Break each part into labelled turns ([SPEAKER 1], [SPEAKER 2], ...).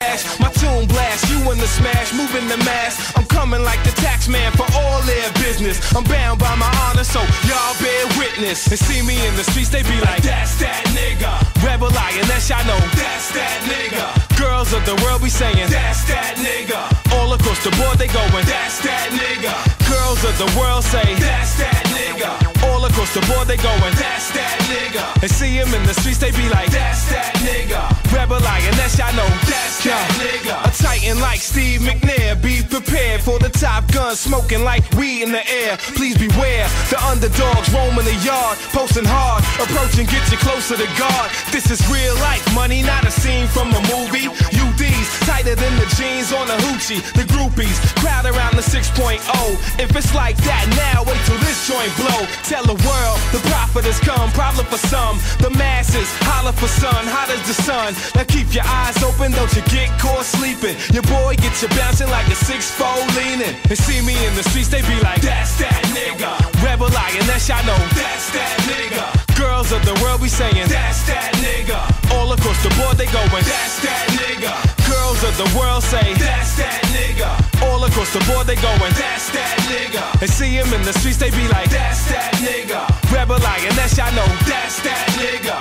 [SPEAKER 1] Ash, My tune blast, you in the smash, moving the mass. I'm coming like the tax man for all their business. I'm bound by my honor, so y'all bear witness. And see me in the streets, they be like, that's that nigga. Rebel I, unless y'all know, that's that nigga. Girls of the world be saying, that's that nigga. All across the board, they going, that's that nigga. Girls of the world say, that's that nigga. All across the board, they going, that's that nigga. And see him in the streets, they be like, that's that nigga. Rebel I, unless y'all know, that's that nigga. A titan like Steve McNair, be prepared for the top gun, smoking like weed in the air. Please beware, the underdogs roaming the yard, posting hard, approaching, get you closer to God. This is real life money, not a scene from a movie. UDs, tighter than the jeans on a hoochie. The groupies, crowd around the 6.0. If it's like that now, wait till this joint blow. Tell the world, the prophet has come, problem for some. The masses, holler for sun, hot as the sun. Now keep your eyes open, don't you get caught sleeping. Your boy gets you bouncing like a 6'4 leaning. And see me in the streets, they be like, that's that nigga. Rebel I, unless y'all know, that's that nigga. Girls of the world be saying, that's that nigga. All across the board, they going, that's that nigga. Girls of the world say, that's that nigga. All across the board, they going, that's that nigga. And see him in the streets, they be like, that's that nigga. Rebel I, unless y'all know, that's that nigga.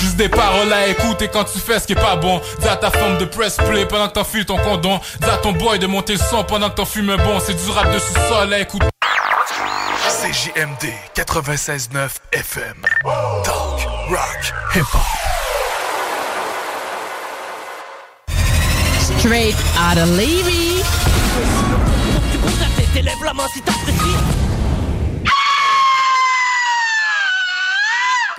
[SPEAKER 2] Juste des paroles à écouter quand tu fais ce qui est pas bon. Dis à ta forme de press play pendant que t'enfiles ton condom. Dis à ton boy de monter le son pendant que t'en fumes un bon. C'est du rap de sous-sol à écouter.
[SPEAKER 3] CJMD 96.9 FM. Talk, rock, hip-hop.
[SPEAKER 4] Straight out of Levy.
[SPEAKER 5] Tu bouges la tête, élève la main si t'apprécies.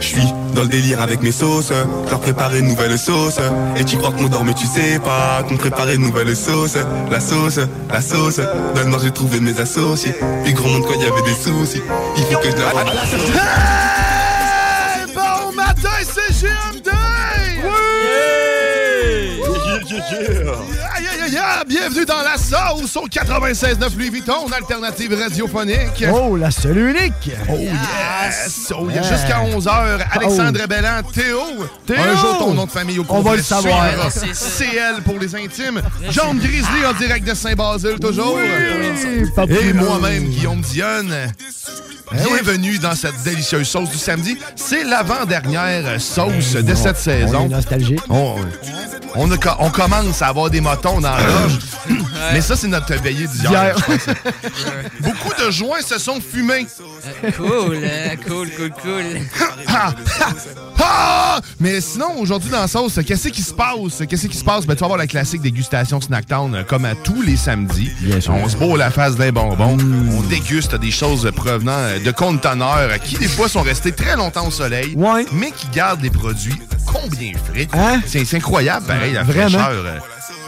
[SPEAKER 6] Je suis dans le délire avec mes sauces Je leur préparais une nouvelle sauce Et tu crois qu'on dort mais tu sais pas Qu'on préparait une nouvelle sauce La sauce, la sauce Dans le noir j'ai trouvé mes associés Puis gros monde quand il y avait des soucis Il faut que je leur...
[SPEAKER 7] Hey, Bon matin, c'est GMD! Oui! Yeah, yeah, yeah, yeah. Bienvenue dans la sauce au 96.9 Louis Vuitton, alternative radiophonique.
[SPEAKER 8] Oh, la seule unique!
[SPEAKER 7] Oh yes! Oh, yeah.
[SPEAKER 8] Ouais.
[SPEAKER 7] Jusqu'à 11h, Alexandre
[SPEAKER 8] Oh.
[SPEAKER 7] Bellan, Théo.
[SPEAKER 8] Théo!
[SPEAKER 7] Un jour, ton nom de famille au
[SPEAKER 8] On va
[SPEAKER 7] complet
[SPEAKER 8] le savoir.
[SPEAKER 7] suivra.
[SPEAKER 8] C'est ça.
[SPEAKER 7] CL pour les intimes. John Grizzly en direct de Saint-Basile, toujours.
[SPEAKER 8] Papa
[SPEAKER 7] Et
[SPEAKER 8] Brown.
[SPEAKER 7] moi-même, Guillaume Dionne. Eh Bienvenue dans cette délicieuse sauce du samedi. C'est l'avant-dernière sauce de cette saison.
[SPEAKER 8] nostalgique.
[SPEAKER 7] On, on a co- on commence à avoir des motons dans la gorge. Mais ça, c'est notre veillée d'hier.
[SPEAKER 8] D'hier.
[SPEAKER 7] je pense. Beaucoup de joints se sont fumés.
[SPEAKER 9] Cool, euh, cool, cool, cool.
[SPEAKER 7] Ah! Ah! Mais sinon, aujourd'hui dans la Sauce, qu'est-ce qui se passe? Qu'est-ce qui se passe? Ben, tu vas avoir la classique dégustation Snacktown euh, comme à tous les samedis. On se bourre la face d'un bonbon.
[SPEAKER 10] Mm.
[SPEAKER 7] On déguste des choses provenant euh, de conteneurs euh, qui, des fois, sont restés très longtemps au soleil,
[SPEAKER 10] Hein?
[SPEAKER 7] mais qui gardent des produits combien frais. C'est c'est incroyable, pareil, la
[SPEAKER 8] Vraiment?
[SPEAKER 7] fraîcheur euh,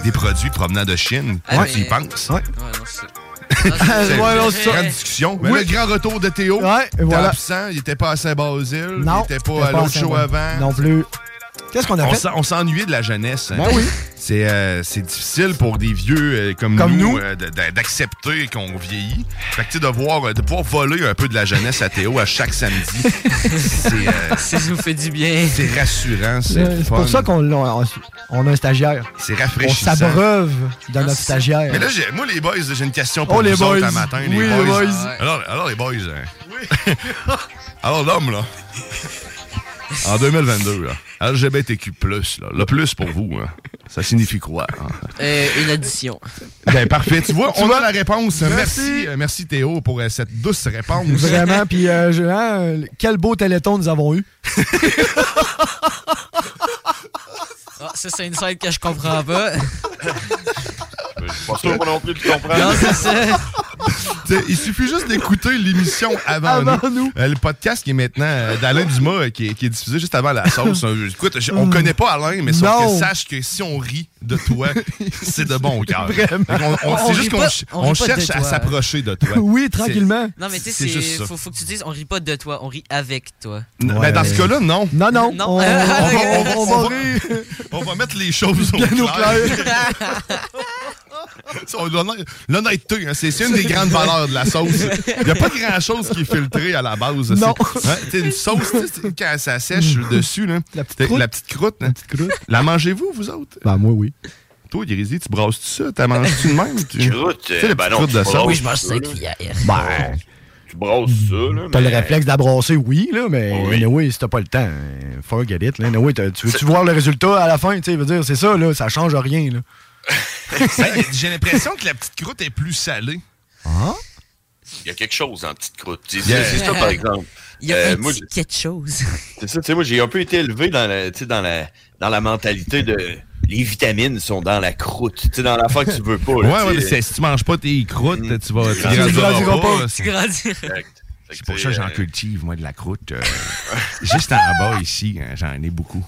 [SPEAKER 7] des produits provenant de Chine.
[SPEAKER 10] Ah,
[SPEAKER 7] Quand
[SPEAKER 10] mais-
[SPEAKER 7] tu y penses.
[SPEAKER 10] c'est- Ouais, non, c'est ça.
[SPEAKER 7] grande discussion. Mais
[SPEAKER 10] Oui.
[SPEAKER 7] là, le grand retour de Théo.
[SPEAKER 10] Ouais,
[SPEAKER 7] T'es
[SPEAKER 10] voilà.
[SPEAKER 7] absent, il était pas à Saint-Basile.
[SPEAKER 10] Non.
[SPEAKER 7] Il était pas
[SPEAKER 10] c'était
[SPEAKER 7] à l'autre show
[SPEAKER 10] Saint-Denis.
[SPEAKER 7] avant.
[SPEAKER 10] Non plus. Qu'est-ce qu'on a
[SPEAKER 7] On
[SPEAKER 10] fait?
[SPEAKER 7] s'en- on s'ennuie de la jeunesse. hein.
[SPEAKER 10] Ben oui.
[SPEAKER 7] C'est euh, c'est difficile pour des vieux euh, comme,
[SPEAKER 10] Comme
[SPEAKER 7] nous,
[SPEAKER 10] nous.
[SPEAKER 7] euh, de- de- d'accepter qu'on vieillit. Fait que tu sais, de, voir, euh, de pouvoir voler un peu de la jeunesse à Théo à chaque samedi, c'est... euh,
[SPEAKER 9] Ça nous fait du bien.
[SPEAKER 7] C'est rassurant, c'est
[SPEAKER 10] C'est
[SPEAKER 7] le fun.
[SPEAKER 10] pour ça qu'on l'a- on, on a un stagiaire.
[SPEAKER 7] C'est
[SPEAKER 10] On
[SPEAKER 7] rafraîchissant. Ah,
[SPEAKER 10] s'abreuve de notre stagiaire.
[SPEAKER 7] Mais là, j'ai- moi, les boys, j'ai une question
[SPEAKER 10] Oh,
[SPEAKER 7] pour vous
[SPEAKER 10] les
[SPEAKER 7] autres
[SPEAKER 10] boys.
[SPEAKER 7] un matin.
[SPEAKER 10] Oui, les
[SPEAKER 7] les boys. Ah,
[SPEAKER 10] boys.
[SPEAKER 7] Alors, alors, les boys. hein. alors, l'homme, là. En 2022, là, LGBTQ+, là, le plus pour vous, hein, ça signifie quoi? hein?
[SPEAKER 9] Euh, une addition.
[SPEAKER 7] Ben, parfait. Tu vois,
[SPEAKER 9] Tu
[SPEAKER 7] on
[SPEAKER 9] vois?
[SPEAKER 7] a la réponse. Merci,
[SPEAKER 9] Merci.
[SPEAKER 7] euh, merci Théo, pour euh, cette douce réponse.
[SPEAKER 10] Vraiment, puis euh, je- hein, euh, quel beau téléthon nous avons eu.
[SPEAKER 9] Ah, ça, c'est une scène que je comprends pas.
[SPEAKER 11] Pas sûr moi non plus, tu comprends.
[SPEAKER 9] Non, c'est ça.
[SPEAKER 7] Tu sais, Il suffit juste d'écouter l'émission avant,
[SPEAKER 11] Avant
[SPEAKER 7] nous. Euh, le podcast qui est maintenant euh, d'Alain Dumas, euh, qui est, qui est diffusé juste avant la sauce. Euh, Écoute, je-
[SPEAKER 8] Mm.
[SPEAKER 7] on connaît pas Alain, mais sauf
[SPEAKER 11] Non.
[SPEAKER 7] que sache que si on rit de toi, c'est de bon cœur.
[SPEAKER 11] Vraiment.
[SPEAKER 7] Fait qu'on- on-
[SPEAKER 11] On
[SPEAKER 7] C'est
[SPEAKER 11] rit
[SPEAKER 7] juste qu'on
[SPEAKER 11] pas-
[SPEAKER 7] ch-
[SPEAKER 11] on rit
[SPEAKER 7] on
[SPEAKER 11] pas de
[SPEAKER 7] cherche à
[SPEAKER 11] toi.
[SPEAKER 7] s'approcher de toi. C'est-
[SPEAKER 9] Non, mais tu sais,
[SPEAKER 7] c'est juste
[SPEAKER 9] c'est-
[SPEAKER 7] ça.
[SPEAKER 9] faut, faut que tu dises, on rit pas de toi, on rit avec toi.
[SPEAKER 7] N- ben, dans ce cas-là, non.
[SPEAKER 10] Non, non.
[SPEAKER 9] Non.
[SPEAKER 7] On, on va, on va-
[SPEAKER 9] On
[SPEAKER 7] on va-
[SPEAKER 9] va
[SPEAKER 7] on va mettre les choses au
[SPEAKER 9] Bien au
[SPEAKER 7] clair. Ça, on- l'honnêt- L'honnêteté, hein, c'est c'est une des grandes valeurs de la sauce. Il n'y a pas grand-chose qui est filtré à la base.
[SPEAKER 11] Non.
[SPEAKER 7] C'est- hein, t'sais, une sauce, tu sais, c'est- quand ça sèche le dessus, là, t'sais, Mm. la, petite croûte, hein. là. la mangez-vous, vous autres?
[SPEAKER 10] Ben, moi, oui.
[SPEAKER 7] Toi, Grisy, tu brasses tout ça? T'as mangé tu de même? Tu
[SPEAKER 11] Croûte,
[SPEAKER 7] tu sais, les
[SPEAKER 11] ben
[SPEAKER 7] petites
[SPEAKER 11] non,
[SPEAKER 7] croûtes de
[SPEAKER 11] tu
[SPEAKER 7] sauce.
[SPEAKER 11] brasses Oui, je mange ça, là.
[SPEAKER 9] Hier.
[SPEAKER 10] Ben,
[SPEAKER 11] Tu brosses ça, là.
[SPEAKER 10] t'as le
[SPEAKER 11] mais-
[SPEAKER 10] réflexe d'abrasser, oui, là, mais anyway, si t'as pas le temps, euh, forget it. Là. Anyway, t'as- tu veux-tu voir le résultat à la fin? Tu sais, je veux dire, c'est ça, là, ça change rien. Là.
[SPEAKER 7] Ben, J'ai l'impression que la petite croûte est plus salée. Ah.
[SPEAKER 11] Il y a quelque chose en petite croûte. C'est
[SPEAKER 7] Yeah.
[SPEAKER 11] c'est ça, par exemple.
[SPEAKER 9] Il y a
[SPEAKER 11] Euh,
[SPEAKER 9] un
[SPEAKER 11] moi,
[SPEAKER 9] petit quelque chose.
[SPEAKER 11] C'est ça, tu sais, moi, j'ai un peu été élevé dans la, tu sais, dans la, dans la mentalité de les vitamines sont dans la croûte, tu sais, dans l'affaire que tu veux pas.
[SPEAKER 7] Ouais,
[SPEAKER 11] là,
[SPEAKER 7] ouais,
[SPEAKER 11] tu
[SPEAKER 7] mais
[SPEAKER 11] sais. Mm.
[SPEAKER 7] c'est- si tu manges pas tes croûtes, Ah, tu vas.
[SPEAKER 11] Tu grandiras pas.
[SPEAKER 7] là,
[SPEAKER 11] Tu
[SPEAKER 7] Oh, c'est- C'est pour
[SPEAKER 11] c'est,
[SPEAKER 7] ça que j'en
[SPEAKER 11] euh,
[SPEAKER 7] cultive, moi, de la croûte. euh, juste en bas ici, hein, j'en ai beaucoup.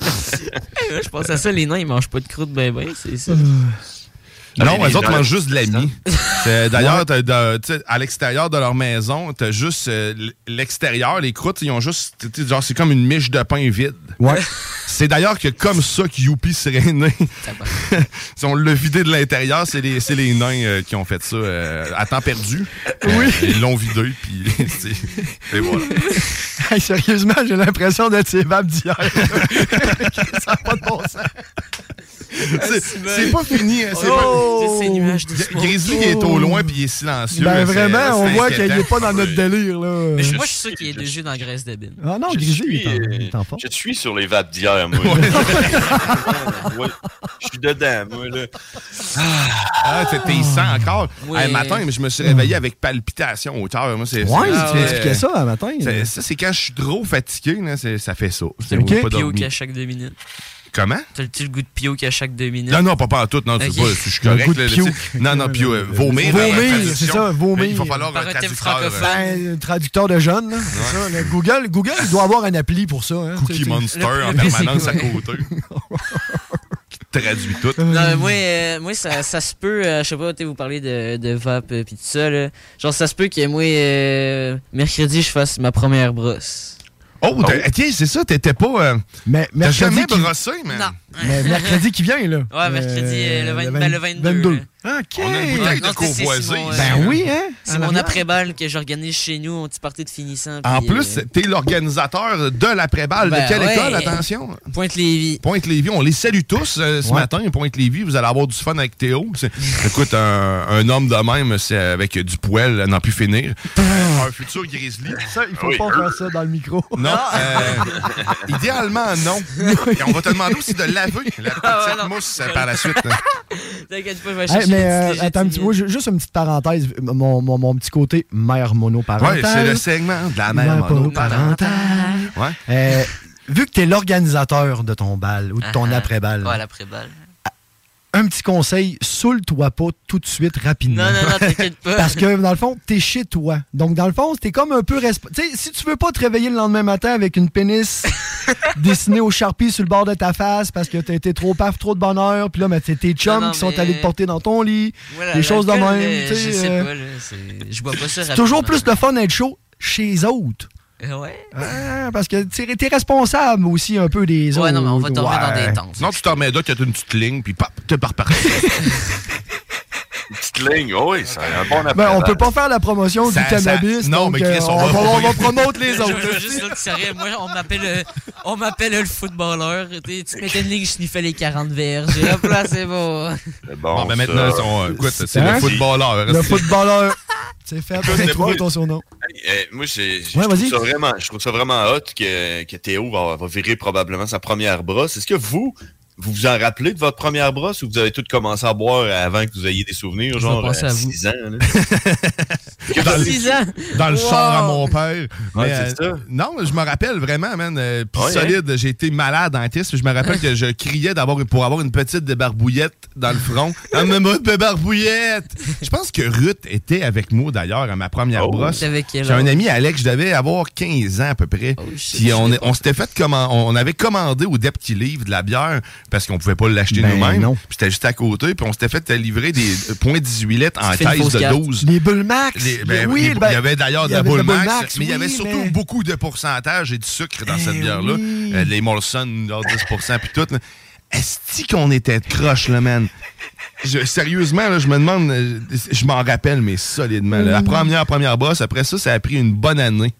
[SPEAKER 9] Eh Je pense à ça, les nains, ils mangent pas de croûte, ben ben, c'est ça.
[SPEAKER 10] Ben,
[SPEAKER 7] Non,
[SPEAKER 9] mais
[SPEAKER 7] elles
[SPEAKER 9] les
[SPEAKER 7] autres
[SPEAKER 9] gens-
[SPEAKER 7] mangent juste de la mie. C'est- D'ailleurs, t'as- t'as- tu sais, à l'extérieur de leur maison, t'as juste euh, l- l'extérieur, les croûtes, ils ont juste. tu sais, Genre, c'est comme une miche de pain vide.
[SPEAKER 10] Ouais.
[SPEAKER 7] C'est d'ailleurs que comme ça que Youpi serait né. si on l'a vidé de l'intérieur, c'est les, c'est les nains euh, qui ont fait ça euh, à temps perdu. oui. Ils l'ont vidé, puis. c'est- Et voilà.
[SPEAKER 10] Hey, sérieusement, j'ai l'impression d'être ces vapes d'hier. ça n'a pas de bon sens.
[SPEAKER 7] C'est- C'est pas fini. hein, C'est
[SPEAKER 10] Oh!
[SPEAKER 7] pas...
[SPEAKER 10] C'est ces nuages de
[SPEAKER 7] Gr- Grizzly il est au loin puis il est silencieux.
[SPEAKER 10] Ben
[SPEAKER 7] hein, c'est-
[SPEAKER 10] vraiment, on
[SPEAKER 7] c'est
[SPEAKER 10] voit
[SPEAKER 7] inquiétant.
[SPEAKER 10] qu'il n'est pas dans notre délire. Là.
[SPEAKER 9] Mais je- moi, je suis sûr qu'il est déjà dans la graisse de bine.
[SPEAKER 10] Ah non, Grisou, il
[SPEAKER 7] euh,
[SPEAKER 10] est en- il est en forme.
[SPEAKER 11] Je te suis sur les vapes d'hier, moi. Ouais, je suis dedans, moi, là.
[SPEAKER 7] Ah, t'es- t'es sang encore.
[SPEAKER 11] Oui.
[SPEAKER 7] Un matin, mais je me suis réveillé avec palpitation au cœur. Moi, c'est.
[SPEAKER 10] Ouais,
[SPEAKER 7] c'est-
[SPEAKER 10] tu
[SPEAKER 7] c'est-
[SPEAKER 10] m'expliquais ça un matin.
[SPEAKER 7] c'est- Ça, c'est quand je suis trop fatigué, là, c'est- ça fait ça.
[SPEAKER 9] T'as
[SPEAKER 7] C'est
[SPEAKER 9] le goût de
[SPEAKER 7] pas
[SPEAKER 9] pio
[SPEAKER 7] dormi.
[SPEAKER 9] qu'à chaque deux minutes.
[SPEAKER 7] Comment?
[SPEAKER 9] T'as le petit goût de pio qu'à chaque deux minutes.
[SPEAKER 7] Non, non, pas, pas en tout. Non, tu
[SPEAKER 9] Ok.
[SPEAKER 7] vois, je suis
[SPEAKER 10] Le
[SPEAKER 7] correct.
[SPEAKER 10] goût de
[SPEAKER 7] là,
[SPEAKER 10] pio.
[SPEAKER 7] tu sais. Non, non, pio, euh, vomir. euh,
[SPEAKER 10] Vomir, c'est
[SPEAKER 7] traduction.
[SPEAKER 10] ça, vomir.
[SPEAKER 7] Il va falloir
[SPEAKER 9] Par
[SPEAKER 7] un
[SPEAKER 9] un thème
[SPEAKER 7] traducteur. euh,
[SPEAKER 10] Ben, le traducteur de jeunes, là, c'est ça. là. Google, Google il doit avoir une appli pour ça. hein. Tu-
[SPEAKER 7] Cookie
[SPEAKER 10] tu-
[SPEAKER 7] Monster
[SPEAKER 10] le-
[SPEAKER 7] en
[SPEAKER 10] le-
[SPEAKER 7] permanence à côté. Qui traduit tout.
[SPEAKER 9] Non, mais moi, euh, moi ça, ça se peut, euh, je sais pas, tu sais, vous parlez de, de vape euh, pis tout ça, là. Genre, ça se peut que moi, euh, mercredi, je fasse ma première brosse.
[SPEAKER 7] Oh, t'as- ok, c'est ça, t'étais pas. euh,
[SPEAKER 10] Mais
[SPEAKER 7] t'as
[SPEAKER 10] Oh, mercredi
[SPEAKER 7] jamais
[SPEAKER 10] qui-
[SPEAKER 7] brossé, man.
[SPEAKER 10] Mais mercredi qui vient, là.
[SPEAKER 9] Ouais, mercredi, euh, le vingt- ben, le 22,
[SPEAKER 10] OK.
[SPEAKER 7] On a une bouteille de courvoisier.
[SPEAKER 10] Ben oui, hein?
[SPEAKER 9] C'est
[SPEAKER 10] en
[SPEAKER 9] mon
[SPEAKER 10] arrière.
[SPEAKER 9] après-balle que j'organise chez nous, on petit party de finissant.
[SPEAKER 7] En
[SPEAKER 9] puis,
[SPEAKER 7] plus,
[SPEAKER 9] euh,
[SPEAKER 7] t'es l'organisateur de l'après-balle.
[SPEAKER 9] Ben
[SPEAKER 7] de quelle
[SPEAKER 9] ouais.
[SPEAKER 7] école, attention?
[SPEAKER 9] Pointe-Lévis.
[SPEAKER 7] Pointe-Lévis, on les salue tous euh, ce
[SPEAKER 9] Ouais.
[SPEAKER 7] matin. Pointe-Lévis, vous allez avoir du fun avec Théo. C'est- Écoute, un, un homme de même, c'est avec du poêle, à n'en plus finir. un futur grizzly.
[SPEAKER 10] Ça, il faut
[SPEAKER 7] Oui.
[SPEAKER 10] pas faire ça dans le micro. Ah.
[SPEAKER 7] Non, euh, idéalement, non. Et on va te demander aussi de laver la petite mousse euh, par la suite. hein.
[SPEAKER 9] Ah, T'inquiète pas, je vais
[SPEAKER 10] Hey,
[SPEAKER 9] chercher.
[SPEAKER 10] mais
[SPEAKER 9] le
[SPEAKER 10] euh,
[SPEAKER 9] petit
[SPEAKER 10] attends un petit mot, ju- juste une petite parenthèse, mon, mon, mon petit côté mère monoparentale.
[SPEAKER 7] Ouais, c'est le segment de la mère
[SPEAKER 10] Mère
[SPEAKER 7] monoparentale. Ouais.
[SPEAKER 10] Euh, vu que tu es l'organisateur de ton bal ou de ton
[SPEAKER 9] Ah, ah.
[SPEAKER 10] après-bal,
[SPEAKER 9] Ouais,
[SPEAKER 10] un
[SPEAKER 9] l'après-balle.
[SPEAKER 10] un petit conseil, saoule-toi pas tout de suite rapidement.
[SPEAKER 9] Non, non, non, t'inquiète pas.
[SPEAKER 10] Parce que dans le fond, t'es chez toi. Donc dans le fond, t'es comme un peu resp- Tu sais, si tu veux pas te réveiller le lendemain matin avec une pénis dessinée au Sharpie sur le bord de ta face parce que t'as été trop paf, trop de bonheur, puis là, mais c'est tes chums
[SPEAKER 9] non,
[SPEAKER 10] qui sont
[SPEAKER 9] mais-
[SPEAKER 10] allés te porter dans ton lit,
[SPEAKER 9] Voilà,
[SPEAKER 10] des choses de
[SPEAKER 9] l'alcool,
[SPEAKER 10] même.
[SPEAKER 9] euh,
[SPEAKER 10] tu
[SPEAKER 9] Je
[SPEAKER 10] sais,
[SPEAKER 9] sais
[SPEAKER 10] euh,
[SPEAKER 9] pas, là. c'est- Je bois pas ça
[SPEAKER 10] c'est toujours
[SPEAKER 9] rapidement.
[SPEAKER 10] plus le fun d'être chaud chez les autres.
[SPEAKER 9] Euh, Ouais.
[SPEAKER 10] Ah, parce que t'es t'es responsable aussi un peu des autres. Ouais.
[SPEAKER 7] Non, tu t'en remets d'autres, il y a une petite ligne, puis pop, t'es par parti.
[SPEAKER 8] Une petite ligne, oui, c'est un bon appel.
[SPEAKER 10] Ben, on peut pas faire la promotion
[SPEAKER 8] Ça-
[SPEAKER 10] du cannabis.
[SPEAKER 8] ça- non,
[SPEAKER 10] donc,
[SPEAKER 8] mais Chris,
[SPEAKER 10] euh,
[SPEAKER 8] on
[SPEAKER 10] on,
[SPEAKER 8] va-
[SPEAKER 10] va, on va
[SPEAKER 8] oui.
[SPEAKER 10] promote les
[SPEAKER 9] Je-
[SPEAKER 10] autres.
[SPEAKER 9] Je veux juste là que ça rire. Moi, on m'appelle, euh, on m'appelle le footballeur. Tu tu mettais une ligne, je sniffais les 40 verres. J'ai hop là, c'est beau.
[SPEAKER 7] Bon, ben maintenant, ils sont, euh, écoute, c'est
[SPEAKER 10] Hein?
[SPEAKER 7] le footballeur.
[SPEAKER 10] Le footballeur. C'est fait.
[SPEAKER 8] Écoute,
[SPEAKER 10] C'est
[SPEAKER 8] c'est
[SPEAKER 10] toi
[SPEAKER 8] pas-
[SPEAKER 10] ton surnom.
[SPEAKER 8] Eh, moi, j'ai- j'ai-
[SPEAKER 10] Ouais,
[SPEAKER 8] je,
[SPEAKER 10] vas-y.
[SPEAKER 8] trouve ça vraiment, je trouve ça vraiment hot que, que Théo va, va virer probablement sa première brosse. Est-ce que vous, vous vous en rappelez de votre première brosse ou vous avez tous commencé à boire avant que vous ayez des souvenirs, genre
[SPEAKER 9] penser à
[SPEAKER 8] 6 ans? là?
[SPEAKER 7] Dans le-
[SPEAKER 9] Six ans.
[SPEAKER 7] Dans le
[SPEAKER 9] Wow.
[SPEAKER 7] char à mon père.
[SPEAKER 8] Ouais,
[SPEAKER 7] Mais, euh,
[SPEAKER 8] c'est ça.
[SPEAKER 7] Non, je me rappelle vraiment, man. euh, puis
[SPEAKER 8] Ouais, hein?
[SPEAKER 7] solide, j'ai été malade en tisse. puis Je me rappelle que je criais d'avoir, pour avoir une petite débarbouillette dans le front. Ah, mais moi, débarbouillette! Je pense que Ruth était avec moi, d'ailleurs, à ma première
[SPEAKER 9] Oh.
[SPEAKER 7] brosse.
[SPEAKER 9] T'avais quel
[SPEAKER 7] J'ai un
[SPEAKER 9] âge?
[SPEAKER 7] ami, Alex, je devais avoir 15 ans à peu près.
[SPEAKER 9] shit,
[SPEAKER 7] Puis
[SPEAKER 9] je
[SPEAKER 7] on,
[SPEAKER 9] l'ai
[SPEAKER 7] est- on s'était fait comment on avait commandé au Dep qui livre de la bière parce qu'on pouvait pas l'acheter
[SPEAKER 10] Ben
[SPEAKER 7] nous-mêmes.
[SPEAKER 10] non.
[SPEAKER 7] Puis c'était juste à côté. Puis on s'était fait livrer des points 18 litres en
[SPEAKER 10] Tu fais une
[SPEAKER 7] caisse
[SPEAKER 10] fausse
[SPEAKER 7] de
[SPEAKER 10] carte.
[SPEAKER 7] 12.
[SPEAKER 10] Les Bull Max.
[SPEAKER 7] Les- ben,
[SPEAKER 10] oui,
[SPEAKER 7] les-
[SPEAKER 10] ben,
[SPEAKER 7] il y avait d'ailleurs
[SPEAKER 10] il
[SPEAKER 7] de
[SPEAKER 10] y
[SPEAKER 7] la
[SPEAKER 10] avait
[SPEAKER 7] Bull Max, mais il y
[SPEAKER 10] oui,
[SPEAKER 7] avait surtout
[SPEAKER 10] mais- Eh
[SPEAKER 7] beaucoup de pourcentage et de sucre dans cette bière-là.
[SPEAKER 10] oui.
[SPEAKER 7] Euh, les Molson, genre 10 puis tout. là. Est-ce qu'on était croche, là, man? Je- sérieusement, là, je me demande, euh, je m'en rappelle, mais solidement. là. La première, première bosse, après ça, ça a pris une bonne année.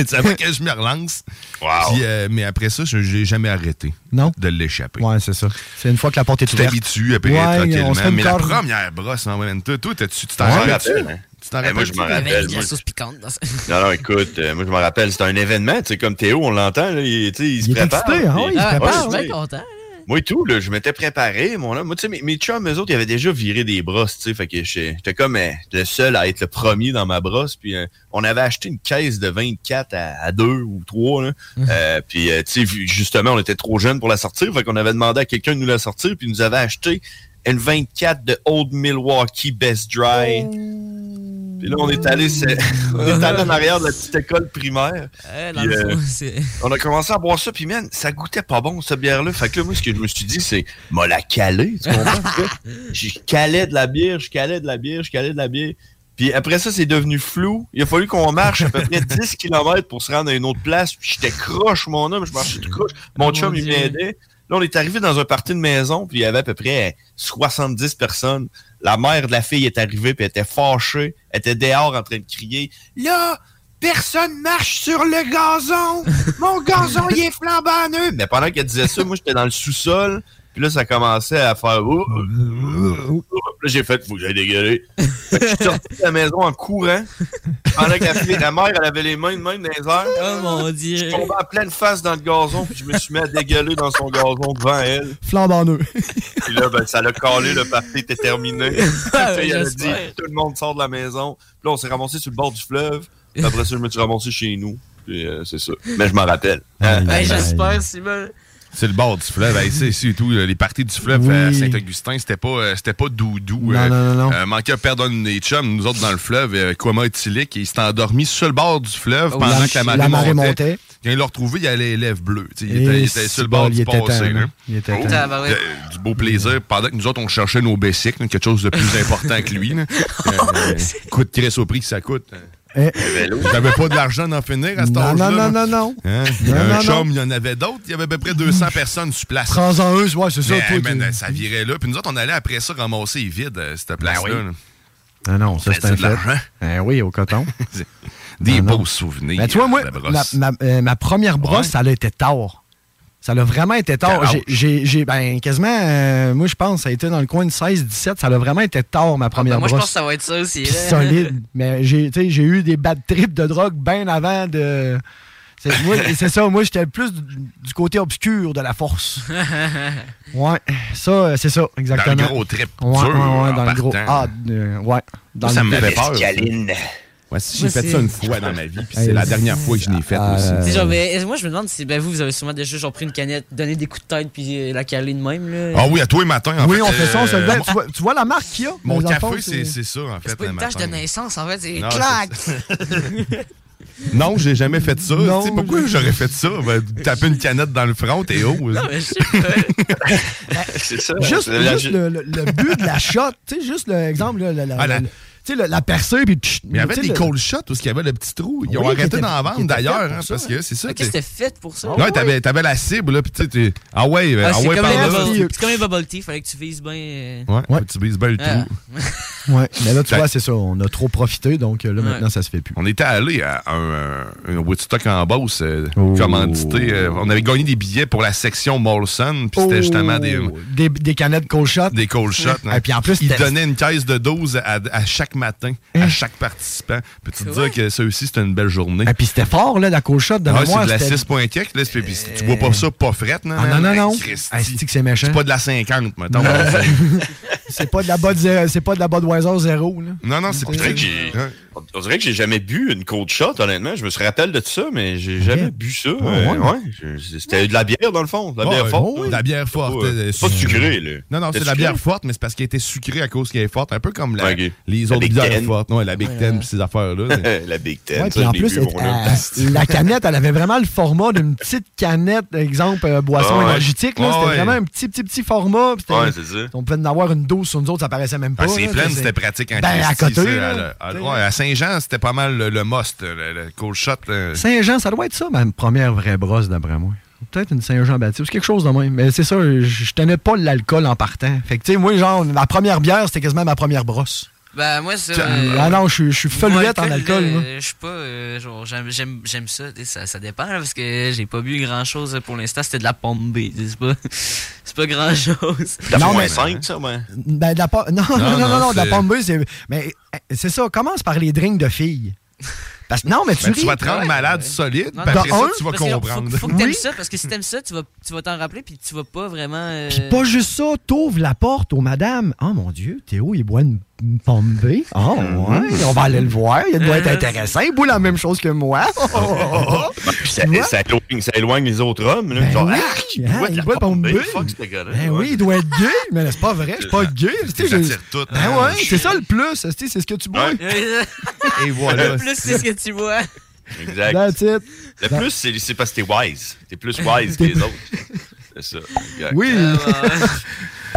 [SPEAKER 7] tu savais que je me relance. Puis, euh, mais après ça, je n'ai jamais arrêté
[SPEAKER 10] Non?
[SPEAKER 7] de l'échapper.
[SPEAKER 10] Ouais, c'est ça. C'est une fois que la porte est
[SPEAKER 7] Tu
[SPEAKER 10] ouverte.
[SPEAKER 7] t'habitues après
[SPEAKER 10] Ouais, on se fait
[SPEAKER 7] tranquillement.
[SPEAKER 10] une
[SPEAKER 7] Mais la
[SPEAKER 10] corde.
[SPEAKER 7] première brosse, en même temps, toi, t'as-tu- tu t'en
[SPEAKER 8] Ouais,
[SPEAKER 7] rappelles-tu?
[SPEAKER 8] rappelle, hein?
[SPEAKER 7] Tu t'en
[SPEAKER 8] Eh, moi, je
[SPEAKER 7] rappelles-tu?
[SPEAKER 8] m'en
[SPEAKER 9] Il y avait
[SPEAKER 8] rappelle.
[SPEAKER 9] de la
[SPEAKER 8] moi.
[SPEAKER 9] sauce piquante dans ça.
[SPEAKER 8] Non, non, écoute, euh, moi, je m'en rappelle, c'est un événement, tu sais, comme Théo, on l'entend, là, il, tu sais, il se
[SPEAKER 10] Il est
[SPEAKER 8] prépare.
[SPEAKER 10] excité, hein, ouais, il se
[SPEAKER 8] Ouais,
[SPEAKER 10] prépare,
[SPEAKER 8] tu sais.
[SPEAKER 9] Ah, Je suis bien content.
[SPEAKER 8] Moi et tout, là, je m'étais préparé, mon homme. Moi, tu sais, mes, mes chums, eux autres, ils avaient déjà viré des brosses, tu sais. Fait que j'étais j'étais comme euh, le seul à être le premier dans ma brosse. Puis euh, on avait acheté une caisse de 24 à, 2 ou 3, là. Euh, puis, euh, tu sais, vu- justement, on était trop jeunes pour la sortir. Fait qu'on avait demandé à quelqu'un de nous la sortir. Puis il nous avait acheté une 24 de Old Milwaukee Best Dry. Puis là, on est allé, se- on est allé en arrière de la petite école primaire.
[SPEAKER 9] Eh, dans
[SPEAKER 8] Puis,
[SPEAKER 9] le fond,
[SPEAKER 8] euh,
[SPEAKER 9] c'est-
[SPEAKER 8] on a commencé à boire ça, puis man, ça goûtait pas bon, cette bière-là. Fait que là, moi, ce que je me suis dit, c'est, m'a la calée, tu comprends? je calais de la bière, je calais de la bière, je calais de la bière. Puis après ça, c'est devenu flou. Il a fallu qu'on marche à peu près 10 km pour se rendre à une autre place. Puis j'étais croche, mon homme, je marchais tout croche. Mon
[SPEAKER 9] Oh,
[SPEAKER 8] chum,
[SPEAKER 9] mon
[SPEAKER 8] il
[SPEAKER 9] Dieu.
[SPEAKER 8] m'aidait. Là, on est arrivé dans un party de maison, puis il y avait à peu près 70 personnes. La mère de la fille est arrivée, puis elle était fâchée. Elle était dehors en train de crier Là, personne marche sur le gazon Mon gazon, il est flambant neuf Mais pendant qu'elle disait ça, moi, j'étais dans le sous-sol, puis là, ça commençait à faire Oh, oh, oh, oh. Là, j'ai fait Faut que j'aille dégueuler. Fait que Je suis sorti de la maison en courant, pendant que la, fille- la mère, elle avait les mains de même dans les airs.
[SPEAKER 9] Oh mon dieu.
[SPEAKER 8] Je tombais en pleine face dans le gazon, puis je me suis mis à dégueuler dans son gazon devant elle.
[SPEAKER 10] Flambe en eux.
[SPEAKER 8] Puis là, ben, ça l'a calé, le party était terminé.
[SPEAKER 9] Ah,
[SPEAKER 8] Puis, il a dit,
[SPEAKER 9] j'espère.
[SPEAKER 8] tout le monde sort de la maison. Puis là, on s'est ramassé sur le bord du fleuve. Puis après ça, je me suis ramassé chez nous. Puis euh, c'est ça. Mais je m'en rappelle. Hein?
[SPEAKER 9] Ben, j'espère, Simon.
[SPEAKER 7] C'est le bord du fleuve. Hey, c'est c'est tout. euh, Les parties du fleuve
[SPEAKER 10] Oui.
[SPEAKER 7] à Saint-Augustin, c'était pas, euh, c'était pas doudou.
[SPEAKER 10] Non, non, non, non.
[SPEAKER 7] euh, manquait à perdre un des chums, nous autres dans le fleuve, euh, Kwama et Tilik, et il s'est endormi sur le bord du fleuve
[SPEAKER 10] Oh,
[SPEAKER 7] pendant
[SPEAKER 10] la-
[SPEAKER 7] que la marée,
[SPEAKER 10] la marée montait.
[SPEAKER 7] Quand il l'a retrouvé, il a les lèvres bleues. tu sais, Il
[SPEAKER 10] Et
[SPEAKER 7] était, il était sur le bord
[SPEAKER 10] il
[SPEAKER 7] du
[SPEAKER 10] était temps,
[SPEAKER 7] passé.
[SPEAKER 10] là.
[SPEAKER 7] là.
[SPEAKER 10] Il était
[SPEAKER 7] Oh,
[SPEAKER 10] temps.
[SPEAKER 8] Ah, bah
[SPEAKER 9] Tabarouette.
[SPEAKER 7] de- du beau plaisir. Pendant que nous autres, on cherchait nos basics, là, quelque chose de plus important que lui. là.
[SPEAKER 8] Ah
[SPEAKER 7] Euh, coûte très au prix que ça coûte.
[SPEAKER 10] Eh.
[SPEAKER 7] J'avais pas de l'argent d'en finir à cet
[SPEAKER 10] Non,
[SPEAKER 7] âge-là.
[SPEAKER 10] non,
[SPEAKER 7] là.
[SPEAKER 10] non, non, non.
[SPEAKER 7] Hein? Il y
[SPEAKER 10] Non,
[SPEAKER 7] a
[SPEAKER 10] non,
[SPEAKER 7] un
[SPEAKER 10] non.
[SPEAKER 7] chum, il y en avait d'autres. Il y avait à peu près 200 personnes sur place.
[SPEAKER 10] Prends-en eux, ouais, c'est ça.
[SPEAKER 7] Mais,
[SPEAKER 10] toi,
[SPEAKER 7] man,
[SPEAKER 10] tu-
[SPEAKER 7] ça virait là. Puis nous autres, on allait après ça ramasser les vides, euh, cette place-là.
[SPEAKER 10] oui.
[SPEAKER 7] là.
[SPEAKER 10] Ah non, ça,
[SPEAKER 7] Ben,
[SPEAKER 10] c'est
[SPEAKER 7] c'est
[SPEAKER 10] un
[SPEAKER 7] de
[SPEAKER 10] fait.
[SPEAKER 7] l'argent.
[SPEAKER 10] Ben oui, au coton.
[SPEAKER 7] Des
[SPEAKER 10] Ah non.
[SPEAKER 7] beaux souvenirs.
[SPEAKER 10] Mais tu vois, moi,
[SPEAKER 7] de brosse.
[SPEAKER 10] la- ma, euh, ma première brosse,
[SPEAKER 7] Ouais.
[SPEAKER 10] ça a été tard. Ça l'a vraiment été tard.
[SPEAKER 7] Quel âge?
[SPEAKER 10] J'ai- J'ai, j'ai- ben, quasiment, euh, moi, je pense, ça a été dans le coin de 16-17. Ça l'a vraiment été tard, ma première
[SPEAKER 9] Ben, moi, je pense
[SPEAKER 10] brosse.
[SPEAKER 9] que ça va être ça aussi.
[SPEAKER 10] Pis
[SPEAKER 9] là.
[SPEAKER 10] solide. Mais j'ai, tu sais, j'ai eu des bad trips de drogue bien avant de. C'est, moi, c'est ça, moi, j'étais plus du, du côté obscur de la force. Ouais, ça, euh, c'est ça, exactement.
[SPEAKER 7] Dans le gros trip
[SPEAKER 10] Ouais,
[SPEAKER 7] dur,
[SPEAKER 10] ouais, ouais,
[SPEAKER 7] en
[SPEAKER 10] dans le gros.
[SPEAKER 7] partant.
[SPEAKER 10] Ah, euh, ouais. Dans
[SPEAKER 7] ça
[SPEAKER 10] le-
[SPEAKER 7] me fait peur. ça.
[SPEAKER 8] Mescaline.
[SPEAKER 7] Ouais, si j'ai
[SPEAKER 9] Moi,
[SPEAKER 7] fait
[SPEAKER 9] c'est-
[SPEAKER 7] ça une fois dans ma vie, puis c'est
[SPEAKER 12] Hey,
[SPEAKER 7] la dernière fois que je l'ai fait aussi.
[SPEAKER 9] Tu sais, genre, ben, moi, je me demande si ben, vous, vous avez sûrement déjà genre, pris une canette, donné des coups de tête, puis euh, la calée de même. Là.
[SPEAKER 7] Ah oui, à toi et matin. en
[SPEAKER 10] oui,
[SPEAKER 7] fait,
[SPEAKER 10] on fait ça, on se
[SPEAKER 7] euh,
[SPEAKER 10] levait. Tu, vois, tu vois la marque qu'il y a?
[SPEAKER 7] Mon
[SPEAKER 10] mais dans le fond,
[SPEAKER 7] café, c'est c'est ça, en fait.
[SPEAKER 10] pas
[SPEAKER 7] le
[SPEAKER 10] une
[SPEAKER 7] matin.
[SPEAKER 9] naissance, en fait, c'est
[SPEAKER 7] Non, Non, j'ai jamais fait ça. Tu sais, pourquoi j'aurais fait ça? Ben, taper une canette dans le front, t'es haut. hein.
[SPEAKER 9] mais je Ben,
[SPEAKER 8] C'est ça.
[SPEAKER 10] Juste,
[SPEAKER 8] C'est la-
[SPEAKER 10] juste le, le- le but de la shot, tu sais, juste l'exemple, là, la, la-
[SPEAKER 7] Ah, la-
[SPEAKER 10] la- tu sais, la, la percée, puis... tch,
[SPEAKER 7] Mais il y avait
[SPEAKER 10] tu sais,
[SPEAKER 7] des
[SPEAKER 10] le-
[SPEAKER 7] cold shots où il y avait le petit trou. Ils ont
[SPEAKER 10] Oui, qui
[SPEAKER 7] arrêté
[SPEAKER 10] était-
[SPEAKER 7] d'en
[SPEAKER 10] qui
[SPEAKER 7] vendre
[SPEAKER 10] était fait
[SPEAKER 7] d'ailleurs,
[SPEAKER 10] pour
[SPEAKER 7] hein,
[SPEAKER 10] ça,
[SPEAKER 7] parce que c'est ça.
[SPEAKER 9] Qu'est-ce que c'était fait pour ça?
[SPEAKER 7] Ouais, t'avais t'avais la cible, là, puis tu sais, t'es- ah ouais,
[SPEAKER 9] Ah,
[SPEAKER 7] ah,
[SPEAKER 9] c'est
[SPEAKER 7] ouais,
[SPEAKER 9] comme,
[SPEAKER 7] par
[SPEAKER 9] les
[SPEAKER 7] là.
[SPEAKER 9] bubble- c'est comme les bubble tea, fallait que tu vises bien. euh,
[SPEAKER 7] Ouais, faut que tu vises bien le
[SPEAKER 9] Ah.
[SPEAKER 7] trou.
[SPEAKER 10] Ouais, mais
[SPEAKER 7] Ben,
[SPEAKER 10] là, tu vois, c'est ça, on a trop profité, donc euh, là,
[SPEAKER 7] Ouais.
[SPEAKER 10] maintenant, ça se fait plus.
[SPEAKER 7] On était allé à un, un Woodstock en Beauce, euh,
[SPEAKER 10] Oh.
[SPEAKER 7] commandité. euh, on avait gagné des billets pour la section Molson, puis c'était justement des,
[SPEAKER 10] Oh,
[SPEAKER 7] euh,
[SPEAKER 10] Des, des canettes cold shot.
[SPEAKER 7] des cold shots.
[SPEAKER 10] Et
[SPEAKER 7] hein.
[SPEAKER 10] Ah, puis en plus, Hein?
[SPEAKER 7] ils
[SPEAKER 10] c'était-
[SPEAKER 7] donnaient une caisse de 12 à, à chaque matin, à chaque participant. Peux-tu te dire que ça aussi, c'était une belle journée?
[SPEAKER 10] Et Ah, puis c'était fort, là, la cold shot de
[SPEAKER 7] Ah, c'est
[SPEAKER 10] mémoire.
[SPEAKER 7] de la
[SPEAKER 10] c'était- Euh,
[SPEAKER 7] 6.4, là, c'est- puis si tu bois pas ça, pas frette, non?
[SPEAKER 10] Ah, non, non,
[SPEAKER 7] Hey,
[SPEAKER 10] non.
[SPEAKER 7] Christ,
[SPEAKER 10] Ah, c'est-tu que c'est méchant.
[SPEAKER 7] C'est pas de la 50, mettons.
[SPEAKER 10] Non. C'est pas de la Bud zéro- c'est pas de la Budweiser zéro, là.
[SPEAKER 7] Non, non, c'est
[SPEAKER 8] On dirait que j'ai- on dirait que j'ai jamais bu une cold shot, honnêtement. Je me suis rappelé de ça, mais j'ai jamais bu ça. Euh,
[SPEAKER 7] Ah, ouais.
[SPEAKER 8] ouais. Je- C'était de la bière, dans le fond. De la
[SPEAKER 7] Ouais,
[SPEAKER 8] bière
[SPEAKER 7] ouais.
[SPEAKER 8] forte.
[SPEAKER 7] Oh,
[SPEAKER 8] là.
[SPEAKER 7] de la bière forte.
[SPEAKER 8] Pas,
[SPEAKER 7] euh,
[SPEAKER 8] euh, pas sucrée, là.
[SPEAKER 7] Non, non, c'est de la
[SPEAKER 8] sucré?
[SPEAKER 7] bière forte, mais c'est parce qu'elle était sucrée à cause qu'elle est forte. Un peu comme la-
[SPEAKER 8] Ok.
[SPEAKER 7] les
[SPEAKER 8] La
[SPEAKER 7] autres
[SPEAKER 8] Big
[SPEAKER 7] bières
[SPEAKER 8] Ten.
[SPEAKER 7] fortes. Ouais, la Big Ten pis ces affaires-là.
[SPEAKER 8] la Big Ten.
[SPEAKER 10] Ouais,
[SPEAKER 8] ça,
[SPEAKER 10] puis en
[SPEAKER 8] je l'ai
[SPEAKER 10] plus,
[SPEAKER 8] bu,
[SPEAKER 10] elle-
[SPEAKER 8] mon homme.
[SPEAKER 10] elle- la canette, elle avait vraiment le format d'une petite canette, exemple, euh, boisson
[SPEAKER 8] Ah ouais.
[SPEAKER 10] énergétique. là.
[SPEAKER 8] Ah
[SPEAKER 10] c'était
[SPEAKER 8] ouais.
[SPEAKER 10] vraiment un petit, petit, petit format. puis c'était-
[SPEAKER 8] Ouais, c'est ça.
[SPEAKER 10] on pouvait en avoir une dose sur nous autres, ça paraissait même pas.
[SPEAKER 7] Ah, c'est
[SPEAKER 10] là,
[SPEAKER 7] plein,
[SPEAKER 10] c'est-
[SPEAKER 7] c'était pratique en
[SPEAKER 10] Ben, à
[SPEAKER 7] Christie,
[SPEAKER 10] côté,
[SPEAKER 7] ça,
[SPEAKER 10] là.
[SPEAKER 7] à la- à- ouais, à Saint-Jean, c'était pas mal le, le must, le, le cold shot. là.
[SPEAKER 10] Saint-Jean, ça doit être ça, ma première vraie brosse, d'après moi. Peut-être une Saint-Jean-Baptiste, quelque chose de même. Mais c'est ça, je- je tenais pas l'alcool en partant. Fait que, tu sais, moi, genre, ma première bière, c'était quasiment ma première brosse.
[SPEAKER 9] Ben, moi, c'est.
[SPEAKER 10] ah non, je suis- je suis feluette en alcool, moi.
[SPEAKER 9] Je suis pas. euh, genre, j'aime- j'aime j'aime ça, tu sais, ça. Ça dépend, là, parce que j'ai pas bu grand chose pour l'instant. C'était de la pombe B. tu sais, C'est pas, c'est pas grand chose.
[SPEAKER 10] La Non, mais-
[SPEAKER 8] 5, ça, ouais.
[SPEAKER 10] Ben, de la pa- non, non, non, non, non, de la
[SPEAKER 8] c'est-
[SPEAKER 10] pomme bleue, c'est. Mais euh, c'est ça, commence par les drinks de filles. Parce que non, mais tu
[SPEAKER 7] Ben,
[SPEAKER 10] ris.
[SPEAKER 7] tu vas te rendre malade solide,
[SPEAKER 9] Non,
[SPEAKER 7] puis après
[SPEAKER 10] dans
[SPEAKER 7] ça,
[SPEAKER 10] un,
[SPEAKER 7] tu vas
[SPEAKER 9] Parce que, genre,
[SPEAKER 7] comprendre.
[SPEAKER 9] Faut, faut que t'aimes
[SPEAKER 10] Oui.
[SPEAKER 9] ça, parce que si t'aimes ça, tu vas tu vas t'en rappeler, puis tu vas pas vraiment. euh,
[SPEAKER 10] Pas juste ça, t'ouvres la porte aux madames. Oh mon Dieu, Théo, il boit une une pomme bleue.
[SPEAKER 7] Ah,
[SPEAKER 10] Oh, ouais, on va aller le voir. Il doit être
[SPEAKER 9] Euh,
[SPEAKER 10] intéressant. Il boit la même chose que moi. Oh, oh, oh, oh.
[SPEAKER 8] Ben, puis ça, ça éloigne, ça éloigne les autres hommes.
[SPEAKER 7] Ben
[SPEAKER 8] Là. genre,
[SPEAKER 10] oui.
[SPEAKER 8] arc, il
[SPEAKER 10] Ah,
[SPEAKER 8] boit de
[SPEAKER 10] il
[SPEAKER 8] la
[SPEAKER 10] boit de la
[SPEAKER 8] pomme
[SPEAKER 10] pomme
[SPEAKER 8] baie.
[SPEAKER 10] bleue.
[SPEAKER 8] Fuck, ce gars-là.
[SPEAKER 10] Ben oui, il doit être gay, mais c'est pas vrai, je suis pas gay. Tu sais,
[SPEAKER 8] Ça
[SPEAKER 10] j'ai-
[SPEAKER 8] tire tout,
[SPEAKER 10] Ben
[SPEAKER 8] hein,
[SPEAKER 10] ouais,
[SPEAKER 8] je-
[SPEAKER 10] c'est ça le plus, tu sais, c'est ce que tu bois.
[SPEAKER 7] Ah, Et voilà.
[SPEAKER 9] Le plus, c'est ce que tu vois.
[SPEAKER 8] Exact.
[SPEAKER 10] That's it.
[SPEAKER 8] Le plus, c'est c'est parce que t'es wise. T'es plus wise que
[SPEAKER 10] T'es
[SPEAKER 8] les
[SPEAKER 10] plus-
[SPEAKER 8] autres. C'est ça. Exact.
[SPEAKER 10] Oui.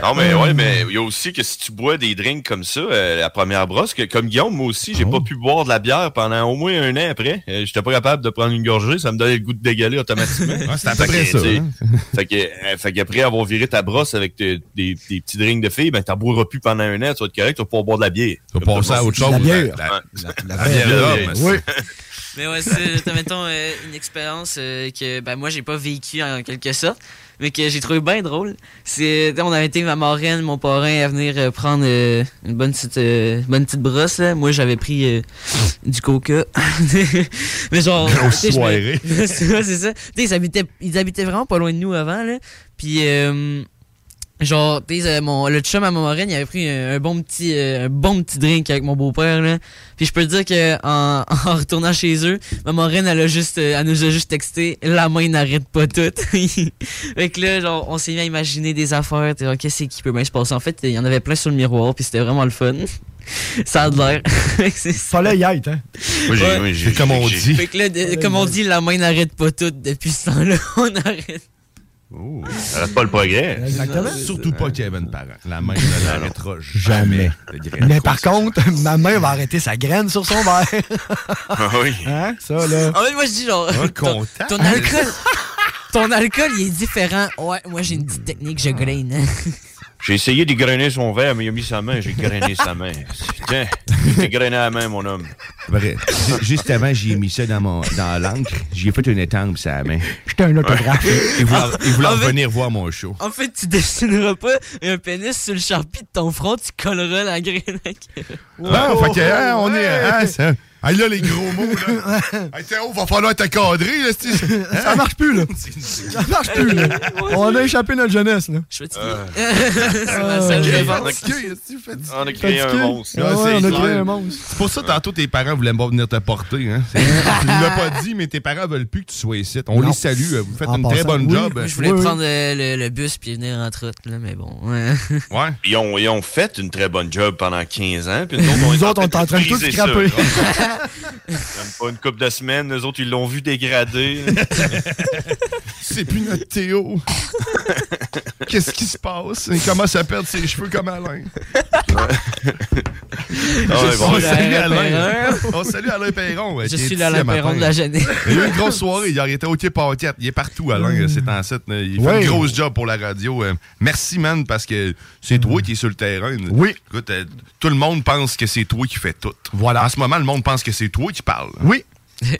[SPEAKER 8] Non, mais ouais, mais il y a aussi que si tu bois des drinks comme ça, euh, la première brosse, que, comme Guillaume, moi aussi,
[SPEAKER 7] Oh.
[SPEAKER 8] j'ai pas pu boire de la bière pendant au moins un an après. Euh, J'étais pas capable de prendre une gorgée, ça me donnait le goût de dégueuler automatiquement.
[SPEAKER 7] Ouais, c'est à peu
[SPEAKER 8] Fait que,
[SPEAKER 7] près ça,
[SPEAKER 8] tu sais,
[SPEAKER 7] hein.
[SPEAKER 8] fait que, euh, fait qu'après avoir viré ta brosse avec tes- des, des petits drinks de filles, ben t'en boiras plus pendant un an, tu vas être correct, tu vas pouvoir boire de la bière.
[SPEAKER 7] Tu vas passer à autre chose.
[SPEAKER 10] La bière.
[SPEAKER 7] La, la- la
[SPEAKER 8] la
[SPEAKER 7] bière
[SPEAKER 8] bière.
[SPEAKER 7] d'homme.
[SPEAKER 10] Oui.
[SPEAKER 9] Mais ouais, c'est, euh, mettons, euh, une expérience euh, que ben, moi, j'ai pas vécue en quelque sorte, mais que j'ai trouvé bien drôle. C'est, on avait été ma marraine, mon parrain, à venir euh, prendre euh, une bonne petite, euh, bonne petite brosse. là. Moi, j'avais pris euh, du coca. mais genre...
[SPEAKER 7] Grosse
[SPEAKER 9] tu sais, je me-
[SPEAKER 7] soirée.
[SPEAKER 9] Ouais, c'est ça. Tu sais, ils habitaient, ils habitaient vraiment pas loin de nous avant, là. Puis... euh, Genre, tu sais, euh, mon, le chum à ma marraine, il avait pris un, un bon petit, euh, un bon petit drink avec mon beau-père, là. Puis je peux te dire que en, en retournant chez eux, ma marraine, elle a juste, euh, elle nous a juste texté, la main n'arrête pas toute. fait que là, genre, on s'est mis à imaginer des affaires, tu sais, genre, qu'est-ce qui peut bien se passer. En fait, il y en avait plein sur le miroir, puis c'était vraiment le fun. Ça a de l'air. C'est ça.
[SPEAKER 10] Fallait y être, hein.
[SPEAKER 8] Moi, j'ai- moi, j'ai-
[SPEAKER 7] C'est comme on
[SPEAKER 8] j'ai-
[SPEAKER 7] dit.
[SPEAKER 9] Fait que là, de- comme on dit, la main n'arrête pas toute depuis ce temps-là, on arrête.
[SPEAKER 8] Ça reste pas le progrès.
[SPEAKER 7] Surtout pas Kevin Parent. La main ne l'arrêtera
[SPEAKER 10] Jamais.
[SPEAKER 7] jamais.
[SPEAKER 10] Mais par contre, ma main va arrêter sa graine sur son verre.
[SPEAKER 8] Ah oui.
[SPEAKER 10] Hein, ça, là.
[SPEAKER 9] En fait, moi, je dis genre.
[SPEAKER 7] Un
[SPEAKER 9] ton,
[SPEAKER 7] contact.
[SPEAKER 9] ton alcool. Ton alcool, il est différent. Ouais, moi, j'ai une petite technique, je graine.
[SPEAKER 8] J'ai essayé de grainer son verre, mais il a mis sa main, j'ai grainé sa main. Tiens, j'ai grainé la main, mon homme.
[SPEAKER 12] Vrai. Ju- Juste avant, j'y ai mis ça dans, mon, dans l'encre. J'y ai fait une étampe, ça, main.
[SPEAKER 10] J'étais un autographe.
[SPEAKER 12] Il voulait, il voulait
[SPEAKER 7] Ah,
[SPEAKER 9] En fait-
[SPEAKER 12] revenir voir mon show.
[SPEAKER 9] En fait, tu dessineras pas un pénis sur le charpie de ton front, tu colleras la graine.
[SPEAKER 7] Bon, fait que, hein, on est. hein, ça- Ah, Hey, là, les gros mots, là. hey, Théo, va falloir t'accadrer, là. c'ti- Hein?
[SPEAKER 10] Ça marche plus, là. Ça marche plus, là. On a échappé notre jeunesse, là.
[SPEAKER 9] Je
[SPEAKER 7] Euh. fatigué.
[SPEAKER 11] On a créé un
[SPEAKER 7] Fatigué.
[SPEAKER 11] monstre.
[SPEAKER 7] Ah ouais,
[SPEAKER 11] c'est
[SPEAKER 7] on a créé
[SPEAKER 11] clair.
[SPEAKER 7] un monstre. C'est pour ça, tantôt, tes parents voulaient pas venir te porter. Hein? C'est- tu ne l'as pas dit, mais tes parents veulent plus que tu sois ici. On
[SPEAKER 9] Non.
[SPEAKER 7] les salue. euh, Vous faites
[SPEAKER 9] En
[SPEAKER 7] une très
[SPEAKER 9] passant,
[SPEAKER 7] bonne
[SPEAKER 9] oui,
[SPEAKER 7] job.
[SPEAKER 9] Je voulais prendre euh, le, le bus puis venir en trotte, là, mais bon. Ouais.
[SPEAKER 11] Ils, ont, ils ont fait une très bonne job pendant 15 ans. Puis nous autres, on est
[SPEAKER 9] Nous
[SPEAKER 11] en
[SPEAKER 9] autres, on est en train de tout
[SPEAKER 11] briser
[SPEAKER 9] scraper.
[SPEAKER 11] ça. Comme pas une couple de semaines, nous autres, ils l'ont vu dégrader.
[SPEAKER 7] C'est plus notre Théo. Qu'est-ce qui se passe? Il commence à perdre ses cheveux comme Alain.
[SPEAKER 11] ouais, bon,
[SPEAKER 7] on, salue
[SPEAKER 11] Alain
[SPEAKER 7] Alain.
[SPEAKER 11] Perron.
[SPEAKER 7] on salue Alain Perron. ouais,
[SPEAKER 9] Je
[SPEAKER 7] qui est
[SPEAKER 9] suis
[SPEAKER 7] ici
[SPEAKER 9] l'Alain
[SPEAKER 7] ce matin.
[SPEAKER 9] Perron de la jeunesse.
[SPEAKER 7] Il y a eu une grosse soirée. hier. Il était au pied paquette. Il est partout, Alain,
[SPEAKER 13] Mm.
[SPEAKER 7] c'est en set. Il fait
[SPEAKER 13] Ouais.
[SPEAKER 7] une grosse job pour la radio. Euh, Merci, man, parce que c'est toi qui es sur le terrain. Oui. Écoute, euh, tout le monde pense que c'est toi qui fais tout. Voilà. En ce moment, le monde pense que c'est toi qui parle.
[SPEAKER 10] Oui.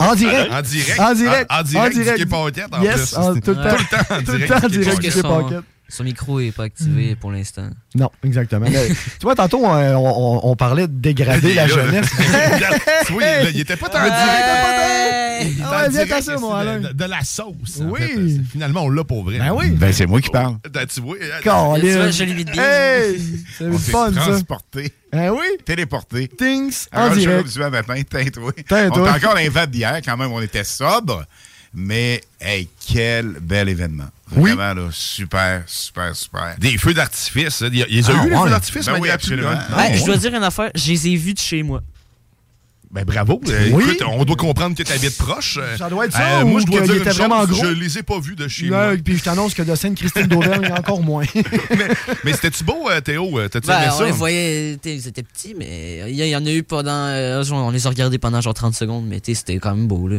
[SPEAKER 10] En direct.
[SPEAKER 7] En direct.
[SPEAKER 10] En direct.
[SPEAKER 7] En, en direct. du pied paquette, en
[SPEAKER 10] Yes,
[SPEAKER 7] plus.
[SPEAKER 10] en- tout le temps.
[SPEAKER 7] temps en
[SPEAKER 10] Tout le
[SPEAKER 7] direct.
[SPEAKER 10] temps en
[SPEAKER 7] du Hmm. pied
[SPEAKER 10] direct du
[SPEAKER 7] paquette.
[SPEAKER 10] pied paquette.
[SPEAKER 9] Son micro est pas activé pour l'instant.
[SPEAKER 10] Non, exactement. Mais, tu vois, tantôt, on, on- on parlait de dégrader la jeunesse.
[SPEAKER 7] oui, là, il était pas dans le direct. Il était en
[SPEAKER 10] Ah ouais, viens
[SPEAKER 7] direct,
[SPEAKER 10] t'assurer,
[SPEAKER 7] ici,
[SPEAKER 10] moi,
[SPEAKER 7] de-
[SPEAKER 10] Alain.
[SPEAKER 7] de, de la sauce. en
[SPEAKER 10] Oui.
[SPEAKER 7] fait. Euh, c'est- Finalement, on l'a pour vrai.
[SPEAKER 10] Ben oui.
[SPEAKER 13] Ben, c'est moi qui parle.
[SPEAKER 7] T'as- Tu vois, euh,
[SPEAKER 10] Colin.
[SPEAKER 7] tu vois, je l'ai mis de bien.
[SPEAKER 10] Hey! C'est
[SPEAKER 13] On
[SPEAKER 10] le
[SPEAKER 13] s'est
[SPEAKER 10] fun, ça.
[SPEAKER 13] transporté.
[SPEAKER 10] Eh oui.
[SPEAKER 13] Téléporté.
[SPEAKER 10] Tings en
[SPEAKER 13] Alors, je suis
[SPEAKER 10] direct.
[SPEAKER 13] là du matin, teint-toi.
[SPEAKER 10] Teint-toi.
[SPEAKER 13] On est encore dans les vapes d'hier, quand même, on était sobre. Mais, hey, quel bel événement.
[SPEAKER 7] Oui.
[SPEAKER 13] Vraiment, là, super, super, super.
[SPEAKER 7] Des feux d'artifice. hein. Il y a- Ils ont
[SPEAKER 13] Ah,
[SPEAKER 7] eu les
[SPEAKER 13] ouais.
[SPEAKER 7] feux d'artifice,
[SPEAKER 13] Ben
[SPEAKER 7] mais
[SPEAKER 13] oui,
[SPEAKER 7] il y a
[SPEAKER 13] absolument.
[SPEAKER 7] plus, hein.
[SPEAKER 9] Ouais,
[SPEAKER 7] Ah,
[SPEAKER 9] je dois
[SPEAKER 7] ouais.
[SPEAKER 9] dire une affaire, je les ai vus de chez moi.
[SPEAKER 7] Ben bravo. Euh,
[SPEAKER 9] Oui.
[SPEAKER 7] Écoute, on doit comprendre que tu habites proche. Euh,
[SPEAKER 10] Ça doit être ça, ou
[SPEAKER 7] moi, je dois
[SPEAKER 10] qu'il
[SPEAKER 7] dire
[SPEAKER 10] était
[SPEAKER 7] une chose,
[SPEAKER 10] vraiment gros.
[SPEAKER 7] Je les ai pas vus de chez
[SPEAKER 10] Ouais,
[SPEAKER 7] moi.
[SPEAKER 10] Puis je t'annonce que de Sainte-Christine d'Auvergne, encore moins.
[SPEAKER 7] Mais c'était-tu beau, euh, Théo? Euh, T'as-tu aimé
[SPEAKER 9] Ben, on
[SPEAKER 7] ça?
[SPEAKER 9] les voyait, t'sais, ils étaient petits, mais il y, y en a eu pendant. euh, genre, on les a regardés pendant genre 30 secondes, mais t'sais, c'était quand même beau, là.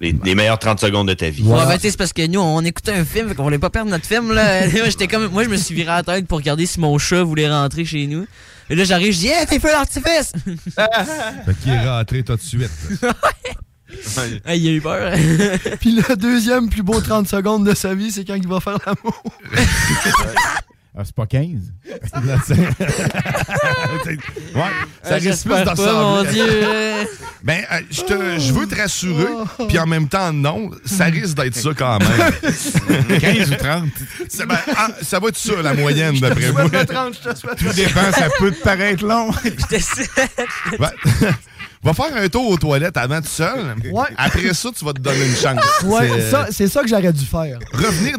[SPEAKER 11] les, les meilleures 30 secondes de ta vie.
[SPEAKER 9] Ouais, ben, t'sais, c'est parce que nous, on écoutait un film, fait qu'on voulait pas perdre notre film, là. Moi, j'étais comme, moi, je me suis viré à la tête pour regarder si mon chat voulait rentrer chez nous. Et là, j'arrive, je dis, hey, t'es feu d'artifice!
[SPEAKER 7] Fait qu'il est rentré tout de suite.
[SPEAKER 9] hey, il a eu peur.
[SPEAKER 10] Puis le deuxième plus beau 30 secondes de sa vie, c'est quand il va faire l'amour.
[SPEAKER 7] Euh,
[SPEAKER 14] Ah, c'est pas 15.
[SPEAKER 7] Ouais, ça
[SPEAKER 14] Euh,
[SPEAKER 7] risque plus
[SPEAKER 14] j'espère pas,
[SPEAKER 7] d'ensemble.
[SPEAKER 14] mon Dieu. Oh.
[SPEAKER 7] Ben, euh, je te- je veux te rassurer, puis en même temps, non, ça risque d'être ça quand même.
[SPEAKER 13] 15 ou 30?
[SPEAKER 7] Ça, ben, ah, ça va être ça, la moyenne, d'après moi.
[SPEAKER 14] Tout dépend, ça peut te paraître long.
[SPEAKER 7] Va- Va faire un tour aux toilettes avant tout seul.
[SPEAKER 10] Ouais.
[SPEAKER 7] Après ça, tu vas te donner une chance.
[SPEAKER 10] Ouais,
[SPEAKER 7] C'est- euh,
[SPEAKER 10] ça, c'est ça que j'aurais dû faire.
[SPEAKER 7] Revenir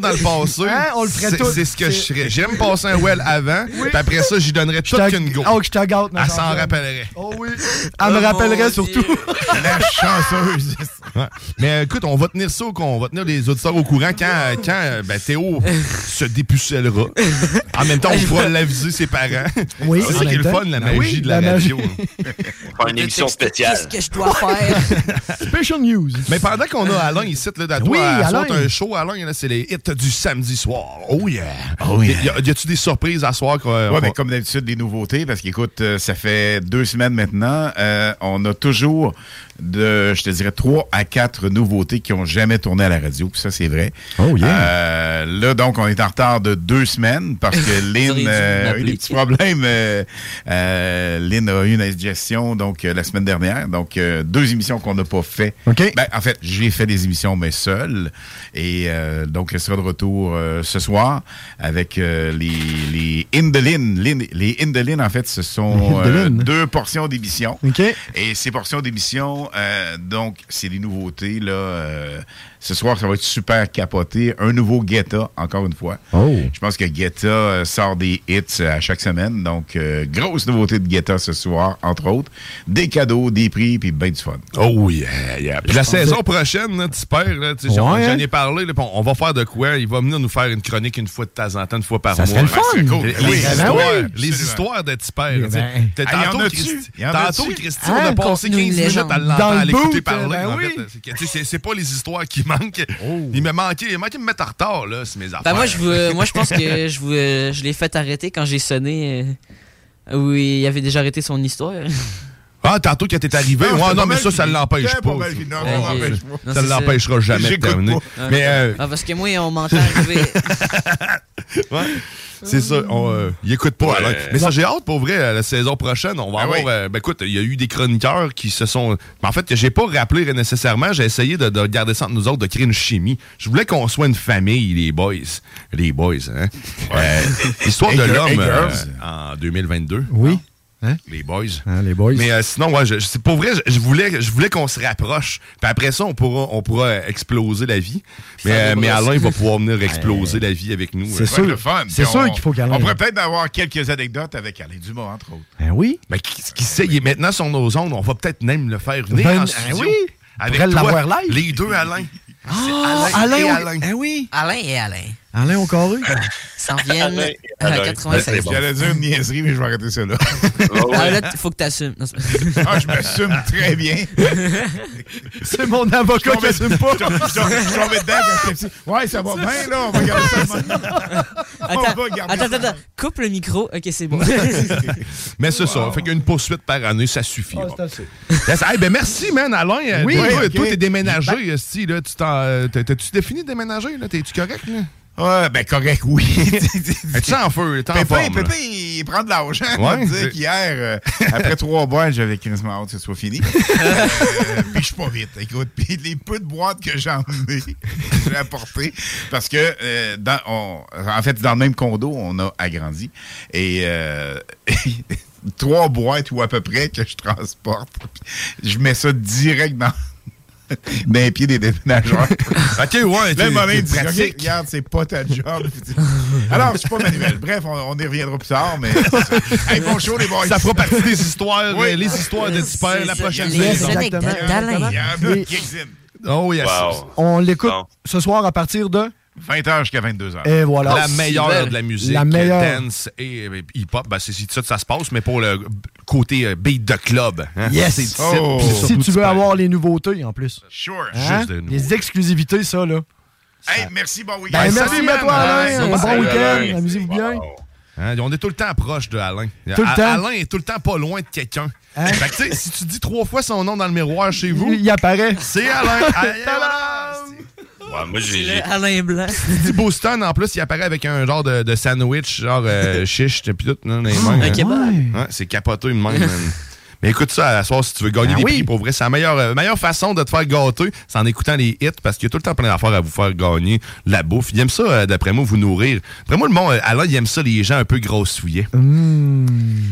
[SPEAKER 7] dans le passé,
[SPEAKER 10] Hein, on le ferait
[SPEAKER 7] c'est-
[SPEAKER 10] tout.
[SPEAKER 7] c'est ce que je serais. J'aime passer un well avant, puis après ça, j'y donnerais toute une go.
[SPEAKER 10] Oh, que je te gâte, ma
[SPEAKER 7] Elle s'en
[SPEAKER 10] championne.
[SPEAKER 7] rappellerait.
[SPEAKER 10] Oh oui. Elle me rappellerait surtout.
[SPEAKER 7] La chanceuse. Ouais. Mais euh, écoute, on va tenir ça au con. On va tenir les auditeurs au courant quand, euh, quand euh, ben, Théo se dépucellera. En même temps, on pourra l'aviser ses parents.
[SPEAKER 10] Oui,
[SPEAKER 7] c'est
[SPEAKER 10] en
[SPEAKER 7] ça qui est
[SPEAKER 10] même
[SPEAKER 7] le
[SPEAKER 10] temps.
[SPEAKER 7] fun, la
[SPEAKER 10] Ben oui,
[SPEAKER 7] magie de la,
[SPEAKER 10] la magie.
[SPEAKER 7] radio.
[SPEAKER 11] Faire une émission spéciale.
[SPEAKER 9] que je dois faire?
[SPEAKER 10] Special news.
[SPEAKER 7] Mais pendant qu'on a Alain ici, là, à toi,
[SPEAKER 10] Oui,
[SPEAKER 7] à soir,
[SPEAKER 10] Alain.
[SPEAKER 7] t'as un show, Alain, là, c'est les hits du samedi soir. Oh yeah!
[SPEAKER 14] Oh yeah.
[SPEAKER 7] Y a- Y a-tu des surprises à soir? qu'on-
[SPEAKER 14] Ouais, mais comme d'habitude, des nouveautés, parce qu'écoute, euh, ça fait deux semaines maintenant, euh, on a toujours de, je te dirais, trois à quatre nouveautés qui ont jamais tourné à la radio, puis ça, c'est vrai.
[SPEAKER 7] Oh, yeah.
[SPEAKER 14] Euh, là, donc, on est en retard de deux semaines, parce que
[SPEAKER 9] Vous auriez
[SPEAKER 14] Lynn
[SPEAKER 9] dû
[SPEAKER 14] euh, a eu
[SPEAKER 9] m'appeler.
[SPEAKER 14] des petits problèmes. euh, euh, Lynn a eu une indigestion, donc, euh, la semaine dernière, donc, euh, deux émissions qu'on n'a pas fait. Ben, en fait, j'ai fait des émissions, mais seul, et euh, donc, elle sera de retour euh, ce soir avec euh, les, les Indelin. Lin- les Indelin, en fait, ce sont
[SPEAKER 10] Les Indelin.
[SPEAKER 14] euh, deux portions d'émission.
[SPEAKER 10] OK.
[SPEAKER 14] Et ces portions d'émission, euh, donc, c'est des nouveautés. Là, euh, ce soir, ça va être super capoté. Un nouveau Guetta, encore une fois.
[SPEAKER 7] Oh.
[SPEAKER 14] Je pense que Guetta euh, sort des hits euh, à chaque semaine. Donc, euh, grosse nouveauté de Guetta ce soir, entre autres. Des cadeaux, des prix, puis ben du fun.
[SPEAKER 7] Oh yeah, yeah. Puis la saison prochaine, là, tu perds. là, tu sais, J'en
[SPEAKER 14] Ouais,
[SPEAKER 7] j'en
[SPEAKER 14] hein?
[SPEAKER 7] ai parlé. là, puis on on va faire de quoi? Il va venir nous faire une chronique une fois de temps en temps, une fois par
[SPEAKER 14] Ça serait
[SPEAKER 7] mois.
[SPEAKER 14] le
[SPEAKER 7] Ouais, c'est
[SPEAKER 14] fun.
[SPEAKER 7] cool.
[SPEAKER 14] Ben
[SPEAKER 7] Les,
[SPEAKER 14] oui,
[SPEAKER 7] histoires,
[SPEAKER 14] absolument.
[SPEAKER 7] les histoires de Tipper.
[SPEAKER 14] Ben,
[SPEAKER 7] tu sais.
[SPEAKER 14] ben.
[SPEAKER 7] T'es
[SPEAKER 14] Ah, y en
[SPEAKER 7] tantôt,
[SPEAKER 14] a-tu?
[SPEAKER 7] Christi-
[SPEAKER 14] Y en a-tu?
[SPEAKER 7] tantôt, Christy,
[SPEAKER 14] Hein,
[SPEAKER 7] on a passé
[SPEAKER 14] conte-nous
[SPEAKER 7] 15
[SPEAKER 14] une
[SPEAKER 7] minutes
[SPEAKER 14] légende.
[SPEAKER 7] à
[SPEAKER 14] Dans
[SPEAKER 7] l'entendre,
[SPEAKER 14] le
[SPEAKER 7] à l'écouter
[SPEAKER 14] boot,
[SPEAKER 7] parler.
[SPEAKER 14] ben
[SPEAKER 7] en
[SPEAKER 14] oui. Oh.
[SPEAKER 7] fait. C'est que, tu sais, C'est c'est pas les histoires qui manquent. Il m'a manqué. Il m'a manqué de me mettre en retard, là, c'est mes affaires.
[SPEAKER 9] Ben moi je vous- moi je pense que je vous euh, je l'ai fait arrêter quand j'ai sonné euh, où il avait déjà arrêté son histoire.
[SPEAKER 7] Ah, tantôt quand t'es arrivé,
[SPEAKER 9] Non,
[SPEAKER 7] ouais,
[SPEAKER 9] c'était
[SPEAKER 7] non,
[SPEAKER 9] pas
[SPEAKER 7] mais
[SPEAKER 9] mal
[SPEAKER 7] ça, ça
[SPEAKER 9] fini.
[SPEAKER 7] l'empêche
[SPEAKER 9] C'était
[SPEAKER 7] pas.
[SPEAKER 9] pas mal
[SPEAKER 7] ça.
[SPEAKER 9] fini. Non,
[SPEAKER 7] Ouais,
[SPEAKER 9] non,
[SPEAKER 7] ouais.
[SPEAKER 9] non, c'est
[SPEAKER 7] Ça
[SPEAKER 9] ça.
[SPEAKER 7] l'empêchera jamais de euh,
[SPEAKER 9] J'écoute
[SPEAKER 7] terminer.
[SPEAKER 9] pas.
[SPEAKER 7] Mais euh,
[SPEAKER 9] Ah parce que moi on m'entend arriver.
[SPEAKER 7] Ouais. C'est ça. On, euh, il écoute pas.
[SPEAKER 14] Ouais. Ah
[SPEAKER 7] alors. Mais ça, j'ai hâte pour vrai, euh, la saison prochaine. On va avoir. euh, ben, écoute, il y a eu des chroniqueurs qui se sont. Mais en fait, que j'ai pas rappelé nécessairement. J'ai essayé de, de garder ça entre nous autres, de créer une chimie. Je voulais qu'on soit une famille, les boys. Les boys, hein. Euh, histoire
[SPEAKER 14] Hey,
[SPEAKER 7] de
[SPEAKER 14] girl-
[SPEAKER 7] l'homme
[SPEAKER 14] hey,
[SPEAKER 7] euh,
[SPEAKER 14] girls.
[SPEAKER 7] en 2022.
[SPEAKER 10] Oui. Hein?
[SPEAKER 7] Les boys.
[SPEAKER 10] les boys.
[SPEAKER 7] Mais euh, sinon, ouais, je- je- c'est pour vrai, je, je voulais, je voulais qu'on se rapproche. Puis après ça, on pourra, on pourra exploser la vie. Mais,
[SPEAKER 14] faire des
[SPEAKER 7] euh, mais
[SPEAKER 14] brosses.
[SPEAKER 7] Alain va pouvoir venir exploser la vie avec nous.
[SPEAKER 14] C'est
[SPEAKER 7] euh,
[SPEAKER 14] sûr.
[SPEAKER 7] ouais, le fun.
[SPEAKER 14] C'est
[SPEAKER 7] Puis
[SPEAKER 14] sûr
[SPEAKER 7] on-
[SPEAKER 14] qu'il faut qu'Alain-
[SPEAKER 7] on pourrait
[SPEAKER 14] peut peut-être avoir quelques anecdotes avec Alain Dumas, entre autres.
[SPEAKER 10] Ben oui.
[SPEAKER 7] Mais qui, qui sait, il est maintenant sur nos ondes. On va peut-être même le faire venir
[SPEAKER 14] Ben,
[SPEAKER 7] en
[SPEAKER 14] ben
[SPEAKER 7] studio.
[SPEAKER 14] oui. On
[SPEAKER 7] Avec
[SPEAKER 14] pourrait
[SPEAKER 7] toi,
[SPEAKER 14] l'avoir live.
[SPEAKER 7] Les deux Alain.
[SPEAKER 9] Ah,
[SPEAKER 7] C'est Alain et
[SPEAKER 9] au-
[SPEAKER 7] Alain.
[SPEAKER 9] Eh oui. Alain et Alain.
[SPEAKER 10] Alain au carré.
[SPEAKER 9] S'en viennent Ah, à
[SPEAKER 14] Alain.
[SPEAKER 9] 96.
[SPEAKER 14] J'allais dire une niaiserie, mais je vais arrêter ça là.
[SPEAKER 9] Ah, là, t- faut que t'assumes. Non, c'est pas-
[SPEAKER 14] Ah, je m'assume très bien.
[SPEAKER 10] C'est mon avocat qui assume pas.
[SPEAKER 14] Je suis tombé dedans quand j'étais petit. Ouais, ça va bien, là. On va garder ça. de même.
[SPEAKER 9] Attends,
[SPEAKER 14] va garder
[SPEAKER 9] attends,
[SPEAKER 14] ça.
[SPEAKER 9] attends. Coupe le micro. Ok, c'est bon.
[SPEAKER 7] Mais c'est ça. Fait qu'une poursuite par année, ça suffit. bon. Yes, hey, ben merci, man, Alain. Euh,
[SPEAKER 14] Oui,
[SPEAKER 7] toi,
[SPEAKER 14] oui, ok. Ben-
[SPEAKER 7] toi, t'es déménagé, esti, là. Tu t'en- euh, t'as- T'as-tu défini de déménager, là? T'es-tu correct, là?
[SPEAKER 14] Ouais, ben correct, oui.
[SPEAKER 7] Es-tu en feu? T'es en
[SPEAKER 14] Pépé,
[SPEAKER 7] forme, là?
[SPEAKER 14] Pépé, il prend de l'argent.
[SPEAKER 7] Ouais, Ah,
[SPEAKER 14] Je vais te dire
[SPEAKER 7] c'est-
[SPEAKER 14] qu'hier, euh, après trois boîtes, j'avais quasiment hâte que ce soit fini. Euh, puis je suis pas vite, écoute. Puis les peu de boîtes que j'ai emmenées, que j'ai apportées. Parce que, euh, dans, on- en fait, dans le même condo, on a agrandi. Et... euh, trois boîtes ou à peu près que je transporte. Je mets ça direct dans, dans les pieds des déménageurs.
[SPEAKER 7] OK, ouais,
[SPEAKER 14] Là,
[SPEAKER 7] t'es-
[SPEAKER 14] mon ami
[SPEAKER 7] t'es
[SPEAKER 14] dit,
[SPEAKER 7] pratique.
[SPEAKER 14] OK, regarde, c'est pas ta job. Puis tu- Alors, je suis pas manuel. Bref, on, on y reviendra plus tard, mais... hey, bon show, les boys.
[SPEAKER 7] Ça fera partie des histoires,
[SPEAKER 14] Oui.
[SPEAKER 7] euh, les histoires de Tipper, la prochaine
[SPEAKER 14] Les
[SPEAKER 7] saison.
[SPEAKER 14] anecdotes d'Alain. Il y en a
[SPEAKER 10] Et-
[SPEAKER 14] qui existent.
[SPEAKER 7] Oh, yes.
[SPEAKER 10] On l'écoute ce soir à partir de.
[SPEAKER 14] 20h jusqu'à 22h.
[SPEAKER 10] Et voilà.
[SPEAKER 7] La
[SPEAKER 10] Oh,
[SPEAKER 7] meilleure
[SPEAKER 10] Sylvain.
[SPEAKER 7] de la musique,
[SPEAKER 10] La
[SPEAKER 7] euh,
[SPEAKER 10] meilleure.
[SPEAKER 7] dance et euh, hip-hop, ben, c'est ici de ça que ça se passe, mais pour le côté euh, beat de club. hein.
[SPEAKER 10] Yes.
[SPEAKER 7] C'est ici,
[SPEAKER 10] Oh.
[SPEAKER 7] puis
[SPEAKER 10] Si
[SPEAKER 7] surtout
[SPEAKER 10] tu veux
[SPEAKER 7] Tipper.
[SPEAKER 10] avoir les nouveautés en plus.
[SPEAKER 14] Sure.
[SPEAKER 10] Hein?
[SPEAKER 7] Juste des nouveautés.
[SPEAKER 10] Les exclusivités, ça, là.
[SPEAKER 14] Hey, merci, bon week-end.
[SPEAKER 10] Ben, merci à toi, Alain.
[SPEAKER 7] Alain.
[SPEAKER 10] Un bon
[SPEAKER 7] Salut,
[SPEAKER 10] week-end.
[SPEAKER 7] Alain.
[SPEAKER 10] Amusez-vous bien.
[SPEAKER 7] Hein, on est tout le temps proche de Alain.
[SPEAKER 10] Tout le
[SPEAKER 7] A-
[SPEAKER 10] temps.
[SPEAKER 7] Alain est tout le temps pas loin de quelqu'un.
[SPEAKER 10] Hein?
[SPEAKER 7] Fait que, tu sais, si tu dis trois fois son nom dans le miroir chez vous,
[SPEAKER 10] Il apparaît.
[SPEAKER 7] c'est Alain. Alain,
[SPEAKER 8] Ouais, moi, j'ai. j'ai-
[SPEAKER 9] Alain Blanc.
[SPEAKER 7] Petit Boston, en plus, il apparaît avec un genre de, de sandwich, genre euh, chiche, et puis tout. non, dans les mains,
[SPEAKER 9] Ah, un
[SPEAKER 7] hein.
[SPEAKER 9] kebab.
[SPEAKER 7] Ouais, c'est capoté de même. man. Mais écoute ça à la soirée si tu veux gagner
[SPEAKER 9] Ben
[SPEAKER 10] Ah
[SPEAKER 7] des
[SPEAKER 10] oui.
[SPEAKER 7] prix pour vrai. C'est la meilleure, euh, meilleure façon de te faire gâter, c'est en écoutant les hits parce qu'il y a tout le temps plein d'affaires à vous faire gagner la bouffe. Il aime ça, euh, d'après moi, vous nourrir. D'après moi, le monde, euh, Alain, il aime ça les gens un peu grossouillés.
[SPEAKER 9] Mmh.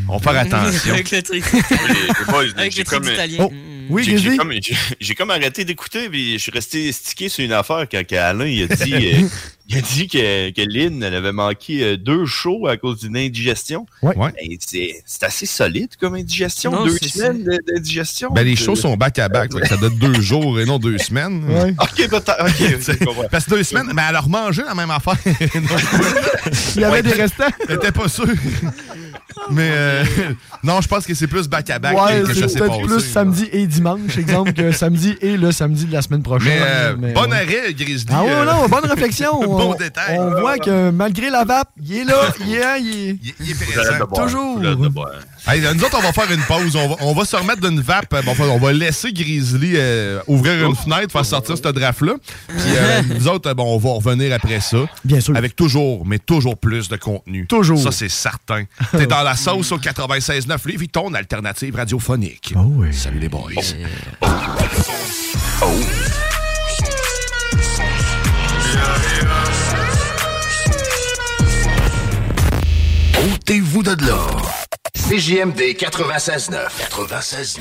[SPEAKER 7] On va faire attention.
[SPEAKER 9] Avec le truc.
[SPEAKER 8] j'ai pas- j'ai-
[SPEAKER 9] Avec
[SPEAKER 8] j'ai
[SPEAKER 9] le truc
[SPEAKER 8] comme-
[SPEAKER 9] italien.
[SPEAKER 8] Oh,
[SPEAKER 10] Oui,
[SPEAKER 8] J'ai-
[SPEAKER 10] Gizzy?
[SPEAKER 8] J'ai comme, j'ai- j'ai comme arrêté d'écouter, puis je suis resté stické sur une affaire quand Alain il a dit, euh, il a dit que, que Lynn elle avait manqué euh, deux shows à cause d'une indigestion.
[SPEAKER 7] Ouais.
[SPEAKER 8] Ben, c'est c'est assez solide comme indigestion.
[SPEAKER 7] Non,
[SPEAKER 8] deux
[SPEAKER 7] c'est-
[SPEAKER 8] semaines de- d'indigestion.
[SPEAKER 7] Ben, les
[SPEAKER 8] Euh,
[SPEAKER 7] shows sont back à back. fait que Ça donne deux jours et non deux semaines.
[SPEAKER 8] Ok, peut-être. ok, ok, je comprends.
[SPEAKER 7] Parce que deux semaines, mais elle a remangé la même affaire.
[SPEAKER 10] Il y avait des restants. Oh
[SPEAKER 7] T'étais pas sûr. Mais euh, non, je pense que c'est plus back à back
[SPEAKER 10] Ouais,
[SPEAKER 7] que je
[SPEAKER 10] c'est
[SPEAKER 7] sais pas.
[SPEAKER 10] peut-être plus samedi et dimanche, exemple, que samedi et le samedi de la semaine prochaine.
[SPEAKER 7] Mais, euh,
[SPEAKER 10] Mais,
[SPEAKER 7] bon
[SPEAKER 10] ouais.
[SPEAKER 7] arrêt, Grizzly.
[SPEAKER 10] Ah ouais,
[SPEAKER 7] euh,
[SPEAKER 10] non, bonne réflexion.
[SPEAKER 7] bon
[SPEAKER 10] on,
[SPEAKER 7] détail.
[SPEAKER 10] on voit que malgré la vape, il est là, il est là, il est.
[SPEAKER 7] Il est
[SPEAKER 8] J'arrête de
[SPEAKER 7] présent.
[SPEAKER 8] boire, j'arrête de boire.
[SPEAKER 7] Hey, nous autres, on va faire une pause. On va, on va se remettre d'une vape. Euh, Bon, enfin, on va laisser Grizzly euh, ouvrir
[SPEAKER 10] Oh.
[SPEAKER 7] une fenêtre, faire sortir ce draft-là. Puis euh, nous autres, euh, bon, on va revenir après ça.
[SPEAKER 10] Bien sûr.
[SPEAKER 7] Avec toujours, mais toujours plus de contenu.
[SPEAKER 10] Toujours.
[SPEAKER 7] Ça, c'est certain. T'es dans la sauce au 96.9 Lévis, ton alternative radiophonique. Oh oui. Salut les boys.
[SPEAKER 10] Oh.
[SPEAKER 15] Ôtez-vous de là. CJMD 96.9. 96.9.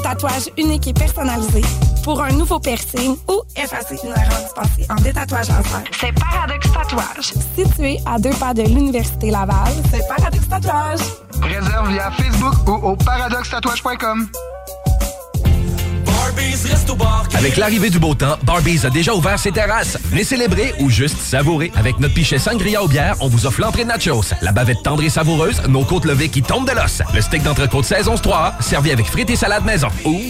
[SPEAKER 16] tatouage unique et personnalisé, pour un nouveau piercing ou effacer une erreur dispensée en détatouage en fer, c'est Paradox Tatouage. Situé à deux pas de l'Université Laval, c'est Paradox Tatouage.
[SPEAKER 17] Réserve via Facebook ou au paradoxtatouage.com.
[SPEAKER 18] Barb
[SPEAKER 1] Barbies, reste au bar.
[SPEAKER 19] Avec l'arrivée du beau temps, Barbies a déjà ouvert ses terrasses. Venez célébrer ou juste savourer. Avec notre pichet sangria aux bières, on vous offre l'entrée de nachos, la bavette tendre et savoureuse, nos côtes levées qui tombent de l'os, le steak d'entrecôte saison 3, servi avec frites et salade maison. Ouh!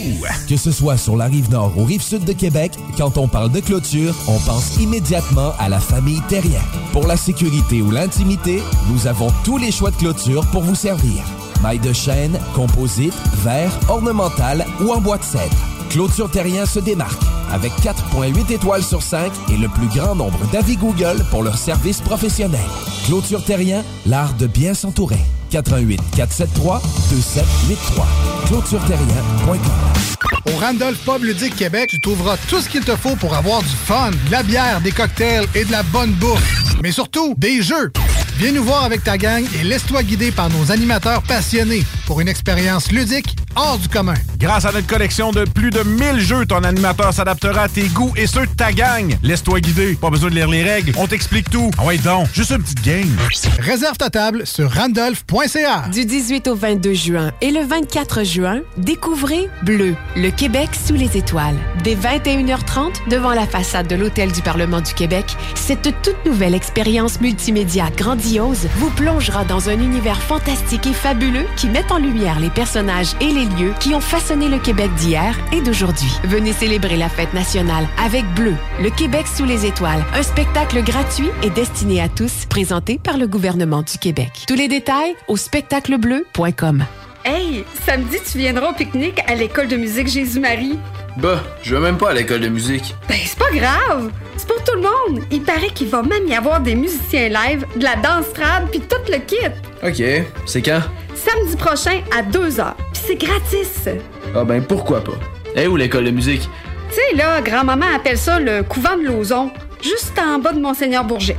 [SPEAKER 20] Que ce soit sur la rive nord ou rive sud de Québec, quand on parle de clôture, on pense immédiatement à la famille Terrien. Pour la sécurité ou l'intimité, nous avons tous les choix de clôture pour vous servir. Maille de chêne, composite, verre, ornemental ou en bois de cèdre. Clôture Terrien se démarque avec 4.8 étoiles sur 5 et le plus grand nombre d'avis Google pour leur service professionnel. Clôture Terrien, l'art de bien s'entourer. 88 473 2783. ClôtureTerrien.com.
[SPEAKER 17] Au Randolph Pub Ludique Québec, tu trouveras tout ce qu'il te faut pour avoir du fun, de la bière, des cocktails et de la bonne bouffe. Mais surtout, des jeux. Viens nous voir avec ta gang et laisse-toi guider par nos animateurs passionnés pour une expérience ludique hors du commun.
[SPEAKER 2] Grâce à notre collection de plus de 1000 jeux, ton animateur s'adaptera à tes goûts et ceux de ta gang. Laisse-toi guider. Pas besoin de lire les règles. On t'explique tout. Ah ouais, donc, juste une petite game.
[SPEAKER 17] Réserve ta table sur randolph.ca.
[SPEAKER 21] Du 18 au 22 juin et le 24 juin, découvrez Bleu, le Québec sous les étoiles. Dès 21h30, devant la façade de l'Hôtel du Parlement du Québec, cette toute nouvelle expérience multimédia grandiose vous plongera dans un univers fantastique et fabuleux qui met en lumière les personnages et les lieux qui ont façonné le Québec d'hier et d'aujourd'hui. Venez célébrer la fête nationale avec Bleu, le Québec sous les étoiles, un spectacle gratuit et destiné à tous, présenté par le gouvernement du Québec. Tous les détails au spectaclebleu.com.
[SPEAKER 6] Hey, samedi, tu viendras au pique-nique à l'école de musique Jésus-Marie.
[SPEAKER 22] Bah, je veux même pas à l'école de musique.
[SPEAKER 6] Ben, c'est pas grave! C'est pour tout le monde! Il paraît qu'il va même y avoir des musiciens live, de la danse trad, puis tout le kit!
[SPEAKER 22] Ok, c'est quand?
[SPEAKER 6] Samedi prochain à 2h, puis c'est gratis!
[SPEAKER 22] Ah ben pourquoi pas. Eh où l'école de musique?
[SPEAKER 6] Tu sais, là, grand-maman appelle ça le couvent de Lauzon, juste en bas de Monseigneur Bourget.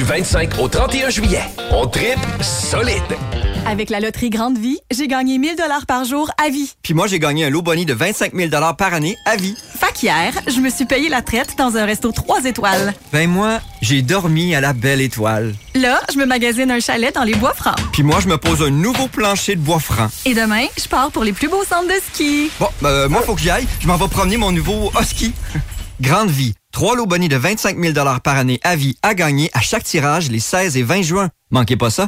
[SPEAKER 19] 25 au 31 juillet. On tripe solide.
[SPEAKER 23] Avec la loterie Grande Vie, j'ai gagné 1000 dollars par jour à vie.
[SPEAKER 24] Puis moi, j'ai gagné un lot boni de 25 000 par année à vie.
[SPEAKER 23] Fait qu'hier, je me suis payé la traite dans un resto 3 étoiles.
[SPEAKER 24] Ben moi, j'ai dormi à la belle étoile.
[SPEAKER 23] Là, je me magasine un chalet dans les bois francs.
[SPEAKER 24] Puis moi, je me pose un nouveau plancher de bois franc.
[SPEAKER 23] Et demain, je pars pour les plus beaux centres de ski.
[SPEAKER 24] Bon, ben, moi, faut que j'y aille. Je m'en vais promener mon nouveau husky. Grande Vie. Trois lots bonnies de 25 000 par année à vie à gagner à chaque tirage les 16 et 20 juin. Manquez pas ça.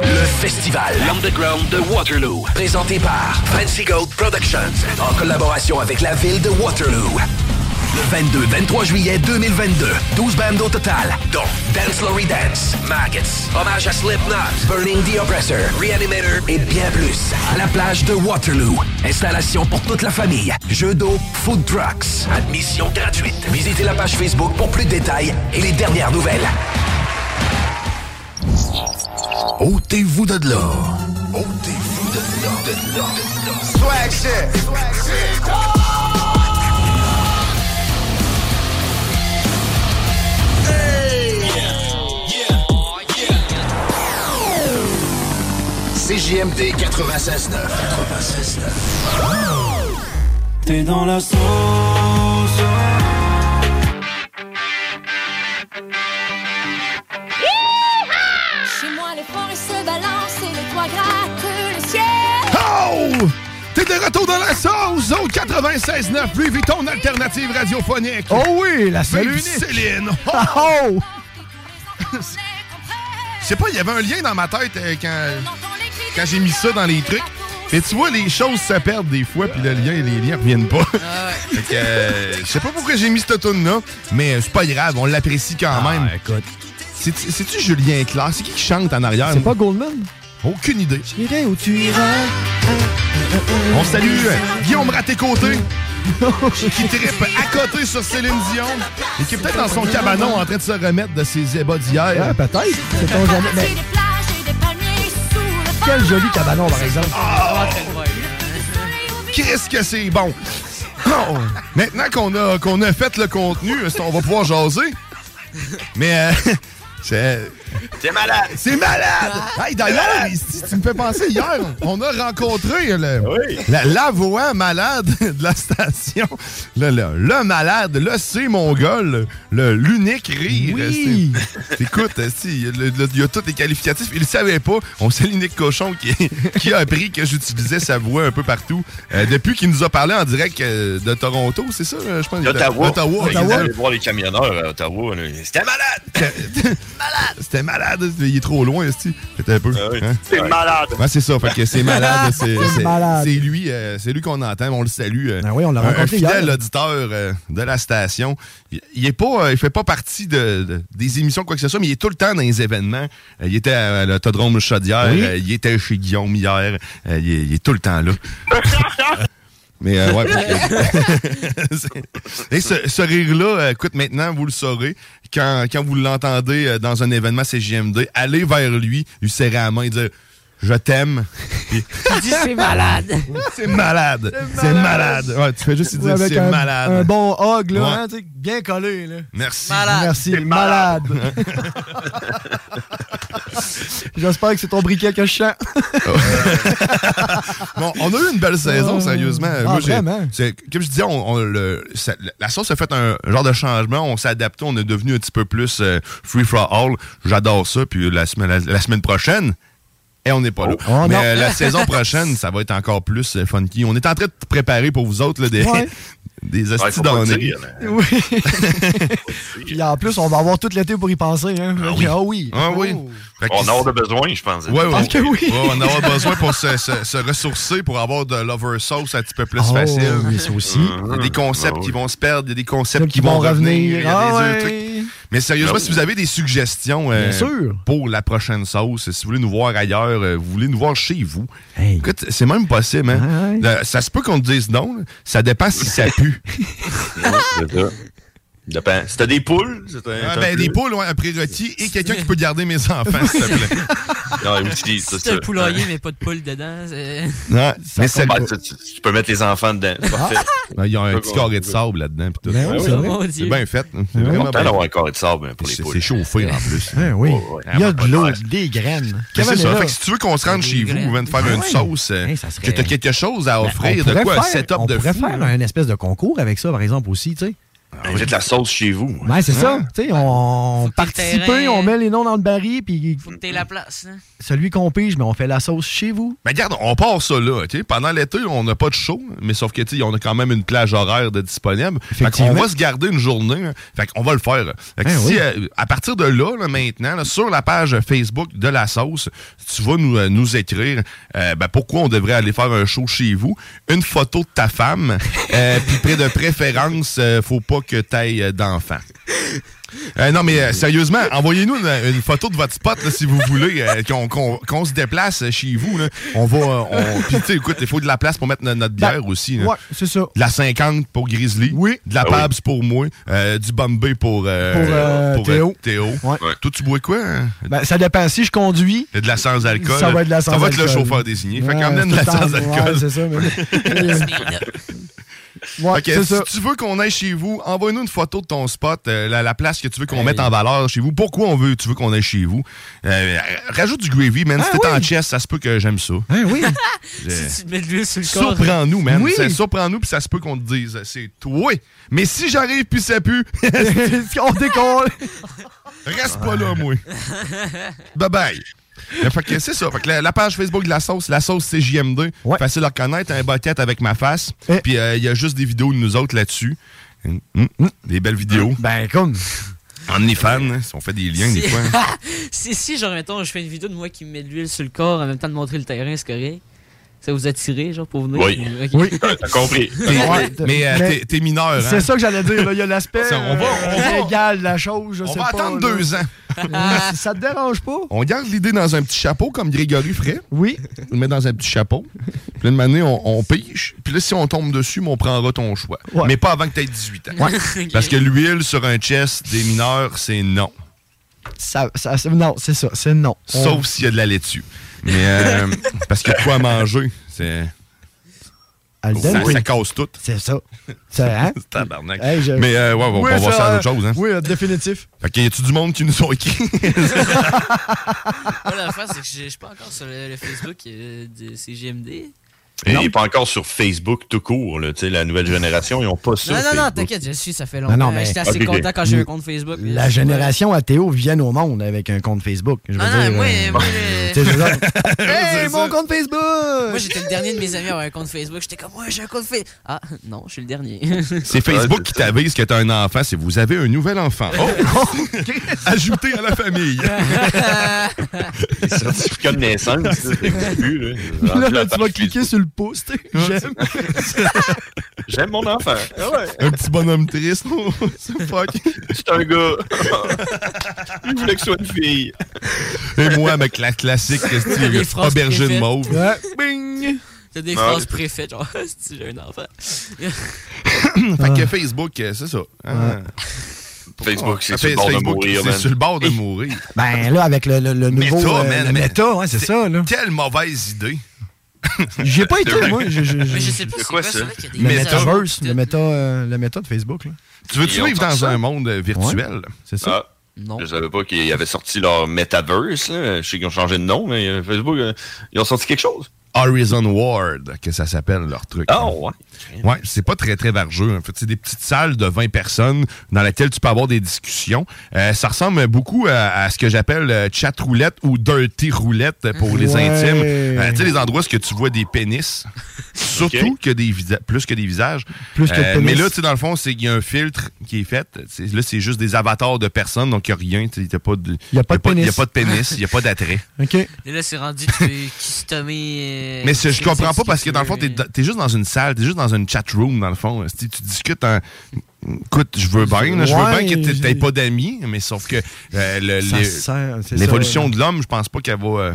[SPEAKER 19] Le festival Underground de Waterloo, présenté par Fancy Goat Productions, en collaboration avec la ville de Waterloo. Le 22-23 juillet 2022, 12 bandes au total, dont Dance Lory Dance, Maggots, Hommage à Slipknot, Burning the Oppressor, Reanimator et bien plus. À la plage de Waterloo, installation pour toute la famille, jeux d'eau, food trucks, admission gratuite. Visitez la page Facebook pour plus de détails et les dernières nouvelles.
[SPEAKER 15] Ôtez-vous de là. Ôtez-vous de là. De là. Swag shit.
[SPEAKER 1] CJMD 96.9 T'es dans la sauce
[SPEAKER 6] Chez moi,
[SPEAKER 25] enfants se balancent et les toits grattent le ciel.
[SPEAKER 7] Oh! T'es de retour dans la sauce, zone 96.9, Louis Vuitton, alternative radiophonique. Oh oui, la
[SPEAKER 10] seule unique.
[SPEAKER 7] Céline. Oh! Je sais pas, il y avait un lien dans ma tête euh, quand, quand j'ai mis ça dans les trucs. Mais tu vois, les choses se perdent des fois, puis le lien, les liens reviennent pas. Fait que, euh, je sais pas pourquoi j'ai mis cette tune là mais euh, c'est pas grave, on l'apprécie quand même. C'est- C'est-tu Julien Clerc? C'est qui qui chante en arrière? C'est pas Goldman? Aucune idée. J'irai où tu iras. On salue euh, Guillaume Raté-Côté, qui trippe à côté sur Céline Dion, et qui est peut-être dans son cabanon en train de se remettre de ses ébats d'hier. peut-être.
[SPEAKER 25] Partie des plages et des palmiers sous le
[SPEAKER 7] Quel joli cabanon, par exemple.
[SPEAKER 25] vent.
[SPEAKER 7] Qu'est-ce que c'est bon! Oh, Maintenant qu'on a, qu'on a fait le contenu, on va pouvoir jaser. Mais euh, c'est.
[SPEAKER 8] C'est malade!
[SPEAKER 7] Euh, C'est malade! Hey, d'ailleurs, ici, tu me fais penser, hier, on a rencontré le- la, la voix malade de la station. Le, le- le malade, le c'est mon gars, le- le- l'unique rire.
[SPEAKER 26] Oui.
[SPEAKER 7] C'est- Écoute, si, il y a le- le- il y a tous les qualificatifs. Il le savait pas. On sait l'unique cochon qui, qui a appris que j'utilisais sa voix un peu partout. Euh, depuis qu'il nous a parlé en direct euh, de Toronto, c'est ça, euh, je pense?
[SPEAKER 8] Ottawa.
[SPEAKER 7] Ottawa.
[SPEAKER 8] Ils allaient voir les camionneurs à Ottawa. là. C'était malade.
[SPEAKER 7] C'était malade, il est trop loin, esti. C'était un peu. hein?
[SPEAKER 8] Ah C'est malade.
[SPEAKER 7] Ouais, c'est ça, fait que c'est malade. C'est
[SPEAKER 10] C'est
[SPEAKER 7] c'est-
[SPEAKER 10] malade.
[SPEAKER 7] c'est lui, euh, c'est lui qu'on entend, on le salue. euh,
[SPEAKER 10] Ah oui, on l'a
[SPEAKER 7] un- Un
[SPEAKER 10] rencontré
[SPEAKER 7] fidèle
[SPEAKER 10] hier.
[SPEAKER 7] auditeur euh, de la station. Il, il est pas, euh, il fait pas partie de, de- des émissions quoi que ce soit, mais il est tout le temps dans les événements. Euh, il était à l'autodrome Chaudière,
[SPEAKER 26] Oui.
[SPEAKER 7] euh, il était chez Guillaume hier, euh, il, est, il est tout le temps là. Mais euh, ouais, pour- C'est- Et ce, ce rire-là, euh, écoute, maintenant, vous le saurez. Quand, quand vous l'entendez euh, dans un événement CGMD, allez vers lui, lui serrer la main et dire Je t'aime. Puis-
[SPEAKER 9] Tu dis, c'est malade.
[SPEAKER 7] C'est malade. C'est malade. Ouais, tu fais juste
[SPEAKER 10] Ouais,
[SPEAKER 7] dire
[SPEAKER 10] avec
[SPEAKER 7] C'est
[SPEAKER 10] un-
[SPEAKER 7] malade.
[SPEAKER 10] Un bon hog, là,
[SPEAKER 7] Ouais.
[SPEAKER 10] hein, tu sais, bien collé. Là.
[SPEAKER 7] Merci.
[SPEAKER 10] Merci. Malade. J'espère que c'est ton briquet que je chante.
[SPEAKER 7] bon, on a eu une belle saison,
[SPEAKER 10] Euh,
[SPEAKER 7] sérieusement.
[SPEAKER 10] ah,
[SPEAKER 7] j'ai-
[SPEAKER 10] vraiment?
[SPEAKER 7] c'est- comme je disais, on- on- le- ça- la sauce a fait un genre de changement. On s'est adapté, on est devenu un petit peu plus euh, free for all. J'adore ça. Puis la semaine, la, la semaine prochaine, et on n'est pas là.
[SPEAKER 26] Oh,
[SPEAKER 7] Mais
[SPEAKER 26] non.
[SPEAKER 7] euh, la saison prochaine, ça va être encore plus euh, funky. On est en train de préparer pour vous autres là, des,
[SPEAKER 10] Ouais.
[SPEAKER 7] des hosties
[SPEAKER 8] Ouais, faut pas le
[SPEAKER 7] d'années.
[SPEAKER 8] dire,
[SPEAKER 10] Oui. Puis en plus, on va avoir tout l'été pour y penser. Hein. Ah oui. Ah oui.
[SPEAKER 7] Ah oui. Fait que-
[SPEAKER 8] On en a besoin, je pense.
[SPEAKER 7] Ouais, ouais,
[SPEAKER 10] pense que
[SPEAKER 7] ouais.
[SPEAKER 10] oui.
[SPEAKER 7] Ouais, on en aura besoin pour se, se- se ressourcer, pour avoir de l'over sauce un petit peu plus
[SPEAKER 10] Oh,
[SPEAKER 7] facile.
[SPEAKER 10] oui, ça aussi.
[SPEAKER 7] Il y a
[SPEAKER 8] Ah,
[SPEAKER 7] des concepts qui vont se perdre, il y a des concepts qui,
[SPEAKER 10] qui
[SPEAKER 7] vont
[SPEAKER 10] vont
[SPEAKER 7] revenir. il y a
[SPEAKER 10] revenir.
[SPEAKER 7] des
[SPEAKER 10] Ah
[SPEAKER 7] autres
[SPEAKER 10] ouais.
[SPEAKER 7] trucs. Mais sérieusement, si vous avez des suggestions euh,
[SPEAKER 10] Bien sûr.
[SPEAKER 7] pour la prochaine sauce, si vous voulez nous voir ailleurs, euh, vous voulez nous voir chez vous, écoute, c'est même possible. hein.
[SPEAKER 10] Ah,
[SPEAKER 7] Le- ça se peut qu'on te dise non, là. ça dépend si ça pue.
[SPEAKER 8] Dépend. Si t'as des poules, c'est un.
[SPEAKER 7] Ah,
[SPEAKER 8] c'est un
[SPEAKER 7] ben,
[SPEAKER 8] plus-
[SPEAKER 7] des poules, ouais, un prérequis et quelqu'un qui peut garder mes enfants, s'il te plaît.
[SPEAKER 8] Non, utilise Ah, ça.
[SPEAKER 9] C'est un poulailler, mais pas de poule dedans. c'est-
[SPEAKER 7] Non, mais
[SPEAKER 8] ça
[SPEAKER 7] c'est-
[SPEAKER 8] compte. Bah, tu, tu- tu peux mettre les enfants dedans. C'est parfait.
[SPEAKER 7] Il y a un petit carré de sable là-dedans. puis tout.
[SPEAKER 8] Ben oui, c'est vrai. Mon
[SPEAKER 7] C'est
[SPEAKER 8] Dieu.
[SPEAKER 7] bien fait. hein. C'est
[SPEAKER 8] C'est
[SPEAKER 7] vraiment
[SPEAKER 8] important
[SPEAKER 7] bien
[SPEAKER 8] d'avoir un carré de sable hein, pour les
[SPEAKER 7] C'est-
[SPEAKER 8] poules.
[SPEAKER 7] C'est chauffé en plus.
[SPEAKER 10] oui.
[SPEAKER 7] Il y a de l'eau,
[SPEAKER 10] des graines.
[SPEAKER 7] Ah, Mais C'est ça. Fait que si tu veux qu'on se rende chez vous, on vient de faire une sauce, euh, que tu as quelque chose
[SPEAKER 10] Ben,
[SPEAKER 7] à offrir, de quoi, un setup de
[SPEAKER 27] Ben, pourrait
[SPEAKER 7] fou.
[SPEAKER 27] faire un espèce de concours avec ça, par exemple, aussi, tu sais.
[SPEAKER 8] Vous êtes la sauce chez vous.
[SPEAKER 27] Ben, c'est ça.
[SPEAKER 8] Hein?
[SPEAKER 10] Tu sais, on participe,
[SPEAKER 9] terrain-
[SPEAKER 10] on met les noms dans le baril, puis
[SPEAKER 9] T'es la place. hein.
[SPEAKER 10] celui qu'on pige, mais on fait la sauce chez vous.
[SPEAKER 7] Mais regarde, on part ça là, OK? Pendant l'été, on n'a pas de show, mais sauf que, tu sais, on a quand même une plage horaire de disponible. Fait qu'on
[SPEAKER 26] Effectivement.
[SPEAKER 7] va se garder une journée. hein. Fait qu'on va le faire. Fait que
[SPEAKER 10] Ben
[SPEAKER 26] Hein,
[SPEAKER 7] si,
[SPEAKER 26] oui.
[SPEAKER 7] euh, à partir de là, là, maintenant, là, sur la page Facebook de La Sauce, tu vas nous, euh, nous écrire euh, ben, pourquoi on devrait aller faire un show chez vous, une photo de ta femme, euh, puis près de préférence, euh, faut pas que tu ailles d'enfant. Euh, non, mais euh, sérieusement, envoyez-nous une, une photo de votre spot là, si vous voulez euh, qu'on qu'on- qu'on se déplace euh, chez vous. là. On va. euh, On... Puis, tu sais, écoute, il faut de la place pour mettre no- notre bière aussi. là.
[SPEAKER 10] Ben, Ouais, c'est ça.
[SPEAKER 7] De la 50 pour Grizzly. Oui. De la
[SPEAKER 10] Ah oui.
[SPEAKER 7] Pabs pour moi. euh, du Bombay pour, euh,
[SPEAKER 10] Pour, euh, Théo.
[SPEAKER 7] Ouais. Toi, tu bois quoi? hein?
[SPEAKER 10] Ben, ça dépend. Si je conduis,
[SPEAKER 7] De la sans-alcool.
[SPEAKER 10] ça va être de la sans
[SPEAKER 7] Ça va être le chauffeur désigné. fait qu'emmène de la sans-alcool.
[SPEAKER 10] Ouais, c'est ça. mais- Ouais,
[SPEAKER 7] Fait que
[SPEAKER 10] c'est
[SPEAKER 7] si
[SPEAKER 10] ça.
[SPEAKER 7] tu veux qu'on aille chez vous, envoie-nous une photo de ton spot, euh, la, la place que tu veux qu'on mette en valeur chez vous. Pourquoi on veut, tu veux qu'on aille chez vous? Euh, rajoute du gravy,
[SPEAKER 10] Ah
[SPEAKER 7] man. si t'es en chest, ça se peut que j'aime ça.
[SPEAKER 27] oui.
[SPEAKER 9] Tu te mets de l'huile sur le corps.
[SPEAKER 7] Surprends-nous, man.
[SPEAKER 9] Oui.
[SPEAKER 7] C'est- Surprends-nous, puis ça se peut qu'on te dise, euh, c'est toi. Mais si j'arrive, puis ça pue, on décolle. Reste pas là, moi. Bye-bye. Mais fait que c'est ça. Fait que la, la page Facebook de la sauce, la sauce CJMD. Facile à reconnaître, un boquette avec ma face.
[SPEAKER 10] Eh.
[SPEAKER 7] Puis euh, il y a juste des vidéos de nous autres là-dessus. Hum, hum, hum, Des belles vidéos.
[SPEAKER 10] Ben, comme.
[SPEAKER 7] OnlyFans, hein, si on fait des liens des
[SPEAKER 9] Si-
[SPEAKER 7] fois. hein.
[SPEAKER 9] si, si, genre, mettons, je fais une vidéo de moi qui me met de l'huile sur le corps en même temps de montrer le terrain, c'est correct. Ça vous a tiré, genre, pour venir?
[SPEAKER 7] Oui.
[SPEAKER 9] Ok.
[SPEAKER 7] Oui. T'as compris. T'as compris. Ouais, t'as- Mais, euh, t'es- t'es mineur, hein?
[SPEAKER 10] C'est ça que j'allais dire. là. Il y a l'aspect
[SPEAKER 7] Ça, on va-
[SPEAKER 10] euh,
[SPEAKER 7] on va-
[SPEAKER 10] légal de la chose. Je
[SPEAKER 7] on
[SPEAKER 10] sais
[SPEAKER 7] va
[SPEAKER 10] pas,
[SPEAKER 7] attendre
[SPEAKER 10] là.
[SPEAKER 7] deux ans.
[SPEAKER 10] Euh, ça te dérange pas?
[SPEAKER 7] On garde l'idée dans un petit chapeau comme Grégory ferait.
[SPEAKER 10] Oui.
[SPEAKER 7] On le met dans un petit chapeau. Puis là, une année, on, on pige. Puis là, si on tombe dessus, mais on prendra ton choix.
[SPEAKER 10] Ouais.
[SPEAKER 7] Mais pas avant que tu aies 18 ans.
[SPEAKER 10] Ouais.
[SPEAKER 7] Parce que l'huile sur un chest des mineurs, c'est non.
[SPEAKER 10] Ça, ça- c'est- non, c'est ça. C'est non. On-
[SPEAKER 7] Sauf s'il y a de la laitue. Mais euh, parce que quoi manger, c'est.
[SPEAKER 10] Alden,
[SPEAKER 7] ça,
[SPEAKER 10] Ah, oui.
[SPEAKER 7] ça casse tout.
[SPEAKER 10] C'est ça. Ça, hein?
[SPEAKER 7] Tabarnak.
[SPEAKER 10] Hey, je-
[SPEAKER 7] Mais euh, ouais, on
[SPEAKER 10] Oui,
[SPEAKER 7] va voir ça à
[SPEAKER 10] euh,
[SPEAKER 7] autre chose. Hein.
[SPEAKER 10] Oui, euh, définitif.
[SPEAKER 7] Fait que y a-tu du monde qui nous ont écrit?
[SPEAKER 9] Moi, l'affaire, c'est que je je suis pas encore sur le, le Facebook euh, de CGMD.
[SPEAKER 8] Et il n'est pas encore sur Facebook tout court. Là, Tu sais, la nouvelle génération, ils n'ont pas ça.
[SPEAKER 9] Non, non, non,
[SPEAKER 8] Facebook.
[SPEAKER 9] t'inquiète, je suis, ça fait
[SPEAKER 10] Non,
[SPEAKER 9] longtemps.
[SPEAKER 10] Ben non, mais-
[SPEAKER 9] J'étais assez
[SPEAKER 8] Ok, ok.
[SPEAKER 9] content quand j'ai eu un compte Facebook.
[SPEAKER 10] La génération à Théo vient au monde avec un compte Facebook. Je veux
[SPEAKER 9] Ah non,
[SPEAKER 10] dire,
[SPEAKER 9] moi,
[SPEAKER 10] euh,
[SPEAKER 9] moi,
[SPEAKER 10] tu
[SPEAKER 9] le-
[SPEAKER 10] sais, je veux dire,
[SPEAKER 9] Hey,
[SPEAKER 10] mon compte Facebook! Moi,
[SPEAKER 9] j'étais le dernier de mes amis à avoir un compte Facebook. J'étais comme, ouais, j'ai un compte Facebook. Ah, non, je suis le dernier.
[SPEAKER 7] C'est Facebook qui t'avise que t'as un enfant, c'est vous avez un nouvel enfant. Oh! Ajouté à la famille.
[SPEAKER 8] Les certificats de naissance, là, c'est plus, là.
[SPEAKER 10] Puis là,
[SPEAKER 8] Rendu la
[SPEAKER 10] tu vas cliquer sur le pouce, tu sais. J'aime.
[SPEAKER 8] J'aime mon enfant. Ah ouais.
[SPEAKER 7] Un petit bonhomme triste. Oh, c'est fuck.
[SPEAKER 8] C'est un gars. Il voulait que ce soit une fille.
[SPEAKER 7] Et moi, avec la classique, qu'est-ce que tu-
[SPEAKER 9] Les phrases
[SPEAKER 7] aubergine
[SPEAKER 9] préfaites.
[SPEAKER 7] mauve.
[SPEAKER 9] Bing! T'as des
[SPEAKER 7] Ouais.
[SPEAKER 9] phrases préfaites, genre, si j'ai un enfant. Ah.
[SPEAKER 7] fait que Facebook, euh, c'est ça. hein.
[SPEAKER 8] Facebook, c'est
[SPEAKER 7] Ah,
[SPEAKER 8] sur
[SPEAKER 7] Face-
[SPEAKER 8] le bord de
[SPEAKER 7] Facebook,
[SPEAKER 8] mourir,
[SPEAKER 7] C'est
[SPEAKER 8] man.
[SPEAKER 7] sur le bord de mourir.
[SPEAKER 10] Ben là, avec le, le- le nouveau.
[SPEAKER 7] Meta,
[SPEAKER 10] euh,
[SPEAKER 7] man,
[SPEAKER 10] le
[SPEAKER 7] mais-
[SPEAKER 10] méta, ouais, c'est ça, là.
[SPEAKER 7] Quelle mauvaise idée.
[SPEAKER 10] J'y ai pas été, moi. Je, je,
[SPEAKER 7] Mais je
[SPEAKER 9] sais pas,
[SPEAKER 7] c'est quoi ça?
[SPEAKER 10] Le metaverse, le méta, euh, le méta de Facebook, là.
[SPEAKER 7] Tu veux-tu
[SPEAKER 8] Ils ont
[SPEAKER 7] vivre
[SPEAKER 8] sorti
[SPEAKER 7] dans
[SPEAKER 8] ça?
[SPEAKER 7] un monde euh, virtuel? C'est
[SPEAKER 8] Ah. Je savais pas qu'ils avaient sorti leur metaverse. là. Je sais qu'ils ont changé de nom, mais euh, Facebook, euh, ils ont sorti quelque chose.
[SPEAKER 7] Horizon Ward, que ça s'appelle leur truc. Ah ouais. Ouais, c'est pas très très vargeux. En fait, c'est des petites salles de 20 personnes dans lesquelles tu peux avoir des discussions. Euh, ça ressemble beaucoup à, à ce que j'appelle euh, chat roulette ou dirty roulette pour les
[SPEAKER 10] Ouais.
[SPEAKER 7] intimes. Euh, tu sais les endroits où ce que tu vois des pénis, surtout que des visa- plus que des visages. Euh,
[SPEAKER 10] Plus que de pénis.
[SPEAKER 7] mais là, tu sais, dans le fond, c'est qu'il y a un filtre qui est fait. C'est- Là, c'est juste des avatars de personnes, donc il n'y a rien. Il n'y a pas de
[SPEAKER 10] Il y a pas de
[SPEAKER 7] Il y a
[SPEAKER 10] pénis.
[SPEAKER 7] pas de pénis, il n'y a pas d'attrait.
[SPEAKER 10] OK.
[SPEAKER 9] Et là, c'est rendu, tu peux customer. euh,
[SPEAKER 7] Mais c'est- je
[SPEAKER 9] tu-
[SPEAKER 7] comprends
[SPEAKER 9] tu-
[SPEAKER 7] pas
[SPEAKER 9] tu-
[SPEAKER 7] parce que dans le fond, t'es, t'es juste dans une salle, t'es juste dans une chat room, dans le fond. Si tu discutes en. Écoute, je veux bien, là, je veux
[SPEAKER 10] Ouais,
[SPEAKER 7] bien que t'aies
[SPEAKER 10] j'ai-
[SPEAKER 7] pas d'amis, mais sauf que euh, le-
[SPEAKER 10] Ça
[SPEAKER 7] le-
[SPEAKER 10] sert, c'est ça,
[SPEAKER 7] l'évolution
[SPEAKER 10] ouais.
[SPEAKER 7] de l'homme, je pense pas qu'elle va, euh,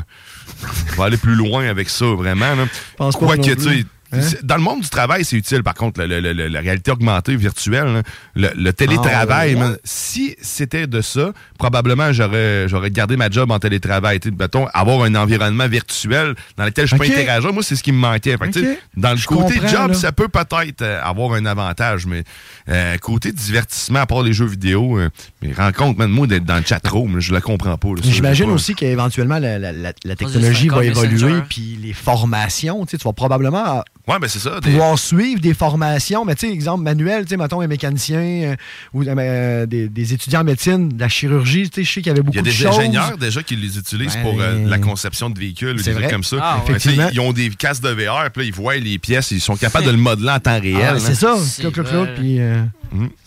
[SPEAKER 7] va aller plus loin avec ça, vraiment. là.
[SPEAKER 10] pense pas
[SPEAKER 7] Quoi
[SPEAKER 10] non
[SPEAKER 7] que,
[SPEAKER 10] plus.
[SPEAKER 7] tu sais,
[SPEAKER 10] Hein?
[SPEAKER 7] c'est- Dans le monde du travail, c'est utile, par contre, le- le- le- la réalité augmentée, virtuelle, là, le, le télétravail,
[SPEAKER 10] Ah, ouais.
[SPEAKER 7] man, si c'était de ça, probablement j'aurais j'aurais gardé ma job en télétravail. Tu sais, mettons, avoir un environnement virtuel dans lequel je peux
[SPEAKER 10] Ok.
[SPEAKER 7] interagir, moi, c'est ce qui me manquait. Fait que, tu sais,
[SPEAKER 10] Ok.
[SPEAKER 7] Dans le
[SPEAKER 10] Je
[SPEAKER 7] côté
[SPEAKER 10] comprends,
[SPEAKER 7] job,
[SPEAKER 10] là.
[SPEAKER 7] ça peut peut-être euh, avoir un avantage, mais euh, côté divertissement, à part les jeux vidéo, euh, mes rencontres, même moi, d'être dans le chatroom, je le comprends pas. là, ça,
[SPEAKER 10] J'imagine
[SPEAKER 7] je sais pas.
[SPEAKER 10] aussi qu'éventuellement, la, la- la- la
[SPEAKER 7] c'est
[SPEAKER 10] technologie
[SPEAKER 7] encore
[SPEAKER 10] va évoluer,
[SPEAKER 7] Messenger.
[SPEAKER 10] puis les formations, tu sais, tu vas probablement
[SPEAKER 7] Ouais, mais c'est ça. des-
[SPEAKER 10] pouvoir suivre des formations, mais tu sais, exemple manuel, tu sais, mettons, un mécanicien euh, ou euh, des, des étudiants en médecine, de la chirurgie, tu sais, je sais qu'il y avait beaucoup
[SPEAKER 7] Il y a
[SPEAKER 10] de
[SPEAKER 7] des
[SPEAKER 10] choses.
[SPEAKER 7] ingénieurs déjà qui les utilisent
[SPEAKER 10] Ben,
[SPEAKER 7] pour euh, la conception de véhicules ou
[SPEAKER 10] c'est
[SPEAKER 7] des trucs
[SPEAKER 10] vrai.
[SPEAKER 7] comme ça. Ben,
[SPEAKER 10] Ah, ouais.
[SPEAKER 7] Tu sais,
[SPEAKER 10] Effectivement.
[SPEAKER 7] Ils ont des casques de VR, puis là, ils voient les pièces, ils sont capables de le modeler en temps réel.
[SPEAKER 10] Ah,
[SPEAKER 7] hein. Hmm.
[SPEAKER 10] c'est ça, cloc, cloc, cloc, puis euh,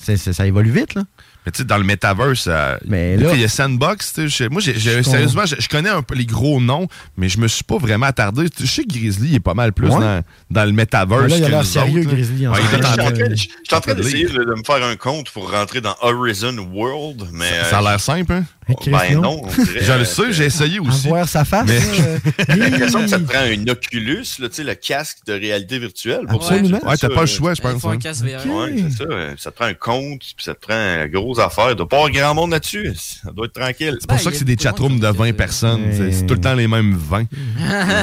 [SPEAKER 10] c'est- c'est- ça évolue vite, là.
[SPEAKER 7] Mais tu sais, dans le metaverse, euh, des
[SPEAKER 10] là-
[SPEAKER 7] fois, il y a Sandbox. tu sais, je- moi, j'ai- j'ai-
[SPEAKER 10] Je
[SPEAKER 7] sérieusement, je, je connais un peu les gros noms, mais je me suis pas vraiment attardé. Je sais que Grizzly est pas mal plus
[SPEAKER 10] Ouais.
[SPEAKER 7] dans, dans le metaverse.
[SPEAKER 10] Mais là, il a
[SPEAKER 7] que
[SPEAKER 10] l'air
[SPEAKER 7] nous
[SPEAKER 10] sérieux,
[SPEAKER 7] autres, Ben là.
[SPEAKER 10] Grizzly, en
[SPEAKER 7] Ouais,
[SPEAKER 10] ce
[SPEAKER 7] il est
[SPEAKER 10] moment.
[SPEAKER 7] en train de-
[SPEAKER 10] Euh,
[SPEAKER 8] Je suis en train d'essayer de, de me faire un compte pour rentrer dans Horizon World, mais. euh,
[SPEAKER 7] Ça a l'air simple, hein?
[SPEAKER 8] Ben non, on dirait,
[SPEAKER 7] Je le sais, j'ai essayé aussi.
[SPEAKER 10] À voir sa face.
[SPEAKER 7] Mais-
[SPEAKER 10] euh,
[SPEAKER 8] J'ai l'impression que ça te prend un Oculus, là, tu sais, le casque de réalité virtuelle. pour
[SPEAKER 7] Absolument.
[SPEAKER 8] ça,
[SPEAKER 7] Ouais, t'as
[SPEAKER 8] ça,
[SPEAKER 7] pas le
[SPEAKER 8] euh,
[SPEAKER 7] choix, je pense, Il faut un hein. casque
[SPEAKER 8] Ouais, c'est ça. euh, Ça te prend un compte, puis ça te prend une grosse affaire. Il doit pas avoir grand monde là-dessus. Ça doit être tranquille.
[SPEAKER 7] C'est pour ça que c'est des chatrooms de 20 personnes. C'est- C'est tout le temps les mêmes 20.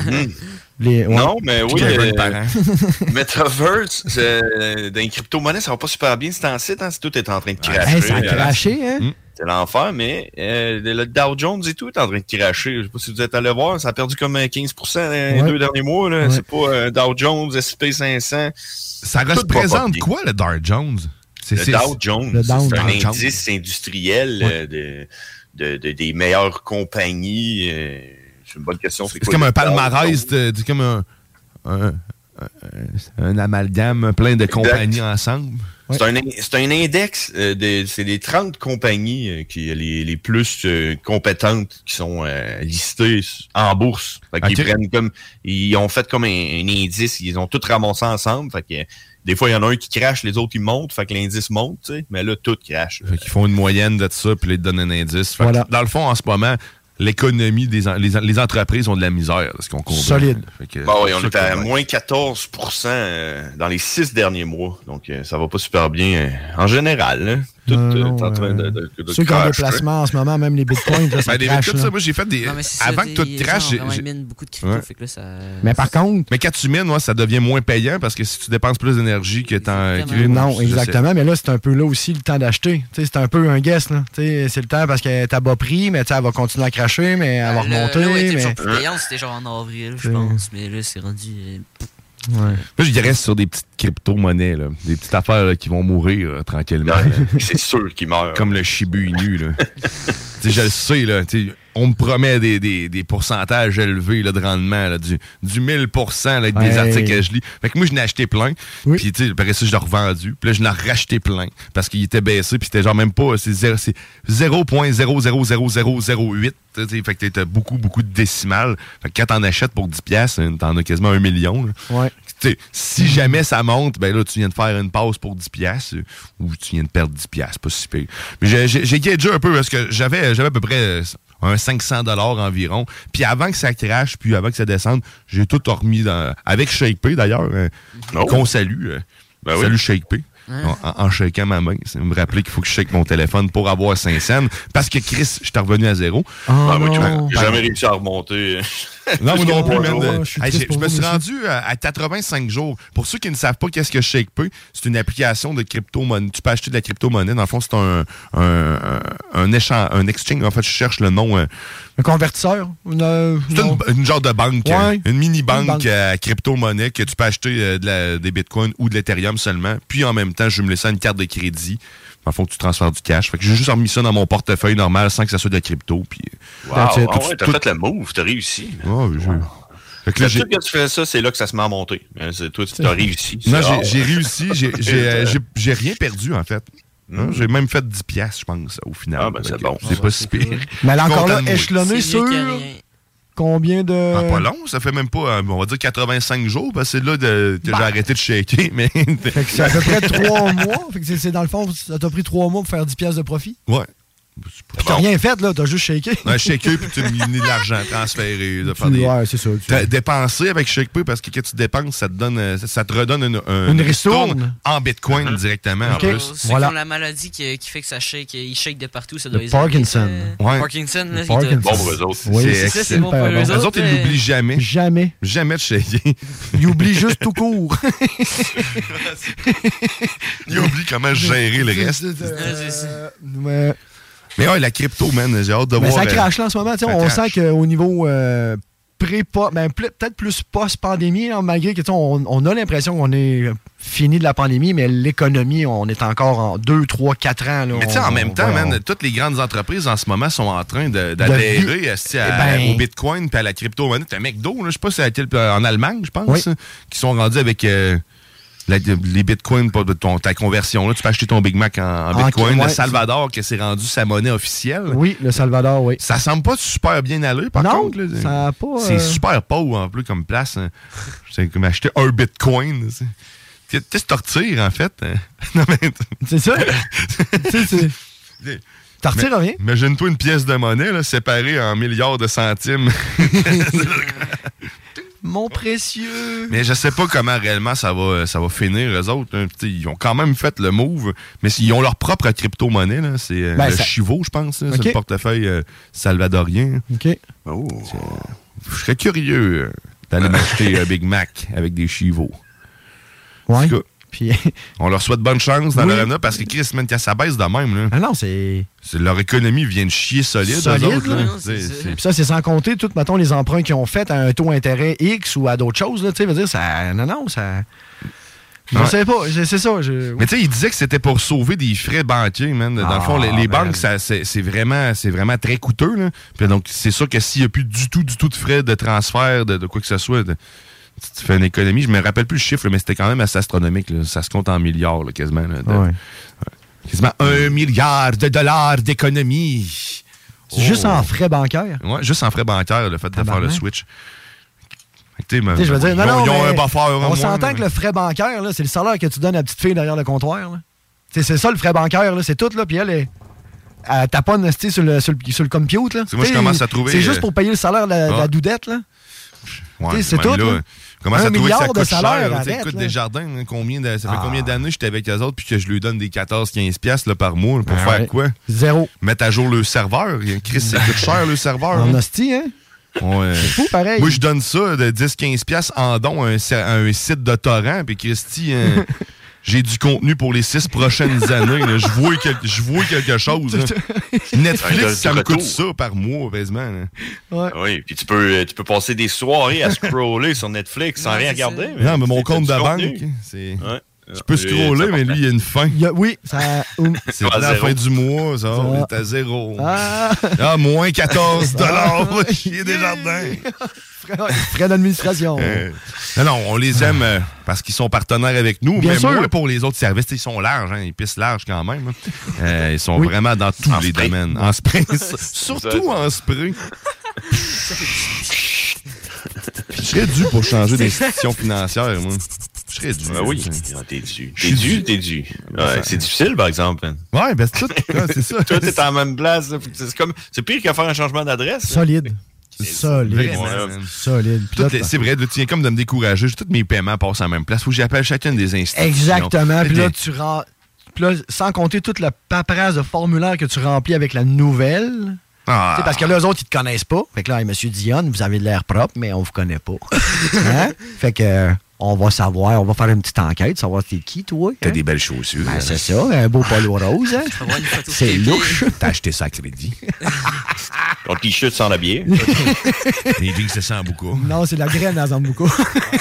[SPEAKER 10] Les- ouais.
[SPEAKER 8] Non, mais oui.
[SPEAKER 7] Puis qu'il y a
[SPEAKER 8] euh,
[SPEAKER 7] vingt parents.
[SPEAKER 8] Metaverse, euh, dans les crypto-monnaies, ça va pas super bien. C'est en site, hein, si tout est en train de
[SPEAKER 7] Ah,
[SPEAKER 8] cracher.
[SPEAKER 10] hey, ça a
[SPEAKER 8] Euh,
[SPEAKER 10] craché,
[SPEAKER 7] Hmm?
[SPEAKER 10] hein?
[SPEAKER 8] C'est l'enfer, mais euh, le Dow Jones et tout est en train de cracher. Je sais pas si vous êtes allé voir, ça a perdu comme euh, 15 les
[SPEAKER 7] Ouais.
[SPEAKER 8] deux derniers mois.
[SPEAKER 7] Ouais.
[SPEAKER 8] là. C'est pas euh, Dow Jones, SP500.
[SPEAKER 7] Ça représente quoi, le Dow Jones? C'est-
[SPEAKER 8] Le
[SPEAKER 7] c'est-
[SPEAKER 8] Dow Jones,
[SPEAKER 7] Le
[SPEAKER 8] c'est
[SPEAKER 7] Dow
[SPEAKER 8] un
[SPEAKER 7] Jones.
[SPEAKER 8] indice industriel euh, de, de- de- des meilleures compagnies. euh, C'est une bonne question.
[SPEAKER 7] C'est
[SPEAKER 8] quoi
[SPEAKER 7] comme
[SPEAKER 8] le
[SPEAKER 7] un
[SPEAKER 8] tard,
[SPEAKER 7] palmarès, de- du- comme un, un, un- un amalgame plein de compagnies ensemble.
[SPEAKER 8] C'est un, in- c'est un index, euh, de- c'est les 30 compagnies euh, qui les, les plus euh, compétentes qui sont euh, listées s- en bourse. Fait qu'ils
[SPEAKER 7] Ok.
[SPEAKER 8] prennent comme, ils ont fait comme un, un indice, ils ont tout ramassé ensemble. Fait que euh, des fois, il y en a un qui crache, les autres ils montent, fait que l'indice monte, tu sais, mais là, tout crache.
[SPEAKER 7] Fait qu'ils font une moyenne de ça, puis là, ils te donnent un indice. Fait que,
[SPEAKER 8] Voilà.
[SPEAKER 7] dans le fond, en ce moment, l'économie des en- les, en- les entreprises ont de la misère, ce qu'on comprend.
[SPEAKER 8] Solide.
[SPEAKER 7] Fait que-
[SPEAKER 8] Bon, oui, Bah on
[SPEAKER 7] ça
[SPEAKER 8] est à
[SPEAKER 7] que-
[SPEAKER 8] moins 14 euh, dans les six derniers mois. Donc, euh, ça va pas super bien euh, en général. hein. Tout
[SPEAKER 10] Non,
[SPEAKER 8] euh,
[SPEAKER 10] non,
[SPEAKER 8] est en train de, de, de
[SPEAKER 10] Ceux qui ont des
[SPEAKER 8] crash, hein.
[SPEAKER 10] placements en ce moment, même les bitcoins, là, ça
[SPEAKER 7] Ben, des
[SPEAKER 10] crache,
[SPEAKER 7] bitcoins,
[SPEAKER 10] là.
[SPEAKER 7] ça, moi, j'ai fait des.
[SPEAKER 9] Non, mais c'est ça,
[SPEAKER 7] avant
[SPEAKER 9] des-
[SPEAKER 7] que tout
[SPEAKER 9] les gens
[SPEAKER 7] crash, j'ai-
[SPEAKER 9] vraiment
[SPEAKER 7] j'ai-
[SPEAKER 9] minent beaucoup de crypto,
[SPEAKER 7] Ouais.
[SPEAKER 9] fait que là, ça-
[SPEAKER 10] contre.
[SPEAKER 7] Mais quand tu mines, ouais, ça devient moins payant parce que si tu dépenses plus d'énergie que t'en crées.
[SPEAKER 10] Non,
[SPEAKER 7] je sais.
[SPEAKER 10] exactement. Mais là, c'est un peu là aussi le temps d'acheter. Tu sais, C'est un peu un guess. là. Tu sais, C'est le temps parce qu'elle est à bas prix, mais tu sais, elle va continuer à cracher, mais elle va
[SPEAKER 9] Ah, Le-
[SPEAKER 10] remonter.
[SPEAKER 9] là où elle était
[SPEAKER 10] mais...
[SPEAKER 9] toujours plus payante, c'était genre en avril, je
[SPEAKER 10] Ouais.
[SPEAKER 9] pense. Mais là, c'est rendu. euh,
[SPEAKER 7] Moi, je reste sur des petites crypto-monnaies, là. des petites affaires là, qui vont mourir euh, tranquillement. là.
[SPEAKER 8] C'est sûr qu'il meurt.
[SPEAKER 7] Comme le Shibu Inu. Là. Tu sais, je le sais, là, tu sais, on me promet des, des- des pourcentages élevés là, de rendement, là, du, du 1000% là, avec des
[SPEAKER 10] Ouais.
[SPEAKER 7] articles que je lis. Fait que moi, je n'ai acheté plein. Puis, tu sais, après ça, je l'ai revendu. Puis là, je n'ai racheté plein parce qu'il était baissé. Puis, c'était genre même pas. C'est zéro- c'est 0.000008. tu sais, Fait que t'as beaucoup, beaucoup de décimales. Fait que quand t'en achètes pour 10$, piastres, hein, t'en as quasiment un million. là.
[SPEAKER 10] Ouais.
[SPEAKER 7] Tu sais, si jamais ça monte, ben là, tu viens de faire une passe pour 10 piastres euh, ou tu viens de perdre 10 piastres, pas si pire. Mais j'ai- j'ai j'ai gagé un peu parce que j'avais j'avais à peu près euh, un 500 dollars environ. Puis avant que ça crache, puis avant que ça descende, j'ai tout remis dans, avec Shake P d'ailleurs, euh,
[SPEAKER 8] Oh.
[SPEAKER 7] qu'on salue. euh,
[SPEAKER 8] Ben oui.
[SPEAKER 7] Salut Shake P.
[SPEAKER 8] Hein?
[SPEAKER 7] En, en shakant ma main, ça me rappelait qu'il faut que je shake mon téléphone pour avoir 5 cents. Parce que Chris, je t'ai revenu à zéro.
[SPEAKER 8] Ah, moi, j'ai- j'ai jamais réussi à remonter.
[SPEAKER 7] Non, moi non plus,
[SPEAKER 8] Jusqu'à
[SPEAKER 7] man.
[SPEAKER 8] trois
[SPEAKER 7] Euh,
[SPEAKER 8] jours.
[SPEAKER 7] hey, j'ai- Je me suis rendu à, à 85 jours. Pour ceux qui ne savent pas qu'est-ce que Shake Pay, c'est une application de crypto-monnaie. Tu peux acheter de la crypto-monnaie. Dans le fond, c'est un, un, un, échan- un exchange. En fait, je cherche le nom. euh,
[SPEAKER 10] Un convertisseur? Une, euh,
[SPEAKER 7] c'est
[SPEAKER 10] non.
[SPEAKER 7] une, une genre de banque,
[SPEAKER 10] Ouais.
[SPEAKER 7] hein, une
[SPEAKER 10] Une
[SPEAKER 7] mini-banque
[SPEAKER 10] banque.
[SPEAKER 7] à crypto-monnaie que tu peux acheter euh, de la- des bitcoins ou de l'Ethereum seulement. Puis en même temps, je vais me laissais une carte de crédit. En fond, tu transfères du cash. Fait que j'ai juste remis ça dans mon portefeuille normal sans que ça soit de la crypto. Puis, euh,
[SPEAKER 8] Wow,
[SPEAKER 7] tout-
[SPEAKER 8] ah ouais, t'as
[SPEAKER 7] tout-
[SPEAKER 8] fait le move, t'as réussi.
[SPEAKER 7] Ouais, j'ai- Fait que là,
[SPEAKER 8] Là,
[SPEAKER 7] j'ai-
[SPEAKER 8] tout que tu fais ça, c'est là que ça se met à monter. Hein, c'est- Toi, tu t'as réussi.
[SPEAKER 7] Non,
[SPEAKER 8] C'est
[SPEAKER 7] j'ai-
[SPEAKER 8] rare.
[SPEAKER 7] j'ai réussi. j'ai- J'ai euh, j'ai- j'ai rien perdu, en fait. Hein,
[SPEAKER 8] Mm.
[SPEAKER 7] J'ai même fait 10 piastres, je pense, au final.
[SPEAKER 8] Ah, ben,
[SPEAKER 7] Fait
[SPEAKER 8] c'est
[SPEAKER 7] que
[SPEAKER 8] bon.
[SPEAKER 7] C'est pas si pire.
[SPEAKER 10] Mais là encore là,
[SPEAKER 7] Content de moi.
[SPEAKER 10] échelonné
[SPEAKER 9] C'est
[SPEAKER 10] sur
[SPEAKER 9] mieux que rien.
[SPEAKER 10] combien de.
[SPEAKER 7] Ah, pas long, ça fait même pas, euh, on va dire 85 jours, parce que c'est là de- que j'ai arrêté de shaker, mais...
[SPEAKER 10] C'est à peu près trois mois. Fait que c'est- c'est dans le fond, ça t'a pris trois mois pour faire 10 pièces de profit.
[SPEAKER 7] Ouais.
[SPEAKER 10] Puis t'as rien fait, là, t'as juste shaké.
[SPEAKER 7] Un shaker, puis tu as mis de l'argent transféré, de faire
[SPEAKER 10] Tu-
[SPEAKER 7] des...
[SPEAKER 10] ouais, c'est ça. tu-
[SPEAKER 7] T'as dépensé avec Shakepay parce que quand tu dépenses, ça te, donne, euh, ça te redonne euh, une, un-
[SPEAKER 10] Une ristourne.
[SPEAKER 7] en bitcoin directement
[SPEAKER 9] Pour
[SPEAKER 7] en plus.
[SPEAKER 9] Ceux qui ont la maladie qui, qui fait que ça shake, ils shake de partout, ça doit les
[SPEAKER 10] Parkinson.
[SPEAKER 9] aider, ça.
[SPEAKER 7] Ouais.
[SPEAKER 9] Parkinson,
[SPEAKER 7] Le
[SPEAKER 9] là, qui doit-
[SPEAKER 7] Parkinson.
[SPEAKER 10] Oui,
[SPEAKER 7] c'est
[SPEAKER 10] ça, bon
[SPEAKER 7] excellent.
[SPEAKER 10] pour
[SPEAKER 7] Eux autres, ils
[SPEAKER 9] euh,
[SPEAKER 10] mais-
[SPEAKER 7] l'oublient jamais.
[SPEAKER 10] Jamais.
[SPEAKER 7] Jamais de shaker.
[SPEAKER 10] Ils oublient juste tout court.
[SPEAKER 7] Ils oublient comment gérer le reste.
[SPEAKER 10] Euh, ouais.
[SPEAKER 7] Mais ouais, la crypto, man, j'ai hâte de
[SPEAKER 10] Mais
[SPEAKER 7] voir.
[SPEAKER 10] ça
[SPEAKER 7] euh,
[SPEAKER 10] crache là en ce moment. tu sais,
[SPEAKER 7] ça
[SPEAKER 10] On
[SPEAKER 7] crache.
[SPEAKER 10] sent qu'au niveau euh, pré ben, pl- peut-être plus post-pandémie, là, malgré que tu sais, on, on a l'impression qu'on est fini de la pandémie, mais l'économie, on est encore en 2, 3, 4 ans. là.
[SPEAKER 7] Mais tu sais,
[SPEAKER 10] On-
[SPEAKER 7] en même temps,
[SPEAKER 10] on-
[SPEAKER 7] man, toutes les grandes entreprises en ce moment sont en train de-
[SPEAKER 10] De
[SPEAKER 7] d'adhérer
[SPEAKER 10] vi-
[SPEAKER 7] asti,
[SPEAKER 10] Eh
[SPEAKER 7] à-
[SPEAKER 10] ben-
[SPEAKER 7] au Bitcoin puis à la crypto-monnaie. T'as McDo, là, je sais pas si c'est à quel- en Allemagne, je pense,
[SPEAKER 10] Oui.
[SPEAKER 7] hein, qui sont rendus avec euh, la- les Bitcoins pour ton- ta conversion. Là, tu peux acheter ton Big Mac en, en
[SPEAKER 10] En-
[SPEAKER 7] Bitcoin.
[SPEAKER 10] Ah, ouais.
[SPEAKER 7] Le Salvador, qui s'est rendu sa monnaie officielle.
[SPEAKER 10] Oui, le Salvador, oui.
[SPEAKER 7] Ça semble pas super bien aller, par
[SPEAKER 10] Non,
[SPEAKER 7] contre. là.
[SPEAKER 10] ça a pas, euh,
[SPEAKER 7] C'est super pauvre, en plus, comme place. hein. C'est comme acheter un Bitcoin. tu sais. Tu sais, tu te retires, en fait. hein. Non, mais...
[SPEAKER 10] C'est ça?
[SPEAKER 7] Euh,
[SPEAKER 10] Tu sais, c'est- T'en retires rien?
[SPEAKER 7] Imagine-toi une pièce de monnaie là, séparée en milliards de centimes.
[SPEAKER 10] Mon précieux.
[SPEAKER 7] mais je sais pas comment réellement ça va, ça va finir, eux autres. hein. Tu sais, Ils ont quand même fait le move, mais ils ont leur propre crypto-monnaie. là. C'est euh,
[SPEAKER 10] Ben,
[SPEAKER 7] le
[SPEAKER 10] ça-
[SPEAKER 7] Chivo, je pense. là.
[SPEAKER 10] Ok.
[SPEAKER 7] C'est le portefeuille euh, salvadorien.
[SPEAKER 10] OK.
[SPEAKER 7] C'est- Je serais curieux euh, d'aller
[SPEAKER 10] Ben.
[SPEAKER 7] m'acheter un Big Mac avec des Chivo.
[SPEAKER 10] Ouais. Puis...
[SPEAKER 7] On leur souhaite bonne chance dans
[SPEAKER 10] Oui.
[SPEAKER 7] leur avenir parce que Chris, man, quand ça baisse de même, là,
[SPEAKER 10] Ah non, c'est.
[SPEAKER 7] leur économie vient de chier solide,
[SPEAKER 10] Solide,
[SPEAKER 7] eux autres. là.
[SPEAKER 10] là. Non,
[SPEAKER 7] C'est- c'est-
[SPEAKER 10] Puis ça, c'est sans compter toutes, mettons, les emprunts qu'ils ont fait à un taux d'intérêt X ou à d'autres choses. Là, tu sais, veut dire, ça, non, non, ça, Je
[SPEAKER 7] Ouais.
[SPEAKER 10] savais pas, je- c'est ça. je-
[SPEAKER 7] Mais tu sais, il disait que c'était pour sauver des frais banquiers, man. Dans le fond,
[SPEAKER 10] Ah,
[SPEAKER 7] les,
[SPEAKER 10] ben
[SPEAKER 7] les banques, ça, c'est, c'est vraiment, c'est vraiment très coûteux. Là. Puis donc, c'est sûr que s'il n'y a plus du tout, du tout de frais de transfert, de, de quoi que ce soit, de- tu tu fais une économie. Je me rappelle plus le chiffre, là, mais c'était quand même assez astronomique. là. Ça se compte en milliards, là, quasiment. là, de- ouais. Quasiment un milliard de dollars d'économie.
[SPEAKER 10] C'est Juste
[SPEAKER 7] Oh.
[SPEAKER 10] en frais bancaires.
[SPEAKER 7] Ouais, juste en frais bancaires, le fait de faire le
[SPEAKER 10] Tabarnak.
[SPEAKER 7] switch. Fait que, tu sais, mais-
[SPEAKER 10] Tu sais, Je veux dire, non,
[SPEAKER 7] Oh, ils
[SPEAKER 10] non,
[SPEAKER 7] ont, ils ont
[SPEAKER 10] mais
[SPEAKER 7] un buffer. en
[SPEAKER 10] On
[SPEAKER 7] moins,
[SPEAKER 10] s'entend
[SPEAKER 7] mais-
[SPEAKER 10] que le frais bancaire, là, c'est le salaire que tu donnes à la petite fille derrière le comptoir. là. Tu sais, C'est ça le frais bancaire, là, c'est tout. Là, puis elle, est elle taponne tu sais, sur le, sur le, sur le compute, là.
[SPEAKER 7] moi, je
[SPEAKER 10] Tu sais,
[SPEAKER 7] commence à trouver,
[SPEAKER 10] C'est
[SPEAKER 7] euh,
[SPEAKER 10] juste pour payer le salaire de la, de la
[SPEAKER 7] ah.
[SPEAKER 10] doudette. Là.
[SPEAKER 7] Ouais,
[SPEAKER 10] Tu sais, c'est tout,
[SPEAKER 7] même
[SPEAKER 10] là.
[SPEAKER 7] Comment
[SPEAKER 10] Un
[SPEAKER 7] ça trouver que ça
[SPEAKER 10] milliard de
[SPEAKER 7] coûte
[SPEAKER 10] salaire,
[SPEAKER 7] cher? là, tu sais,
[SPEAKER 10] arrête,
[SPEAKER 7] écoute,
[SPEAKER 10] là. Ah.
[SPEAKER 7] Desjardins, hein, combien de- ça fait combien d'années que j'étais avec eux autres puis que je lui donne des 14-15$ piastres, là, par mois là, pour
[SPEAKER 10] Ben
[SPEAKER 7] faire
[SPEAKER 10] ouais.
[SPEAKER 7] quoi?
[SPEAKER 10] Zéro.
[SPEAKER 7] Mettre à jour le serveur. hein, Chris, ça coûte cher le serveur.
[SPEAKER 10] En
[SPEAKER 7] hein.
[SPEAKER 10] hostie, hein?
[SPEAKER 7] Ouais.
[SPEAKER 10] fou, pareil.
[SPEAKER 7] Moi, je donne ça de 10-15$ piastres en don à un, ser- à un site de torrent. Puis Christy, hein, j'ai du contenu pour les six prochaines années. là. Je vois, quel- je vois quelque chose. hein.
[SPEAKER 8] Un
[SPEAKER 7] Netflix, ça me
[SPEAKER 8] retour.
[SPEAKER 7] coûte ça par mois, heureusement. là.
[SPEAKER 8] Ah Oui, puis tu peux, euh, tu peux passer des soirées à scroller sur Netflix sans rien regarder.
[SPEAKER 7] Non, mais mon compte de
[SPEAKER 8] du
[SPEAKER 7] banque,
[SPEAKER 8] contenu.
[SPEAKER 7] c'est.
[SPEAKER 8] Ouais.
[SPEAKER 7] Je peux scroller, mais lui, il y a une fin.
[SPEAKER 10] oui, ça.
[SPEAKER 7] C'est à la
[SPEAKER 8] zéro.
[SPEAKER 7] fin du mois, ça. On
[SPEAKER 10] Ça-
[SPEAKER 7] est à zéro.
[SPEAKER 10] Ah.
[SPEAKER 7] Ah, moins 14 dollars. Il y a des jardins.
[SPEAKER 10] frais frais d'administration.
[SPEAKER 7] Euh, non, non, on les aime euh, parce qu'ils sont partenaires avec nous,
[SPEAKER 10] Bien
[SPEAKER 7] mais
[SPEAKER 10] sûr.
[SPEAKER 7] moi, pour les autres services, ils sont larges, hein, ils pissent large quand même. hein. Euh, ils sont
[SPEAKER 10] Oui.
[SPEAKER 7] vraiment dans tous les domaines. En spray.
[SPEAKER 8] Vous
[SPEAKER 7] Surtout en spray. Je serais dû pour changer d'institution financière, moi. Je serais dû.
[SPEAKER 8] Ah oui, non, t'es dû. T'es dû, t'es dû. Ouais, c'est difficile, par exemple. hein.
[SPEAKER 7] Ben, Ouais, ben c'est tout. Ouais, c'est ça.
[SPEAKER 8] Toi, t'es en même place. là, faut que- C'est comme, c'est pire qu'à faire un changement d'adresse. là.
[SPEAKER 10] Solide. Solide.
[SPEAKER 7] Vraiment, man.
[SPEAKER 10] Solide. Puis là,
[SPEAKER 7] Toutes les- C'est vrai, là, tu viens comme de me décourager. Tous mes paiements passent en même place. Faut que j'appelle chacune des institutions.
[SPEAKER 10] Exactement. Puis là,
[SPEAKER 7] Des-
[SPEAKER 10] tu rends. puis là, sans compter toute la paperasse de formulaire que tu remplis avec la nouvelle.
[SPEAKER 7] Ah.
[SPEAKER 10] Tu sais, Parce que là, eux autres, ils te connaissent pas. Fait que là, hey, Monsieur Dionne, vous avez de l'air propre, mais on vous connaît pas. Hein? Fait que. euh, On va savoir, on va faire une petite enquête, savoir t'es qui, toi. T'as
[SPEAKER 7] des belles chaussures. Ah.
[SPEAKER 10] c'est ça, un beau polo rose. hein? C'est louche.
[SPEAKER 7] T'as acheté ça à crédit.
[SPEAKER 8] Ton t-shirt sans la bière.
[SPEAKER 7] Les jeans, ça sent beaucoup.
[SPEAKER 10] Non, c'est de la graine à Zambuco.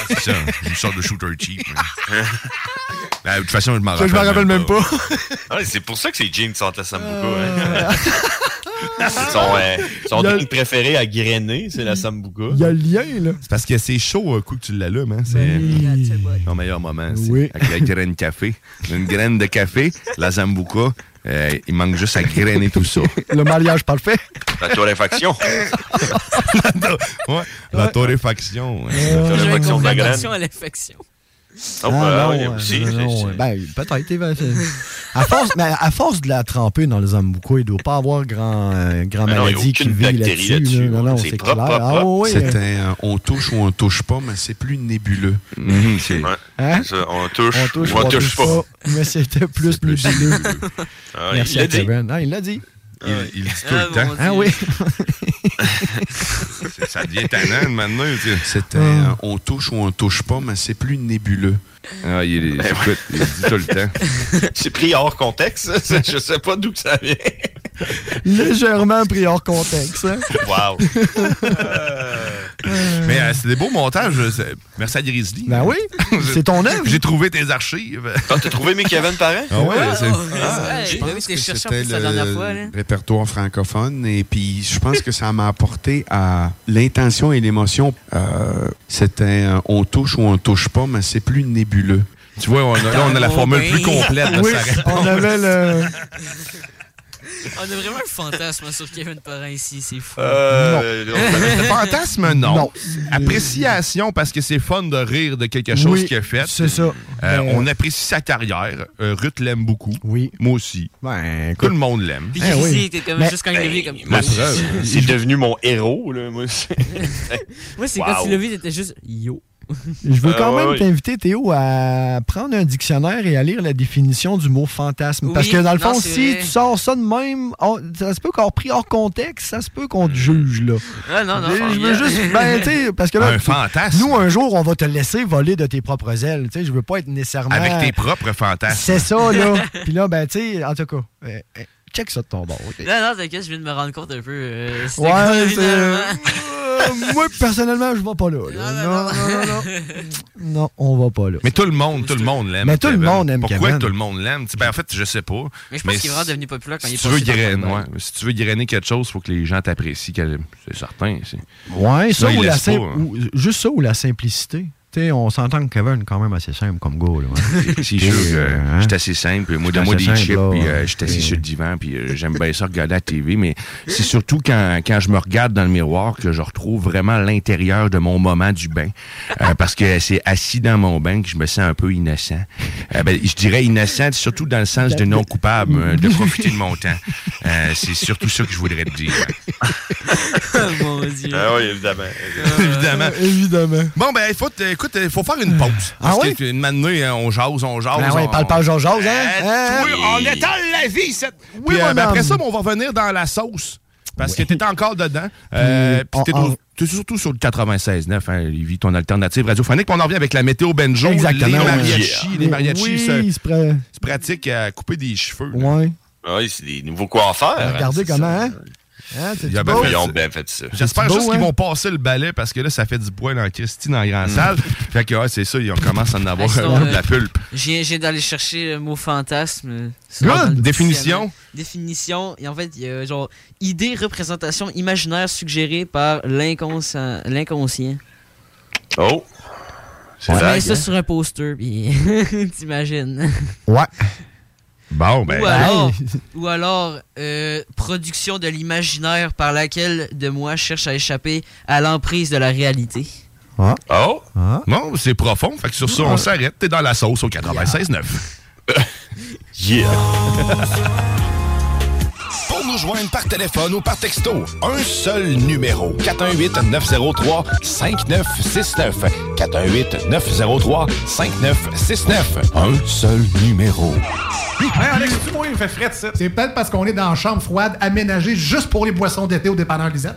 [SPEAKER 7] C'est ça, une sorte de shooter cheap. hein. Ben, de toute façon, je m'en
[SPEAKER 10] Ça,
[SPEAKER 7] rappelle.
[SPEAKER 10] je m'en rappelle même pas.
[SPEAKER 8] Ah, c'est pour ça que c'est Jim qui sort la Sambuca.
[SPEAKER 7] Euh.
[SPEAKER 8] hein. C'est son, euh, son
[SPEAKER 7] Il y a-
[SPEAKER 8] drink préféré à grainer, c'est la Sambuca.
[SPEAKER 10] a le lien, là.
[SPEAKER 7] C'est parce que c'est chaud un coup que tu l'allumes. Hein? C'est ton meilleur moment. c'est
[SPEAKER 10] Oui.
[SPEAKER 7] Avec la graine de café. Une graine de café, la Zambuca, euh, il manque juste à grainer tout ça.
[SPEAKER 10] Le mariage parfait.
[SPEAKER 8] La torréfaction.
[SPEAKER 7] Ouais, La torréfaction. ouais.
[SPEAKER 9] J'ai une
[SPEAKER 8] de la
[SPEAKER 9] compréhension
[SPEAKER 8] graine.
[SPEAKER 9] à l'affection.
[SPEAKER 8] Ah,
[SPEAKER 10] Ah,
[SPEAKER 8] ouais,
[SPEAKER 10] non,
[SPEAKER 8] ouais,
[SPEAKER 10] euh,
[SPEAKER 8] si,
[SPEAKER 10] non,
[SPEAKER 8] si,
[SPEAKER 10] non,
[SPEAKER 8] si.
[SPEAKER 10] ouais. Ben, peut-être. eh ben, c'est- à, force, mais à force de la tremper dans le zambuco, il doit pas avoir grand, euh, grand
[SPEAKER 8] Ben non, il y a
[SPEAKER 10] maladie qui
[SPEAKER 8] aucune
[SPEAKER 10] vit
[SPEAKER 8] bactérie
[SPEAKER 10] là-dessus.
[SPEAKER 8] là-dessus,
[SPEAKER 10] là. Non, non,
[SPEAKER 8] c'est
[SPEAKER 10] c'est
[SPEAKER 8] propre,
[SPEAKER 10] clair.
[SPEAKER 8] propre,
[SPEAKER 10] Ah,
[SPEAKER 8] propre.
[SPEAKER 10] oui,
[SPEAKER 26] C'est
[SPEAKER 10] euh,
[SPEAKER 26] un euh, on touche ou on touche pas, mais c'est plus nébuleux.
[SPEAKER 8] Ouais.
[SPEAKER 10] Hein?
[SPEAKER 8] Ça, on touche,
[SPEAKER 10] on touche,
[SPEAKER 8] ou on
[SPEAKER 10] on
[SPEAKER 8] touche pas.
[SPEAKER 10] Mais c'était plus nébuleux.
[SPEAKER 8] Ah,
[SPEAKER 10] Merci
[SPEAKER 8] il l'a
[SPEAKER 10] à
[SPEAKER 8] dit.
[SPEAKER 10] Kevin. Ah, il l'a dit.
[SPEAKER 7] Il, il dit tout
[SPEAKER 10] Ah,
[SPEAKER 7] le temps.
[SPEAKER 10] bon Ah Dieu. oui. Ah
[SPEAKER 7] C'est- ça devient tannant maintenant. tu sais.
[SPEAKER 26] C'était euh, on touche ou on touche pas, mais c'est plus nébuleux.
[SPEAKER 7] Ah, il,
[SPEAKER 8] Ben
[SPEAKER 7] est- écoute, il dit tout le temps.
[SPEAKER 8] C'est pris hors contexte. ça. Je sais pas d'où que ça vient.
[SPEAKER 10] Légèrement pris hors contexte. hein.
[SPEAKER 8] Wow.
[SPEAKER 7] Mais euh, c'est des beaux montages. euh, c'est- Merci à Grizzly.
[SPEAKER 10] Ben oui, c'est ton œuvre.
[SPEAKER 7] J'ai trouvé tes archives.
[SPEAKER 8] Ah, t'as trouvé mes Kevin Parent?
[SPEAKER 7] Ah ouais,
[SPEAKER 8] Ah,
[SPEAKER 7] c'est-
[SPEAKER 9] Ouais,
[SPEAKER 26] Je
[SPEAKER 9] ben
[SPEAKER 26] pense
[SPEAKER 9] oui, t'es
[SPEAKER 26] que
[SPEAKER 9] cherché en
[SPEAKER 26] c'était
[SPEAKER 9] plus la
[SPEAKER 26] le
[SPEAKER 9] dernière fois, là.
[SPEAKER 26] répertoire francophone et puis je pense que ça m'a apporté à l'intention et l'émotion. Euh, c'était euh, on touche ou on touche pas, mais c'est plus nébuleux.
[SPEAKER 7] Tu vois, on a, là,
[SPEAKER 9] Ah,
[SPEAKER 7] on a la formule plus complète de
[SPEAKER 10] Oui,
[SPEAKER 7] sa réponse.
[SPEAKER 10] on avait le.
[SPEAKER 9] On a vraiment un fantasme hein, sur Kevin Parent ici, c'est fou.
[SPEAKER 7] Euh,
[SPEAKER 9] Non.
[SPEAKER 7] Fantasme, non.
[SPEAKER 9] Non.
[SPEAKER 7] Appréciation parce que c'est fun de rire de quelque chose
[SPEAKER 10] Oui,
[SPEAKER 7] qu'il a fait.
[SPEAKER 10] c'est ça.
[SPEAKER 7] Euh,
[SPEAKER 10] Ben,
[SPEAKER 7] on apprécie sa carrière. Euh, Ruth l'aime beaucoup. Oui. Moi aussi.
[SPEAKER 10] Ben,
[SPEAKER 7] Tout le monde l'aime.
[SPEAKER 9] Puis Grizzly, t'es comme juste quand il l'a vu, comme.
[SPEAKER 7] La Eh preuve.
[SPEAKER 8] C'est devenu mon héros, là, moi. c'est-
[SPEAKER 9] Moi, c'est
[SPEAKER 8] Wow.
[SPEAKER 9] quand tu l'as vu, t'étais juste yo.
[SPEAKER 10] Je veux quand
[SPEAKER 8] Euh, ouais,
[SPEAKER 10] même
[SPEAKER 8] ouais.
[SPEAKER 10] t'inviter, Théo, à prendre un dictionnaire et à lire la définition du mot fantasme. Parce
[SPEAKER 9] Oui,
[SPEAKER 10] que dans le
[SPEAKER 9] non,
[SPEAKER 10] fond,
[SPEAKER 9] c'est
[SPEAKER 10] si
[SPEAKER 9] vrai.
[SPEAKER 10] tu sors ça de même, on- ça se peut qu'on pris hors contexte, ça se peut qu'on
[SPEAKER 7] Hmm.
[SPEAKER 10] te juge, là.
[SPEAKER 9] Ah non, non,
[SPEAKER 10] Mais je veux
[SPEAKER 9] formidable.
[SPEAKER 10] juste. Ben, tu sais, parce que là.
[SPEAKER 7] Un fantasme.
[SPEAKER 10] Nous, un jour, on va te laisser voler de tes propres ailes. Tu sais, je veux pas être nécessairement.
[SPEAKER 7] Avec tes propres fantasmes.
[SPEAKER 10] C'est ça, là. Puis là, ben, tu sais, en tout cas, euh, euh, check ça de ton bord. OK?
[SPEAKER 9] Non, non, t'inquiète, je viens de me rendre compte un peu. euh, c'était
[SPEAKER 10] Ouais,
[SPEAKER 9] quoi,
[SPEAKER 10] c'est-
[SPEAKER 9] finalement?
[SPEAKER 10] Euh, moi, personnellement, je vais pas là. là. Non, non, non, non. Non, on va pas là.
[SPEAKER 7] Mais tout le monde, tout le monde l'aime.
[SPEAKER 10] Mais tout le
[SPEAKER 7] Kevin.
[SPEAKER 10] monde aime
[SPEAKER 7] Pourquoi
[SPEAKER 10] Kevin.
[SPEAKER 7] tout le monde l'aime? Tu sais, Ben, en fait, je sais pas.
[SPEAKER 9] Mais je pense qu'il est vraiment devenu populaire quand
[SPEAKER 7] si
[SPEAKER 9] il est
[SPEAKER 7] tu veux
[SPEAKER 9] passé dans le
[SPEAKER 7] grainer,
[SPEAKER 9] monde.
[SPEAKER 7] ouais. Si tu veux grainer quelque chose, il faut que les gens t'apprécient. qu'elle- C'est certain. c'est-
[SPEAKER 27] Ouais, ça
[SPEAKER 7] Sinon, ils
[SPEAKER 27] ou la
[SPEAKER 7] laissent pas,
[SPEAKER 27] sim-
[SPEAKER 7] hein.
[SPEAKER 27] ou- juste ça ou la simplicité. Tu sais, on s'entend que Kevin est quand même assez simple comme gars. là, hein.
[SPEAKER 7] C'est sûr, euh,
[SPEAKER 27] hein?
[SPEAKER 7] j'étais assez simple. puis Moi,
[SPEAKER 27] J'étais
[SPEAKER 7] donne-moi
[SPEAKER 27] assez
[SPEAKER 7] des
[SPEAKER 27] simple,
[SPEAKER 7] chips,
[SPEAKER 27] là,
[SPEAKER 7] puis
[SPEAKER 27] ouais.
[SPEAKER 7] euh, j'étais assis sur le divan, puis euh, j'aime bien ça regarder la TV, mais c'est surtout quand, quand je me regarde dans le miroir que je retrouve vraiment l'intérieur de mon moment du bain. Euh, parce que c'est assis dans mon bain que je me sens un peu innocent. Euh, ben, je dirais innocent, surtout dans le sens de non coupable, euh, de profiter de mon temps. Euh, c'est surtout ça que je voudrais te dire.
[SPEAKER 9] Oh, Mon Dieu.
[SPEAKER 8] Ah oui, évidemment.
[SPEAKER 27] Euh,
[SPEAKER 7] Évidemment.
[SPEAKER 10] Évidemment.
[SPEAKER 7] Bon, ben, il faut, euh, écoute, il faut faire une pause.
[SPEAKER 27] Ah
[SPEAKER 7] Parce
[SPEAKER 10] Ah oui?
[SPEAKER 7] que, une matinée, hein, on jase, on jase.
[SPEAKER 10] Ben ouais,
[SPEAKER 7] on-
[SPEAKER 10] parle pas genre jase, hein?
[SPEAKER 7] Euh,
[SPEAKER 27] Ah,
[SPEAKER 10] Hein?
[SPEAKER 7] oui, on étale la vie, cette. Oui,
[SPEAKER 10] Puis,
[SPEAKER 7] mon
[SPEAKER 10] euh, ben,
[SPEAKER 7] après
[SPEAKER 10] homme.
[SPEAKER 7] ça, ben, on va revenir dans la sauce. Parce que t'es encore dedans. Euh,
[SPEAKER 10] Puis,
[SPEAKER 7] puis t'es
[SPEAKER 10] on-
[SPEAKER 7] au-
[SPEAKER 10] on-
[SPEAKER 7] t'es surtout sur le 96.9, hein, Lévi, ton alternative radiophonique. Puis on en revient avec la météo Benjo, les
[SPEAKER 10] Exactement, ouais.
[SPEAKER 7] mariachis. Les
[SPEAKER 10] Oui,
[SPEAKER 7] mariachis se,
[SPEAKER 10] il se pre-
[SPEAKER 7] se pratiquent à couper des cheveux.
[SPEAKER 10] Ouais.
[SPEAKER 8] Ah Oui, c'est des nouveaux coiffeurs. hein,
[SPEAKER 10] Regardez
[SPEAKER 8] c'est
[SPEAKER 10] comment, hein? Hein, c'est
[SPEAKER 7] Il y a
[SPEAKER 10] du
[SPEAKER 7] bien
[SPEAKER 10] beau?
[SPEAKER 7] fait
[SPEAKER 8] Ils ont
[SPEAKER 7] Ah, ben, ça.
[SPEAKER 8] bien fait ça.
[SPEAKER 7] J'espère
[SPEAKER 10] beau,
[SPEAKER 7] juste qu'ils
[SPEAKER 10] hein?
[SPEAKER 7] vont passer le balai parce que là, ça fait du bois dans Christine dans la grande salle. Fait que, ouais, c'est ça, ils ont commencé à en avoir
[SPEAKER 9] sinon,
[SPEAKER 7] euh, de la
[SPEAKER 9] euh,
[SPEAKER 7] pulpe.
[SPEAKER 9] J'ai j'ai d'aller chercher le mot fantasme.
[SPEAKER 7] Good.
[SPEAKER 9] Dans le
[SPEAKER 7] Définition.
[SPEAKER 9] dictionnaire. Définition. Et en fait, il y a genre idée, représentation imaginaire suggérée par l'inconscient. L'inconscient.
[SPEAKER 8] Oh! C'est
[SPEAKER 9] On
[SPEAKER 8] vague,
[SPEAKER 9] met ça
[SPEAKER 8] hein?
[SPEAKER 9] sur un poster, puis t'imagines.
[SPEAKER 10] Ouais.
[SPEAKER 7] Bon, ben.
[SPEAKER 9] Ou alors, ou alors euh, production de l'imaginaire par laquelle de moi cherche à échapper à l'emprise de la réalité.
[SPEAKER 10] Ah.
[SPEAKER 7] Oh! Bon, c'est profond. Fait que sur ça, on s'arrête. T'es dans la sauce au 96.9.
[SPEAKER 8] Yeah!
[SPEAKER 28] Pour nous joindre par téléphone ou par texto, un seul numéro 418 903 5969 418 903 5969 un seul numéro.
[SPEAKER 17] Alex, il fait frais C'est peut-être parce qu'on est dans une chambre froide aménagée juste pour les boissons d'été au dépanneur Lisette.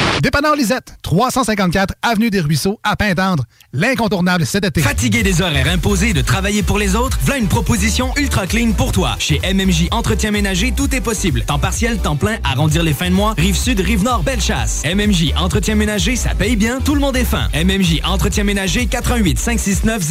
[SPEAKER 17] Dépanneur Lisette, 354 Avenue des Ruisseaux, à Pintendre. L'incontournable cet été.
[SPEAKER 20] Fatigué des horaires imposés de travailler pour les autres, voilà une proposition ultra clean pour toi. Chez MMJ Entretien Ménager, tout est possible. Temps partiel, temps plein, arrondir les fins de mois, rive sud, rive nord, belle chasse. MMJ Entretien Ménager, ça paye bien, tout le monde est fin. MMJ Entretien Ménager, 88 569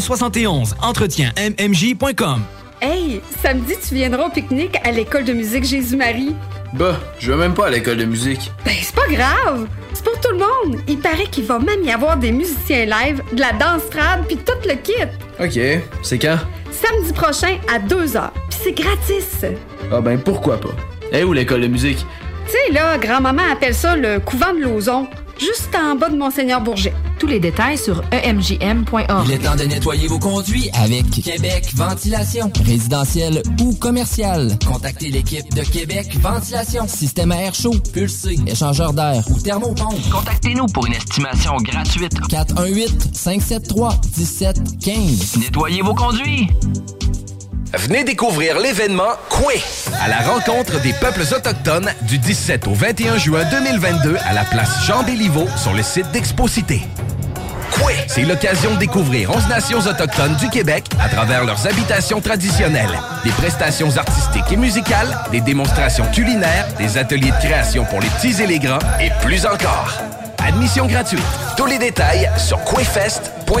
[SPEAKER 20] 0171. Entretien MMJ.com.
[SPEAKER 6] Hey, samedi, tu viendras au pique-nique à l'école de musique Jésus-Marie.
[SPEAKER 22] Bah, je vais même pas à l'école de musique.
[SPEAKER 6] Ben, c'est pas grave! C'est pour tout le monde! Il paraît qu'il va même y avoir des musiciens live, de la danse trad, puis tout le kit!
[SPEAKER 22] Ok, c'est quand?
[SPEAKER 6] Samedi prochain à 2h, puis c'est gratis!
[SPEAKER 22] Ah ben pourquoi pas. Eh où l'école de musique?
[SPEAKER 6] Tu sais, là, grand-maman appelle ça le couvent de Lauzon, juste en bas de Monseigneur Bourget.
[SPEAKER 29] Tous les détails sur E emjm.org.
[SPEAKER 5] Il est temps de nettoyer vos conduits avec Québec Ventilation, résidentielle ou commerciale. Contactez l'équipe de Québec Ventilation. Système à air chaud, pulsé, échangeur d'air ou thermopompe. Contactez-nous pour une estimation gratuite. 418-573-1715. Nettoyez vos conduits.
[SPEAKER 19] Venez découvrir l'événement Koué à la rencontre des peuples autochtones du 17 au 21 juin 2022 à la place Jean Béliveau sur le site d'Exposité. Koué, c'est l'occasion de découvrir 11 nations autochtones du Québec à travers leurs habitations traditionnelles, des prestations artistiques et musicales, des démonstrations culinaires, des ateliers de création pour les petits et les grands et plus encore. Admission gratuite. Tous les détails sur quéfest.com.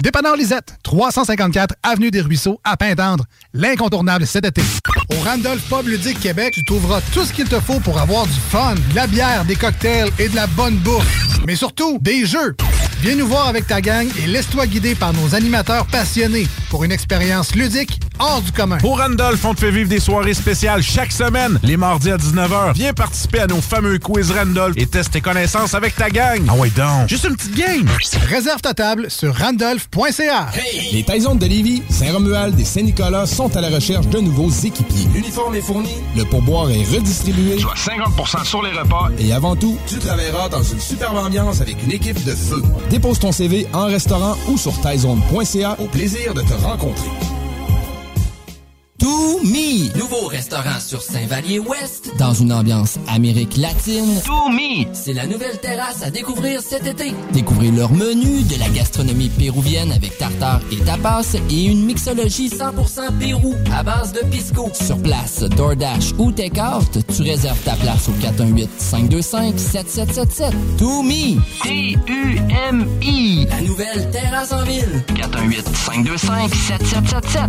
[SPEAKER 17] Dépanneur Lisette, 354 Avenue des Ruisseaux, à Pintendre. L'incontournable cet été.
[SPEAKER 2] Au
[SPEAKER 17] Randolph Pub Ludique Québec, tu trouveras tout ce qu'il te faut pour avoir du fun, de la bière, des cocktails et de la bonne bouffe. Mais surtout, des jeux. Viens nous voir avec ta gang et laisse-toi guider par nos animateurs passionnés pour une expérience ludique, hors du commun.
[SPEAKER 2] Pour Randolph, on te fait vivre des soirées spéciales chaque semaine, les mardis à 19h. Viens participer à nos fameux quiz Randolph et teste tes connaissances avec ta gang. Ah ouais donc, juste une petite game.
[SPEAKER 17] Réserve ta table sur randolph.ca.
[SPEAKER 30] Les Tysons de Lévis, Saint-Romuald et Saint-Nicolas sont à la recherche de nouveaux équipiers. L'uniforme est fourni, le pourboire est redistribué. Soit 50 sur les repas. Et avant tout, tu travailleras dans une superbe ambiance avec une équipe de feu. Dépose ton CV en restaurant ou sur tyzone.ca au plaisir de te rencontrer.
[SPEAKER 5] To Me, nouveau restaurant sur Saint-Vallier-Ouest, dans une ambiance Amérique latine. To Me, c'est la nouvelle terrasse à découvrir cet été. Découvrez leur menu de la gastronomie péruvienne avec tartare et tapas et une mixologie 100% Pérou à base de pisco. Sur place, DoorDash ou Takeout, tu réserves ta place au 418-525-7777. To Me, T-U-M-I, la nouvelle terrasse en ville. 418-525-7777.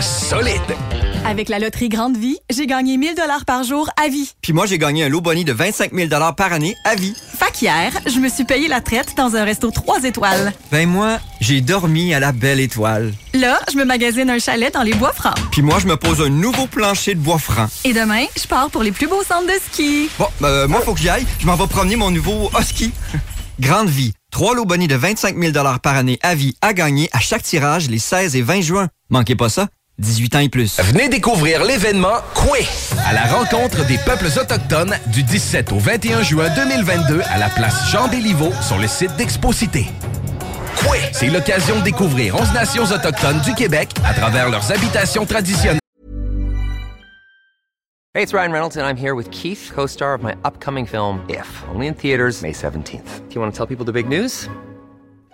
[SPEAKER 19] solide.
[SPEAKER 23] Avec la loterie Grande Vie, j'ai gagné 1000 dollars par jour à vie.
[SPEAKER 24] Puis moi, j'ai gagné un lot boni de 25 000 par année à vie.
[SPEAKER 23] Fait qu'hier, je me suis payé la traite dans un resto 3 étoiles.
[SPEAKER 24] Ben moi, j'ai dormi à la belle étoile.
[SPEAKER 23] Là, je me magasine un chalet dans les bois francs.
[SPEAKER 24] Puis moi, je me pose un nouveau plancher de bois franc.
[SPEAKER 23] Et demain, je pars pour les plus beaux centres de ski.
[SPEAKER 24] Bon, ben, moi, faut que j'y aille. Je m'en vais promener mon nouveau husky. Grande vie. Trois lots bonnies de 25 000 par année à vie à gagner à chaque tirage les 16 et 20 juin. Manquez pas ça. 18 ans et plus.
[SPEAKER 19] Venez découvrir l'événement Koué à la rencontre des peuples autochtones du 17 au 21 juin 2022 à la place Jean Béliveau sur le site d'Exposité. Koué, c'est l'occasion de découvrir 11 nations autochtones du Québec à travers leurs habitations traditionnelles.
[SPEAKER 31] Hey, it's Ryan Reynolds, and I'm here with Keith, co star of my upcoming film, If, only in theaters, May 17th. Do you want to tell people the big news?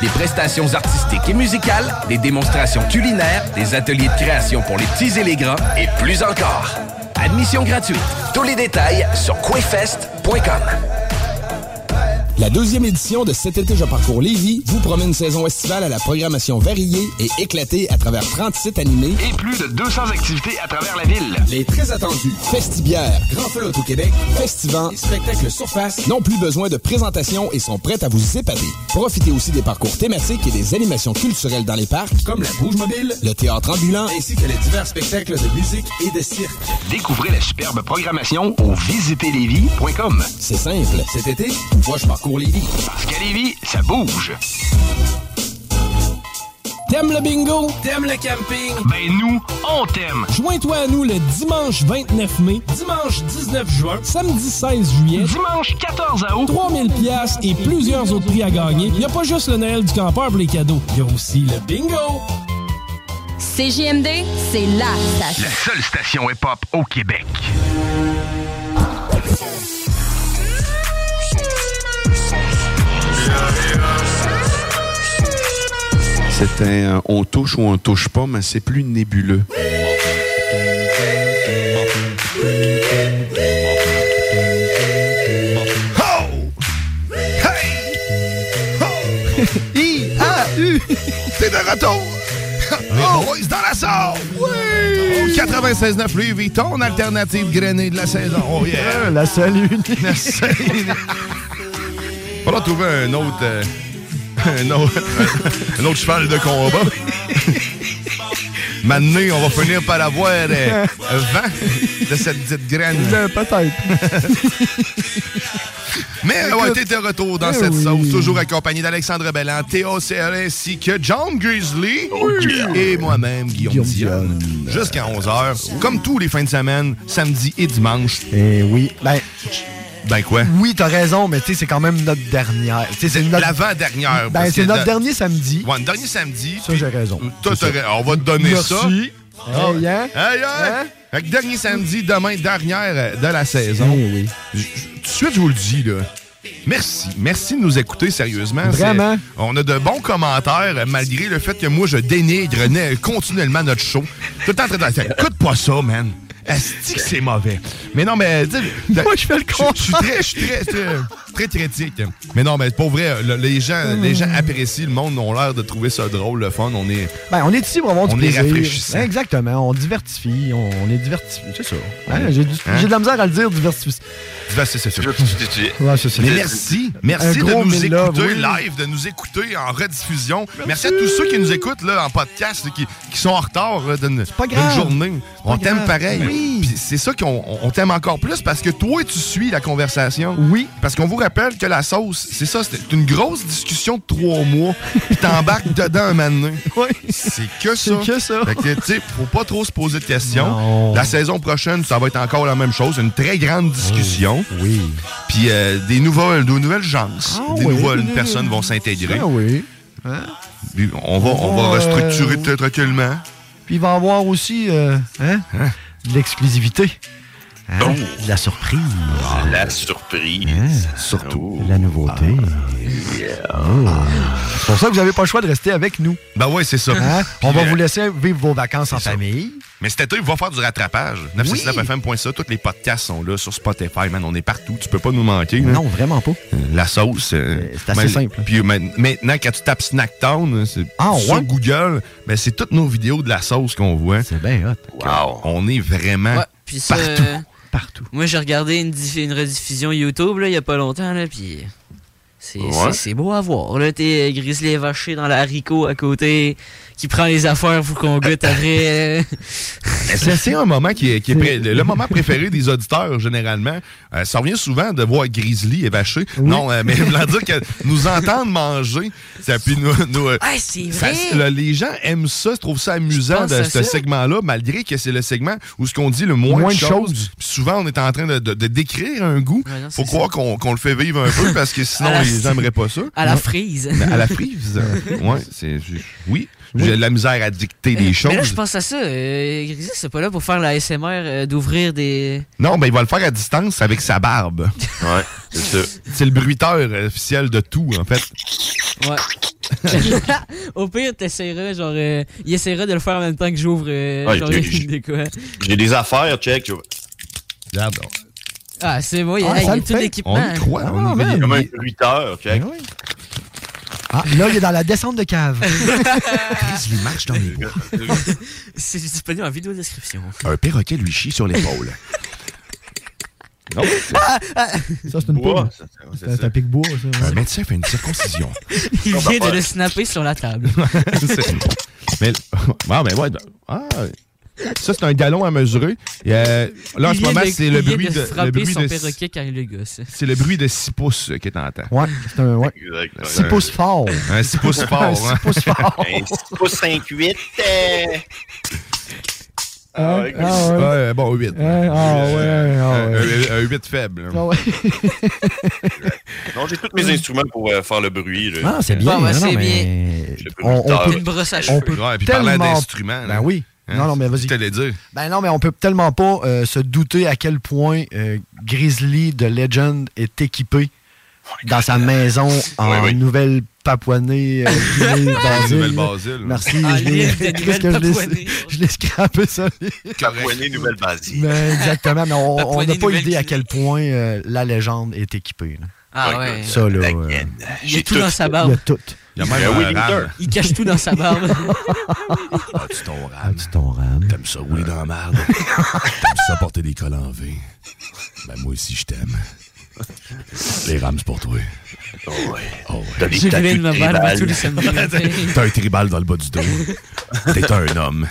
[SPEAKER 19] Des prestations artistiques et musicales, des démonstrations culinaires, des ateliers de création pour les petits et les grands et plus encore. Admission gratuite. Tous les détails sur quayfest.com.
[SPEAKER 30] La deuxième édition de Cet été, je parcours Lévis vous promet une saison estivale à la programmation variée et éclatée à travers 30 sites animés Et plus de 200 activités à travers la ville. Les très attendus Festibière, Grand Flotte au Québec, Festivant, spectacles surface n'ont plus besoin de présentation et sont prêts à vous épater. Profitez aussi des parcours thématiques et des animations culturelles dans les parcs, comme la bouge mobile, le théâtre ambulant, ainsi que les divers spectacles de musique et de cirque. Découvrez la superbe programmation au visiterlévis.com. C'est simple, cet été, moi je parcours Lévis. Parce qu'à Lévis, ça bouge. T'aimes le bingo? T'aimes le camping? Ben nous, on t'aime! Joins-toi à nous le dimanche 29 mai, dimanche 19 juin, samedi 16 juillet, dimanche 14 août, 3000 pièces et plusieurs autres prix à gagner. Il n'y a pas juste le Noël du campeur pour les cadeaux, il y a aussi le bingo!
[SPEAKER 32] CJMD, c'est la station.
[SPEAKER 30] seule station hip-hop au Québec.
[SPEAKER 7] C'était euh, on touche ou on touche pas, mais c'est plus nébuleux.
[SPEAKER 1] I-A-U! T'es de retour! Oh, boys dans la salle! Oui!
[SPEAKER 7] 96.9 Louis Vuitton, alternative grainée de la saison. Oh yeah!
[SPEAKER 10] La seule unique.
[SPEAKER 7] La seule unique. Faudra trouver un autre... euh, un, autre un autre cheval de combat. Maintenant, on va finir par avoir euh, vent de cette dite graine.
[SPEAKER 10] Peut-être.
[SPEAKER 7] Mais euh, ouais,
[SPEAKER 10] Écoute.
[SPEAKER 7] t'es de retour dans
[SPEAKER 10] Eh
[SPEAKER 7] cette
[SPEAKER 10] oui.
[SPEAKER 7] sauce, toujours accompagné d'Alexandre Belland, Théo CR ainsi que John Grizzly et moi-même, Guillaume, Dion. Jusqu'à 11h, comme tous les fins de semaine, samedi et dimanche.
[SPEAKER 10] Eh oui. Ben,
[SPEAKER 7] Ben quoi?
[SPEAKER 10] oui, t'as raison, mais tu sais, c'est quand même notre dernière. Tu sais, c'est notre-
[SPEAKER 7] L'avant-dernière.
[SPEAKER 10] Ben,
[SPEAKER 7] parce
[SPEAKER 10] c'est
[SPEAKER 7] que
[SPEAKER 10] notre
[SPEAKER 7] dans-
[SPEAKER 10] dernier samedi.
[SPEAKER 7] Ouais, le dernier samedi.
[SPEAKER 10] Ça, j'ai raison.
[SPEAKER 7] Toi,
[SPEAKER 10] C'est
[SPEAKER 7] t'aurais-
[SPEAKER 10] ça.
[SPEAKER 7] on va te donner
[SPEAKER 10] Merci.
[SPEAKER 7] ça. Ah.
[SPEAKER 10] Hey, hein?
[SPEAKER 7] Hey, hey! Fait que dernier samedi, demain, dernière euh, de la saison.
[SPEAKER 10] Eh
[SPEAKER 7] Je- je- Tout de suite, je vous le dis, là. Merci. Merci de nous écouter sérieusement. C'est-
[SPEAKER 10] Vraiment.
[SPEAKER 7] On a de bons commentaires, euh, malgré le fait que moi, je dénigre né- continuellement notre show. Tout le temps en train de dire, écoute pas ça, man. Asti que c'est mauvais. Mais non, mais... Moi, je fais le con. Je suis très, je suis très, euh, très critique. Mais non, mais pour vrai, le- les gens, les gens apprécient le monde, ont l'air de trouver ça drôle, le fun. On est...
[SPEAKER 10] Ben, on est ici pour avoir du
[SPEAKER 7] On est
[SPEAKER 10] plaisir. Ben,
[SPEAKER 7] rafraîchissant.
[SPEAKER 10] Exactement. On diversifie. On, on est diversifié. C'est ça. Hein,
[SPEAKER 7] Ouais.
[SPEAKER 10] J'ai du-
[SPEAKER 7] Hein?
[SPEAKER 10] j'ai de la misère à le dire, diversifié.
[SPEAKER 7] Ben, c'est- c'est ça.
[SPEAKER 10] Ouais,
[SPEAKER 27] Ah,
[SPEAKER 10] c'est ça.
[SPEAKER 7] Mais merci. Merci
[SPEAKER 10] Un
[SPEAKER 7] de
[SPEAKER 10] gros
[SPEAKER 7] nous
[SPEAKER 10] mille love, oui.
[SPEAKER 7] écouter live, de nous écouter en rediffusion. Merci, à tous ceux qui nous écoutent là, en podcast, qui, qui sont en retard là, d'une d'une
[SPEAKER 10] grave.
[SPEAKER 7] journée.
[SPEAKER 10] pas
[SPEAKER 7] On t'aime
[SPEAKER 10] grave.
[SPEAKER 7] pareil.
[SPEAKER 10] Oui.
[SPEAKER 7] Puis C'est ça qu'on on- on t'aime encore plus parce que toi, tu suis la conversation.
[SPEAKER 10] Oui.
[SPEAKER 7] Parce qu'on vous rappelle que la sauce, c'est ça, c'est une grosse discussion de trois mois. Puis t'embarques dedans un moment donné. C'est que ça.
[SPEAKER 10] C'est que ça.
[SPEAKER 7] Fait que, tu sais, faut pas trop se poser de questions. La saison prochaine, ça va être encore la même chose. Une très grande discussion.
[SPEAKER 10] Oh, Oui. Ah
[SPEAKER 7] Puis euh, des, nouvelles, des nouvelles gens. des
[SPEAKER 10] oui.
[SPEAKER 7] nouvelles personnes vont s'intégrer.
[SPEAKER 10] Ah oui.
[SPEAKER 7] Puis On va, on va
[SPEAKER 10] Euh, hein?
[SPEAKER 7] restructurer très tranquillement.
[SPEAKER 10] Puis il va y avoir aussi euh, hein, de l'exclusivité. Hein, De la surprise.
[SPEAKER 8] Ah, La surprise. Oh.
[SPEAKER 10] Surtout la nouveauté. Ah. C'est pour ça que vous n'avez pas le choix de rester avec nous.
[SPEAKER 7] Ben ouais, c'est ça.
[SPEAKER 10] Hein? On
[SPEAKER 7] Puis,
[SPEAKER 10] va
[SPEAKER 7] euh,
[SPEAKER 10] vous laisser vivre vos vacances en famille.
[SPEAKER 7] Mais cet été, il va faire du rattrapage. 969fm.ca, tous les podcasts sont là sur Spotify, man. On est partout. Tu peux pas nous manquer. là.
[SPEAKER 10] Non, vraiment pas.
[SPEAKER 7] Euh, La sauce. euh,
[SPEAKER 10] c'est assez
[SPEAKER 7] ben,
[SPEAKER 10] simple.
[SPEAKER 7] Puis main- maintenant, quand tu tapes Snacktown, c'est
[SPEAKER 10] Ah,
[SPEAKER 7] sur
[SPEAKER 10] ouais?
[SPEAKER 7] Google, ben, c'est toutes nos vidéos de la sauce qu'on voit. C'est
[SPEAKER 10] bien hot.
[SPEAKER 7] On est vraiment
[SPEAKER 9] Ouais, puis ça,
[SPEAKER 7] partout.
[SPEAKER 9] euh, Moi, j'ai regardé une, diff- une rediffusion YouTube, là, il y a pas longtemps, là, puis... C'est
[SPEAKER 7] Ouais.
[SPEAKER 9] c'est- c'est beau à voir, là. T'es euh, Grizzly vaché dans la haricot à côté, qui prend les affaires pour qu'on goûte après.
[SPEAKER 7] Mais C'est c'est un moment qui est, qui est pré- le moment préféré des auditeurs, généralement. Euh, ça revient souvent de voir Grizzly évaché. Non, euh, mais voulant dire que nous entendre manger, ça, puis nous... nous, euh,
[SPEAKER 9] Ouais, c'est
[SPEAKER 7] ça-
[SPEAKER 9] vrai.
[SPEAKER 7] le- les gens aiment ça, trouvent ça amusant
[SPEAKER 9] pense
[SPEAKER 7] de
[SPEAKER 9] à
[SPEAKER 7] ce
[SPEAKER 9] ça.
[SPEAKER 7] segment-là, malgré que c'est le segment où ce qu'on dit le moins,
[SPEAKER 10] Moins
[SPEAKER 7] de
[SPEAKER 10] de
[SPEAKER 7] choses.
[SPEAKER 10] choses.
[SPEAKER 7] Puis souvent, on est en train de, de- de décrire un goût.
[SPEAKER 9] Ouais, non,
[SPEAKER 7] Faut
[SPEAKER 9] c'est
[SPEAKER 7] croire qu'on qu'on le fait vivre un peu, parce que sinon,
[SPEAKER 9] À la-
[SPEAKER 7] les gens n'aimeraient pas ça.
[SPEAKER 9] À la
[SPEAKER 7] Non.
[SPEAKER 9] frise.
[SPEAKER 7] Mais À la frise. ouais, c'est- je- oui, j'ai de la misère à dicter des choses.
[SPEAKER 9] Mais là, je pense à ça. Euh, Grizzly, c'est pas là pour faire la SMR euh, d'ouvrir des...
[SPEAKER 7] Non, ben il va le faire à distance avec sa barbe.
[SPEAKER 8] Ouais, c'est ça.
[SPEAKER 7] C'est le bruiteur euh, officiel de tout, en fait.
[SPEAKER 9] Ouais. Au pire, t'essaieras, genre... euh, il essaiera de le faire en même temps que j'ouvre... euh,
[SPEAKER 7] Ah,
[SPEAKER 8] Ouais,
[SPEAKER 9] genre,
[SPEAKER 8] j'ai- j'ai-
[SPEAKER 9] des quoi.
[SPEAKER 8] J'ai des affaires, check. je-
[SPEAKER 7] Regarde,
[SPEAKER 9] Ah, c'est moi, il y a,
[SPEAKER 10] Ah,
[SPEAKER 9] il y a
[SPEAKER 10] ça le
[SPEAKER 9] tout
[SPEAKER 10] fait. Ah,
[SPEAKER 9] l'équipement.
[SPEAKER 10] On y croit, on y va.
[SPEAKER 8] Comme un bruiteur, check.
[SPEAKER 10] Ben Ah, là, il est dans la descente de cave.
[SPEAKER 7] Chris lui marche dans les bois.
[SPEAKER 9] C'est disponible en vidéo description.
[SPEAKER 7] Un perroquet lui chie sur l'épaule. non,
[SPEAKER 9] Ah, ah.
[SPEAKER 10] Ça, c'est une
[SPEAKER 7] Bois,
[SPEAKER 10] pomme.
[SPEAKER 7] ça, c'est
[SPEAKER 10] C'est un
[SPEAKER 7] ça.
[SPEAKER 10] tapic bois, ça.
[SPEAKER 7] un médecin fait une circoncision.
[SPEAKER 9] Il vient de le snapper sur la table.
[SPEAKER 7] C'est- mais, ah, mais ouais. Ah, ça, c'est un galon à mesurer. Et, euh, là, en
[SPEAKER 9] Il
[SPEAKER 7] ce
[SPEAKER 9] vient
[SPEAKER 7] moment,
[SPEAKER 9] de-
[SPEAKER 7] c'est le
[SPEAKER 9] il vient
[SPEAKER 7] bruit de.
[SPEAKER 9] frapper
[SPEAKER 7] le bruit
[SPEAKER 9] son
[SPEAKER 7] de-
[SPEAKER 9] perroquet quand il le gosse.
[SPEAKER 7] C'est le bruit de 6 pouces euh, que t'entends.
[SPEAKER 10] Ouais, c'est un. Ouais. Six pouces fort.
[SPEAKER 7] Un 6 pouces fort.
[SPEAKER 10] Un six
[SPEAKER 7] hein.
[SPEAKER 10] pouces fort. Hein?
[SPEAKER 8] Un 6 pouces 5, 8. euh,
[SPEAKER 10] Ah,
[SPEAKER 8] ouais.
[SPEAKER 10] ah, ouais.
[SPEAKER 7] Ouais, bon, 8.
[SPEAKER 20] Euh,
[SPEAKER 10] Hein, Ah
[SPEAKER 8] Euh,
[SPEAKER 10] ouais, ah ouais.
[SPEAKER 7] Un 8 faible.
[SPEAKER 10] Ah ouais.
[SPEAKER 8] Non, j'ai tous mes instruments pour euh, faire le bruit. là.
[SPEAKER 10] Ah, c'est bien.
[SPEAKER 9] Bon, ben,
[SPEAKER 10] non, non,
[SPEAKER 9] c'est
[SPEAKER 10] mais...
[SPEAKER 8] Le bruit
[SPEAKER 10] On, on
[SPEAKER 8] tard.
[SPEAKER 10] peut, on peut
[SPEAKER 7] Ouais, puis
[SPEAKER 10] tellement...
[SPEAKER 7] parlant d'instruments. là.
[SPEAKER 10] Ben oui.
[SPEAKER 7] Hein,
[SPEAKER 10] Non, non, mais vas-y.
[SPEAKER 7] Tu t'allais dire.
[SPEAKER 10] Ben non, mais on peut tellement pas euh, se douter à quel point euh, Grizzly de Legend est équipé dans sa maison en
[SPEAKER 7] Oh, Oui, oui.
[SPEAKER 10] nouvelle papouanée euh, Guinée-Basile.
[SPEAKER 7] Nouvelle-Basile.
[SPEAKER 10] Merci.
[SPEAKER 7] Ah,
[SPEAKER 10] je l'ai-
[SPEAKER 7] l'île de
[SPEAKER 10] Qu'est-ce que je l'ai-
[SPEAKER 7] Nouvelle-Papouanie.
[SPEAKER 10] je l'ai scrappé, ça.
[SPEAKER 8] Papouané, Nouvelle-Basile.
[SPEAKER 10] Mais Ben, exactement, mais on- on n'a
[SPEAKER 8] Papouanie,
[SPEAKER 10] pas idée à quel point euh, la légende est équipée. là.
[SPEAKER 9] Ah ouais.
[SPEAKER 10] Ça, là. euh,
[SPEAKER 9] Il y a tout dans sa
[SPEAKER 10] Il y
[SPEAKER 9] barbe.
[SPEAKER 10] a tout.
[SPEAKER 7] Il y a même un rame.
[SPEAKER 1] Il cache tout dans sa barbe.
[SPEAKER 20] As-tu
[SPEAKER 9] Oh,
[SPEAKER 20] ton rame? As-tu ton rame? T'aimes ça rouler dans la marde? T'aimes ça porter des cols en V? Ben moi aussi, je t'aime. Les rames, c'est pour toi. Oh ouais. Oh ouais.
[SPEAKER 1] J'ai voulu de ma barbe à tous les samedis matins.
[SPEAKER 20] T'as un tribal dans le bas du dos. T'es un homme.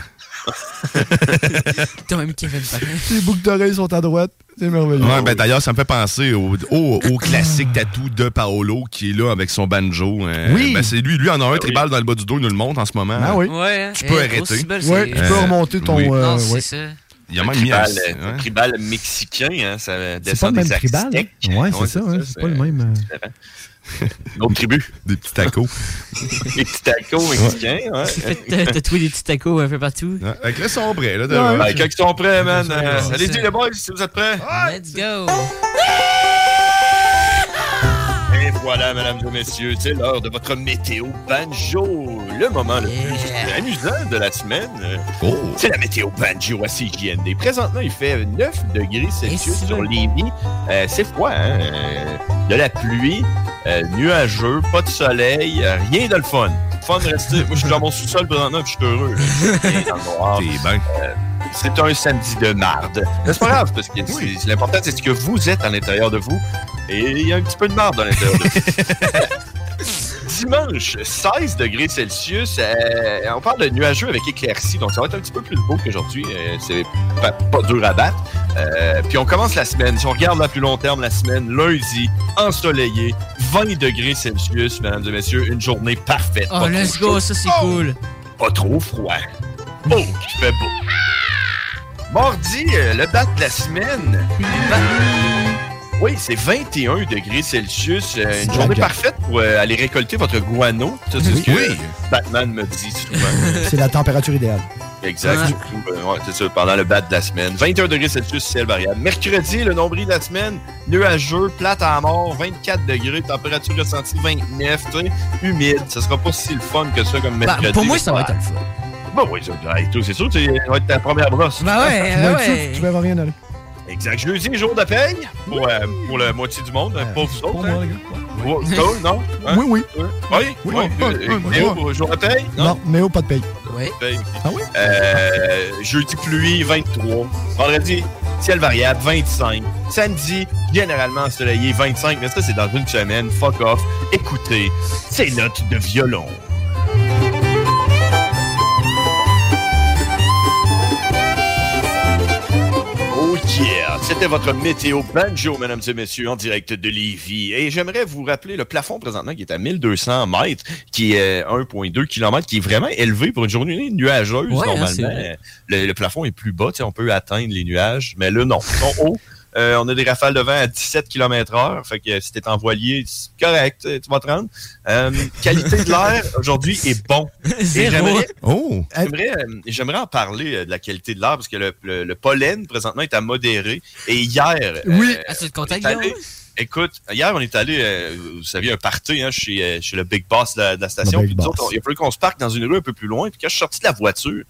[SPEAKER 1] T'as même Kevin Parent.
[SPEAKER 25] Les boucles d'oreilles sont à droite. C'est merveilleux.
[SPEAKER 7] Ouais, ben, d'ailleurs, ça me fait penser au, au- au classique tatou de Paolo qui est là avec son banjo. Euh,
[SPEAKER 25] Oui.
[SPEAKER 7] ben, c'est lui, lui en a un tribal dans le bas du dos, il nous le montre en ce moment.
[SPEAKER 25] Ah oui.
[SPEAKER 1] Ah Ouais,
[SPEAKER 7] Tu
[SPEAKER 1] hein.
[SPEAKER 7] peux
[SPEAKER 1] Eh,
[SPEAKER 7] arrêter.
[SPEAKER 1] grosse cible,
[SPEAKER 25] Ouais,
[SPEAKER 1] c'est-
[SPEAKER 25] tu peux remonter ton.
[SPEAKER 7] Oui.
[SPEAKER 25] euh,
[SPEAKER 1] Non, c'est
[SPEAKER 25] ouais.
[SPEAKER 1] ça.
[SPEAKER 7] Il y a
[SPEAKER 8] Un
[SPEAKER 7] même
[SPEAKER 8] tribal,
[SPEAKER 7] mis un-
[SPEAKER 8] euh,
[SPEAKER 7] ouais.
[SPEAKER 8] tribal mexicain, hein, ça
[SPEAKER 25] C'est pas
[SPEAKER 8] descend
[SPEAKER 25] le même
[SPEAKER 8] des
[SPEAKER 25] tribal.
[SPEAKER 8] Aztèques.
[SPEAKER 25] hein? Ouais, c'est ça. hein, C'est pas le même. euh,
[SPEAKER 8] D'autres tribus.
[SPEAKER 7] Des petits tacos.
[SPEAKER 8] Des petits tacos mexicains, ouais.
[SPEAKER 9] euh,
[SPEAKER 1] T'as tatoué des petits tacos un peu partout.
[SPEAKER 7] Avec le son prêt, là.
[SPEAKER 8] Ben, quand ils sont prêts, man. euh,
[SPEAKER 1] c'est
[SPEAKER 8] Allez-y,
[SPEAKER 1] ça.
[SPEAKER 8] les boys, si vous êtes prêts.
[SPEAKER 1] Let's go.
[SPEAKER 8] Et voilà, mesdames et messieurs, c'est l'heure de votre météo banjo. Le moment le plus amusant de la semaine.
[SPEAKER 7] Oh.
[SPEAKER 8] C'est la météo banjo à CJND. Présentement, il fait 9 degrés Celsius sur Lévis. Euh, c'est froid, hein? Euh, de la pluie, euh, nuageux, pas de soleil, euh, rien de le fun. Fun de rester. Moi, je suis dans mon sous-sol présentement, puis je suis heureux. là. Je suis bien dans le noir. Euh, c'est un samedi de marde. Mais c'est pas grave, parce que c'est- l'important, c'est ce que vous êtes à l'intérieur de vous. Et il y a un petit peu de marde à l'intérieur de vous. Dimanche, 16 degrés Celsius. euh, on parle de nuageux avec éclaircie, donc ça va être un petit peu plus beau qu'aujourd'hui. euh, c'est pas, pas dur à battre. Euh, puis on commence la semaine. Si on regarde à plus long terme la semaine, lundi, ensoleillé, 20 degrés Celsius, mesdames et messieurs, une journée parfaite.
[SPEAKER 1] Oh,
[SPEAKER 8] Pas
[SPEAKER 1] let's
[SPEAKER 8] trop
[SPEAKER 1] go,
[SPEAKER 8] chaud,
[SPEAKER 1] ça c'est cool.
[SPEAKER 8] Pas trop froid. Oh, qui fait beau. Mardi, euh, le bat de la semaine. Ben, Oui, c'est 21 degrés Celsius. euh, une journée parfaite pour euh, aller récolter votre guano. Ça, c'est ce que Batman me dit souvent.
[SPEAKER 25] C'est la température idéale.
[SPEAKER 8] Exact.
[SPEAKER 25] Ouais.
[SPEAKER 8] surtout, euh, ouais, c'est ça, pendant le bat de la semaine. 21 degrés Celsius, ciel variable. Mercredi, le nombril de la semaine, nuageux, plate à mort, 24 degrés, température ressentie 29, tu sais, humide. Ça sera pas si le fun que ça comme
[SPEAKER 1] Bah,
[SPEAKER 8] mercredi.
[SPEAKER 1] pour moi, ça va être le fun.
[SPEAKER 8] Bah oui, ça va être- c'est sûr, c'est- ça va être ta première brosse.
[SPEAKER 1] Bah ouais,
[SPEAKER 25] Tu vas être sûr que Tu vas avoir rien d'aller.
[SPEAKER 8] Exact. Jeudi, jour de paye pour, euh, pour la moitié du monde, pour vous autres. hein. Pour- toi, non? Hein?
[SPEAKER 25] Oui, oui.
[SPEAKER 8] Toi? Oui, oui.
[SPEAKER 25] oui,
[SPEAKER 8] Euh,
[SPEAKER 25] oui,
[SPEAKER 8] Léo,
[SPEAKER 25] oui.
[SPEAKER 8] pour jour de paye?
[SPEAKER 25] Non, Néo, pas de paye.
[SPEAKER 8] Paye. Euh, jeudi, pluie, 23. Vendredi, ciel variable, 25. Samedi, généralement ensoleillé, 25. Mais ça, c'est dans une semaine. Fuck off. Écoutez, ces notes de violon. Oh yeah! C'était votre météo banjo, mesdames et messieurs, en direct de Lévis. Et j'aimerais vous rappeler le plafond présentement qui est à 1200 mètres, qui est euh, 1,2 km, qui est vraiment élevé pour une journée nuageuse
[SPEAKER 1] Ouais, hein, c'est
[SPEAKER 8] normalement.
[SPEAKER 1] vrai.
[SPEAKER 8] le, le plafond est plus bas, tu sais, on peut atteindre les nuages, mais là, non. Ils sont hauts. Euh, on a des rafales de vent à 17 km heure. Fait que si t'es en voilier, c'est correct, tu vas te rendre. Euh, qualité de l'air aujourd'hui est bon. Et
[SPEAKER 1] Zéro.
[SPEAKER 8] j'aimerais-
[SPEAKER 7] Oh!
[SPEAKER 8] J'aimerais, euh, j'aimerais en parler euh, de la qualité de l'air parce que le, le- le pollen présentement est à modérer. Et hier.
[SPEAKER 1] Oui.
[SPEAKER 8] euh,
[SPEAKER 1] Ah, tu te
[SPEAKER 8] on est
[SPEAKER 1] contactes,
[SPEAKER 8] allé-
[SPEAKER 1] Guillaume?
[SPEAKER 8] Écoute, hier, on est allé, euh, vous saviez, un party hein, chez, euh, chez le Big Boss de la, de la station.
[SPEAKER 25] Big
[SPEAKER 8] Puis nous
[SPEAKER 25] Boss.
[SPEAKER 8] autres, on- il a fallu qu'on se parque dans une rue un peu plus loin. Puis quand je suis sorti de la voiture,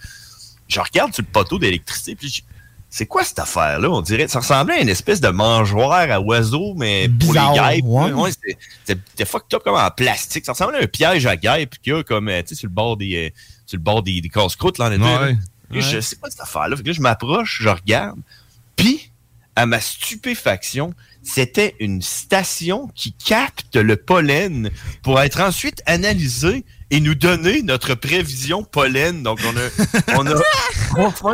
[SPEAKER 8] je regarde sur le poteau d'électricité. Puis je- c'est quoi cette affaire-là? On dirait, ça ressemblait à une espèce de mangeoire à oiseaux, mais
[SPEAKER 25] Bizarre,
[SPEAKER 8] pour les guêpes.
[SPEAKER 25] ouais.
[SPEAKER 8] là. Ouais, c'était- c'était c'était fucked up comme en plastique. Ça ressemblait à un piège à guêpes qu'il y a comme, euh, tu sais, sur le bord des, euh, sur le bord des, des casse-croûtes, là, en été, là. Et Je sais pas cette affaire-là. Fait que là, je m'approche, je regarde. Puis, à ma stupéfaction, c'était une station qui capte le pollen pour être ensuite analysé et nous donner notre prévision pollen. Donc, on a, on a enfin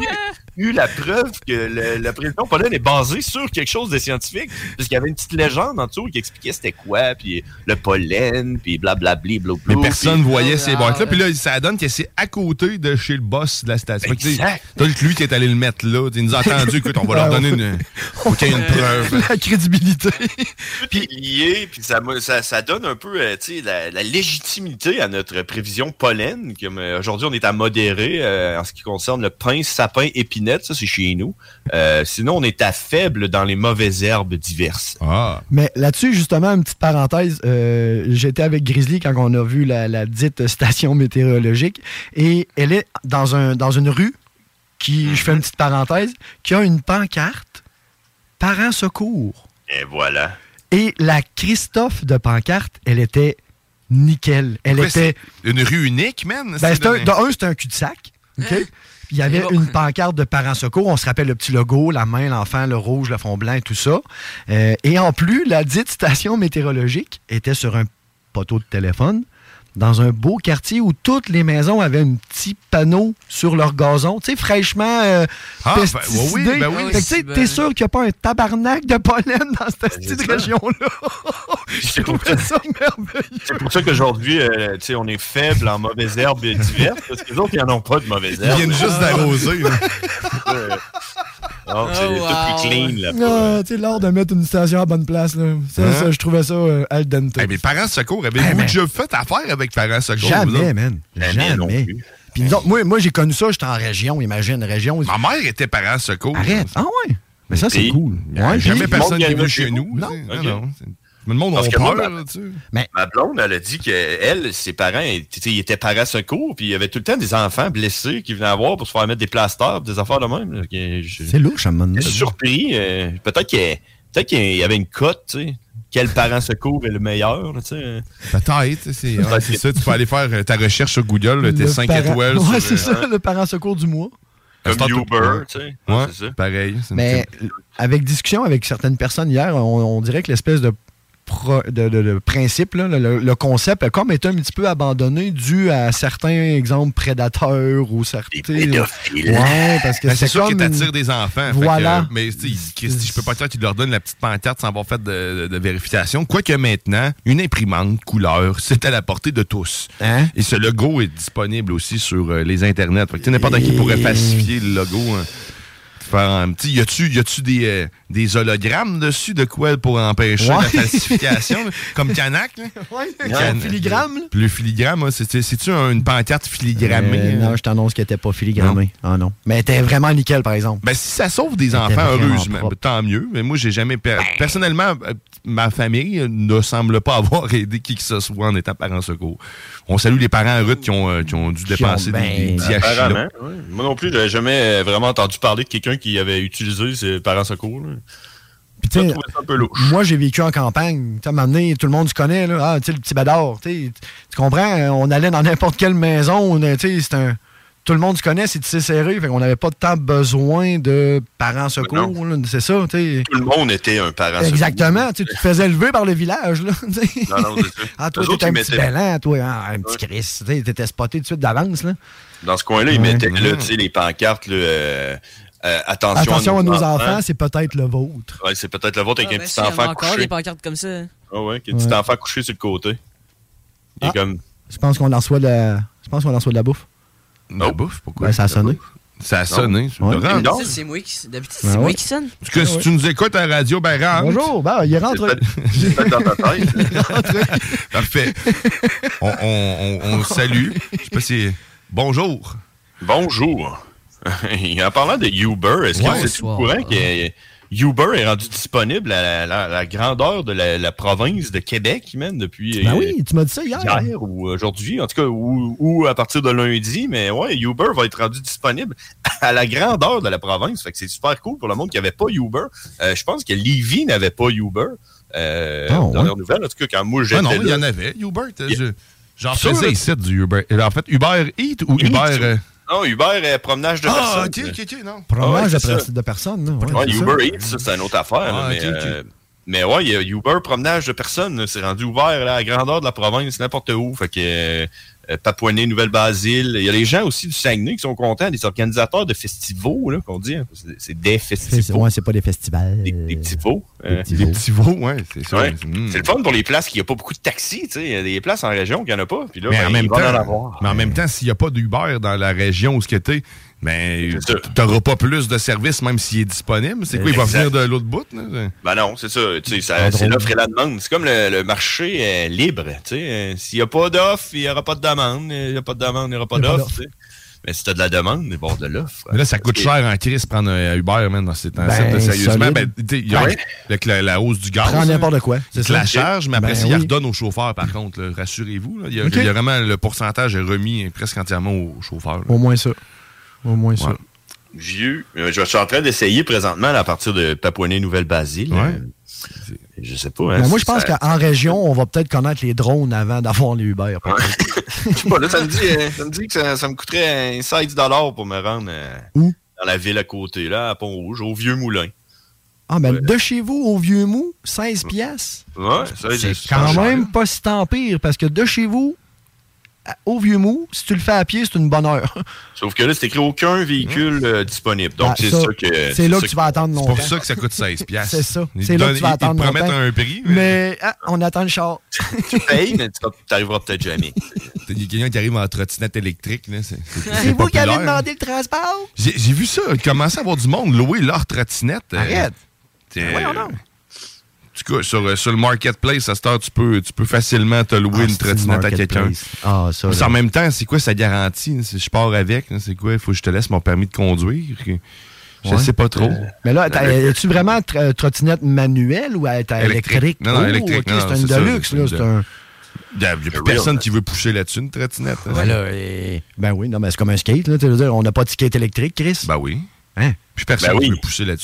[SPEAKER 8] eu la preuve que le- la prévision pollen est basée sur quelque chose de scientifique. Parce qu'il y avait une petite légende en dessous qui expliquait c'était quoi, puis le pollen, puis blablabli, blablabla.
[SPEAKER 25] Oh,
[SPEAKER 7] Mais personne
[SPEAKER 8] puis-
[SPEAKER 7] voyait ces boîtes-là. Puis là, ça donne que c'est à côté de chez le boss de la station. Fait que, tu sais,
[SPEAKER 8] Exact.
[SPEAKER 7] T'as le- lui qui est allé le mettre là. Il nous a entendu. Écoute, on va
[SPEAKER 25] Ah
[SPEAKER 7] leur donner une, aucune preuve.
[SPEAKER 25] La crédibilité.
[SPEAKER 8] tout est lié, puis ça, me- ça, ça donne un peu euh, tu sais, la, la légitimité à notre prévision pollen. Comme, euh, Aujourd'hui, on est à modérer euh, en ce qui concerne le pain, sapin, épinette, ça c'est chez nous. Euh, sinon, on est à faible dans les mauvaises herbes diverses.
[SPEAKER 7] Ah.
[SPEAKER 25] Mais là-dessus, justement, une petite parenthèse, euh, j'étais avec Grizzly quand on a vu la, la dite station météorologique et elle est dans, un, dans une rue qui, je fais une petite parenthèse, qui a une pancarte Parents secours.
[SPEAKER 8] Et voilà.
[SPEAKER 25] Et la Christophe de pancarte, elle était
[SPEAKER 10] nickel. Elle
[SPEAKER 7] Mais
[SPEAKER 10] était.
[SPEAKER 7] c'est Une rue unique, man.
[SPEAKER 10] Ben, c'est un-
[SPEAKER 7] donné-
[SPEAKER 10] de un, c'était un cul-de-sac. OK?
[SPEAKER 7] Hein?
[SPEAKER 10] Puis Il y avait
[SPEAKER 7] Bon.
[SPEAKER 10] une pancarte de parents secours. On se rappelle le petit logo, la main, l'enfant, le rouge, le fond blanc et tout ça. Euh, et en plus, la dite station météorologique était sur un poteau de téléphone dans un beau quartier où toutes les maisons avaient un petit panneau sur leur gazon, tu sais, fraîchement euh,
[SPEAKER 7] Ah, ben,
[SPEAKER 10] pesticidé.
[SPEAKER 7] oui, ben oui.
[SPEAKER 10] Fait que, tu sais, t'es sûr qu'il n'y a pas un tabarnak de pollen dans cette petite région-là.
[SPEAKER 8] C'est pour,
[SPEAKER 10] trouvais ça
[SPEAKER 8] c'est pour ça qu'aujourd'hui, euh, tu sais, on est faible en mauvaises herbes diverses, parce que les autres, ils n'en ont pas de mauvaises
[SPEAKER 7] Ils
[SPEAKER 8] herbes.
[SPEAKER 7] viennent juste d'arroser. là.
[SPEAKER 8] Euh, non, c'est
[SPEAKER 10] Oh,
[SPEAKER 8] tout plus clean, là.
[SPEAKER 10] Ah, tu sais, l'art de mettre une station à bonne place, là. Ça,
[SPEAKER 7] euh, Hein?
[SPEAKER 10] ça, je trouvais ça euh, al dente.
[SPEAKER 7] Eh, mais parents secours, avez-vous déjà fait affaire avec parents secours? vous
[SPEAKER 10] Ben, Jamais,
[SPEAKER 7] autres?
[SPEAKER 10] man. Jamais. Puis nous autres, moi, moi j'ai connu ça, j'étais en région, imagine, région. Ma
[SPEAKER 7] mère était parents secours.
[SPEAKER 10] Arrête. Ah ouais. Mais ça, c'est
[SPEAKER 7] Puis,
[SPEAKER 10] cool.
[SPEAKER 7] y a
[SPEAKER 10] Ouais,
[SPEAKER 7] jamais
[SPEAKER 10] puis-
[SPEAKER 7] personne qui est
[SPEAKER 8] Monde
[SPEAKER 7] venu
[SPEAKER 8] qui
[SPEAKER 7] chez
[SPEAKER 8] arrive
[SPEAKER 7] nous. tu
[SPEAKER 8] chez vous.
[SPEAKER 7] sais.
[SPEAKER 8] Non,
[SPEAKER 7] Non,
[SPEAKER 8] ok.
[SPEAKER 7] non, c'est- Le monde,
[SPEAKER 8] Parce
[SPEAKER 7] on
[SPEAKER 8] que
[SPEAKER 7] peur,
[SPEAKER 8] moi, ma-
[SPEAKER 7] là, tu sais.
[SPEAKER 8] Ma blonde, elle a dit que elle, ses parents, tu sais, ils étaient parents secours, puis il y avait tout le temps des enfants blessés qui venaient avoir pour se faire mettre des plasters, des affaires de même. là, que je-
[SPEAKER 10] C'est louche, à me
[SPEAKER 8] je suis surpris. euh, peut-être que- peut-être qu'il y avait une cote, tu sais. Quel parent secours est le meilleur, là, tu sais.
[SPEAKER 7] Peut-être, c'est
[SPEAKER 8] Peut-être
[SPEAKER 7] ouais, c'est ça. Tu peux aller faire euh, ta recherche sur Google, tes
[SPEAKER 10] Le
[SPEAKER 7] 5
[SPEAKER 10] parent-
[SPEAKER 7] étoiles.
[SPEAKER 10] Ouais,
[SPEAKER 7] sur,
[SPEAKER 10] c'est
[SPEAKER 7] euh,
[SPEAKER 10] ça, le parent secours du mois.
[SPEAKER 7] un
[SPEAKER 8] Comme
[SPEAKER 7] startup.
[SPEAKER 8] Uber, tu sais.
[SPEAKER 7] Ouais, pareil. c'est une
[SPEAKER 10] Mais euh, avec discussion avec certaines personnes hier, on, on dirait que l'espèce de, pro- de- de- de principe, là, le- le, le concept, a comme été un petit peu abandonné dû à certains exemples prédateurs ou certains. Ouais, parce que
[SPEAKER 7] Ben,
[SPEAKER 10] c'est
[SPEAKER 7] c'est sûr
[SPEAKER 10] comme
[SPEAKER 7] que t'attires
[SPEAKER 10] une-
[SPEAKER 7] des enfants. fait
[SPEAKER 10] Voilà.
[SPEAKER 7] que, euh, mais tu sais, Christy, je peux pas dire qu'ils leur donnent la petite pancarte sans avoir fait de, de- de vérification. Quoique maintenant, une imprimante couleur, c'est à la portée de tous.
[SPEAKER 10] Hein?
[SPEAKER 7] Et ce logo est disponible aussi sur euh, les internets. Fait que tu sais, n'importe qui pourrait falsifier le logo. hein. Faire un petit. Y a-tu y a-tu des, euh, des hologrammes dessus de quoi pour empêcher
[SPEAKER 10] Ouais.
[SPEAKER 7] la falsification? là? Comme Canac, là?
[SPEAKER 10] Ouais,
[SPEAKER 7] Can-
[SPEAKER 10] un filigrame, là.
[SPEAKER 7] Le filigrame, hein, c'est- c'est- c'est-tu un- une pancarte filigrammée?
[SPEAKER 10] Euh,
[SPEAKER 7] hein?
[SPEAKER 10] non, je t'annonce qu'elle était pas filigrammée. Ah non. Mais elle était vraiment nickel, par exemple.
[SPEAKER 7] Ben, si ça sauve des
[SPEAKER 10] C'était
[SPEAKER 7] enfants,
[SPEAKER 10] vraiment
[SPEAKER 7] heureusement, ben, tant mieux. Mais moi, j'ai jamais. per- Personnellement, euh, ma famille euh, ne semble pas avoir aidé qui que ce soit en étant parents secours. On salue les parents en route qui ont, euh, qui ont dû dépenser des,
[SPEAKER 10] ben,
[SPEAKER 7] des petits achis, là.
[SPEAKER 8] Apparemment, ouais. Moi non plus, j'avais jamais euh, vraiment entendu parler de quelqu'un qui avait utilisé ses parents secours. là.
[SPEAKER 10] Puis, tu sais,
[SPEAKER 8] C'est un peu lourd.
[SPEAKER 10] Moi, j'ai vécu en campagne. Tu sais, à un moment donné, tout le monde se connaît. Là. Ah, tu sais, le petit badard. Tu sais, tu comprends? On allait dans n'importe quelle maison. on a- tu sais, c'est un... Tout le monde se connaît, c'est tissé serré. Fait qu'on n'avait pas tant besoin de parents secours. là. C'est ça, tu sais.
[SPEAKER 8] Tout le monde était un parent Ben secours.
[SPEAKER 10] Exactement. Tu sais, tu te faisais lever par le village. Là, tu sais.
[SPEAKER 8] Non, non, c'est ça.
[SPEAKER 10] ah, toi,
[SPEAKER 8] Eux autres,
[SPEAKER 10] t'étais un
[SPEAKER 8] ils
[SPEAKER 10] petit
[SPEAKER 8] mettaient-
[SPEAKER 10] bellin, toi. Ah, un petit Chris. Tu sais, t'étais spoté tout de suite d'avance. là.
[SPEAKER 8] Dans ce coin-là, ils
[SPEAKER 10] Ouais.
[SPEAKER 8] mettaient là, tu sais, les pancartes, là, euh, euh, attention,
[SPEAKER 10] Attention à nos enfants, c'est peut-être le vôtre.
[SPEAKER 8] Ouais, c'est peut-être le vôtre avec
[SPEAKER 9] Ah,
[SPEAKER 8] un
[SPEAKER 9] ben,
[SPEAKER 8] petit
[SPEAKER 9] si, il y en a
[SPEAKER 8] enfant
[SPEAKER 9] encore des
[SPEAKER 8] couché.
[SPEAKER 9] pancartes comme ça.
[SPEAKER 8] Ah ouais, avec un petit
[SPEAKER 10] Ouais. Ah.
[SPEAKER 8] enfant couché sur le côté. Il est comme.
[SPEAKER 10] Je pense qu'on en reçoit de la... Je pense qu'on en reçoit de la bouffe.
[SPEAKER 7] La
[SPEAKER 8] oh.
[SPEAKER 7] bouffe, pourquoi?
[SPEAKER 10] Ben, ça a sonné.
[SPEAKER 7] Ça a sonné.
[SPEAKER 10] Ouais.
[SPEAKER 7] Laurent,
[SPEAKER 10] Mais
[SPEAKER 7] donc,
[SPEAKER 9] D'habitude, c'est moi qui, d'habitude,
[SPEAKER 7] Ben
[SPEAKER 9] c'est moi
[SPEAKER 7] ouais.
[SPEAKER 9] qui sonne. Ah
[SPEAKER 7] parce que si tu nous écoutes à la radio, ben rentre.
[SPEAKER 10] Bonjour, ben, il rentre.
[SPEAKER 7] Parfait. On, on- on- on salue. Je sais pas si. Bonjour.
[SPEAKER 8] Bonjour. en parlant de Uber, est-ce que
[SPEAKER 7] Ouais.
[SPEAKER 8] vous êtes au courant que Uber est rendu disponible à la, la- la grandeur de la, la province de Québec, même, depuis.
[SPEAKER 10] Ben
[SPEAKER 8] euh,
[SPEAKER 10] oui, tu m'as dit ça hier.
[SPEAKER 7] hein.
[SPEAKER 8] hier ou aujourd'hui, en tout cas, ou, ou à partir de lundi, mais ouais, Uber va être rendu disponible à la grandeur de la province. Fait que c'est super cool pour le monde qui n'avait pas Uber. Euh, je pense que Livy n'avait pas Uber. Euh,
[SPEAKER 7] Ah, ouais.
[SPEAKER 8] dernière nouvelle, en tout cas, quand moi j'étais.
[SPEAKER 7] Ah non,
[SPEAKER 8] là,
[SPEAKER 7] il y en avait. Uber, t'as-
[SPEAKER 8] Il-
[SPEAKER 7] je- j'en
[SPEAKER 8] Sûr,
[SPEAKER 7] faisais
[SPEAKER 8] là.
[SPEAKER 7] ici du Uber. Euh, En fait, Uber Eat ou
[SPEAKER 8] Eat,
[SPEAKER 7] Uber. euh,
[SPEAKER 8] Non, Uber, euh, promenage de
[SPEAKER 7] Ah,
[SPEAKER 8] personnes.
[SPEAKER 7] ok, ok, ok, non.
[SPEAKER 10] Promenage
[SPEAKER 8] Ah ouais,
[SPEAKER 10] de,
[SPEAKER 8] c'est
[SPEAKER 10] pers-
[SPEAKER 8] ça.
[SPEAKER 10] de personnes. là, ouais,
[SPEAKER 8] Ouais,
[SPEAKER 10] c'est ça.
[SPEAKER 8] Uber Eats, ça, c'est une autre affaire. là,
[SPEAKER 10] Ah,
[SPEAKER 8] mais,
[SPEAKER 10] ok, ok.
[SPEAKER 8] euh, mais ouais, il y a Uber, promenage de personnes, là, c'est rendu ouvert là, à la grandeur de la province, n'importe où. Fait que euh, euh, Papouané, Nouvelle-Basile. Il y a les gens aussi du Saguenay qui sont contents, des organisateurs de festivals, là, qu'on dit. hein. C'est- C'est des
[SPEAKER 10] C'est-
[SPEAKER 8] festivals.
[SPEAKER 10] c'est- ouais, c'est pas des festivals.
[SPEAKER 8] Des petits veaux.
[SPEAKER 10] Des
[SPEAKER 8] euh,
[SPEAKER 10] petits veaux.
[SPEAKER 7] ouais, c'est hmm. ça.
[SPEAKER 8] Ouais. C'est le fun pour les places qu'il n'y a pas beaucoup de taxis, tu sais. Il y a des places en région qu'il n'y en a pas. Puis là,
[SPEAKER 7] mais,
[SPEAKER 8] ben,
[SPEAKER 7] en
[SPEAKER 8] il
[SPEAKER 7] même
[SPEAKER 8] va en
[SPEAKER 7] temps,
[SPEAKER 8] avoir.
[SPEAKER 7] mais en même temps, s'il n'y a pas d'Uber dans la région où ce que t'es, ben, t'auras pas plus de service même s'il est disponible. C'est quoi, il va
[SPEAKER 8] Exact.
[SPEAKER 7] venir de l'autre bout? là?
[SPEAKER 8] Ben non, c'est ça. tu sais,
[SPEAKER 7] Pas
[SPEAKER 8] ça- C'est
[SPEAKER 7] drôle.
[SPEAKER 8] l'offre et la demande. C'est comme le, le marché euh, libre. tu sais, euh, S'il n'y a pas d'offre, il n'y aura pas de demande. Il n'y a pas de demande, il n'y aura pas
[SPEAKER 7] Il y a pas
[SPEAKER 8] d'offre. tu sais. Mais si tu as de la demande, il va y avoir de l'offre.
[SPEAKER 7] Mais là, ça coûte
[SPEAKER 8] Et-
[SPEAKER 7] cher en crise prendre un Uber, man, dans ces temps-ci.
[SPEAKER 8] Ben,
[SPEAKER 7] là, sérieusement,
[SPEAKER 8] solide.
[SPEAKER 7] ben, tu sais, il y a
[SPEAKER 8] Ouais.
[SPEAKER 7] avec la, la hausse du gaz.
[SPEAKER 10] Prends
[SPEAKER 7] hein,
[SPEAKER 10] n'importe quoi, c'est
[SPEAKER 7] il te
[SPEAKER 10] ça.
[SPEAKER 7] la charge, mais après,
[SPEAKER 10] Ben
[SPEAKER 7] ça, il
[SPEAKER 10] oui.
[SPEAKER 7] redonne au chauffeur, par contre. là. Rassurez-vous. là, Il y, a-
[SPEAKER 10] Ok.
[SPEAKER 7] il y a vraiment le pourcentage est remis presque entièrement au chauffeur. là.
[SPEAKER 10] Au moins ça. Au moins ça.
[SPEAKER 8] Vieux. Euh, Je suis en train d'essayer présentement là, à partir de Papouané Nouvelle-Basile. Euh, Je sais pas. hein,
[SPEAKER 7] Ben,
[SPEAKER 10] Mais moi, je
[SPEAKER 8] ça-
[SPEAKER 10] pense qu'en région, on va peut-être connaître les drones avant d'avoir les Uber.
[SPEAKER 8] Ouais. Je sais pas, là, ça me dit, euh, ça me, dit que ça, ça me coûterait un 16 pour me rendre euh, dans la ville à côté, là, à Pont-Rouge, au vieux moulin.
[SPEAKER 10] Ah, ben de chez vous au vieux mou, 16 piastres.
[SPEAKER 8] Ouais, ça,
[SPEAKER 10] C'est quand même pas si tant pire, parce que de chez vous à- au vieux mou, si tu le fais à pied, c'est une bonne heure.
[SPEAKER 8] Sauf que là, c'est écrit aucun véhicule euh, disponible. Donc,
[SPEAKER 10] Ah,
[SPEAKER 8] c'est
[SPEAKER 10] ça,
[SPEAKER 8] sûr que.
[SPEAKER 10] c'est là
[SPEAKER 8] sûr
[SPEAKER 10] que tu vas attendre
[SPEAKER 8] C'est
[SPEAKER 10] longtemps.
[SPEAKER 8] pour ça que ça coûte 16 piastres.
[SPEAKER 10] C'est ça.
[SPEAKER 8] Ils
[SPEAKER 10] C'est là que
[SPEAKER 8] donnent-
[SPEAKER 10] tu vas
[SPEAKER 8] ils- ils
[SPEAKER 10] attendre
[SPEAKER 8] promettent
[SPEAKER 10] longtemps.
[SPEAKER 8] un prix,
[SPEAKER 10] Mais, ah, on attend le char.
[SPEAKER 8] Tu payes, mais tu n'arriveras peut-être jamais.
[SPEAKER 7] Il y a quelqu'un qui arrive en trottinette électrique. là, C'est
[SPEAKER 10] C'est vous qui avez
[SPEAKER 7] populaire.
[SPEAKER 10] demandé le transport?
[SPEAKER 7] J'ai j'ai vu ça. Commencer à avoir du monde louer leur trottinette. euh,
[SPEAKER 10] Arrête.
[SPEAKER 7] c'est-
[SPEAKER 10] Voyons donc.
[SPEAKER 7] En tout cas, euh, sur, euh, sur le marketplace, à cette heure, tu peux, tu peux facilement te louer une trottinette à quelqu'un.
[SPEAKER 10] Ah, ça.
[SPEAKER 7] Puis
[SPEAKER 10] là.
[SPEAKER 7] en même temps, c'est quoi sa garantie? hein? Si je pars avec, hein, c'est quoi? Il faut que je te laisse mon permis de conduire? Que- Je
[SPEAKER 10] Ouais. Euh,
[SPEAKER 7] sais pas trop.
[SPEAKER 10] Mais là, es-tu vraiment tr- euh, trottinette manuelle ou euh, t'as
[SPEAKER 7] Électrique.
[SPEAKER 10] électrique?
[SPEAKER 7] Non, non,
[SPEAKER 10] Oh,
[SPEAKER 7] électrique.
[SPEAKER 10] ok,
[SPEAKER 7] Non, non,
[SPEAKER 10] c'est une
[SPEAKER 7] c'est ça,
[SPEAKER 10] deluxe,
[SPEAKER 7] c'est
[SPEAKER 10] là.
[SPEAKER 7] une
[SPEAKER 10] C'est
[SPEAKER 7] deluxe.
[SPEAKER 10] un.
[SPEAKER 7] Il n'y a plus personne qui veut pousser là-dessus une trottinette. hein.
[SPEAKER 10] Ouais, là, et- Ben oui, non, mais c'est comme un skate, là. Tu veux dire, on n'a pas de skate électrique, Chris?
[SPEAKER 7] Ben oui.
[SPEAKER 10] Hein?
[SPEAKER 7] Puis
[SPEAKER 8] Ben oui.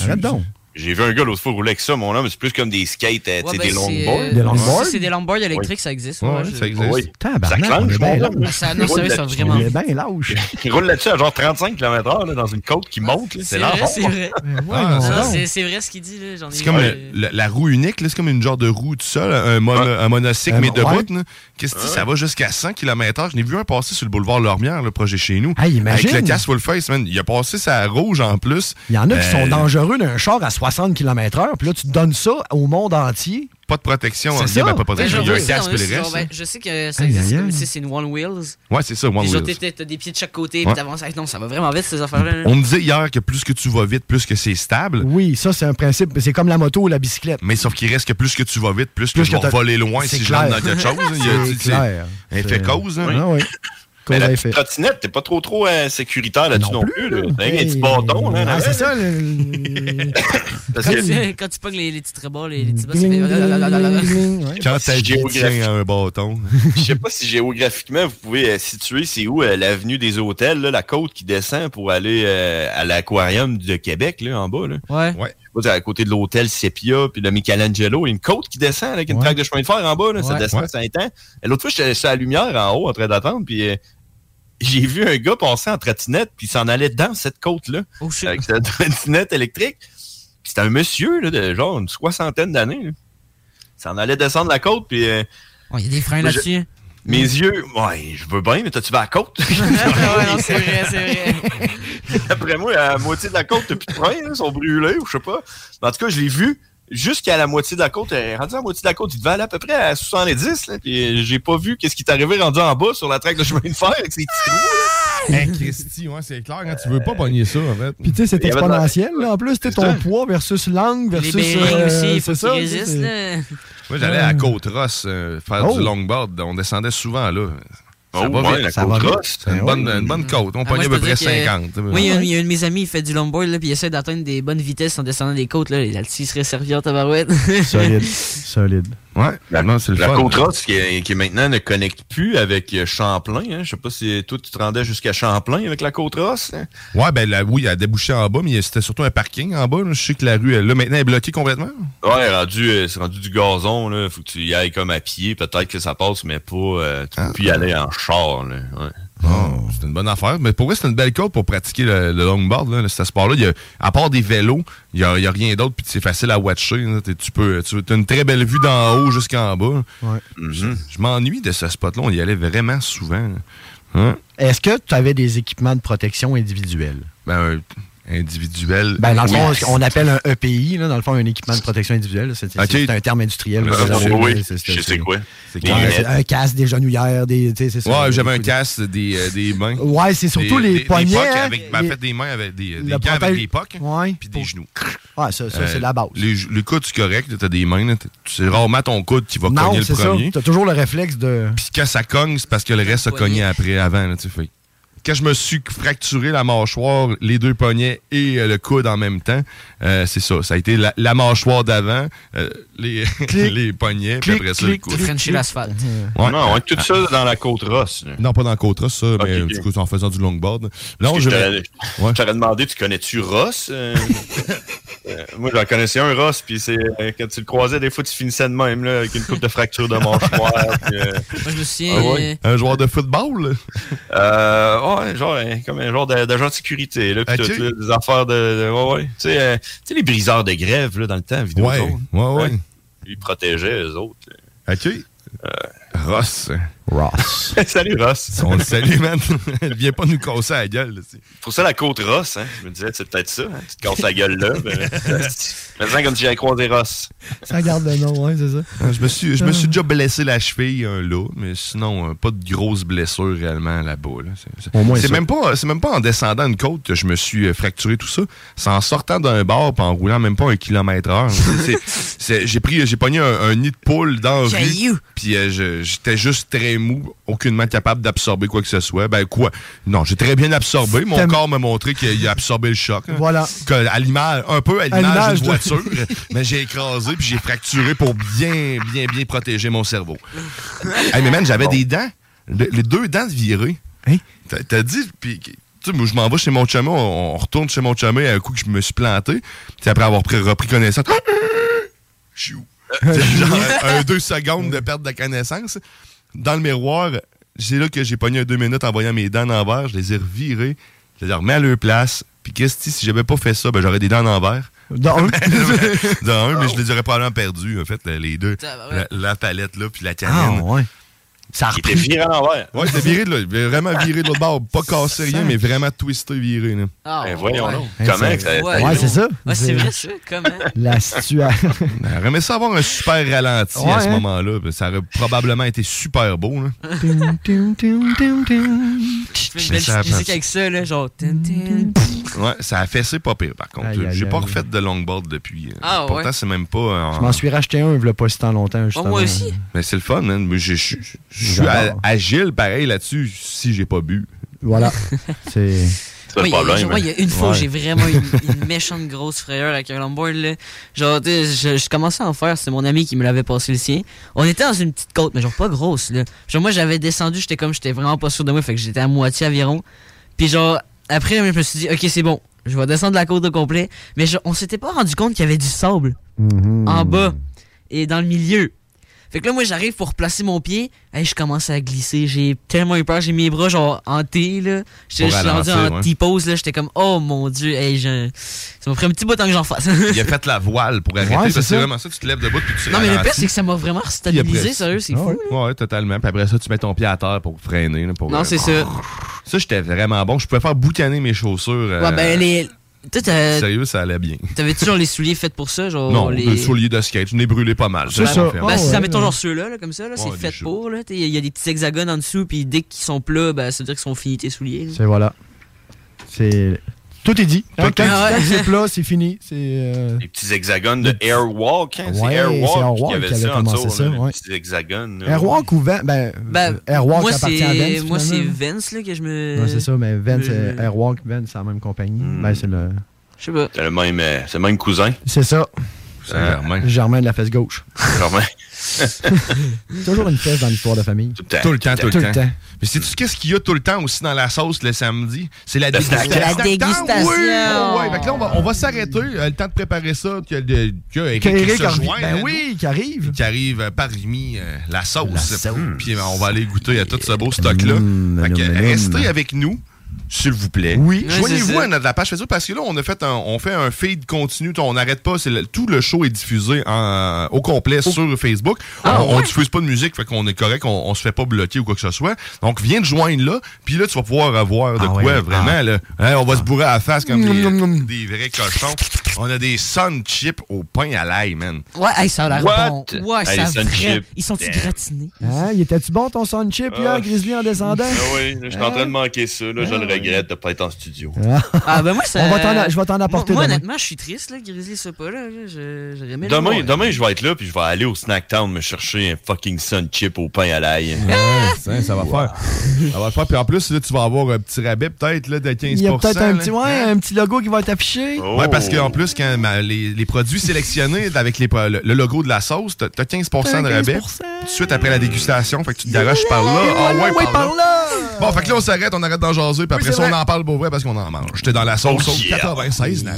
[SPEAKER 10] Arrête donc.
[SPEAKER 8] J'ai vu un gars l'autre fois rouler avec ça, mon homme. C'est plus comme des skates, euh, tu sais,
[SPEAKER 9] ben,
[SPEAKER 8] des
[SPEAKER 9] c'est,
[SPEAKER 8] longboards.
[SPEAKER 9] euh, Des longboards? si c'est des longboards électriques, ça existe, ouais, je- Oui.
[SPEAKER 10] Tabarnak,
[SPEAKER 8] ça clenche,
[SPEAKER 10] on est bien
[SPEAKER 8] mon homme.
[SPEAKER 10] lâche.
[SPEAKER 9] Ça, non, sérieux, ça, vraiment.
[SPEAKER 10] On est bien lâche.
[SPEAKER 7] Ben,
[SPEAKER 8] Il roule là-dessus à genre 35 km/h là, dans une côte qui monte. là. C'est
[SPEAKER 9] C'est vrai,
[SPEAKER 8] l'enfer.
[SPEAKER 9] c'est vrai.
[SPEAKER 7] Ah,
[SPEAKER 9] Non,
[SPEAKER 7] donc.
[SPEAKER 9] c'est- c'est vrai ce qu'il dit, là. J'en ai
[SPEAKER 7] C'est
[SPEAKER 9] vu,
[SPEAKER 7] comme
[SPEAKER 9] euh,
[SPEAKER 7] le- la, la roue unique, là, c'est comme une genre de roue tout seul, un, mono- un monocycle,
[SPEAKER 10] Euh,
[SPEAKER 7] mais de
[SPEAKER 10] ouais.
[SPEAKER 7] route. là. Qu'est-ce que ça va jusqu'à 100 km/h? Je n'ai vu un passer sur le boulevard Lormière, le projet chez nous.
[SPEAKER 10] Hey, imagine.
[SPEAKER 7] Avec le casque full face, man. Il a passé sa rouge en plus. Euh,
[SPEAKER 10] Il y en a qui sont dangereux
[SPEAKER 7] dangereux.
[SPEAKER 10] d'un char à 60 km/h, puis là, tu donnes ça au monde entier.
[SPEAKER 7] Pas de protection.
[SPEAKER 10] C'est
[SPEAKER 7] entre guillemets,
[SPEAKER 10] ça.
[SPEAKER 7] pas de protection.
[SPEAKER 10] Ben,
[SPEAKER 7] Il y a un
[SPEAKER 10] je vois
[SPEAKER 7] casque
[SPEAKER 10] ça,
[SPEAKER 7] et
[SPEAKER 10] c'est
[SPEAKER 7] le
[SPEAKER 10] genre,
[SPEAKER 7] reste.
[SPEAKER 9] ben, je sais que ça
[SPEAKER 7] Aïe,
[SPEAKER 9] existe
[SPEAKER 7] aïe,
[SPEAKER 9] comme
[SPEAKER 7] aïe.
[SPEAKER 9] si c'est une One Wheels.
[SPEAKER 7] Ouais, c'est ça, One
[SPEAKER 9] Les autres,
[SPEAKER 7] Wheels.
[SPEAKER 9] t'as- t'as des pieds de chaque côté,
[SPEAKER 7] Ouais.
[SPEAKER 9] puis t'avances. Hey, Non, ça va vraiment vite, ces affaires-là.
[SPEAKER 7] On me disait hier que plus que tu vas vite, plus que c'est stable.
[SPEAKER 10] Oui, ça, c'est un principe. C'est comme la moto ou la bicyclette.
[SPEAKER 7] Mais sauf qu'il reste que plus que tu vas vite, plus,
[SPEAKER 10] Plus
[SPEAKER 7] que,
[SPEAKER 10] que
[SPEAKER 7] je vais
[SPEAKER 10] t'as-
[SPEAKER 7] voler loin
[SPEAKER 10] C'est
[SPEAKER 7] si je rentre dans
[SPEAKER 10] clair.
[SPEAKER 7] quelque chose. hein. Il y a-
[SPEAKER 10] C'est
[SPEAKER 7] tu sais,
[SPEAKER 10] clair.
[SPEAKER 7] Un fait
[SPEAKER 10] C'est-
[SPEAKER 7] cause. hein.
[SPEAKER 10] Ah oui.
[SPEAKER 8] Mais
[SPEAKER 10] Cause à
[SPEAKER 8] la
[SPEAKER 10] effet.
[SPEAKER 8] petite trottinette, t'es pas trop trop euh, sécuritaire là-dessus non, plus. là. T'as rien, un petit bâton. là,
[SPEAKER 10] Ah,
[SPEAKER 8] là.
[SPEAKER 10] c'est ça, le-
[SPEAKER 8] Parce
[SPEAKER 9] Quand
[SPEAKER 8] que-
[SPEAKER 9] tu- quand tu pognes les les petits trébois, les les petits bas, ça
[SPEAKER 10] Ding,
[SPEAKER 9] fait.
[SPEAKER 10] ding, ding,
[SPEAKER 7] Quand ta vie
[SPEAKER 8] Géographique.
[SPEAKER 7] tient à un bâton.
[SPEAKER 8] Je sais pas si géographiquement vous pouvez euh, situer c'est où euh, l'avenue des hôtels, là, la côte qui descend pour aller euh, à l'aquarium de Québec là, en bas. Là.
[SPEAKER 9] Ouais.
[SPEAKER 7] ouais.
[SPEAKER 8] Je sais pas, c'est à côté de l'hôtel Sepia puis le Michelangelo, il y a une côte qui descend là, avec une traque de chemin de fer en bas, là, ça
[SPEAKER 7] Ouais.
[SPEAKER 8] descend
[SPEAKER 7] Ouais.
[SPEAKER 8] ça étend. Et L'autre fois, j'étais j'étais à la lumière en haut en train d'attendre, puis euh, j'ai vu un gars passer en trottinette, puis il s'en allait dans cette côte-là, avec sa trottinette électrique. Puis C'était un monsieur là, de genre une soixantaine d'années. là. Il s'en allait descendre la côte, puis... euh,
[SPEAKER 9] Il y a des freins
[SPEAKER 8] moi, je-
[SPEAKER 9] là-dessus.
[SPEAKER 8] Mes yeux, ouais, je veux bien, mais t'as-tu vas à la côte?
[SPEAKER 9] Ouais, non, c'est vrai, c'est vrai.
[SPEAKER 8] Après moi, à la moitié de la côte, t'as plus de frein, hein, ils sont brûlés ou je sais pas. Mais en tout cas, je l'ai vu jusqu'à la moitié de la côte. Euh, Rendu à la moitié de la côte, il devait aller à peu près à 70, là, puis euh, j'ai pas vu qu'est-ce qui t'est arrivé rendu en bas sur la traque de chemin de fer avec ses petits trous. là.
[SPEAKER 7] Hey, Christy, ouais, c'est clair,
[SPEAKER 10] hein,
[SPEAKER 7] quand tu veux pas pogner ça, en fait.
[SPEAKER 10] Puis tu sais, c'est
[SPEAKER 7] Il y avait de la-
[SPEAKER 10] exponentiel, là. En plus, tu sais, ton poids versus l'angle versus. euh, c'est ça. tu sais, c'est-
[SPEAKER 7] Moi, j'allais à Côte-Rosse euh, faire
[SPEAKER 10] Oh.
[SPEAKER 7] du longboard. On descendait souvent là. Ça
[SPEAKER 8] Oh,
[SPEAKER 7] va
[SPEAKER 8] ouais,
[SPEAKER 7] vite.
[SPEAKER 8] la
[SPEAKER 7] Ça va
[SPEAKER 8] Côte-Rosse.
[SPEAKER 7] vite. Ben C'est une bonne, une bonne côte. On
[SPEAKER 9] Ah, moi,
[SPEAKER 7] pognait
[SPEAKER 9] je
[SPEAKER 7] à peu
[SPEAKER 9] peux
[SPEAKER 7] près
[SPEAKER 9] dire que-
[SPEAKER 7] 50.
[SPEAKER 9] Moi, il y a un- il y a un de mes amis, il fait du longboard, là, puis il essaie d'atteindre des bonnes vitesses en descendant des côtes, là. Là-dessus, il serait servi en tabarouette.
[SPEAKER 10] Solide. Solide.
[SPEAKER 7] Ouais, non, c'est le
[SPEAKER 8] La
[SPEAKER 7] fun.
[SPEAKER 8] côte Ross qui, est- qui maintenant ne connecte plus avec euh, Champlain. Hein. Je sais pas si toi tu te rendais jusqu'à Champlain avec la côte Ross. hein.
[SPEAKER 7] Ouais, ben là, oui, elle débouchait en bas, mais c'était surtout un parking en bas. là. Je sais que la rue, elle, là, maintenant, elle est bloquée complètement.
[SPEAKER 8] Ouais, rendu, euh, c'est rendu du gazon, là. Faut que tu y ailles comme à pied. Peut-être que ça passe, mais pas. euh, tu peux plus y aller en char, là. Ouais.
[SPEAKER 7] C'est une bonne affaire. Mais pour vrai, c'est une belle côte pour pratiquer le, le longboard. Là, ce sport-là, Il y a- à part des vélos, il n'y a, il y a rien d'autre. Puis c'est facile à watcher. là. T'es- Tu peux, tu as une très belle vue d'en haut jusqu'en bas. Je, je m'ennuie de ce spot-là. On y allait vraiment souvent. là. Hein?
[SPEAKER 10] Est-ce que tu avais des équipements de protection individuels?
[SPEAKER 7] Ben, un individuel.
[SPEAKER 10] Ben, dans le
[SPEAKER 7] Oui.
[SPEAKER 10] fond, ce qu'on appelle un EPI, là, dans le fond, un équipement de protection individuelle. là, C'est c'est-
[SPEAKER 7] Ok.
[SPEAKER 10] c'est un terme industriel.
[SPEAKER 7] Mais
[SPEAKER 10] là,
[SPEAKER 7] ça,
[SPEAKER 10] c'est-
[SPEAKER 7] c'est- oui,
[SPEAKER 10] c'est- c'est-
[SPEAKER 7] je sais
[SPEAKER 10] c'est-
[SPEAKER 7] quoi.
[SPEAKER 10] c'est-
[SPEAKER 7] Des
[SPEAKER 10] ouais,
[SPEAKER 7] lunettes.
[SPEAKER 10] c'est un casque, des genouillères, des. tu sais, c'est ça.
[SPEAKER 7] Ouais, j'avais un casque, des, euh, des mains.
[SPEAKER 10] Ouais, c'est surtout les
[SPEAKER 7] des- des
[SPEAKER 10] poignets,
[SPEAKER 7] pocs
[SPEAKER 10] hein,
[SPEAKER 7] avec, ben, en
[SPEAKER 10] les-
[SPEAKER 7] fait, des mains avec des, des
[SPEAKER 10] le
[SPEAKER 7] gants avec
[SPEAKER 10] protège-
[SPEAKER 7] des pocs.
[SPEAKER 10] Ouais.
[SPEAKER 7] Puis des genoux. Euh,
[SPEAKER 10] Ouais, ça, ça, c'est la base.
[SPEAKER 7] Les, le coude, c'est correct. là, T'as des mains. là, t'as- C'est rarement ton coude qui va
[SPEAKER 10] Non,
[SPEAKER 7] cogner
[SPEAKER 10] c'est
[SPEAKER 7] le
[SPEAKER 10] ça.
[SPEAKER 7] premier.
[SPEAKER 10] T'as toujours le réflexe de.
[SPEAKER 7] Puis quand ça cogne, c'est parce que le reste a cogné après, avant. là, tu sais, fait. Quand je me suis fracturé la mâchoire, les deux poignets et euh, le coude en même temps, euh, c'est ça. Ça a été la, la mâchoire d'avant, euh, les, les poignets, puis après ça, le coude.
[SPEAKER 9] Frencher l'asphalte.
[SPEAKER 7] Ouais. Ah.
[SPEAKER 8] Non, on est tout seul dans la côte Ross. là.
[SPEAKER 7] Non, pas dans le côte, ça, mais
[SPEAKER 8] ok.
[SPEAKER 7] du coup, c'est en faisant du longboard.
[SPEAKER 8] Parce
[SPEAKER 7] Non,
[SPEAKER 8] que
[SPEAKER 7] je
[SPEAKER 8] je t'aurais je t'aurais demandé, tu connais-tu Ross? euh? Euh, moi, j'en connaissais un, Ross, puis c'est euh, quand tu le croisais, des fois, tu finissais de même, là, avec une coupe de fracture de manche noire. puis, euh,
[SPEAKER 9] Moi, je me
[SPEAKER 8] ah
[SPEAKER 9] souviens.
[SPEAKER 8] ouais.
[SPEAKER 7] Un joueur de football?
[SPEAKER 8] Euh, ouais, genre, euh, comme un genre d'a- d'agent de sécurité, là, puis
[SPEAKER 7] Ok.
[SPEAKER 8] tout, là, des affaires de. de- ouais, ouais. Tu sais, euh, tu sais, les briseurs de grève, là, dans le temps, vidéo.
[SPEAKER 7] Ouais, ouais, ouais.
[SPEAKER 8] Ils protégeaient eux autres. Euh.
[SPEAKER 7] OK. Ross.
[SPEAKER 10] Ross.
[SPEAKER 8] Salut, Ross.
[SPEAKER 7] On le salue, man. Viens pas nous casser la gueule. là, c'est-
[SPEAKER 8] Pour ça, la côte Ross, hein. Je me disais, c'est peut-être ça. hein, Tu te casses la gueule là. ben, Maintenant, comme si j'avais croisé Ross.
[SPEAKER 10] Ça garde le nom, ouais, c'est ça.
[SPEAKER 7] Ah, Je me suis, je me suis déjà blessé la cheville un là, mais sinon, euh, pas de grosses blessures réellement là-bas. là. C'est- c'est-
[SPEAKER 10] Au moins
[SPEAKER 7] C'est
[SPEAKER 10] ça.
[SPEAKER 7] même, pas- c'est même pas en descendant une côte que je me suis euh, fracturé tout ça. C'est en sortant d'un bar pis en roulant même pas un kilomètre heure. C'est- c'est- J'ai pris, j'ai pogné un, un nid de poule dans la rue. Puis euh, je- j'étais juste très mou, aucunement capable d'absorber quoi que ce soit. Ben quoi? Non, j'ai très bien absorbé. Mon
[SPEAKER 10] T'as-
[SPEAKER 7] corps m'a montré qu'il a absorbé le choc. hein.
[SPEAKER 10] Voilà.
[SPEAKER 7] Que, à l'image, un peu à
[SPEAKER 10] À l'image
[SPEAKER 7] l'image d'une
[SPEAKER 10] de-
[SPEAKER 7] voiture, mais j'ai écrasé puis j'ai fracturé pour bien, bien, bien protéger mon cerveau. hey, mais man, j'avais des dents, le- les deux dents virées. T'as- T'as dit, puis tu sais, moi, je m'en vais chez mon chumé, on, on retourne chez mon chumé à un coup que je me suis planté, puis après avoir pris- repris connaissance, c'est genre un, un deux secondes de perte de connaissance. Dans le miroir, c'est là que j'ai pogné un deux minutes en voyant mes dents en verre. Je les ai revirées. Je les ai remis à leur place. Puis Christy, si j'avais pas fait ça, ben, j'aurais des dents en verre.
[SPEAKER 10] Dans Euh, un.
[SPEAKER 7] Dans un, mais je les aurais probablement perdues, en fait, les deux. La, la palette, là, puis la canine.
[SPEAKER 10] Ah, ouais.
[SPEAKER 7] Ça
[SPEAKER 8] Il était viré à l'envers.
[SPEAKER 7] Ouais, c'était viré de l'autre. Vraiment viré de l'autre bord. Pas cassé rien, mais vraiment twisté, viré. Là.
[SPEAKER 9] Ah,
[SPEAKER 8] Ben, voyons
[SPEAKER 9] ouais.
[SPEAKER 8] donc.
[SPEAKER 7] Hey,
[SPEAKER 8] Comment
[SPEAKER 7] c'est-
[SPEAKER 8] que ça.
[SPEAKER 10] Ouais, Ah, c'est ça.
[SPEAKER 9] Ouais, c'est vrai, ça. hein. Comment?
[SPEAKER 10] La situation.
[SPEAKER 7] Elle aurait aimé ça avoir un super ralenti
[SPEAKER 10] Ouais,
[SPEAKER 7] à ce
[SPEAKER 10] hein.
[SPEAKER 7] moment-là. ben, Ça aurait probablement été super beau. Là.
[SPEAKER 10] Tum, tum, tum, tum, tum.
[SPEAKER 9] Je fais une
[SPEAKER 7] C'est
[SPEAKER 9] belle
[SPEAKER 7] ça,
[SPEAKER 9] petite musique
[SPEAKER 7] parce-
[SPEAKER 9] avec ça, là, genre. tin, tin, pff.
[SPEAKER 7] Ouais, ça a fessé pas pire, par contre.
[SPEAKER 10] Aïe, aïe,
[SPEAKER 7] J'ai pas
[SPEAKER 10] aïe.
[SPEAKER 7] refait de longboard depuis. euh,
[SPEAKER 9] Ah,
[SPEAKER 7] Pourtant,
[SPEAKER 9] ouais.
[SPEAKER 7] c'est même pas. euh,
[SPEAKER 10] Je m'en suis racheté un, il n'y a pas si tant longtemps, justement.
[SPEAKER 9] moi aussi.
[SPEAKER 7] Mais c'est le fun, man. Mais Je je- je- je suis
[SPEAKER 10] J'adore.
[SPEAKER 7] a- agile pareil là-dessus si j'ai pas bu.
[SPEAKER 10] Voilà. C'est.
[SPEAKER 7] pas le
[SPEAKER 9] Moi, il y a-
[SPEAKER 7] problème,
[SPEAKER 9] Moi, il y a une
[SPEAKER 7] hein.
[SPEAKER 9] fois,
[SPEAKER 7] Ouais.
[SPEAKER 9] j'ai vraiment eu une, une méchante grosse frayeur avec un longboard. Là. Genre, tu sais, je, je commençais à en faire, c'est mon ami qui me l'avait passé le sien. On était dans une petite côte, mais genre pas grosse. Là. Genre, moi, j'avais descendu, j'étais comme, j'étais vraiment pas sûr de moi, fait que j'étais à moitié aviron. Puis genre, après, je me suis dit, ok, c'est bon, je vais descendre la côte au complet. Mais genre, on s'était pas rendu compte qu'il y avait du sable
[SPEAKER 7] Hmm.
[SPEAKER 9] en bas et dans le milieu. Fait que là, moi, j'arrive pour placer mon pied. Hey, je commence à glisser. J'ai tellement eu peur. J'ai mes bras, genre, en T, là. Je je
[SPEAKER 7] Pour
[SPEAKER 9] suis rendu
[SPEAKER 7] ralentir,
[SPEAKER 9] en
[SPEAKER 7] ouais.
[SPEAKER 9] T-pose, là. J'étais comme, oh mon dieu, hey, je... ça m'a pris un petit bout de temps que j'en fasse.
[SPEAKER 7] Il a fait la voile pour arrêter.
[SPEAKER 9] Ouais,
[SPEAKER 7] parce
[SPEAKER 9] c'est
[SPEAKER 7] que c'est
[SPEAKER 9] ça.
[SPEAKER 7] vraiment ça, tu te lèves debout puis tu
[SPEAKER 9] non, mais le pire,
[SPEAKER 7] ralentis.
[SPEAKER 9] c'est que ça m'a vraiment
[SPEAKER 7] Puis après-
[SPEAKER 9] stabilisé, sérieux, c'est
[SPEAKER 7] Ah
[SPEAKER 9] fou.
[SPEAKER 7] ouais. Ouais, totalement. Puis après ça, tu mets ton pied à terre pour freiner. là, pour,
[SPEAKER 9] Non,
[SPEAKER 7] euh,
[SPEAKER 9] c'est ça.
[SPEAKER 7] Ça, j'étais vraiment bon. Je pouvais faire boucaner mes chaussures. euh,
[SPEAKER 9] Ouais, ben, les. Toi, t'as-
[SPEAKER 7] Sérieux, ça allait bien.
[SPEAKER 9] t'avais-tu genre les souliers faits pour ça, genre.
[SPEAKER 7] Non,
[SPEAKER 9] les...
[SPEAKER 7] le soulier de skate, je n'ai brûlé pas mal.
[SPEAKER 9] Ben,
[SPEAKER 7] je
[SPEAKER 9] ben,
[SPEAKER 7] confirme.
[SPEAKER 9] si ça, mettons genre ceux-là, là, comme ça, là, c'est
[SPEAKER 7] Ah des
[SPEAKER 9] fait pour. là. T'sais, Il y a des petits hexagones en dessous, puis dès qu'ils sont plats, ben, ça veut dire qu'ils sont finis tes souliers. là.
[SPEAKER 10] C'est voilà. C'est. Tout est dit. Hein,
[SPEAKER 9] Tout
[SPEAKER 10] quand
[SPEAKER 9] est-
[SPEAKER 7] Ah
[SPEAKER 10] quand
[SPEAKER 9] Ah Ouais.
[SPEAKER 10] c'est plat, c'est fini. C'est. euh,
[SPEAKER 8] Les petits hexagones de Airwalk. Hein?
[SPEAKER 10] Ouais,
[SPEAKER 8] c'est Airwalk,
[SPEAKER 10] c'est Airwalk
[SPEAKER 8] qui avait
[SPEAKER 10] qui avait
[SPEAKER 8] ça en
[SPEAKER 10] commencé
[SPEAKER 8] dessous.
[SPEAKER 10] ça,
[SPEAKER 8] là,
[SPEAKER 10] ouais.
[SPEAKER 8] Les petits
[SPEAKER 7] Euh,
[SPEAKER 8] hexagones. là.
[SPEAKER 10] Airwalk ou Vent Ben.
[SPEAKER 9] Ben,
[SPEAKER 10] Airwalk
[SPEAKER 9] moi,
[SPEAKER 10] appartient à
[SPEAKER 9] c'est-
[SPEAKER 10] Vence.
[SPEAKER 9] Moi, c'est
[SPEAKER 10] finalement.
[SPEAKER 9] Vence là, que je me.
[SPEAKER 10] Ouais, c'est ça, mais Vence,
[SPEAKER 9] Euh,
[SPEAKER 10] euh, Airwalk, Vence, c'est la même compagnie.
[SPEAKER 7] Hmm.
[SPEAKER 10] Ben, c'est le.
[SPEAKER 9] Je sais pas.
[SPEAKER 8] C'est le même, euh, c'est le même cousin.
[SPEAKER 10] C'est ça. Euh,
[SPEAKER 8] Saint-Germain.
[SPEAKER 10] Germain de la fesse gauche.
[SPEAKER 8] Germain.
[SPEAKER 10] Toujours une fesse dans l'histoire de famille.
[SPEAKER 7] Tout le temps, tout, le temps. Mais sais-tu qu'est-ce qu'il y a tout le temps aussi dans la sauce le samedi? C'est la
[SPEAKER 8] Le
[SPEAKER 7] dégustation.
[SPEAKER 8] snack-down.
[SPEAKER 10] La dégustation.
[SPEAKER 7] Oui! Oh, ouais. Fait que là, on va, on va s'arrêter. euh, le temps de préparer ça. Que, de- que Eric,
[SPEAKER 10] Qu'Éric
[SPEAKER 7] se
[SPEAKER 10] en revi-
[SPEAKER 7] joigne,
[SPEAKER 10] ben
[SPEAKER 7] hein,
[SPEAKER 10] oui, qui arrive.
[SPEAKER 7] Qui arrive euh, parmi euh, la sauce. Mmh, Hmm. Puis euh, on va aller goûter à tout ce beau stock-là. Fait que, restez avec nous. S'il vous plaît.
[SPEAKER 10] Ouais,
[SPEAKER 7] Oui.
[SPEAKER 10] c'est
[SPEAKER 7] Joignez-vous
[SPEAKER 10] ça.
[SPEAKER 7] à notre la page Facebook parce que là, on a fait un, on fait un feed continu. On n'arrête pas. c'est le- tout le show est diffusé en- au complet sur Facebook.
[SPEAKER 33] Ah,
[SPEAKER 7] on, on
[SPEAKER 33] ouais?
[SPEAKER 7] diffuse pas de musique, fait qu'on est correct, on, on se fait pas bloquer ou quoi que ce soit. Donc, viens te joindre là, puis là, tu vas pouvoir avoir de quoi,
[SPEAKER 33] ouais?
[SPEAKER 7] vraiment. Là. Hein, on va se bourrer à la face comme
[SPEAKER 33] Nom,
[SPEAKER 7] des,
[SPEAKER 33] nom, nom.
[SPEAKER 7] des vrais cochons. On a des sun chips au pain à l'ail, man.
[SPEAKER 9] Ouais, hey, ça a l'air
[SPEAKER 7] What?
[SPEAKER 9] bon. Ouais,
[SPEAKER 7] Hey,
[SPEAKER 9] ça
[SPEAKER 7] les sun
[SPEAKER 9] vra-
[SPEAKER 7] chips.
[SPEAKER 9] Ils sont-ils
[SPEAKER 7] Damn.
[SPEAKER 9] gratinés?
[SPEAKER 10] Hein, il était-tu bon ton sound chip,
[SPEAKER 8] Ah.
[SPEAKER 10] là, Grizzly, en descendant?
[SPEAKER 8] Ah oui, là, je suis en train de manquer ça. Là, je le regrette de ne pas être en studio.
[SPEAKER 9] Ah, ben moi, ça.
[SPEAKER 10] On va t'en a- je vais t'en apporter
[SPEAKER 9] Moi, moi,
[SPEAKER 10] demain.
[SPEAKER 9] honnêtement, je suis triste, là, Grizzly, ça pas, là. là, je- J'aurais aimé le voir.
[SPEAKER 8] Demain, demain, je vais être là, puis je vais aller au Snack Town me chercher un fucking sun chip au pain à l'ail.
[SPEAKER 7] Ah!
[SPEAKER 8] Ah!
[SPEAKER 7] Ça, ça va faire. Ça va faire. Puis en plus, là, tu vas avoir un petit rabais peut-être là, de 15
[SPEAKER 10] Il y a peut-être un, petit,
[SPEAKER 7] là. Oh.
[SPEAKER 10] ouais, un petit logo qui va être affiché.
[SPEAKER 7] Ouais, parce qu'en plus, quand ma- les, les produits sélectionnés avec les, pro- le, le logo de la sauce, t'as t'as 15 de rabais. Tout de suite après la dégustation, fait que tu te garages Ah, par là. Ah ouais, par là. Bon, fait que là, on s'arrête, on arrête d'en jaser, puis après
[SPEAKER 8] c'est
[SPEAKER 7] ça, on
[SPEAKER 8] vrai.
[SPEAKER 7] en parle pour vrai parce qu'on en mange. J'étais dans la sauce
[SPEAKER 8] Oh,
[SPEAKER 7] au
[SPEAKER 8] yeah.
[SPEAKER 7] 96, 9.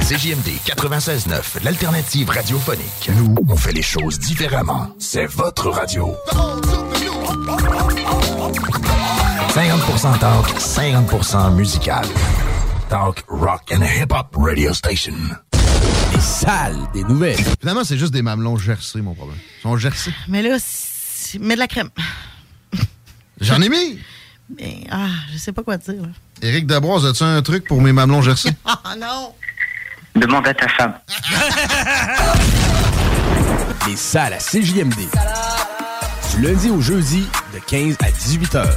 [SPEAKER 26] CJMD 96.9, l'alternative radiophonique. Nous, on fait les choses différemment. C'est votre radio. 50% talk, 50% musical. Talk, rock and hip-hop radio station. Les salles des nouvelles.
[SPEAKER 17] Finalement, c'est juste des mamelons gercés, mon problème. Ils sont gercés.
[SPEAKER 9] Mais là, c'est- mets de la crème.
[SPEAKER 17] J'en ai mis!
[SPEAKER 9] Mais, ah, je sais pas quoi dire. là.
[SPEAKER 17] Éric Dabroise, as-tu un truc pour mes mamelons gercés?
[SPEAKER 9] Ah non!
[SPEAKER 17] Demande à ta femme.
[SPEAKER 26] Les salles à CJMD. Du lundi au jeudi, de 15 à 18 heures.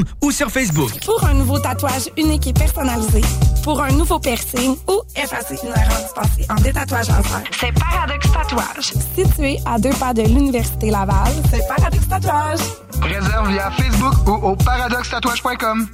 [SPEAKER 20] ou sur Facebook.
[SPEAKER 16] Pour un nouveau tatouage unique et personnalisé, pour un nouveau piercing ou effacer une erreur dispensée en détatouage en fer, c'est Paradox Tatouage. Situé à deux pas de l'Université Laval, c'est Paradox Tatouage.
[SPEAKER 10] Réserve via Facebook ou au paradoxtatouage.com.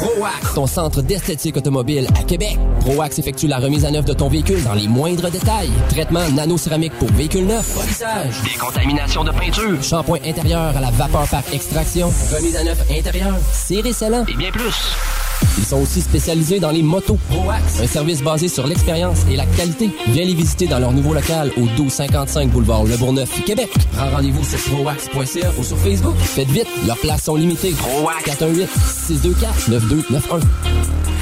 [SPEAKER 5] ProAx, ton centre d'esthétique automobile à Québec. ProAx effectue la remise à neuf de ton véhicule dans les moindres détails. Traitement nano-céramique pour véhicule neuf, polissage,
[SPEAKER 31] Décontamination de peinture.
[SPEAKER 5] shampoing intérieur à la vapeur par extraction, remise à neuf intérieure, serré scellant
[SPEAKER 31] Et bien plus.
[SPEAKER 5] Ils sont aussi spécialisés dans les motos. Un service basé sur l'expérience et la qualité. Viens les visiter dans leur nouveau local au 1255 boulevard Le Bourgneuf, Québec. Prends rendez-vous sur proax.ca ou sur Facebook. Faites vite, leurs places sont limitées. 418 624 9291.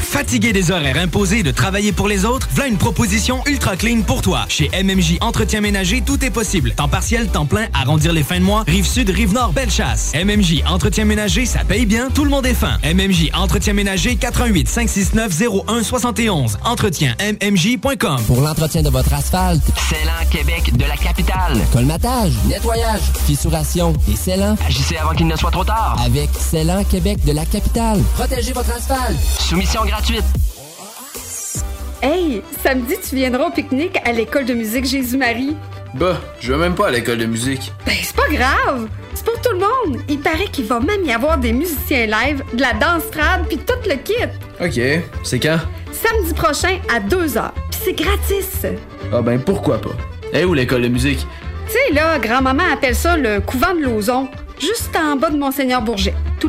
[SPEAKER 20] Fatigué des horaires imposés de travailler pour les autres, voilà une proposition ultra clean pour toi. Chez MMJ Entretien Ménager, tout est possible. Temps partiel, temps plein, arrondir les fins de mois, rive sud, rive nord, belle chasse. MMJ Entretien Ménager, ça paye bien, tout le monde est fin. MMJ Entretien Ménager, 88 569 01 71. Entretien MMJ.com.
[SPEAKER 5] Pour l'entretien de votre asphalte,
[SPEAKER 31] Ceylan, Québec, de la capitale.
[SPEAKER 5] colmatage, nettoyage, fissuration et scellant.
[SPEAKER 31] Agissez avant qu'il ne soit trop tard.
[SPEAKER 5] Avec Scellant Québec de la capitale.
[SPEAKER 31] Protégez votre asphalte. Soumission gratuite.
[SPEAKER 6] Hey, samedi, tu viendras au pique-nique à l'école de musique Jésus-Marie.
[SPEAKER 22] Bah, je vais même pas à l'école de musique.
[SPEAKER 6] Ben, c'est pas grave! C'est pour tout le monde! Il paraît qu'il va même y avoir des musiciens live, de la danse trad, puis tout le kit!
[SPEAKER 22] Ok, c'est quand?
[SPEAKER 6] Samedi prochain à 2h. Puis c'est gratis!
[SPEAKER 22] Ah ben pourquoi pas? Eh où l'école de musique?
[SPEAKER 6] Tu sais, là, grand-maman appelle ça le couvent de Lauzon, juste en bas de Monseigneur Bourget.
[SPEAKER 34] Tous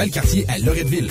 [SPEAKER 30] Valcartier à Loretteville.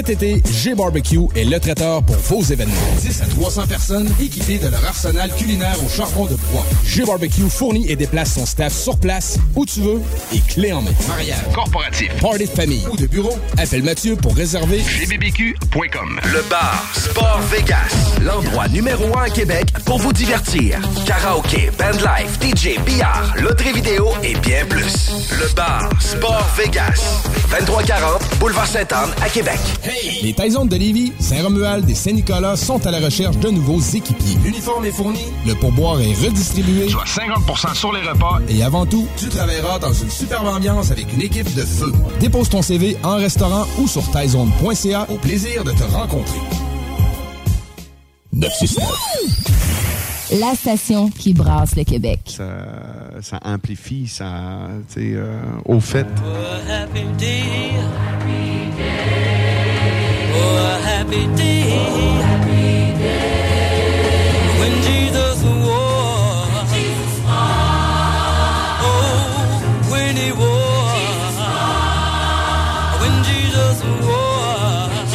[SPEAKER 30] été, G-Barbecue est le traiteur pour vos événements. 10 à 300 personnes équipées de leur arsenal culinaire au charbon de bois. G-Barbecue fournit et déplace son staff sur place, où tu veux, et clé en main. Mariage, corporatif, party de famille ou de bureau, appelle Mathieu pour réserver gbbq.com.
[SPEAKER 19] Le bar Sport Vegas, l'endroit numéro un à Québec pour vous divertir. Karaoke, bandlife, DJ, billard, loterie vidéo et bien plus. Le bar Sport Vegas, 2340 Boulevard Sainte-Anne à Québec.
[SPEAKER 30] Les Taizones de Lévis, Saint-Romuald et Saint-Nicolas sont à la recherche de nouveaux équipiers. L'uniforme est fourni, le pourboire est redistribué, soit 50% sur les repas et avant tout, tu travailleras dans une superbe ambiance avec une équipe de feu. Dépose ton CV en restaurant ou sur taizone.ca au plaisir de te rencontrer. 969.
[SPEAKER 35] La station qui brasse le Québec.
[SPEAKER 26] Ça, ça amplifie, ça, tu sais, euh, au fait.
[SPEAKER 36] Oh, happy day. Oh, happy day. When Jesus was. Oh, when he was. When Jesus was.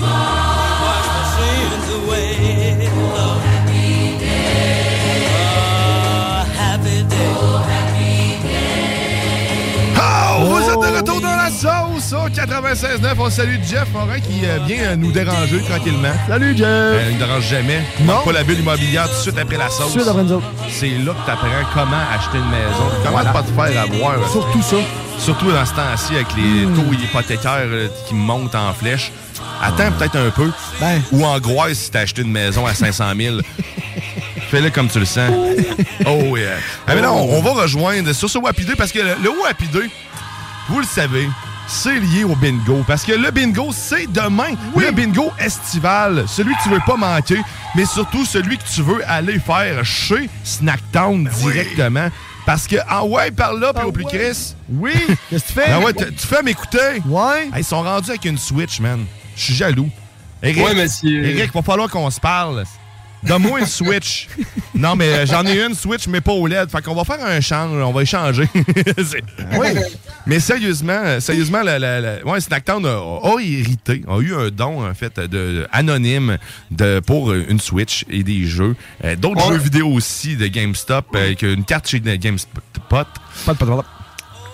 [SPEAKER 36] Wash my sins away. Oh, happy day. Oh, happy day. Oh, happy day.
[SPEAKER 7] Oh, vous êtes de retour dans la sauce au 96.9. On salue Jeff Morin qui euh, vient euh, nous déranger tranquillement.
[SPEAKER 25] Salut Jeff!
[SPEAKER 7] Euh, il ne dérange jamais. Il
[SPEAKER 25] Non.
[SPEAKER 7] manque Pas la bulle immobilière tout de suite après la sauce.
[SPEAKER 25] Tout de suite après nous autres.
[SPEAKER 7] C'est là que tu apprends comment acheter une maison. Comment pas te faire avoir. euh,
[SPEAKER 25] Surtout ça. Hmm.
[SPEAKER 7] Surtout dans ce temps-ci avec les taux hypothécaires euh, qui montent en flèche. Attends peut-être un peu.
[SPEAKER 25] Ben.
[SPEAKER 7] Ou angoisse si t'as acheté une maison à 500 000. Fais-le comme tu le sens. oh yeah. Ah, mais non, on va rejoindre sur ce Wapidé parce que le, le Wapidé, vous le savez, c'est lié au bingo. Parce que le bingo, c'est demain. Le bingo estival. Celui que tu veux pas manquer, mais surtout celui que tu veux aller faire chez Snacktown directement. Parce que, Ben ah ouais, par là, puis au plus Chris. Oui. Qu'est-ce que tu
[SPEAKER 20] fais?
[SPEAKER 7] Ah ouais, tu tu fais m'écouter. Ouais. ils sont rendus avec une Switch, man. Je suis jaloux. Eric,
[SPEAKER 20] Ouais, monsieur.
[SPEAKER 7] Eric, va falloir qu'on se parle. Donne-moi une Switch. non, mais euh, j'en ai une Switch, mais pas OLED. Fait qu'on va faire un change. On va échanger. C'est- oui. Mais sérieusement, euh, sérieusement, la, la, la- ouais, Snacktown a, a hérité, a eu un don, en fait, de, de- anonyme de, pour euh, une Switch et des jeux. Euh, D'autres jeux vidéo aussi de GameStop, euh, qu'une une carte chez GameSpot.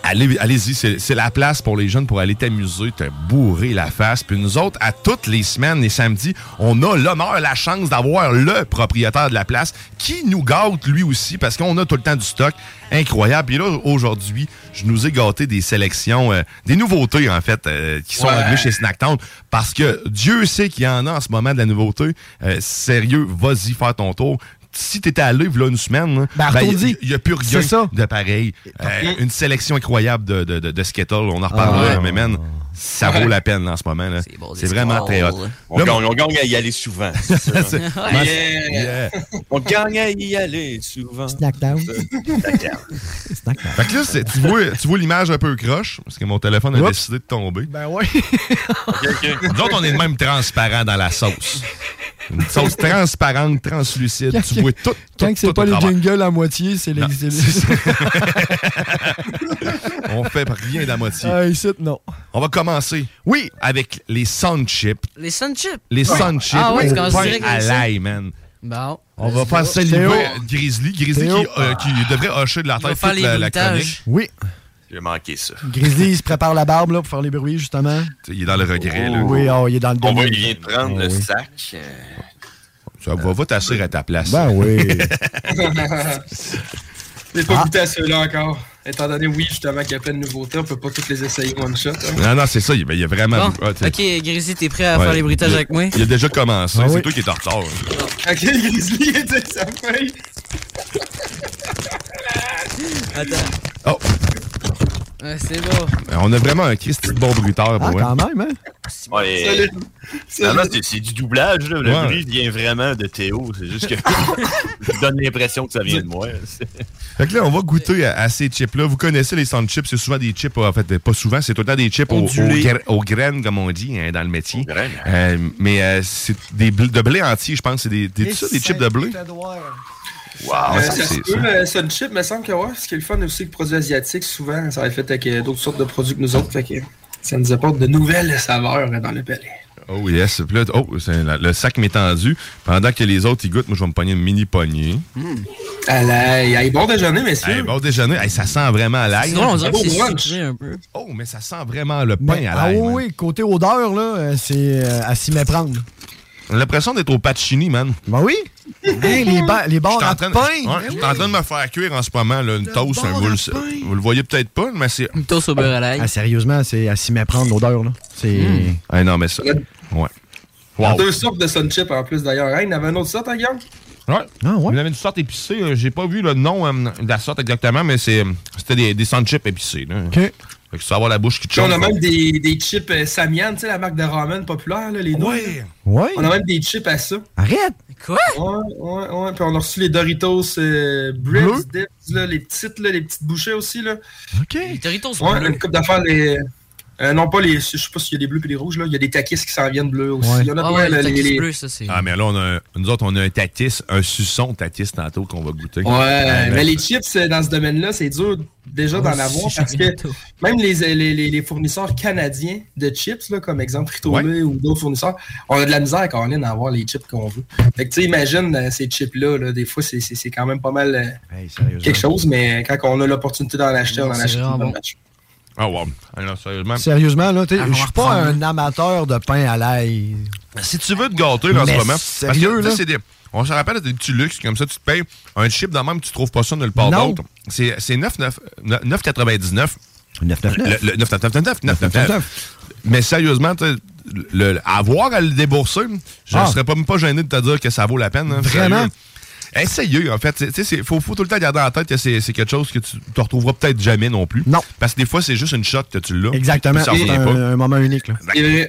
[SPEAKER 7] Allez- Allez-y, c'est c'est la place pour les jeunes pour aller t'amuser, te bourrer la face. Puis nous autres, à toutes les semaines, les samedis, on a l'honneur, la chance d'avoir le propriétaire de la place qui nous gâte lui aussi parce qu'on a tout le temps du stock incroyable. Puis là, aujourd'hui, je nous ai gâté des sélections, euh, des nouveautés en fait, euh, qui sont
[SPEAKER 20] Ouais.
[SPEAKER 7] arrivées chez Snacktown parce que Dieu sait qu'il y en a en ce moment de la nouveauté. Euh, sérieux, vas-y faire ton tour. Si t'étais allé, là une semaine, hein,
[SPEAKER 25] Ben,
[SPEAKER 7] il
[SPEAKER 25] retourne-y.
[SPEAKER 7] n'y a plus rien
[SPEAKER 25] C'est ça.
[SPEAKER 7] de pareil. Euh, une sélection incroyable de, de, de, de Skittles. On en
[SPEAKER 8] Ah.
[SPEAKER 7] reparlera, mais man, ça
[SPEAKER 8] Ouais.
[SPEAKER 7] vaut la peine en ce moment. là. C'est vraiment très hot.
[SPEAKER 8] On,
[SPEAKER 7] Là,
[SPEAKER 8] gagne, on gagne à y aller souvent. c'est sûr.
[SPEAKER 7] C'est-
[SPEAKER 8] Yeah.
[SPEAKER 7] Yeah.
[SPEAKER 8] On gagne à y aller souvent.
[SPEAKER 25] Snackdown.
[SPEAKER 8] Snackdown.
[SPEAKER 7] Fait que là, c'est- tu vois, tu vois l'image un peu croche, parce que mon téléphone a
[SPEAKER 20] Oups.
[SPEAKER 7] décidé de tomber.
[SPEAKER 25] Ben ouais.
[SPEAKER 7] Nous autres, on est de même transparent dans la sauce. Une sauce transparente, translucide. tu vois tout.
[SPEAKER 25] Quand
[SPEAKER 7] tout,
[SPEAKER 25] que c'est
[SPEAKER 7] tout
[SPEAKER 25] pas
[SPEAKER 7] au
[SPEAKER 25] les
[SPEAKER 7] travers.
[SPEAKER 25] jingles à moitié, c'est les. c'est
[SPEAKER 7] On fait rien d'à moitié.
[SPEAKER 25] Ah, ici, non.
[SPEAKER 7] On va commencer. Oui. Avec les sound chips.
[SPEAKER 1] Les Sun Chips.
[SPEAKER 7] Les sun chips
[SPEAKER 1] Ah ouais,
[SPEAKER 7] au
[SPEAKER 1] tu commences
[SPEAKER 7] pain
[SPEAKER 1] direct
[SPEAKER 7] à
[SPEAKER 1] avec ça.
[SPEAKER 7] l'ail, man.
[SPEAKER 1] Bon.
[SPEAKER 7] On va
[SPEAKER 1] Let's
[SPEAKER 7] faire
[SPEAKER 1] go.
[SPEAKER 7] saliver Grizzly. Grizzly
[SPEAKER 1] Théo.
[SPEAKER 7] qui, euh, qui devrait hocher de la
[SPEAKER 1] va
[SPEAKER 7] tête
[SPEAKER 1] faire
[SPEAKER 7] toute
[SPEAKER 1] les
[SPEAKER 7] la, la chronique.
[SPEAKER 1] bruitages.
[SPEAKER 25] Oui.
[SPEAKER 8] J'ai manqué ça.
[SPEAKER 25] Grizzly, il se prépare la barbe là, pour faire les bruits, justement.
[SPEAKER 7] Il est dans le regret, là.
[SPEAKER 25] Oui, oh, il est dans le
[SPEAKER 8] On va,
[SPEAKER 25] domaine.
[SPEAKER 8] il vient de prendre
[SPEAKER 25] Ah
[SPEAKER 8] le
[SPEAKER 25] oui.
[SPEAKER 8] sac. euh,
[SPEAKER 7] Ça va, va t'assurer à ta place.
[SPEAKER 25] Ben oui.
[SPEAKER 11] J'ai
[SPEAKER 7] Ah.
[SPEAKER 11] pas goûté à ceux-là encore. Étant donné, oui, justement, qu'il y a plein de nouveautés, on peut pas toutes les essayer one shot. hein.
[SPEAKER 7] non, non, c'est ça. Il ben, il y a vraiment.
[SPEAKER 1] Bon.
[SPEAKER 7] Ah, t'sais.
[SPEAKER 1] Ok, Grizzly, t'es prêt à
[SPEAKER 7] Ouais.
[SPEAKER 1] faire les bruitages
[SPEAKER 7] Il-
[SPEAKER 1] avec moi?
[SPEAKER 7] Il a déjà commencé.
[SPEAKER 1] Ah
[SPEAKER 7] c'est
[SPEAKER 1] oui.
[SPEAKER 7] toi qui es en retard. hein.
[SPEAKER 11] Ok, Grizzly était sa feuille.
[SPEAKER 1] Attends.
[SPEAKER 7] Oh.
[SPEAKER 1] Ouais, c'est bon.
[SPEAKER 7] Euh, On a vraiment un Christy de bon bruteur. pour vrai.
[SPEAKER 25] quand même, hein?
[SPEAKER 8] Ouais,
[SPEAKER 7] Salut.
[SPEAKER 8] Non, non, c'est- c'est du doublage. là. Le
[SPEAKER 7] Ouais.
[SPEAKER 8] bruit vient vraiment de Théo. C'est juste que je donne l'impression que ça vient de moi.
[SPEAKER 7] Fait que là, on va goûter à, à ces chips-là. Vous connaissez les sound chips, c'est souvent des chips, euh, en fait, pas souvent, c'est tout le temps des chips au- au
[SPEAKER 8] Ondulés.
[SPEAKER 7] gra- aux, graines, comme on dit, hein, dans le métier. Euh, mais euh, c'est des bl- de blé entier, je pense. C'est des, des, ça, des chips de blé.
[SPEAKER 8] Wow,
[SPEAKER 11] Euh,
[SPEAKER 8] Ah, ça,
[SPEAKER 11] ça se
[SPEAKER 8] c'est
[SPEAKER 11] peut, euh, Sunchip, me semble que ouais, ce qui est le fun aussi, le produit asiatique, souvent, ça va être fait avec euh, d'autres sortes de produits que nous autres. Fait que euh, ça nous apporte de nouvelles saveurs euh, dans le palais.
[SPEAKER 7] Oh yes, Puis là, oh, c'est la- le sac m'est tendu. Pendant que les autres, ils goûtent, moi, je vais me pogner une mini pognée.
[SPEAKER 11] À l'ail. Hey, bon déjeuner, messieurs.
[SPEAKER 7] bon déjeuner. Hey, ça sent vraiment à l'ail.
[SPEAKER 11] Sinon, on dirait que
[SPEAKER 7] Oh,
[SPEAKER 11] c'est
[SPEAKER 7] brunch.
[SPEAKER 11] sucré un peu.
[SPEAKER 7] Oh, mais ça sent vraiment le pain à
[SPEAKER 10] Ah
[SPEAKER 7] l'ail.
[SPEAKER 10] oui, oui, côté odeur, là, euh, c'est euh, à s'y méprendre.
[SPEAKER 7] J'ai l'impression d'être au patchini, man.
[SPEAKER 10] Ben oui. Hey, les, ba- les barres
[SPEAKER 7] Je suis
[SPEAKER 10] à
[SPEAKER 7] en train de-
[SPEAKER 10] pain.
[SPEAKER 7] Ouais, je suis en train de me faire cuire en ce moment là, une toast, un vous, le, vous le voyez peut-être pas, mais c'est. Une
[SPEAKER 9] toast au beurre à l'ail.
[SPEAKER 10] Ah, sérieusement, c'est à s'y méprendre l'odeur. là. C'est.
[SPEAKER 7] Mmh. non, mais ça. Ouais.
[SPEAKER 11] Il y a
[SPEAKER 7] Wow.
[SPEAKER 11] Deux sortes de Sunchip en plus d'ailleurs. Hey, il y en avait une autre sorte, hein, Guillaume?
[SPEAKER 7] Ouais.
[SPEAKER 10] Ah,
[SPEAKER 7] Il y avait une sorte épicée, euh, j'ai pas vu le nom euh, de la sorte exactement, mais c'est, euh, c'était des, des sun chips épicés. Là. OK. Fait que tu vas avoir la bouche qui
[SPEAKER 11] Puis
[SPEAKER 7] chauffe.
[SPEAKER 11] on a
[SPEAKER 7] là.
[SPEAKER 11] même des, des chips euh, Samian, tu sais, la marque de ramen populaire, là, les noix. Ouais.
[SPEAKER 10] Ouais.
[SPEAKER 11] On a même des chips à ça.
[SPEAKER 10] Arrête!
[SPEAKER 9] Quoi?
[SPEAKER 11] Ouais, ouais, ouais. Puis on a reçu les Doritos euh, Brits, Dips, là, les petites, là, les petites bouchées aussi, là.
[SPEAKER 10] OK. Les
[SPEAKER 9] Doritos
[SPEAKER 11] Ouais,
[SPEAKER 9] bleus.
[SPEAKER 11] une coupe d'affaires, les... euh, non, pas les... Je sais pas s'il y a des bleus puis des rouges, là. Il y a des takis qui s'en viennent bleus aussi. Il y en a
[SPEAKER 9] Ah
[SPEAKER 11] plein,
[SPEAKER 9] ouais,
[SPEAKER 11] là,
[SPEAKER 9] les
[SPEAKER 11] les-
[SPEAKER 9] Takis
[SPEAKER 11] les-
[SPEAKER 9] bleus, ça, c'est.
[SPEAKER 7] Ah, mais là, on a un- nous autres, on a un tatis, un suçon tatis tantôt qu'on va goûter.
[SPEAKER 11] Ouais,
[SPEAKER 7] Ah, ben,
[SPEAKER 11] mais les chips euh, dans ce domaine-là, c'est dur déjà
[SPEAKER 7] Ouais,
[SPEAKER 11] d'en
[SPEAKER 7] si,
[SPEAKER 11] avoir
[SPEAKER 7] je
[SPEAKER 11] parce
[SPEAKER 7] suis
[SPEAKER 11] que même les, les, les, les fournisseurs canadiens de chips, là, comme exemple frito ou d'autres fournisseurs, on a de la misère quand on est d'en avoir les chips qu'on veut. Fait que tu sais, imagine euh, ces chips-là, là, des fois, c'est- c'est c'est quand même pas mal euh, quelque chose, mais quand on a l'opportunité d'en acheter, on en
[SPEAKER 7] c'est
[SPEAKER 11] achète.
[SPEAKER 7] vraiment
[SPEAKER 11] on en
[SPEAKER 7] bon.
[SPEAKER 11] achète.
[SPEAKER 7] Ah, wow. Ah, non, sérieusement.
[SPEAKER 10] Sérieusement, là, t'sais,
[SPEAKER 7] Ah, on
[SPEAKER 10] je
[SPEAKER 7] va
[SPEAKER 10] suis pas
[SPEAKER 7] reprendre,
[SPEAKER 10] un amateur de pain à l'ail.
[SPEAKER 7] Si tu veux te gâter là, en ce
[SPEAKER 10] Mais
[SPEAKER 7] moment,
[SPEAKER 10] sérieux,
[SPEAKER 7] parce que, tu sais,
[SPEAKER 10] là?
[SPEAKER 7] c'est des- on se rappelle des petits luxes comme ça, tu te payes un chip de même, tu trouves pas ça nulle part
[SPEAKER 10] Non.
[SPEAKER 7] d'autre. C'est c'est 9 9 9,99.
[SPEAKER 10] 9,99.
[SPEAKER 7] Le- le 9,99, 9,99. Mais sérieusement, tu sais, le, le- avoir à le débourser, je
[SPEAKER 10] Ah.
[SPEAKER 7] serais pas, même pas gêné de te dire que ça vaut la peine. hein,
[SPEAKER 10] Vraiment?
[SPEAKER 7] sérieux. Essayez, en fait. Tu sais, Il faut, faut tout le temps garder en tête que c'est c'est quelque chose que tu ne retrouveras peut-être jamais non plus. Non. Parce que des fois, c'est juste une shot que tu l'as.
[SPEAKER 10] Exactement.
[SPEAKER 7] puis ça
[SPEAKER 10] C'est
[SPEAKER 7] revient
[SPEAKER 10] un,
[SPEAKER 7] pas.
[SPEAKER 10] un moment unique. là. Puis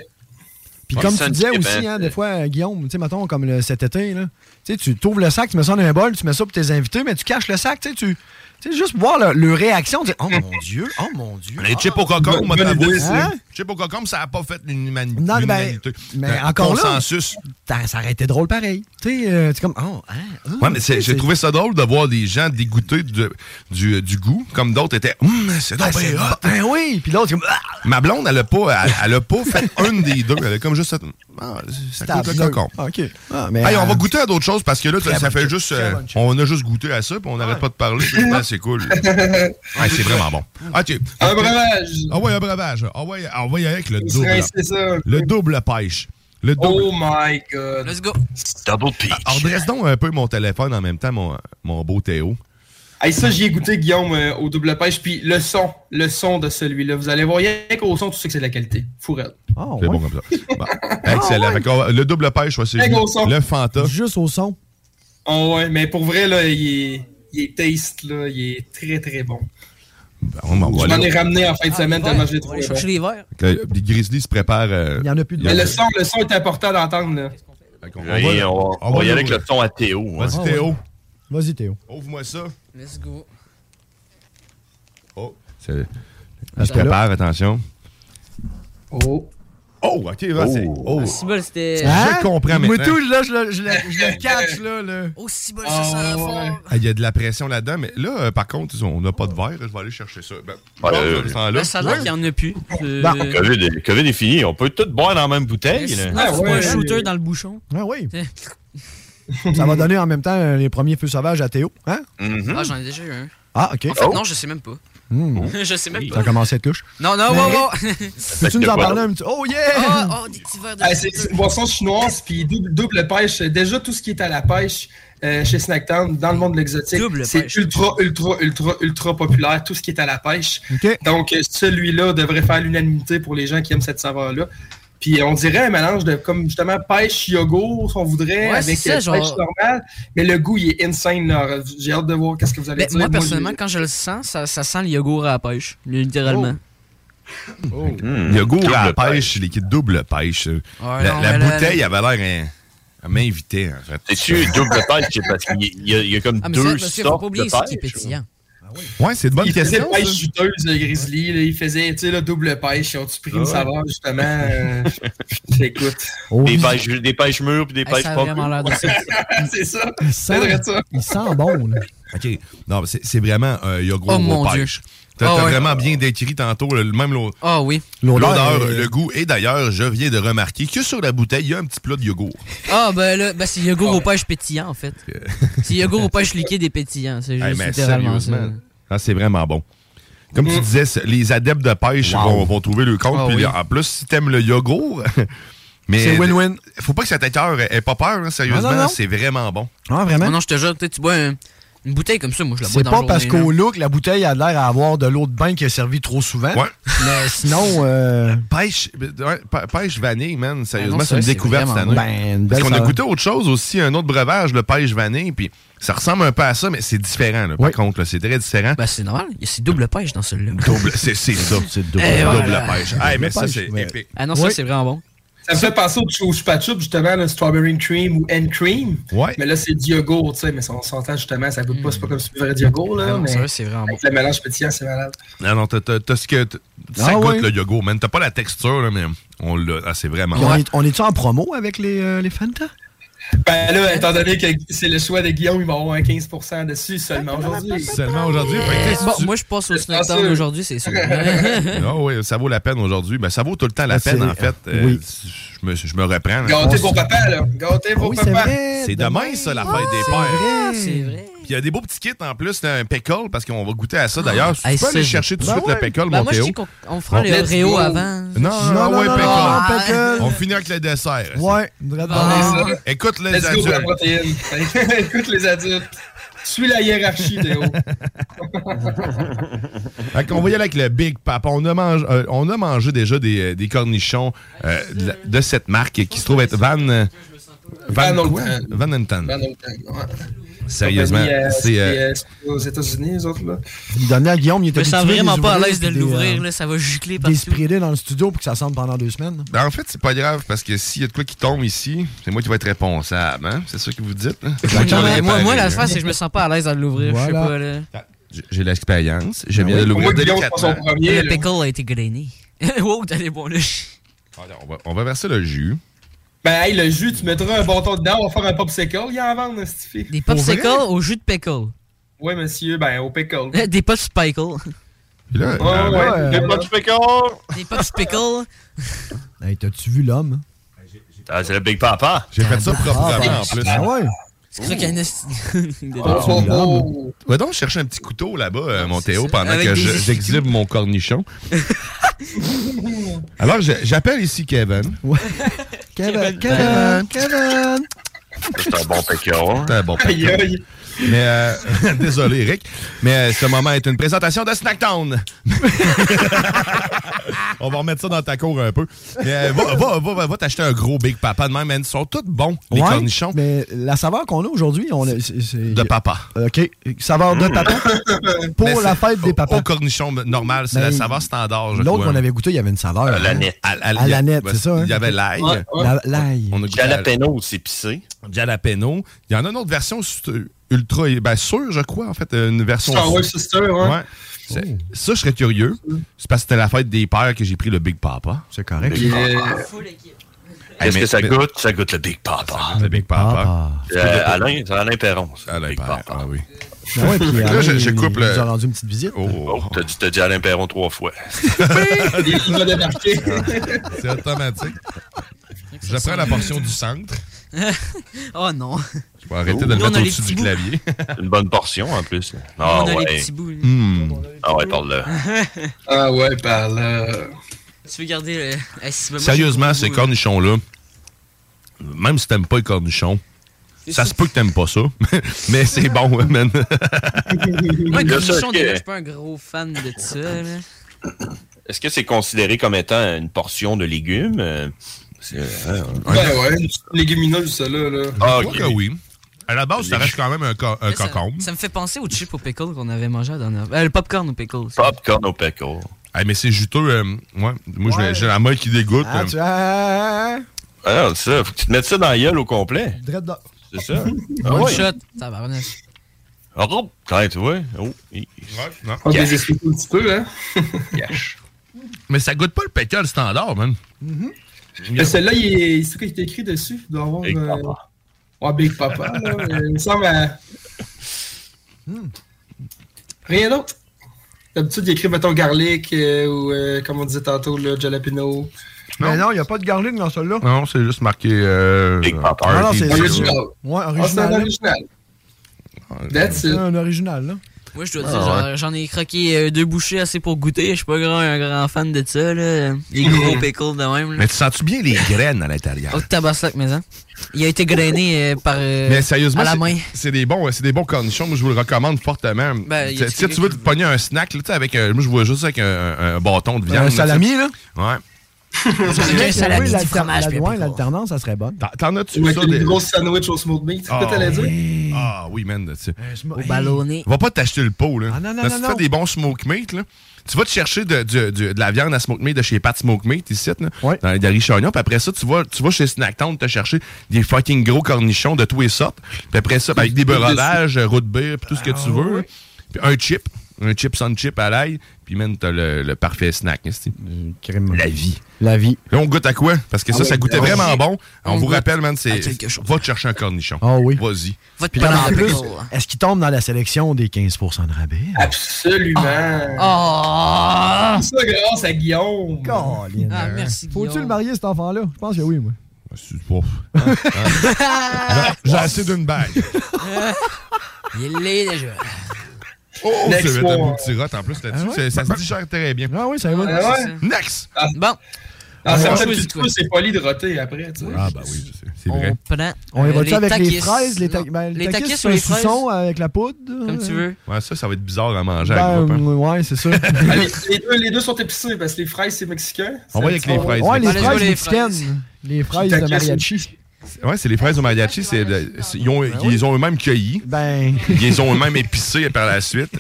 [SPEAKER 7] Ouais,
[SPEAKER 10] comme
[SPEAKER 7] ça,
[SPEAKER 10] tu disais
[SPEAKER 7] eh ben,
[SPEAKER 10] aussi, hein, des fois, euh, Guillaume, tu sais, mettons, comme le- cet été, là, tu sais, tu t'ouvres le sac, tu mets ça dans un bol, tu mets ça pour tes invités, mais tu caches le sac, tu sais, tu. tu sais, juste voir leur, leur réaction, dire Oh
[SPEAKER 7] Hmm.
[SPEAKER 10] mon Dieu, oh mon Dieu.
[SPEAKER 7] Les chips au cocombe, moi,
[SPEAKER 10] bonne
[SPEAKER 7] t'avoues.
[SPEAKER 10] idée, ça.
[SPEAKER 7] Hein? Chips au cocombe, ça n'a pas fait l'humanité.
[SPEAKER 10] Non, mais, ben,
[SPEAKER 7] l'humanité.
[SPEAKER 10] mais
[SPEAKER 7] Euh,
[SPEAKER 10] encore là,
[SPEAKER 7] consensus.
[SPEAKER 10] t'as- ça aurait été drôle pareil. Tu sais, euh, tu sais, comme, oh, hein, oh,
[SPEAKER 7] Ouais, mais c'est-
[SPEAKER 10] tu sais,
[SPEAKER 7] j'ai trouvé ça drôle de voir des gens dégoûtés de- du, du goût, comme d'autres étaient. Hum, c'est
[SPEAKER 10] Ah,
[SPEAKER 7] drôle.
[SPEAKER 10] c'est bon. Ben oui, puis l'autre, comme, Ah!
[SPEAKER 7] hein? Ma blonde, elle a pas, elle, elle a pas fait une des deux. Elle a comme juste fait. Ah, ça
[SPEAKER 10] C'était
[SPEAKER 7] coûte le
[SPEAKER 10] affreux.
[SPEAKER 7] cocon.
[SPEAKER 10] Ah, OK. Ah, mais,
[SPEAKER 7] Hey, on
[SPEAKER 10] euh,
[SPEAKER 7] va goûter à d'autres choses parce que là,
[SPEAKER 10] Très
[SPEAKER 7] ça
[SPEAKER 10] bonne
[SPEAKER 7] fait
[SPEAKER 10] chip,
[SPEAKER 7] juste.
[SPEAKER 10] très
[SPEAKER 7] euh,
[SPEAKER 10] bonne chip.
[SPEAKER 7] on a juste goûté à ça, puis on n'arrête pas de parler. Je pense que c'est cool. Ouais, Ah, c'est vraiment bon. OK.
[SPEAKER 11] Un breuvage.
[SPEAKER 7] Ah ouais, un breuvage. Ah ouais, on va y aller avec le
[SPEAKER 11] On se
[SPEAKER 7] double.
[SPEAKER 11] rince, c'est ça.
[SPEAKER 7] Le double pêche. Le double.
[SPEAKER 11] Oh my god.
[SPEAKER 9] Let's go.
[SPEAKER 7] Double peach. redresse donc un peu mon téléphone en même temps, mon, mon beau Théo.
[SPEAKER 10] Ah
[SPEAKER 11] Hey, ça, j'y ai goûté, Guillaume, euh, au double pêche. Puis le son, le son de celui-là. Vous allez voir, rien qu'au son, tu sais que c'est de la qualité. Fourette.
[SPEAKER 7] c'est bon comme ça. Bon.
[SPEAKER 10] Ah
[SPEAKER 7] Excellent. Fait qu'on va- le double pêche, ouais, c'est
[SPEAKER 11] Hey, gros son.
[SPEAKER 7] le Fanta.
[SPEAKER 10] Juste au son.
[SPEAKER 11] Oh ouais, mais pour vrai, là, il est, il est taste, là, il est très très bon.
[SPEAKER 7] Ben, on m'en va
[SPEAKER 11] Je m'en
[SPEAKER 7] là.
[SPEAKER 11] ai ramené en fin de
[SPEAKER 9] Ah,
[SPEAKER 11] semaine
[SPEAKER 9] les
[SPEAKER 11] tellement
[SPEAKER 9] verres.
[SPEAKER 11] je l'ai
[SPEAKER 9] On
[SPEAKER 11] trouvé.
[SPEAKER 9] va chercher
[SPEAKER 11] bon.
[SPEAKER 9] les verres.
[SPEAKER 7] Que Les Grizzlies se préparent. euh,
[SPEAKER 10] Il n'y en a plus
[SPEAKER 11] Mais le son, le son est important d'entendre, là.
[SPEAKER 7] Ah, on
[SPEAKER 8] Et
[SPEAKER 7] va-
[SPEAKER 8] on va-
[SPEAKER 7] on
[SPEAKER 8] on
[SPEAKER 7] va
[SPEAKER 8] va y aller avec
[SPEAKER 7] l'ouvrir.
[SPEAKER 8] le ton à Théo. hein.
[SPEAKER 10] Ah
[SPEAKER 7] Vas-y, Théo.
[SPEAKER 10] Vas-y, Théo.
[SPEAKER 7] Ouvre-moi ça.
[SPEAKER 9] Let's go.
[SPEAKER 7] Oh. C'est-
[SPEAKER 10] Ah,
[SPEAKER 7] Il se
[SPEAKER 10] c'est là.
[SPEAKER 7] prépare, attention.
[SPEAKER 11] Oh.
[SPEAKER 7] Oh, ok,
[SPEAKER 8] Eh ben,
[SPEAKER 7] là, c'est. Oh.
[SPEAKER 9] Ah, c'est bon, c'était.
[SPEAKER 7] Je comprends
[SPEAKER 10] Moi,
[SPEAKER 7] maintenant.
[SPEAKER 10] tout, Hein? là, je le, je le- je le catch, là. là.
[SPEAKER 9] Aussi bon, ça sent fort.
[SPEAKER 7] Ah, Il y a de la pression là-dedans, mais là, euh, par contre, on n'a pas de verre. Je vais aller chercher ça. Ben,
[SPEAKER 8] Ouais,
[SPEAKER 7] bon,
[SPEAKER 8] euh,
[SPEAKER 7] je le sens là.
[SPEAKER 9] Ben, ça a l'air
[SPEAKER 7] Ouais.
[SPEAKER 9] qu'il y en a plus. Euh,
[SPEAKER 7] Bon.
[SPEAKER 8] Le COVID, est- le COVID est fini. On peut tout boire dans la même bouteille. là.
[SPEAKER 9] sinon, c'est pas un shooter dans le bouchon.
[SPEAKER 10] Ah oui. Ça va donner en même temps euh, les premiers feux sauvages à Théo. Hein?
[SPEAKER 11] Mm-hmm.
[SPEAKER 9] Ah, j'en ai déjà eu un.
[SPEAKER 10] Ah, OK.
[SPEAKER 9] En fait,
[SPEAKER 11] Oh.
[SPEAKER 9] non, je sais même pas.
[SPEAKER 7] Mm.
[SPEAKER 10] Hmm.
[SPEAKER 9] je sais
[SPEAKER 7] Oh.
[SPEAKER 9] même
[SPEAKER 10] Ça a
[SPEAKER 9] pas.
[SPEAKER 10] commencé à être louche.
[SPEAKER 9] Non, non,
[SPEAKER 10] Mais-
[SPEAKER 9] wow, wow.
[SPEAKER 10] Peux-tu nous en parler un petit Oh, yeah!
[SPEAKER 9] Oh, oh, des petits verres de.
[SPEAKER 11] Ah, c'est c'est une boisson chinoise, puis double, double pêche. Déjà, tout ce qui est à la pêche euh, chez Snacktown, dans le monde de l'exotique,
[SPEAKER 9] Double
[SPEAKER 11] c'est
[SPEAKER 9] pêche.
[SPEAKER 11] ultra, ultra, ultra, ultra populaire, tout ce qui est à la pêche.
[SPEAKER 10] OK.
[SPEAKER 11] Donc, euh, celui-là devrait faire l'unanimité pour les gens qui aiment cette saveur-là. Puis euh, on dirait un mélange de, comme justement, pêche, yogourt, si on voudrait,
[SPEAKER 9] Ouais,
[SPEAKER 11] avec
[SPEAKER 9] c'est
[SPEAKER 11] euh,
[SPEAKER 9] ça,
[SPEAKER 11] pêche
[SPEAKER 9] genre-
[SPEAKER 11] normale. Mais le goût, il est insane. là. J'ai hâte de voir qu'est-ce que vous allez
[SPEAKER 9] Ben,
[SPEAKER 11] dire.
[SPEAKER 9] moi, personnellement,
[SPEAKER 11] j'ai-
[SPEAKER 9] quand je le sens, ça, ça sent le yogourt à la pêche, littéralement.
[SPEAKER 10] Oh.
[SPEAKER 11] Mm-hmm.
[SPEAKER 7] Il y a goût à la pêche, liquide double pêche.
[SPEAKER 9] Ouais,
[SPEAKER 7] la
[SPEAKER 9] non,
[SPEAKER 7] la
[SPEAKER 9] mais là,
[SPEAKER 7] bouteille
[SPEAKER 9] là-
[SPEAKER 7] avait l'air. hein, Elle m'invitait, en fait.
[SPEAKER 8] C'est sûr, double pêche, c'est parce qu'il y, a- il y a comme
[SPEAKER 9] Ah, mais ça,
[SPEAKER 8] deux
[SPEAKER 9] parce qu'il faut
[SPEAKER 8] sortes
[SPEAKER 9] pas
[SPEAKER 8] de
[SPEAKER 9] oublier, c'est qui est
[SPEAKER 8] pêche.
[SPEAKER 9] pétillant.
[SPEAKER 7] Ouais, c'est une bonne
[SPEAKER 11] il
[SPEAKER 7] question.
[SPEAKER 11] faisait pêche
[SPEAKER 7] ça.
[SPEAKER 11] juteuse, le grizzly. là. il faisait, tu sais, le double pêche. Ils ont-tu pris
[SPEAKER 8] Ah
[SPEAKER 11] une
[SPEAKER 8] ouais.
[SPEAKER 11] saveur, justement? euh, Écoute.
[SPEAKER 7] Oh.
[SPEAKER 8] Des pêches, des pêches mûres puis des
[SPEAKER 11] Ah,
[SPEAKER 8] pêches
[SPEAKER 11] ça a
[SPEAKER 8] pas
[SPEAKER 11] vraiment
[SPEAKER 8] mûres.
[SPEAKER 11] l'air de ça. c'est ça.
[SPEAKER 10] Il
[SPEAKER 11] C'est vrai
[SPEAKER 10] sent,
[SPEAKER 11] ça.
[SPEAKER 10] il sent bon, là.
[SPEAKER 7] OK. Non, mais c'est c'est vraiment. euh, Il y a gros,
[SPEAKER 10] Oh,
[SPEAKER 7] gros
[SPEAKER 10] mon
[SPEAKER 7] pêche.
[SPEAKER 10] Dieu.
[SPEAKER 7] T'as
[SPEAKER 10] Ah,
[SPEAKER 7] t'as
[SPEAKER 10] ouais.
[SPEAKER 7] vraiment bien décrit tantôt, le, même l'odeur.
[SPEAKER 9] Ah oui.
[SPEAKER 7] L'odeur,
[SPEAKER 9] est-
[SPEAKER 7] le goût. Et d'ailleurs, je viens de remarquer que sur la bouteille, il y a un petit plat de yogourt.
[SPEAKER 9] Ah, ben là, ben, c'est yogourt au pêche pétillant, en fait. C'est yogourt au pêche liquide et pétillant. C'est juste
[SPEAKER 7] Hey, mais
[SPEAKER 9] littéralement ça. Mm.
[SPEAKER 7] sérieusement, ah, c'est vraiment bon. Comme tu disais, c'est- les adeptes de pêche vont, vont trouver le compte.
[SPEAKER 8] Ah
[SPEAKER 7] puis
[SPEAKER 8] oui.
[SPEAKER 7] En plus, si t'aimes le yogourt, mais
[SPEAKER 9] C'est
[SPEAKER 7] win-win. Faut pas que ça t'écœure. Aie pas peur, hein, sérieusement.
[SPEAKER 9] Ah, non.
[SPEAKER 7] C'est vraiment Ah, bon.
[SPEAKER 10] Ah, vraiment?
[SPEAKER 9] Non, non, je te jure, tu sais, tu bois un- une bouteille comme ça, moi, je la bois
[SPEAKER 10] C'est
[SPEAKER 9] dans
[SPEAKER 10] pas
[SPEAKER 9] la
[SPEAKER 10] parce
[SPEAKER 9] journée,
[SPEAKER 10] qu'au look, la bouteille a l'air à avoir de l'eau de bain qui est servie trop souvent.
[SPEAKER 7] Ouais.
[SPEAKER 10] Mais sinon. euh,
[SPEAKER 7] Pêche, ouais, pê- pêche vanille, man. Sérieusement,
[SPEAKER 10] Ah non,
[SPEAKER 7] c'est une
[SPEAKER 10] ça, c'est
[SPEAKER 7] découverte cette année.
[SPEAKER 10] vraiment bon. Ben, une belle
[SPEAKER 7] Parce qu'on a
[SPEAKER 10] saveur.
[SPEAKER 7] goûté autre chose aussi, un autre breuvage, le pêche vanille. Puis ça ressemble un peu à ça, mais c'est différent. là, Par contre, là, c'est très différent.
[SPEAKER 9] c'est normal. Il y a ces double pêche dans celui-là.
[SPEAKER 7] Double, c'est c'est ça. C'est
[SPEAKER 9] double. Eh, voilà.
[SPEAKER 7] pêche. Hey, mais
[SPEAKER 9] Double
[SPEAKER 7] ça,
[SPEAKER 9] pêche,
[SPEAKER 7] c'est
[SPEAKER 9] mais-
[SPEAKER 7] épique.
[SPEAKER 9] Ah non, ça, c'est vraiment bon.
[SPEAKER 11] Ça me fait penser au chou chupa chup, justement, le strawberry cream ou end cream.
[SPEAKER 7] Ouais.
[SPEAKER 11] Mais là, c'est du yogourt, tu sais. Mais ça, on s'entend, justement, ça goûte pas. C'est pas comme si tu vrai du yogourt, là.
[SPEAKER 9] Ah non,
[SPEAKER 11] mais
[SPEAKER 9] sérieux, c'est vraiment
[SPEAKER 11] avec le mélange pétillant, c'est malade.
[SPEAKER 7] Ah, Non, non, t'as- t'as t'as ce que. t'as- Ça
[SPEAKER 10] Ah
[SPEAKER 7] goûte
[SPEAKER 10] ouais.
[SPEAKER 7] le yogourt, man. T'as pas la texture, là, mais on l'a. Ah, c'est vraiment.
[SPEAKER 10] on est- On est-tu en promo avec les, euh, les Fanta?
[SPEAKER 11] Ben là, étant donné que c'est le choix de Guillaume, il va avoir un 15% dessus seulement aujourd'hui.
[SPEAKER 7] Seulement aujourd'hui.
[SPEAKER 9] Bon, moi, je passe au snack
[SPEAKER 11] sûr.
[SPEAKER 9] town aujourd'hui, c'est sûr.
[SPEAKER 7] Ah oui, ça vaut la peine aujourd'hui. Ben, ça vaut tout le temps la
[SPEAKER 10] Ah,
[SPEAKER 7] peine,
[SPEAKER 10] c'est-
[SPEAKER 7] en fait. Euh,
[SPEAKER 10] oui.
[SPEAKER 7] je, me, je me reprends. là.
[SPEAKER 11] Gâtez vos papas, là. Gâtez
[SPEAKER 9] Ah
[SPEAKER 11] vos
[SPEAKER 7] Oui, c'est
[SPEAKER 11] papas.
[SPEAKER 7] vrai. C'est demain, ça, la fête des pères.
[SPEAKER 9] C'est vrai.
[SPEAKER 7] Puis il y a des beaux petits kits en plus, là, un pickle, parce qu'on va goûter à ça d'ailleurs.
[SPEAKER 9] Ah, Hey,
[SPEAKER 7] tu peux
[SPEAKER 9] ça,
[SPEAKER 7] aller
[SPEAKER 9] je-
[SPEAKER 7] chercher tout de
[SPEAKER 9] Ben
[SPEAKER 7] suite
[SPEAKER 9] ouais.
[SPEAKER 7] le pickle,
[SPEAKER 9] Ben
[SPEAKER 7] mon
[SPEAKER 9] moi, je
[SPEAKER 7] Théo.
[SPEAKER 9] dis qu'on- on fera
[SPEAKER 7] On-
[SPEAKER 9] le Let's Réo go. avant.
[SPEAKER 7] Non, non,
[SPEAKER 9] Non,
[SPEAKER 7] non, ouais,
[SPEAKER 9] non, non,
[SPEAKER 7] pickle.
[SPEAKER 9] non, pickle. Ah,
[SPEAKER 7] On finit avec le dessert.
[SPEAKER 10] Ouais,
[SPEAKER 11] Ah.
[SPEAKER 7] Écoute les
[SPEAKER 11] Let's go pour la
[SPEAKER 7] adultes.
[SPEAKER 11] protéine. Écoute les adultes. Suis la hiérarchie, Théo.
[SPEAKER 7] Fait qu'on va y aller avec le Big Papa. On a, mangé, euh, on a mangé déjà des, euh, des cornichons euh, de, la- de cette marque qui se trouve être Van. euh, Van
[SPEAKER 11] Van
[SPEAKER 7] quoi?
[SPEAKER 11] Olten.
[SPEAKER 7] Van Olten.
[SPEAKER 11] Van Olten, Ben, euh, ouais.
[SPEAKER 7] Sérieusement,
[SPEAKER 11] Compagnie, euh,
[SPEAKER 7] c'est, euh,
[SPEAKER 11] c'est, euh, aux États-Unis, les autres, là.
[SPEAKER 10] Il donnait à Guillaume, il
[SPEAKER 9] Je
[SPEAKER 10] était
[SPEAKER 9] me sens
[SPEAKER 10] habitué
[SPEAKER 9] vraiment
[SPEAKER 10] des
[SPEAKER 9] pas à
[SPEAKER 10] ouvriers
[SPEAKER 9] l'aise de
[SPEAKER 10] puis des,
[SPEAKER 9] l'ouvrir,
[SPEAKER 10] euh,
[SPEAKER 9] là, ça va gicler
[SPEAKER 10] Des
[SPEAKER 9] partout.
[SPEAKER 10] spreader dans le studio pour que ça sente pendant deux semaines.
[SPEAKER 7] Ben, en fait, c'est pas grave parce que s'il y a de quoi qui tombe ici, c'est moi qui vais être responsable. hein? C'est ça que vous dites. hein?
[SPEAKER 9] Moi,
[SPEAKER 7] Je vais le
[SPEAKER 9] moi, moi,
[SPEAKER 7] réparer,
[SPEAKER 9] l'affaire,
[SPEAKER 7] hein?
[SPEAKER 9] c'est que je me sens pas à l'aise à l'ouvrir. Je sais
[SPEAKER 7] Voilà.
[SPEAKER 9] pas, là.
[SPEAKER 7] J'ai- J'ai l'expérience.
[SPEAKER 9] Ben
[SPEAKER 7] Je viens de l'ouvrir délicatement.
[SPEAKER 9] Le pickle a été grainé. wow, t'as les bons là.
[SPEAKER 7] Ah, On va, on va verser le jus.
[SPEAKER 11] Ben, hey, le jus, tu mettras un bâton dedans, on va faire un popsicle. Il y en vend, un stiffy.
[SPEAKER 9] Des popsicles au jus de pickle.
[SPEAKER 11] Oui, monsieur, ben, au pickle.
[SPEAKER 9] Des pops pickle.
[SPEAKER 7] Là,
[SPEAKER 11] Ouais, ouais,
[SPEAKER 10] ouais,
[SPEAKER 11] des
[SPEAKER 10] ouais.
[SPEAKER 11] pops
[SPEAKER 9] pickle. Des pops pickle.
[SPEAKER 10] Hey, t'as-tu vu l'homme?
[SPEAKER 8] Ah, c'est le Big Papa.
[SPEAKER 7] J'ai fait ça proprement en plus.
[SPEAKER 10] Ah ouais?
[SPEAKER 9] C'est vrai qu'il y a une esti- des-
[SPEAKER 7] Oh,
[SPEAKER 11] oh,
[SPEAKER 7] Va donc chercher un petit couteau là-bas, euh, mon Théo, pendant
[SPEAKER 9] Avec
[SPEAKER 7] que
[SPEAKER 9] des
[SPEAKER 7] je-
[SPEAKER 9] esticots.
[SPEAKER 7] j'exhibe mon cornichon. Alors, je- j'appelle ici Kevin.
[SPEAKER 10] Kevin,
[SPEAKER 7] Kevin,
[SPEAKER 10] Kevin, Kevin!
[SPEAKER 8] C'est un bon pickle.
[SPEAKER 7] C'est un bon
[SPEAKER 11] Aïe,
[SPEAKER 7] paquet.
[SPEAKER 11] aïe.
[SPEAKER 7] Mais euh, désolé, Eric, mais euh, ce moment est une présentation de Snacktown. On va remettre ça dans ta cour un peu. Mais, euh, va va, va, va- va t'acheter un gros Big Papa de même, man. Ils sont tous bons, les
[SPEAKER 10] Ouais,
[SPEAKER 7] cornichons.
[SPEAKER 10] Mais la saveur qu'on a aujourd'hui, on a, c'est- c'est-
[SPEAKER 7] De papa. Mm.
[SPEAKER 10] OK. Saveur de papa. Pour
[SPEAKER 7] Mais
[SPEAKER 10] la
[SPEAKER 7] c'est-
[SPEAKER 10] fête des papas.
[SPEAKER 7] Au cornichon normal, c'est
[SPEAKER 10] Ben,
[SPEAKER 7] la saveur standard, je
[SPEAKER 10] L'autre
[SPEAKER 7] crois.
[SPEAKER 10] qu'on avait goûté, il y avait une saveur.
[SPEAKER 7] À la
[SPEAKER 10] hein?
[SPEAKER 7] nette.
[SPEAKER 10] À, la nette, c'est ça. hein?
[SPEAKER 7] Il y avait l'ail.
[SPEAKER 10] Ouais, ouais. La- L'ail.
[SPEAKER 7] On a goûté à-
[SPEAKER 8] Jalapeno aussi pissé.
[SPEAKER 7] Jalapeno. Il y en a une autre version stu- ultra ben, sûre, je crois, en fait. Une version.
[SPEAKER 10] Ah,
[SPEAKER 11] Star Wars
[SPEAKER 7] sûre.
[SPEAKER 11] Sister, ouais.
[SPEAKER 10] hein?
[SPEAKER 7] Ouais. C'est- Ça, je serais curieux. C'est parce que c'était la fête des pères que j'ai pris le Big Papa.
[SPEAKER 10] C'est
[SPEAKER 7] correct.
[SPEAKER 11] Puis, euh,
[SPEAKER 9] Ah,
[SPEAKER 8] Qu'est-ce
[SPEAKER 7] mais-
[SPEAKER 8] que ça
[SPEAKER 7] mais-
[SPEAKER 8] goûte? Ça goûte le Big Papa.
[SPEAKER 7] Le Big Papa.
[SPEAKER 8] Euh, Alain, c'est Alain Perron. ça, Big Papa.
[SPEAKER 7] Ah oui.
[SPEAKER 10] Ah ouais, puis
[SPEAKER 8] Fait que là,
[SPEAKER 10] Alain,
[SPEAKER 8] je- je
[SPEAKER 10] il-
[SPEAKER 8] coupe
[SPEAKER 10] il
[SPEAKER 8] le-
[SPEAKER 10] nous a rendu une petite visite.
[SPEAKER 7] Oh,
[SPEAKER 8] t'as dit, t'as dit Alain Perron trois fois.
[SPEAKER 11] il va débarquer.
[SPEAKER 7] C'est automatique. Je prends la portion du centre.
[SPEAKER 9] oh non.
[SPEAKER 7] Je vais arrêter de le
[SPEAKER 9] Nous, on
[SPEAKER 7] mettre
[SPEAKER 9] a les
[SPEAKER 7] au-dessus du
[SPEAKER 9] petits bouts.
[SPEAKER 7] clavier.
[SPEAKER 8] Une bonne portion en plus. Ah
[SPEAKER 9] on a
[SPEAKER 8] ouais.
[SPEAKER 9] les petits bouts. là.
[SPEAKER 8] Ah ouais, parle là.
[SPEAKER 11] ah ouais, par là.
[SPEAKER 9] Tu veux garder le. Eh, si, ben, moi,
[SPEAKER 7] Sérieusement,
[SPEAKER 9] j'ai
[SPEAKER 7] ces
[SPEAKER 9] le goût,
[SPEAKER 7] cornichons-là, même si t'aimes pas les cornichons, ça se peut que t'aimes pas ça, mais c'est bon, hein, man.
[SPEAKER 9] là. Moi,
[SPEAKER 8] Là, ça,
[SPEAKER 9] cornichon,
[SPEAKER 8] ok.
[SPEAKER 9] déjà, je suis pas un gros fan de ça. là.
[SPEAKER 8] Est-ce que c'est considéré comme étant une portion de légumes? euh, c'est- euh,
[SPEAKER 11] Ouais, Ben, ouais, une petite légumineuse, ça, là. là.
[SPEAKER 8] Ah,
[SPEAKER 7] Je
[SPEAKER 8] ok.
[SPEAKER 7] crois que oui. À la base, ça reste quand même un, co- un
[SPEAKER 9] Là, ça-
[SPEAKER 7] cocombe.
[SPEAKER 9] Ça me fait penser au chip au pickle qu'on avait mangé la dernière fois. Euh, le popcorn au pickle. ça.
[SPEAKER 8] Popcorn au pickle.
[SPEAKER 7] Hey, mais c'est juteux. euh, ouais. Moi, je l'ai- j'ai la main qui dégoûte.
[SPEAKER 10] Ah,
[SPEAKER 7] euh.
[SPEAKER 10] tu as...
[SPEAKER 8] Ah, c'est
[SPEAKER 7] Ah,
[SPEAKER 8] ça, faut que tu te mettes ça dans la gueule au complet.
[SPEAKER 10] Dread
[SPEAKER 8] C'est ça.
[SPEAKER 9] Ah, One
[SPEAKER 8] ouais.
[SPEAKER 9] shot. Ça va,
[SPEAKER 8] Oh, quand tu vois. Oh, hi.
[SPEAKER 7] non.
[SPEAKER 11] On
[SPEAKER 8] Cache.
[SPEAKER 11] les explique un petit peu, hein?
[SPEAKER 8] Cache.
[SPEAKER 7] Mais ça goûte pas le pécole standard, man.
[SPEAKER 11] Mais celui-là, il est... c'est quoi qui est écrit dessus? Il doit avoir...
[SPEAKER 7] Big
[SPEAKER 11] euh, Ouais, Big Papa. là, euh, il me semble à...
[SPEAKER 37] Hmm.
[SPEAKER 11] Rien d'autre. D'habitude, il écrit, mettons, garlic euh, ou, euh, comme on disait tantôt, le jalapeno.
[SPEAKER 10] Mais non, il n'y a pas de garlic dans celui-là.
[SPEAKER 7] Non, c'est juste marqué. Euh,
[SPEAKER 10] Ah non, c'est
[SPEAKER 7] Party Zero.
[SPEAKER 10] original. Ouais,
[SPEAKER 11] Ah, c'est un
[SPEAKER 10] original.
[SPEAKER 11] original. That's
[SPEAKER 10] C'est
[SPEAKER 11] it.
[SPEAKER 10] un original, là.
[SPEAKER 9] Moi, je dois
[SPEAKER 10] Ah,
[SPEAKER 9] dire, j'en-
[SPEAKER 10] ouais.
[SPEAKER 9] j'en ai croqué euh, deux bouchées assez pour goûter. Je suis pas grand, un grand fan de ça, là. Les gros pickles de même, là.
[SPEAKER 7] Mais tu sens-tu bien les graines à l'intérieur?
[SPEAKER 9] Oh, tabarnak, mais hein. Il a été grainé euh, par. euh,
[SPEAKER 7] Mais sérieusement,
[SPEAKER 9] À la
[SPEAKER 7] c'est-
[SPEAKER 9] main.
[SPEAKER 7] c'est des bons, c'est des bons cornichons. Moi, je vous le recommande fortement.
[SPEAKER 9] Ben, y
[SPEAKER 7] Tu sais,
[SPEAKER 9] a-tu
[SPEAKER 7] si tu
[SPEAKER 9] quelqu'un
[SPEAKER 7] veux te pogner un snack, là, tu sais, avec, euh, moi, je vois juste avec un, un bâton de viande.
[SPEAKER 10] Un salami,
[SPEAKER 7] tu sais. Ouais.
[SPEAKER 10] C'est vrai que
[SPEAKER 11] salami,
[SPEAKER 10] oui,
[SPEAKER 11] du
[SPEAKER 10] l'alter-
[SPEAKER 11] fromage,
[SPEAKER 10] la-
[SPEAKER 11] puis un
[SPEAKER 10] ouais, l'alternance, ça serait bonne.
[SPEAKER 7] T'en as-tu
[SPEAKER 11] Ou avec
[SPEAKER 7] ça,
[SPEAKER 11] une
[SPEAKER 7] des-
[SPEAKER 11] grosse sandwich au smoked meat.
[SPEAKER 7] Ah,
[SPEAKER 11] Peut-être t'allais dire?
[SPEAKER 7] oui. Ah oui, man. tu sais.
[SPEAKER 11] Au hey. ballonné.
[SPEAKER 7] Va pas t'acheter le pot, là.
[SPEAKER 11] Ah, non,
[SPEAKER 7] Parce que
[SPEAKER 11] non,
[SPEAKER 7] tu fais
[SPEAKER 11] non.
[SPEAKER 7] des bons smoke meat, là. Tu vas te chercher de, du- du- de la viande à smoke meat de chez Pat Smoke Meat ici, là, dans les Galeries Chagnon. Puis après ça, tu vas, tu vas chez Snacktown te chercher des fucking gros cornichons de tous les sortes. Puis après ça, avec des beurradages, euh, root beer, puis tout ce que
[SPEAKER 11] Ah,
[SPEAKER 7] tu veux. là. Puis un chip, un chip sans chip à l'ail. Puis man, t'as le, le parfait snack. hein, c'est-
[SPEAKER 11] Euh,
[SPEAKER 7] La vie.
[SPEAKER 10] La vie.
[SPEAKER 7] Là, on goûte à quoi? Parce que
[SPEAKER 10] Ah
[SPEAKER 7] ça, ça
[SPEAKER 10] ouais,
[SPEAKER 7] goûtait
[SPEAKER 10] on
[SPEAKER 7] vraiment
[SPEAKER 10] goûte.
[SPEAKER 7] bon. On,
[SPEAKER 10] On
[SPEAKER 7] vous
[SPEAKER 10] goûte
[SPEAKER 7] rappelle, man,
[SPEAKER 10] à
[SPEAKER 7] c'est.
[SPEAKER 10] quelque
[SPEAKER 7] Va te chercher un cornichon.
[SPEAKER 10] Ah oui.
[SPEAKER 7] Vas-y.
[SPEAKER 10] Puis là, en plus, Est-ce qu'il tombe dans la sélection des 15 de rabais?
[SPEAKER 11] Absolument.
[SPEAKER 9] Ah!
[SPEAKER 11] Tout ça grâce à Guillaume.
[SPEAKER 10] Ah,
[SPEAKER 9] merci,
[SPEAKER 10] Faut-tu le marier, cet enfant-là? Je pense que oui, moi.
[SPEAKER 7] Ah, J'ai- J'ai assez d'une bague.
[SPEAKER 9] Il l'est déjà.
[SPEAKER 7] Oh,
[SPEAKER 9] Next
[SPEAKER 7] c'est un
[SPEAKER 9] one.
[SPEAKER 7] beau petit rot en plus là-dessus.
[SPEAKER 9] Ah ouais?
[SPEAKER 7] C'est- Ça se digère très bien.
[SPEAKER 10] Ah oui, ça
[SPEAKER 11] va. Ah ouais?
[SPEAKER 7] Next!
[SPEAKER 9] Bon.
[SPEAKER 11] Ah,
[SPEAKER 7] Ouais.
[SPEAKER 11] ça fait
[SPEAKER 7] Ouais.
[SPEAKER 11] plus de coup, c'est poli de roter après, tu sais.
[SPEAKER 7] Ah, bah oui, je sais. C'est
[SPEAKER 9] On
[SPEAKER 7] vrai.
[SPEAKER 9] prend.
[SPEAKER 10] On y
[SPEAKER 9] euh,
[SPEAKER 10] va-tu avec les
[SPEAKER 9] takis.
[SPEAKER 10] fraises? Les, ta-
[SPEAKER 9] Non.
[SPEAKER 10] ben, le
[SPEAKER 9] Les
[SPEAKER 10] takis,
[SPEAKER 9] takis
[SPEAKER 10] c'est
[SPEAKER 9] ou
[SPEAKER 10] un
[SPEAKER 9] les fraises?
[SPEAKER 10] saucisson avec la poudre.
[SPEAKER 9] Comme tu veux.
[SPEAKER 7] Ouais, ça, ça va être bizarre à manger avec
[SPEAKER 10] Ben,
[SPEAKER 7] Bob, hein.
[SPEAKER 10] ouais, c'est ça.
[SPEAKER 11] Ah, les, les deux, les deux sont épicés parce que les fraises, c'est mexicain.
[SPEAKER 7] On va y avec les fraises.
[SPEAKER 10] Ouais, les
[SPEAKER 7] Allez, go,
[SPEAKER 10] fraises
[SPEAKER 7] les
[SPEAKER 10] mexicaines. Les fraises
[SPEAKER 7] Takis.
[SPEAKER 10] de mariachi.
[SPEAKER 7] Ouais, c'est les fraises au mariachi. c'est de- c'est- Ils, ont, ils les ont eux-mêmes cueillies.
[SPEAKER 10] Ben.
[SPEAKER 7] Ils les ont eux-mêmes épicées par la suite.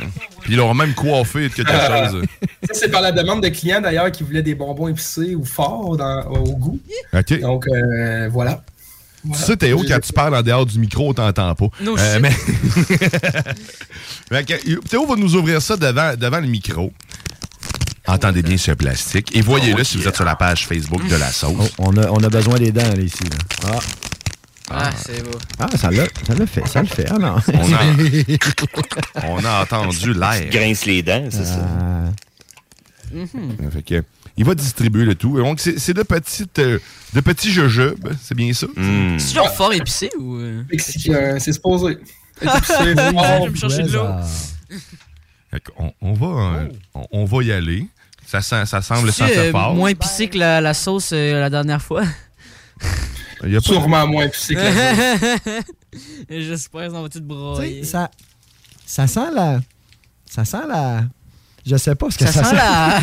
[SPEAKER 7] Puis ils l'ont même coiffé de quelque
[SPEAKER 11] Ah.
[SPEAKER 7] chose.
[SPEAKER 11] Ça, c'est par la demande de clients d'ailleurs qui voulaient des bonbons épicés ou forts dans- au goût.
[SPEAKER 7] OK.
[SPEAKER 11] Donc, euh, voilà.
[SPEAKER 7] Tu sais, Théo, quand tu parles en dehors du micro, on t'entend pas.
[SPEAKER 11] No
[SPEAKER 7] Euh,
[SPEAKER 11] shit.
[SPEAKER 7] mais... Fait que, euh, Théo va nous ouvrir ça devant, devant le micro. Entendez bien ce plastique. Et voyez-le si vous êtes sur la page Facebook de la sauce.
[SPEAKER 10] Oh, on, a, on a besoin des dents, là, ici. là.
[SPEAKER 9] Ah, c'est beau.
[SPEAKER 10] Ah, ah ça, l'a, ça l'a fait. Ça le fait. Ah non.
[SPEAKER 7] On a, on a entendu l'air.
[SPEAKER 8] Grince les dents, c'est
[SPEAKER 10] ça.
[SPEAKER 9] Mhm.
[SPEAKER 7] Euh, Fait que, il va distribuer le tout. Et Donc, c'est c'est de petites, euh, de petits jujubes, c'est bien ça?
[SPEAKER 8] Hmm.
[SPEAKER 9] C'est toujours fort épicé ou. euh,
[SPEAKER 11] Mexicain, c'est supposé.
[SPEAKER 9] Ah,
[SPEAKER 11] Épicé,
[SPEAKER 9] je
[SPEAKER 11] fort.
[SPEAKER 9] vais me chercher de l'eau.
[SPEAKER 7] Fait qu'on- on, va, euh,
[SPEAKER 11] Oh.
[SPEAKER 7] on, on va y aller. Ça, sent- ça semble
[SPEAKER 9] C'est-tu,
[SPEAKER 7] sentir
[SPEAKER 9] euh,
[SPEAKER 7] fort.
[SPEAKER 9] moins épicé que la, la sauce euh, la dernière fois.
[SPEAKER 7] Il y a pas-
[SPEAKER 11] Sûrement moins épicé que la sauce.
[SPEAKER 9] J'espère qu'on va tout broyer.
[SPEAKER 10] Tu sais, ça, ça sent la. Ça sent la. Je sais pas ce que
[SPEAKER 9] Ça
[SPEAKER 10] ça,
[SPEAKER 9] sent la-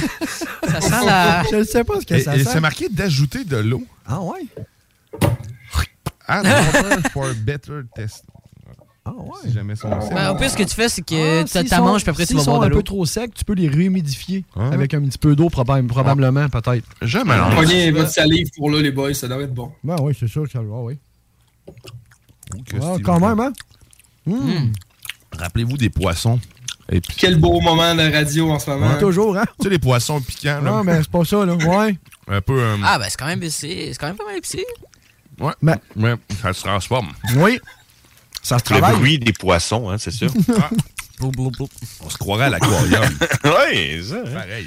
[SPEAKER 9] ça sent la-
[SPEAKER 10] Je sais pas ce que
[SPEAKER 7] Et-
[SPEAKER 10] ça
[SPEAKER 7] et
[SPEAKER 10] sent.
[SPEAKER 7] c'est marqué d'ajouter de l'eau.
[SPEAKER 10] Ah ouais?
[SPEAKER 7] Ah, non, for a better test.
[SPEAKER 10] Ah ouais?
[SPEAKER 7] Si jamais son
[SPEAKER 9] Ben, au pire, ce que tu fais, c'est que
[SPEAKER 10] Ah,
[SPEAKER 9] tu
[SPEAKER 10] s'ils
[SPEAKER 9] t'as
[SPEAKER 10] sont-
[SPEAKER 9] manges, puis après, tu
[SPEAKER 10] s'ils
[SPEAKER 9] vas
[SPEAKER 10] sont
[SPEAKER 9] boire de
[SPEAKER 10] un peu
[SPEAKER 9] l'eau.
[SPEAKER 10] trop secs, tu peux les réhumidifier
[SPEAKER 7] Ah.
[SPEAKER 10] avec un petit peu d'eau, probable- probablement, peut-être.
[SPEAKER 7] Jamais.
[SPEAKER 11] Prenez votre salive pour là, les boys, ça doit être bon.
[SPEAKER 10] Ben oui, c'est sûr que ça le va, oui. Ah,
[SPEAKER 7] Steve,
[SPEAKER 10] quand même, hein?
[SPEAKER 9] Hum.
[SPEAKER 10] Mm.
[SPEAKER 7] Rappelez-vous des poissons. Et puis-
[SPEAKER 11] Quel beau moment de radio en ce moment.
[SPEAKER 7] Ouais.
[SPEAKER 10] Toujours, hein?
[SPEAKER 7] Tu sais, les poissons piquants, là.
[SPEAKER 10] Non, mais c'est pas ça, là. Ouais.
[SPEAKER 7] Un peu. euh,
[SPEAKER 9] Ah, ben, c'est quand même épicé. C'est quand même pas mal épicé.
[SPEAKER 7] Ouais. Ouais, ça se transforme.
[SPEAKER 10] Oui. Ça se
[SPEAKER 8] Le
[SPEAKER 7] travaille.
[SPEAKER 8] bruit des poissons, hein, c'est sûr.
[SPEAKER 17] Ah.
[SPEAKER 9] ben.
[SPEAKER 7] On se croirait à l'aquarium.
[SPEAKER 8] oui, ça. hein.
[SPEAKER 7] Pareil.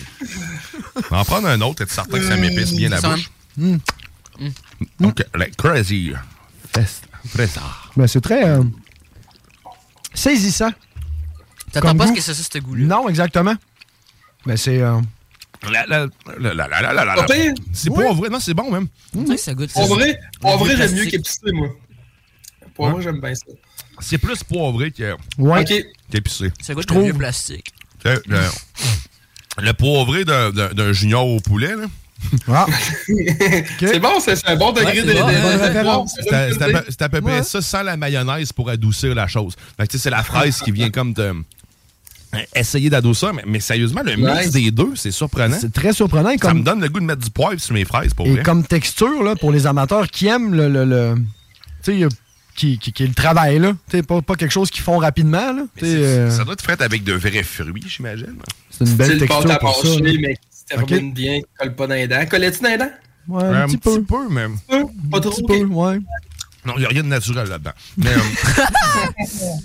[SPEAKER 7] On va en prendre un autre, être certain que ça m'épice bien la
[SPEAKER 8] Ça-
[SPEAKER 7] bouche.
[SPEAKER 10] Mm.
[SPEAKER 7] Donc, la crazy. Fest. Fraisa.
[SPEAKER 10] Ben, c'est très euh, saisissant.
[SPEAKER 7] T'attends
[SPEAKER 10] Comme
[SPEAKER 7] pas à ce
[SPEAKER 10] goût.
[SPEAKER 7] que ça soit ce
[SPEAKER 9] goût-là.
[SPEAKER 10] Non, exactement. Mais c'est. euh,
[SPEAKER 7] La, la, la, la, la, la, la, la.
[SPEAKER 10] Ah,
[SPEAKER 11] Pas pire.
[SPEAKER 7] C'est pas vrai. Non, c'est bon,
[SPEAKER 10] Mm.
[SPEAKER 7] même.
[SPEAKER 9] On dirait que ça goûte.
[SPEAKER 11] En vrai, en vrai j'aime mieux
[SPEAKER 7] plastique.
[SPEAKER 11] qu'épicé, moi. Pour
[SPEAKER 7] Ouais.
[SPEAKER 11] vrai, j'aime bien ça.
[SPEAKER 7] C'est plus poivré que.
[SPEAKER 10] Ouais.
[SPEAKER 11] Ok.
[SPEAKER 7] Qu'épicé.
[SPEAKER 9] Ça
[SPEAKER 7] goûte
[SPEAKER 9] goûte le vieux plastique.
[SPEAKER 7] Le, le poivré d'un- d'un d'un junior au poulet, là.
[SPEAKER 10] Ah.
[SPEAKER 11] C'est bon, c'est c'est un bon degré de. de- de- de- de-
[SPEAKER 7] C'est à- c'est à peu- c'est à peu près
[SPEAKER 11] Ouais.
[SPEAKER 7] ça, sans la mayonnaise pour adoucir la chose. Fait que, tu sais, c'est la fraise qui vient comme de essayer d'adoucir, mais, mais sérieusement, le mix
[SPEAKER 10] Nice.
[SPEAKER 7] des deux, c'est surprenant.
[SPEAKER 10] C'est très surprenant. et
[SPEAKER 7] Ça me
[SPEAKER 10] comme-
[SPEAKER 7] donne le goût de mettre du poivre sur mes fraises, pour
[SPEAKER 10] Et
[SPEAKER 7] vrai.
[SPEAKER 10] comme texture, là, pour les amateurs qui aiment le. le, le- tu sais, il y a qui, qui, qui est le travail, là. Tu sais, pas, pas quelque chose qu'ils font rapidement, là. Tu sais, euh,
[SPEAKER 7] Ça doit être fait avec de vrais fruits, j'imagine.
[SPEAKER 10] C'est une belle
[SPEAKER 11] C'est le
[SPEAKER 10] texture
[SPEAKER 11] pâte à
[SPEAKER 10] pour ça,
[SPEAKER 11] mâcher,
[SPEAKER 10] là.
[SPEAKER 11] mais qui se termine bien, qui colle pas dans les dents. Collais-tu dans les dents?
[SPEAKER 10] Ouais,
[SPEAKER 7] un petit peu. même.
[SPEAKER 11] Pas trop, ok.
[SPEAKER 7] Non, il n'y a rien de naturel là-dedans. Mais,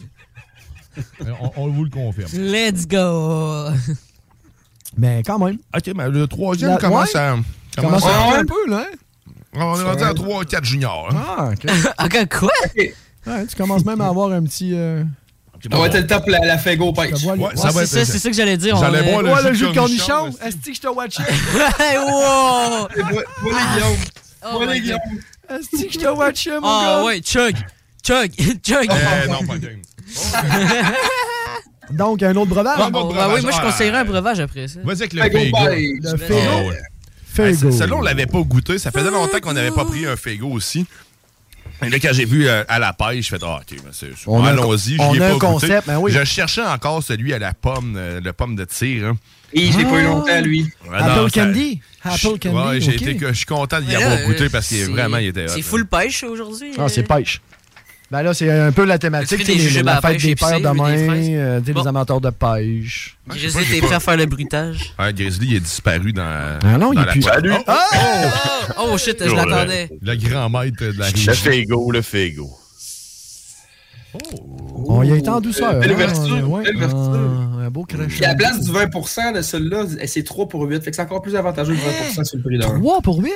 [SPEAKER 7] euh, on, on vous le confirme.
[SPEAKER 9] Let's go!
[SPEAKER 10] Mais quand même.
[SPEAKER 7] OK, mais le troisième
[SPEAKER 10] La-
[SPEAKER 7] commence
[SPEAKER 10] ouais.
[SPEAKER 7] à...
[SPEAKER 10] Commence à
[SPEAKER 7] Ah,
[SPEAKER 10] monter
[SPEAKER 7] ouais.
[SPEAKER 10] un peu, là. hein?
[SPEAKER 7] On est rendu à 3 4 juniors. hein.
[SPEAKER 10] Ah, OK.
[SPEAKER 9] quoi?
[SPEAKER 10] Ouais, tu commences même à avoir un petit... euh,
[SPEAKER 11] Ça va être Ah le top la, la Fego pêche.
[SPEAKER 10] Ça va aller. Ouais, ça va être-
[SPEAKER 9] C'est ça, c'est ça que j'allais dire. on
[SPEAKER 10] J'allais
[SPEAKER 9] est-
[SPEAKER 10] boire le Ouais, jus le de jus de cornichon, cornichon, Esti que je te watchais?
[SPEAKER 9] Hey, wow!
[SPEAKER 11] Oh my God.
[SPEAKER 10] Esti que je te watchais, mon
[SPEAKER 9] Ah
[SPEAKER 10] gars.
[SPEAKER 9] ouais, chug! Chug!
[SPEAKER 7] Euh,
[SPEAKER 9] Chug!
[SPEAKER 10] Eh, non, pas
[SPEAKER 7] game.
[SPEAKER 10] Donc, un autre breuvage.
[SPEAKER 9] Ah, bon, bah oui, moi je conseillerais un breuvage après ça.
[SPEAKER 7] Vas-y avec le Fego.
[SPEAKER 10] Le Fego.
[SPEAKER 7] Ah ouais.
[SPEAKER 10] Fego.
[SPEAKER 7] Hey, c'est- Celle-là, on l'avait pas goûté. Ça faisait longtemps qu'on n'avait pas pris un Fego aussi. Et là, quand j'ai vu euh, à la pêche, je fait Ah, OK, ben, c'est-
[SPEAKER 10] On a un-
[SPEAKER 7] allons-y.
[SPEAKER 10] on
[SPEAKER 7] j'y ai
[SPEAKER 10] a
[SPEAKER 7] pas
[SPEAKER 10] un
[SPEAKER 7] goûté.
[SPEAKER 10] concept, ben oui.
[SPEAKER 7] Je cherchais encore celui à la pomme, euh, le pomme de tir. hein.
[SPEAKER 11] Et je l'ai pas eu longtemps, lui.
[SPEAKER 7] Ah non,
[SPEAKER 10] Apple
[SPEAKER 7] ça-
[SPEAKER 10] Candy. Apple Candy.
[SPEAKER 7] Ouais, j'ai
[SPEAKER 10] ok.
[SPEAKER 7] été que- je suis content d'y
[SPEAKER 10] Mais là,
[SPEAKER 7] avoir goûté
[SPEAKER 10] euh,
[SPEAKER 7] parce qu'il
[SPEAKER 10] c'est-
[SPEAKER 7] vraiment, il était hot,
[SPEAKER 9] C'est
[SPEAKER 7] là.
[SPEAKER 9] full pêche aujourd'hui. euh.
[SPEAKER 10] Ah, c'est pêche. Ben là, c'est un peu la thématique. tu
[SPEAKER 9] As-tu fait des
[SPEAKER 10] sais, les-
[SPEAKER 9] jujubes à
[SPEAKER 10] La
[SPEAKER 9] la
[SPEAKER 10] fête
[SPEAKER 9] pêche
[SPEAKER 10] des
[SPEAKER 9] épicée
[SPEAKER 10] pères
[SPEAKER 9] ou
[SPEAKER 10] demain,
[SPEAKER 9] des fraises?
[SPEAKER 10] euh, tu sais,
[SPEAKER 9] Bon.
[SPEAKER 10] les amateurs de pêche.
[SPEAKER 9] Grizzly, t'es prêt à faire le bruitage?
[SPEAKER 7] Ouais, Grizzly, il est disparu dans.
[SPEAKER 10] Ah non, il
[SPEAKER 7] dans
[SPEAKER 10] est
[SPEAKER 7] la
[SPEAKER 10] plus-
[SPEAKER 7] poêle.
[SPEAKER 10] Salut!
[SPEAKER 7] Oh!
[SPEAKER 9] Oh shit, je
[SPEAKER 7] Toujours le-
[SPEAKER 9] l'attendais.
[SPEAKER 7] Le grand maître de la région.
[SPEAKER 8] Le Fego, le Fego.
[SPEAKER 10] On y a été en douceur.
[SPEAKER 11] Belle
[SPEAKER 10] hein,
[SPEAKER 11] ouverture,
[SPEAKER 10] ouais.
[SPEAKER 11] belle ouverture.
[SPEAKER 10] Ah, Un beau
[SPEAKER 11] Puis à la
[SPEAKER 10] crachat.
[SPEAKER 11] place du 20% de celui-là, c'est 3 pour 8. Fait que c'est encore plus avantageux que 20% sur le prix d'un.
[SPEAKER 10] 3 pour 8?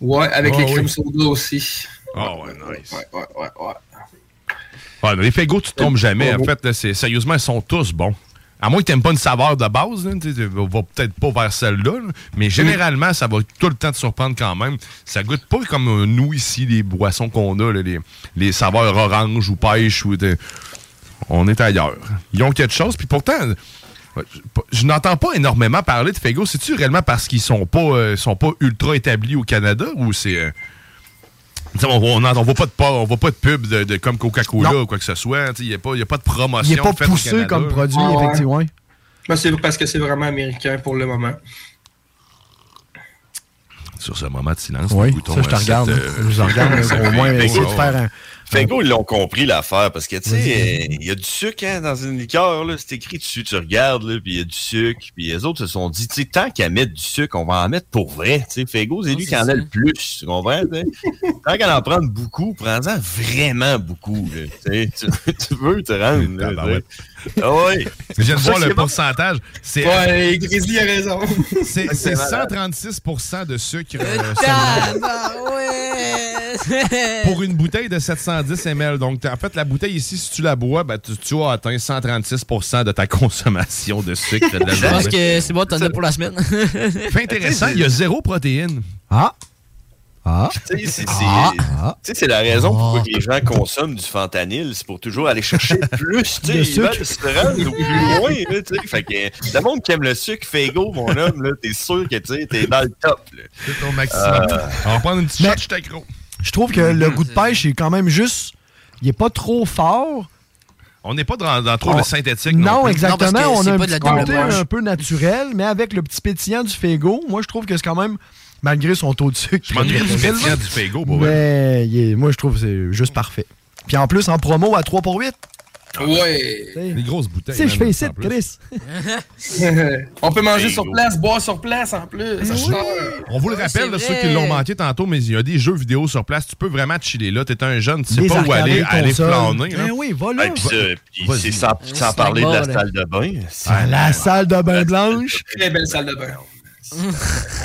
[SPEAKER 11] Ouais, avec
[SPEAKER 7] Ah
[SPEAKER 11] les
[SPEAKER 7] oui.
[SPEAKER 11] crèmes soda aussi.
[SPEAKER 7] Ah ouais, nice.
[SPEAKER 11] Ouais, ouais, ouais, ouais.
[SPEAKER 7] Ouais, les Fego, tu tombes jamais. En fait, là, c'est- sérieusement, ils sont tous bons. À moins que t'aimes pas une saveur de base, là, tu sais, tu vas peut-être pas vers celle-là, là,
[SPEAKER 10] Mm.
[SPEAKER 7] mais généralement, ça va tout le temps te surprendre quand même. Ça goûte pas comme euh, nous ici, les boissons qu'on a, là, les, les saveurs orange ou pêche ou de- On est ailleurs. Ils ont quelque chose, puis pourtant, euh, je- je n'entends pas énormément parler de Fego. C'est-tu réellement parce qu'ils sont pas euh, sont pas ultra établis au Canada ou c'est. euh, tu sais, on voit- on n'en- on voit pas de pa- on voit pas de pub de, de- comme Coca-Cola ou quoi que ce soit. Tu sais, Il n'y a, pas- il y a pas de promotion.
[SPEAKER 10] Il n'est pas
[SPEAKER 7] faite au
[SPEAKER 10] poussé
[SPEAKER 7] Canada.
[SPEAKER 10] comme produit,
[SPEAKER 11] Ah ouais.
[SPEAKER 10] effectivement.
[SPEAKER 11] Ben, c'est parce que c'est vraiment américain pour le moment.
[SPEAKER 7] Sur ce moment de
[SPEAKER 8] hein,
[SPEAKER 7] silence,
[SPEAKER 10] Oui,
[SPEAKER 7] nous goûtons,
[SPEAKER 10] ça, je te
[SPEAKER 7] euh,
[SPEAKER 10] regarde,
[SPEAKER 7] cette,
[SPEAKER 10] là. Je vous regarde, là, au moins,
[SPEAKER 8] Fego,
[SPEAKER 10] essayer de faire un-
[SPEAKER 8] Fego, ils l'ont compris l'affaire parce que, tu
[SPEAKER 10] Vas-y.
[SPEAKER 8] sais, il y a du sucre hein, dans une liqueur, là. C'est écrit dessus, tu regardes, là, puis il y a du sucre. Puis les autres se sont dit, tu sais, tant qu'à mettre du sucre, on va en mettre pour vrai. Tu sais, Fego, c'est lui qui en a le plus. Tu comprends? tu sais? tant qu'à en prendre beaucoup, prends-en vraiment beaucoup. là, tu sais. tu, tu veux te rendre. Là,
[SPEAKER 7] Tabarouette.
[SPEAKER 8] tu sais. Ah ouais.
[SPEAKER 7] Je viens de voir
[SPEAKER 8] C'est pour ça
[SPEAKER 7] le
[SPEAKER 8] que c'est
[SPEAKER 7] pourcentage. C'est,
[SPEAKER 11] Ouais, Grizzly a raison.
[SPEAKER 7] c'est,
[SPEAKER 11] C'est
[SPEAKER 7] c'est
[SPEAKER 11] malade.
[SPEAKER 7] 136 de sucre. euh, seulement.
[SPEAKER 1] Ah,
[SPEAKER 9] Tabarouette!
[SPEAKER 7] pour une bouteille de 710 ml. Donc, t'as- en fait, la bouteille ici, si tu la bois, ben, tu, tu as atteint 136 de ta consommation de sucre de la
[SPEAKER 9] Je pense
[SPEAKER 7] journée.
[SPEAKER 9] que c'est bon, t'en as pour la semaine.
[SPEAKER 7] Fait intéressant, il y a zéro protéine.
[SPEAKER 10] Ah! Ah!
[SPEAKER 8] Tu sais, c'est- c'est- tu sais, c'est la raison pour laquelle les gens consomment du fentanyl, c'est pour toujours aller chercher plus, tu sais,
[SPEAKER 10] Le
[SPEAKER 8] ils
[SPEAKER 10] sucre.
[SPEAKER 8] veulent se rendre au
[SPEAKER 1] Ah.
[SPEAKER 8] plus loin, là, tu sais. Fait que, le monde qui aime le sucre, Fego, mon homme, là, t'es sûr que, tu sais, t'es dans le top, là. Euh,
[SPEAKER 7] C'est ton
[SPEAKER 10] Euh.
[SPEAKER 7] maximum. On va prendre une petite
[SPEAKER 10] Mais-
[SPEAKER 7] shot, je t'accro.
[SPEAKER 10] Je trouve que le
[SPEAKER 9] Mm-hmm.
[SPEAKER 10] goût de pêche est quand même juste. Il n'est pas trop fort.
[SPEAKER 7] On n'est pas dans, dans trop
[SPEAKER 10] On-
[SPEAKER 7] le synthétique.
[SPEAKER 10] Non,
[SPEAKER 7] plus.
[SPEAKER 10] exactement. on a un petit
[SPEAKER 7] double
[SPEAKER 10] côté
[SPEAKER 7] pêche.
[SPEAKER 10] un peu naturel, mais avec le petit pétillant du Fego, moi, je trouve que c'est quand même, malgré son taux de sucre.
[SPEAKER 7] Je m'ennuie
[SPEAKER 10] très
[SPEAKER 7] du
[SPEAKER 10] élevé,
[SPEAKER 7] pétillant du
[SPEAKER 11] Oh,
[SPEAKER 7] Fego,
[SPEAKER 11] bah
[SPEAKER 7] pour vrai.
[SPEAKER 10] Mais il est- moi, je trouve que c'est juste parfait. Puis en plus, en promo à 3 pour 8.
[SPEAKER 11] Ouais.
[SPEAKER 7] Les grosses bouteilles.
[SPEAKER 10] Tu sais, je fais ici, Chris.
[SPEAKER 11] On peut manger
[SPEAKER 7] Bingo.
[SPEAKER 11] sur place, boire sur place en plus.
[SPEAKER 7] On vous le rappelle, là,
[SPEAKER 11] c'est
[SPEAKER 7] ceux
[SPEAKER 11] vrai.
[SPEAKER 7] qui l'ont manqué tantôt, mais il y a des jeux vidéo sur place. Tu peux vraiment chiller là. T'es un jeune, tu sais
[SPEAKER 10] Des
[SPEAKER 7] pas où
[SPEAKER 10] arcades,
[SPEAKER 7] aller, aller
[SPEAKER 10] consoles.
[SPEAKER 7] flâner. là.
[SPEAKER 10] Ben oui, voilà.
[SPEAKER 8] Et puis, ça, puis
[SPEAKER 7] Vas-y.
[SPEAKER 8] c'est sans, sans
[SPEAKER 7] Snack
[SPEAKER 8] parler de la
[SPEAKER 7] bar, là.
[SPEAKER 8] salle de bain.
[SPEAKER 10] Ah, la salle de bain blanche.
[SPEAKER 11] Très belle salle de bain.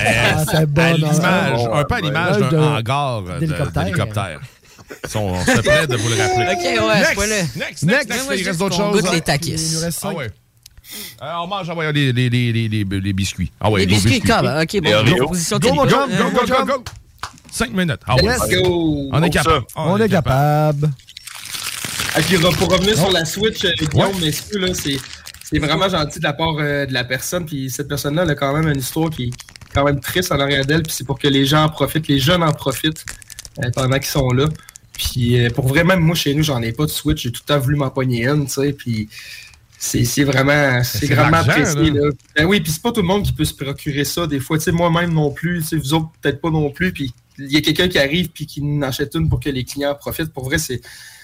[SPEAKER 10] Ah, c'est bon.
[SPEAKER 7] à l'image,
[SPEAKER 25] Oh,
[SPEAKER 10] hein?
[SPEAKER 7] un peu à l'image
[SPEAKER 10] Ouais,
[SPEAKER 7] d'un
[SPEAKER 10] de-
[SPEAKER 7] hangar euh, de-
[SPEAKER 10] d'hélicoptère.
[SPEAKER 7] d'hélicoptère. Ça, On on se plaît de vous le rappeler.
[SPEAKER 9] Ok, ouais, c'est
[SPEAKER 7] next,
[SPEAKER 9] pas là.
[SPEAKER 7] next, next,
[SPEAKER 9] Next.
[SPEAKER 7] next,
[SPEAKER 9] Moi, je
[SPEAKER 7] il
[SPEAKER 9] dis
[SPEAKER 7] reste d'autres
[SPEAKER 9] qu'on
[SPEAKER 7] choses.
[SPEAKER 9] goûte les takis.
[SPEAKER 7] Il nous reste Ah ouais. Euh, on mange ah ouais, les, les, les, les, les, les biscuits. Ah ouais,
[SPEAKER 9] Les
[SPEAKER 7] gros
[SPEAKER 9] biscuits, quand même. Ok, bon,
[SPEAKER 7] Les Oreos.
[SPEAKER 9] proposition
[SPEAKER 7] Go,
[SPEAKER 9] québécoise.
[SPEAKER 7] go, go, go, go, go. Cinq minutes. Ah ouais.
[SPEAKER 10] Let's go.
[SPEAKER 7] On
[SPEAKER 10] Pour
[SPEAKER 7] est
[SPEAKER 10] ça.
[SPEAKER 7] capable.
[SPEAKER 10] On est capable.
[SPEAKER 11] Ah, puis re- pour revenir sur la Switch, euh, Guillaume, messieurs, là, c'est, c'est vraiment gentil de la part euh, de la personne. Puis cette personne-là, elle a quand même une histoire qui est quand même triste en arrière d'elle. Puis c'est pour que les gens en profitent, les jeunes en profitent euh, pendant qu'ils sont là. Puis euh, pour vrai, même moi, chez nous, j'en ai pas de Switch. J'ai tout le temps voulu m'empoigner une, tu sais. Puis c'est, c'est vraiment, c'est
[SPEAKER 7] c'est
[SPEAKER 11] vraiment
[SPEAKER 7] l'argent,
[SPEAKER 11] apprécié.
[SPEAKER 7] là.
[SPEAKER 11] là. Ben oui, puis c'est pas tout le monde qui peut se procurer ça. Des fois, tu sais, moi-même non plus. Tu sais, vous autres, peut-être pas non plus. Puis il y a quelqu'un qui arrive puis qui en achète une pour que les clients en profitent. Pour vrai, c'est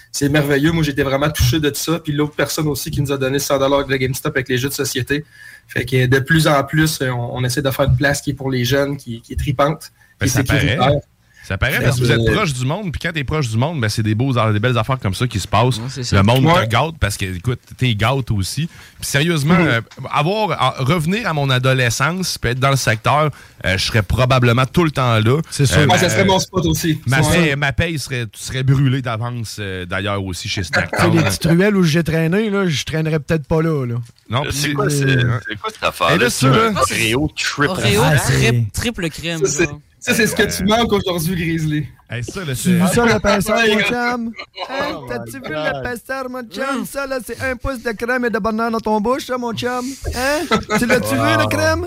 [SPEAKER 11] c'est merveilleux. Moi, j'étais vraiment touché de ça. Puis l'autre personne aussi qui nous a donné 100 de GameStop avec les jeux de société. Fait que de plus en plus, euh, on, on essaie de faire une place qui est pour les jeunes, qui, qui est tripante,
[SPEAKER 7] Ben,
[SPEAKER 11] qui
[SPEAKER 7] ça
[SPEAKER 11] est sécuritaire.
[SPEAKER 7] paraît. Ça paraît parce que vous
[SPEAKER 11] Fait euh,
[SPEAKER 7] êtes proche du monde, puis quand t'es proche du monde, ben c'est des, beaux, des belles affaires comme ça qui se passent.
[SPEAKER 8] ça.
[SPEAKER 7] Le monde
[SPEAKER 8] Ouais.
[SPEAKER 7] te gâte parce que, écoute, t'es gâte aussi. Puis sérieusement,
[SPEAKER 8] Mhm.
[SPEAKER 7] euh, avoir, à- revenir à mon adolescence, puis être dans le secteur, euh, je serais probablement tout le temps là. Euh, C'est
[SPEAKER 11] sûr. Ah, ça serait mon spot aussi.
[SPEAKER 7] Ma
[SPEAKER 11] Ouais.
[SPEAKER 7] paye, ma paye serait, tu serais brûlée d'avance, euh, d'ailleurs, aussi chez
[SPEAKER 25] Tu sais,
[SPEAKER 7] Snacktown.
[SPEAKER 25] oh. les petites ruelles où j'ai traîné, là, je traînerais peut-être pas là. là.
[SPEAKER 7] Non,
[SPEAKER 8] C'est quoi, c'est- c'est quoi cette affaire?
[SPEAKER 7] Et là, ça, là-
[SPEAKER 8] Oreo Trip.
[SPEAKER 1] Oreo
[SPEAKER 11] hein?
[SPEAKER 7] Ah, Euh,
[SPEAKER 1] trip- triple crème.
[SPEAKER 11] Ça, c'est- ça, c'est ce que tu manques aujourd'hui, Grizzly. Ah,
[SPEAKER 7] ça, là,
[SPEAKER 25] Tu vois ça, le pinceur, mon chum? Hein,
[SPEAKER 11] Oh
[SPEAKER 25] T'as-tu
[SPEAKER 11] my
[SPEAKER 25] vu
[SPEAKER 11] God.
[SPEAKER 25] le pinceur, mon chum? Ça, là, c'est un pouce de crème et de banane dans ton bouche, ça, mon chum? Hein? Tu l'as-tu vu, la crème?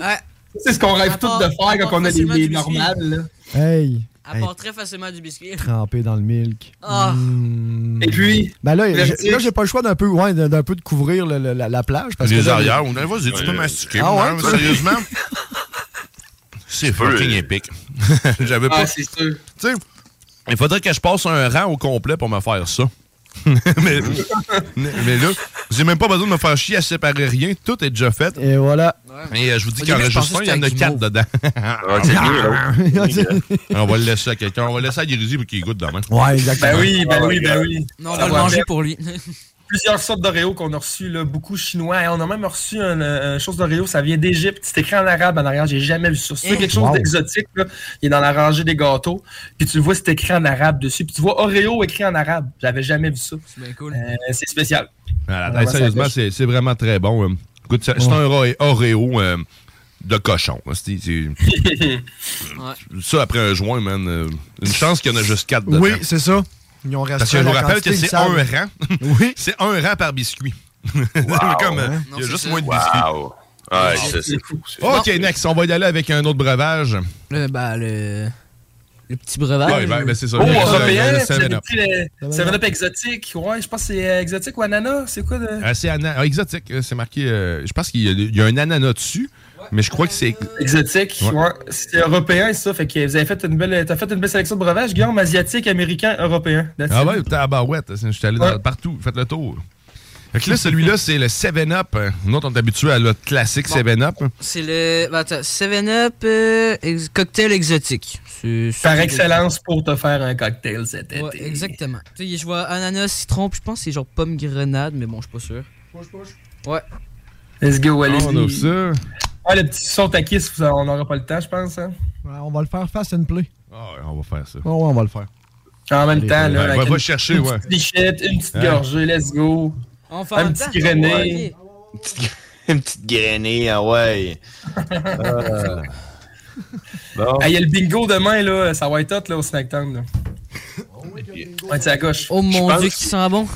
[SPEAKER 11] C'est ce qu'on rêve tous de
[SPEAKER 1] à
[SPEAKER 11] faire
[SPEAKER 1] part
[SPEAKER 11] quand on a des,
[SPEAKER 1] facilement
[SPEAKER 11] des
[SPEAKER 1] du biscuit.
[SPEAKER 11] normales. là.
[SPEAKER 25] Hey!
[SPEAKER 1] À part très facilement du biscuit.
[SPEAKER 25] Trempé dans le milk.
[SPEAKER 1] Ah.
[SPEAKER 7] Hmm,
[SPEAKER 25] Et
[SPEAKER 11] puis?
[SPEAKER 25] Ben là,
[SPEAKER 1] Verdict.
[SPEAKER 25] j'ai- là, j'ai pas le choix d'un peu, ouais, d'un- d'un peu de couvrir le- le- la, la plage. Parce que
[SPEAKER 7] les
[SPEAKER 25] là,
[SPEAKER 7] arrières, on a, vas-y, tu peux mastiquer.
[SPEAKER 25] Ah ouais,
[SPEAKER 7] non,
[SPEAKER 25] tu peux-
[SPEAKER 7] sérieusement? C'est fucking épique. J'avais pas.
[SPEAKER 11] Ah, c'est sûr.
[SPEAKER 7] Tu sais, il faudrait que je passe un rang au complet pour me faire ça. mais, mais là, j'ai même pas besoin de me faire chier à séparer rien. Tout est déjà fait.
[SPEAKER 25] Et voilà.
[SPEAKER 7] Et euh, je vous dis
[SPEAKER 25] Au
[SPEAKER 7] qu'en
[SPEAKER 25] début, je
[SPEAKER 7] enregistrant,
[SPEAKER 25] pensais
[SPEAKER 7] il y en
[SPEAKER 25] que
[SPEAKER 7] a
[SPEAKER 25] c'était
[SPEAKER 7] quatre dedans. Oh,
[SPEAKER 26] Ah,
[SPEAKER 25] c'est
[SPEAKER 26] hein.
[SPEAKER 25] mieux, là.
[SPEAKER 7] on va le laisser à quelqu'un. On va le laisser à Guérisi pour qu'il goûte demain.
[SPEAKER 25] Ouais, exactement.
[SPEAKER 11] Ben oui,
[SPEAKER 7] Ah,
[SPEAKER 11] ben oui, ben oui.
[SPEAKER 1] Non, on
[SPEAKER 11] Ça
[SPEAKER 1] va le
[SPEAKER 11] faire
[SPEAKER 1] manger pour lui.
[SPEAKER 11] Plusieurs sortes d'Oreo qu'on a reçues, là, beaucoup chinois. Et on a même reçu une, euh, chose d'Oreo, ça vient d'Égypte. C'est écrit en arabe en arrière, j'ai jamais vu ça. C'est
[SPEAKER 1] Hein?
[SPEAKER 11] quelque chose
[SPEAKER 1] Wow.
[SPEAKER 11] d'exotique, là. Il est dans la rangée des gâteaux. Puis tu le vois, c'est écrit en arabe dessus. Puis tu vois Oreo écrit en arabe. J'avais jamais vu ça. Euh,
[SPEAKER 1] C'est bien cool.
[SPEAKER 11] c'est spécial.
[SPEAKER 7] Voilà,
[SPEAKER 11] Vraiment,
[SPEAKER 7] hey, Ah, sérieusement,
[SPEAKER 11] ça
[SPEAKER 7] c'est c'est vraiment très bon. euh. Écoute, c'est c'est
[SPEAKER 11] Ouais.
[SPEAKER 7] un Ore- Oreo euh, de cochon. hein, C'est- c'est- Ça, après un joint, man. euh, une chance qu'il y en a juste quatre dedans.
[SPEAKER 25] Oui, c'est ça. Ils ont
[SPEAKER 7] Parce que je vous rappelle que c'est un rang.
[SPEAKER 25] Oui.
[SPEAKER 7] c'est un rang par biscuit. Comme, euh,
[SPEAKER 8] hein?
[SPEAKER 7] Il y a
[SPEAKER 8] Non,
[SPEAKER 7] juste
[SPEAKER 8] c'est
[SPEAKER 7] moins de
[SPEAKER 8] ça.
[SPEAKER 7] biscuits.
[SPEAKER 8] Wow. Ouais, ça, c'est fou, c'est
[SPEAKER 7] OK, next, on va y aller avec un autre breuvage.
[SPEAKER 1] Le, bah, le... le petit breuvage.
[SPEAKER 7] Ouais, ben, ben, c'est ça.
[SPEAKER 1] Oh,
[SPEAKER 7] Le- le-
[SPEAKER 11] européen,
[SPEAKER 7] le
[SPEAKER 11] vous avez
[SPEAKER 7] 7 Up.
[SPEAKER 11] dit le 7-Up exotique. Ouais, je pense que c'est euh, exotique ou ananas. C'est quoi de...
[SPEAKER 7] Euh, c'est ana- ah, exotique. euh, C'est marqué. euh, je pense qu'il y, a- il y a un ananas dessus, mais je crois que c'est.
[SPEAKER 11] Exotique, ouais. C'est européen, ça. Fait que vous avez fait une belle, t'as fait une belle sélection de breuvages, Guillaume, asiatique, américain, européen. That's
[SPEAKER 7] Ah
[SPEAKER 11] it.
[SPEAKER 7] ouais, tabarouette. Je suis allé dans- partout. Faites le tour. Fait que là, celui-là, c'est le 7-Up. Nous autres, on est habitués à le classique 7-Up.
[SPEAKER 1] C'est le. ben, attends, 7-Up euh, ex- cocktail exotique. C'est- c'est-
[SPEAKER 11] Par excellence pour te faire un cocktail cet été.
[SPEAKER 1] Ouais, exactement. Tu sais, je vois ananas, citron, puis je pense que c'est genre pomme grenade, mais bon, je suis pas sûr. Ouais.
[SPEAKER 11] Let's go, allez.
[SPEAKER 7] Ah, On ouvre ça.
[SPEAKER 11] Ah, le petit son taquis, vous- on n'aura pas le temps, je pense. hein.
[SPEAKER 25] Ouais, On va le faire face and play.
[SPEAKER 7] Ah ouais, on va faire ça.
[SPEAKER 25] Ouais, ouais, on va le faire.
[SPEAKER 11] En même temps, là.
[SPEAKER 7] ouais,
[SPEAKER 11] avec
[SPEAKER 7] va-
[SPEAKER 11] une-
[SPEAKER 7] va chercher,
[SPEAKER 11] une
[SPEAKER 7] ouais. Hein?
[SPEAKER 11] petite lichette, une petite
[SPEAKER 7] Ouais.
[SPEAKER 11] gorgée, let's go.
[SPEAKER 1] On fait
[SPEAKER 11] Un
[SPEAKER 1] en
[SPEAKER 11] petit
[SPEAKER 1] même temps.
[SPEAKER 11] grenet.
[SPEAKER 8] Une petite grainée, ah ouais. Ah. Bon.
[SPEAKER 11] Ah, Il y a le bingo demain, là. Ça va être hot, là, au snack town, là.
[SPEAKER 8] Oh,
[SPEAKER 11] Ouais, c'est à gauche.
[SPEAKER 1] Oh
[SPEAKER 8] Je
[SPEAKER 1] mon
[SPEAKER 8] pense
[SPEAKER 1] dieu, qui sent bon.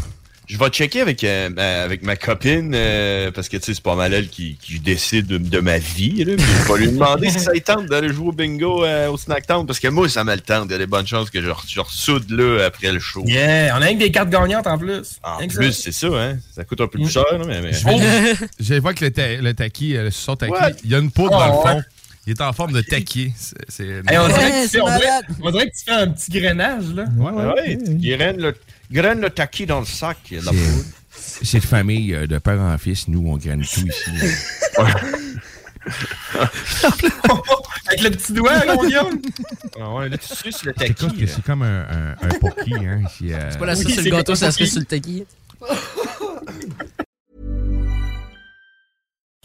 [SPEAKER 8] Je vais checker avec, euh, ma, avec ma copine, euh, parce que tu sais, c'est pas mal elle qui, qui décide de, de ma vie. Là, mais je vais lui demander si ça lui tente d'aller jouer au bingo euh, au Snack Town, parce que moi, ça me le tente. Il y a des bonnes chances que je, re- je ressoude là après le show.
[SPEAKER 11] Yeah, on a rien que des cartes gagnantes en plus. Oh!
[SPEAKER 8] En
[SPEAKER 11] Rien que ça.
[SPEAKER 8] plus, c'est ça, hein. Ça coûte un peu plus cher, là, mais. mais-
[SPEAKER 7] J'évoque le, ta- le taquis, euh, le son taquis.
[SPEAKER 8] Ouais.
[SPEAKER 7] Il y a une poudre dans le
[SPEAKER 11] Oh,
[SPEAKER 7] fond.
[SPEAKER 11] ouais.
[SPEAKER 7] Il est en forme de taquis. C'est- c'est-
[SPEAKER 11] Hey, on, dirait que
[SPEAKER 1] Ouais,
[SPEAKER 11] tu
[SPEAKER 1] c'est
[SPEAKER 11] fais, on, dirait,
[SPEAKER 1] malade.
[SPEAKER 11] on dirait que tu fais un petit grainage, là.
[SPEAKER 7] ouais,
[SPEAKER 8] ouais, il graine le, graine le taquis dans le sac. il y a de la
[SPEAKER 7] C'est-
[SPEAKER 8] poudre.
[SPEAKER 7] C'est de famille, euh, de père en fils, nous, on gagne tout ici.
[SPEAKER 11] Avec le petit doigt, là, mon Guillaume.
[SPEAKER 8] Ah ouais, là, tu suces le
[SPEAKER 7] C'est comme,
[SPEAKER 8] taquis.
[SPEAKER 7] c'est comme un, un, un pocky, hein. qui, euh,
[SPEAKER 1] Pas la sauce sur le gâteau, ça serait sur le taquis.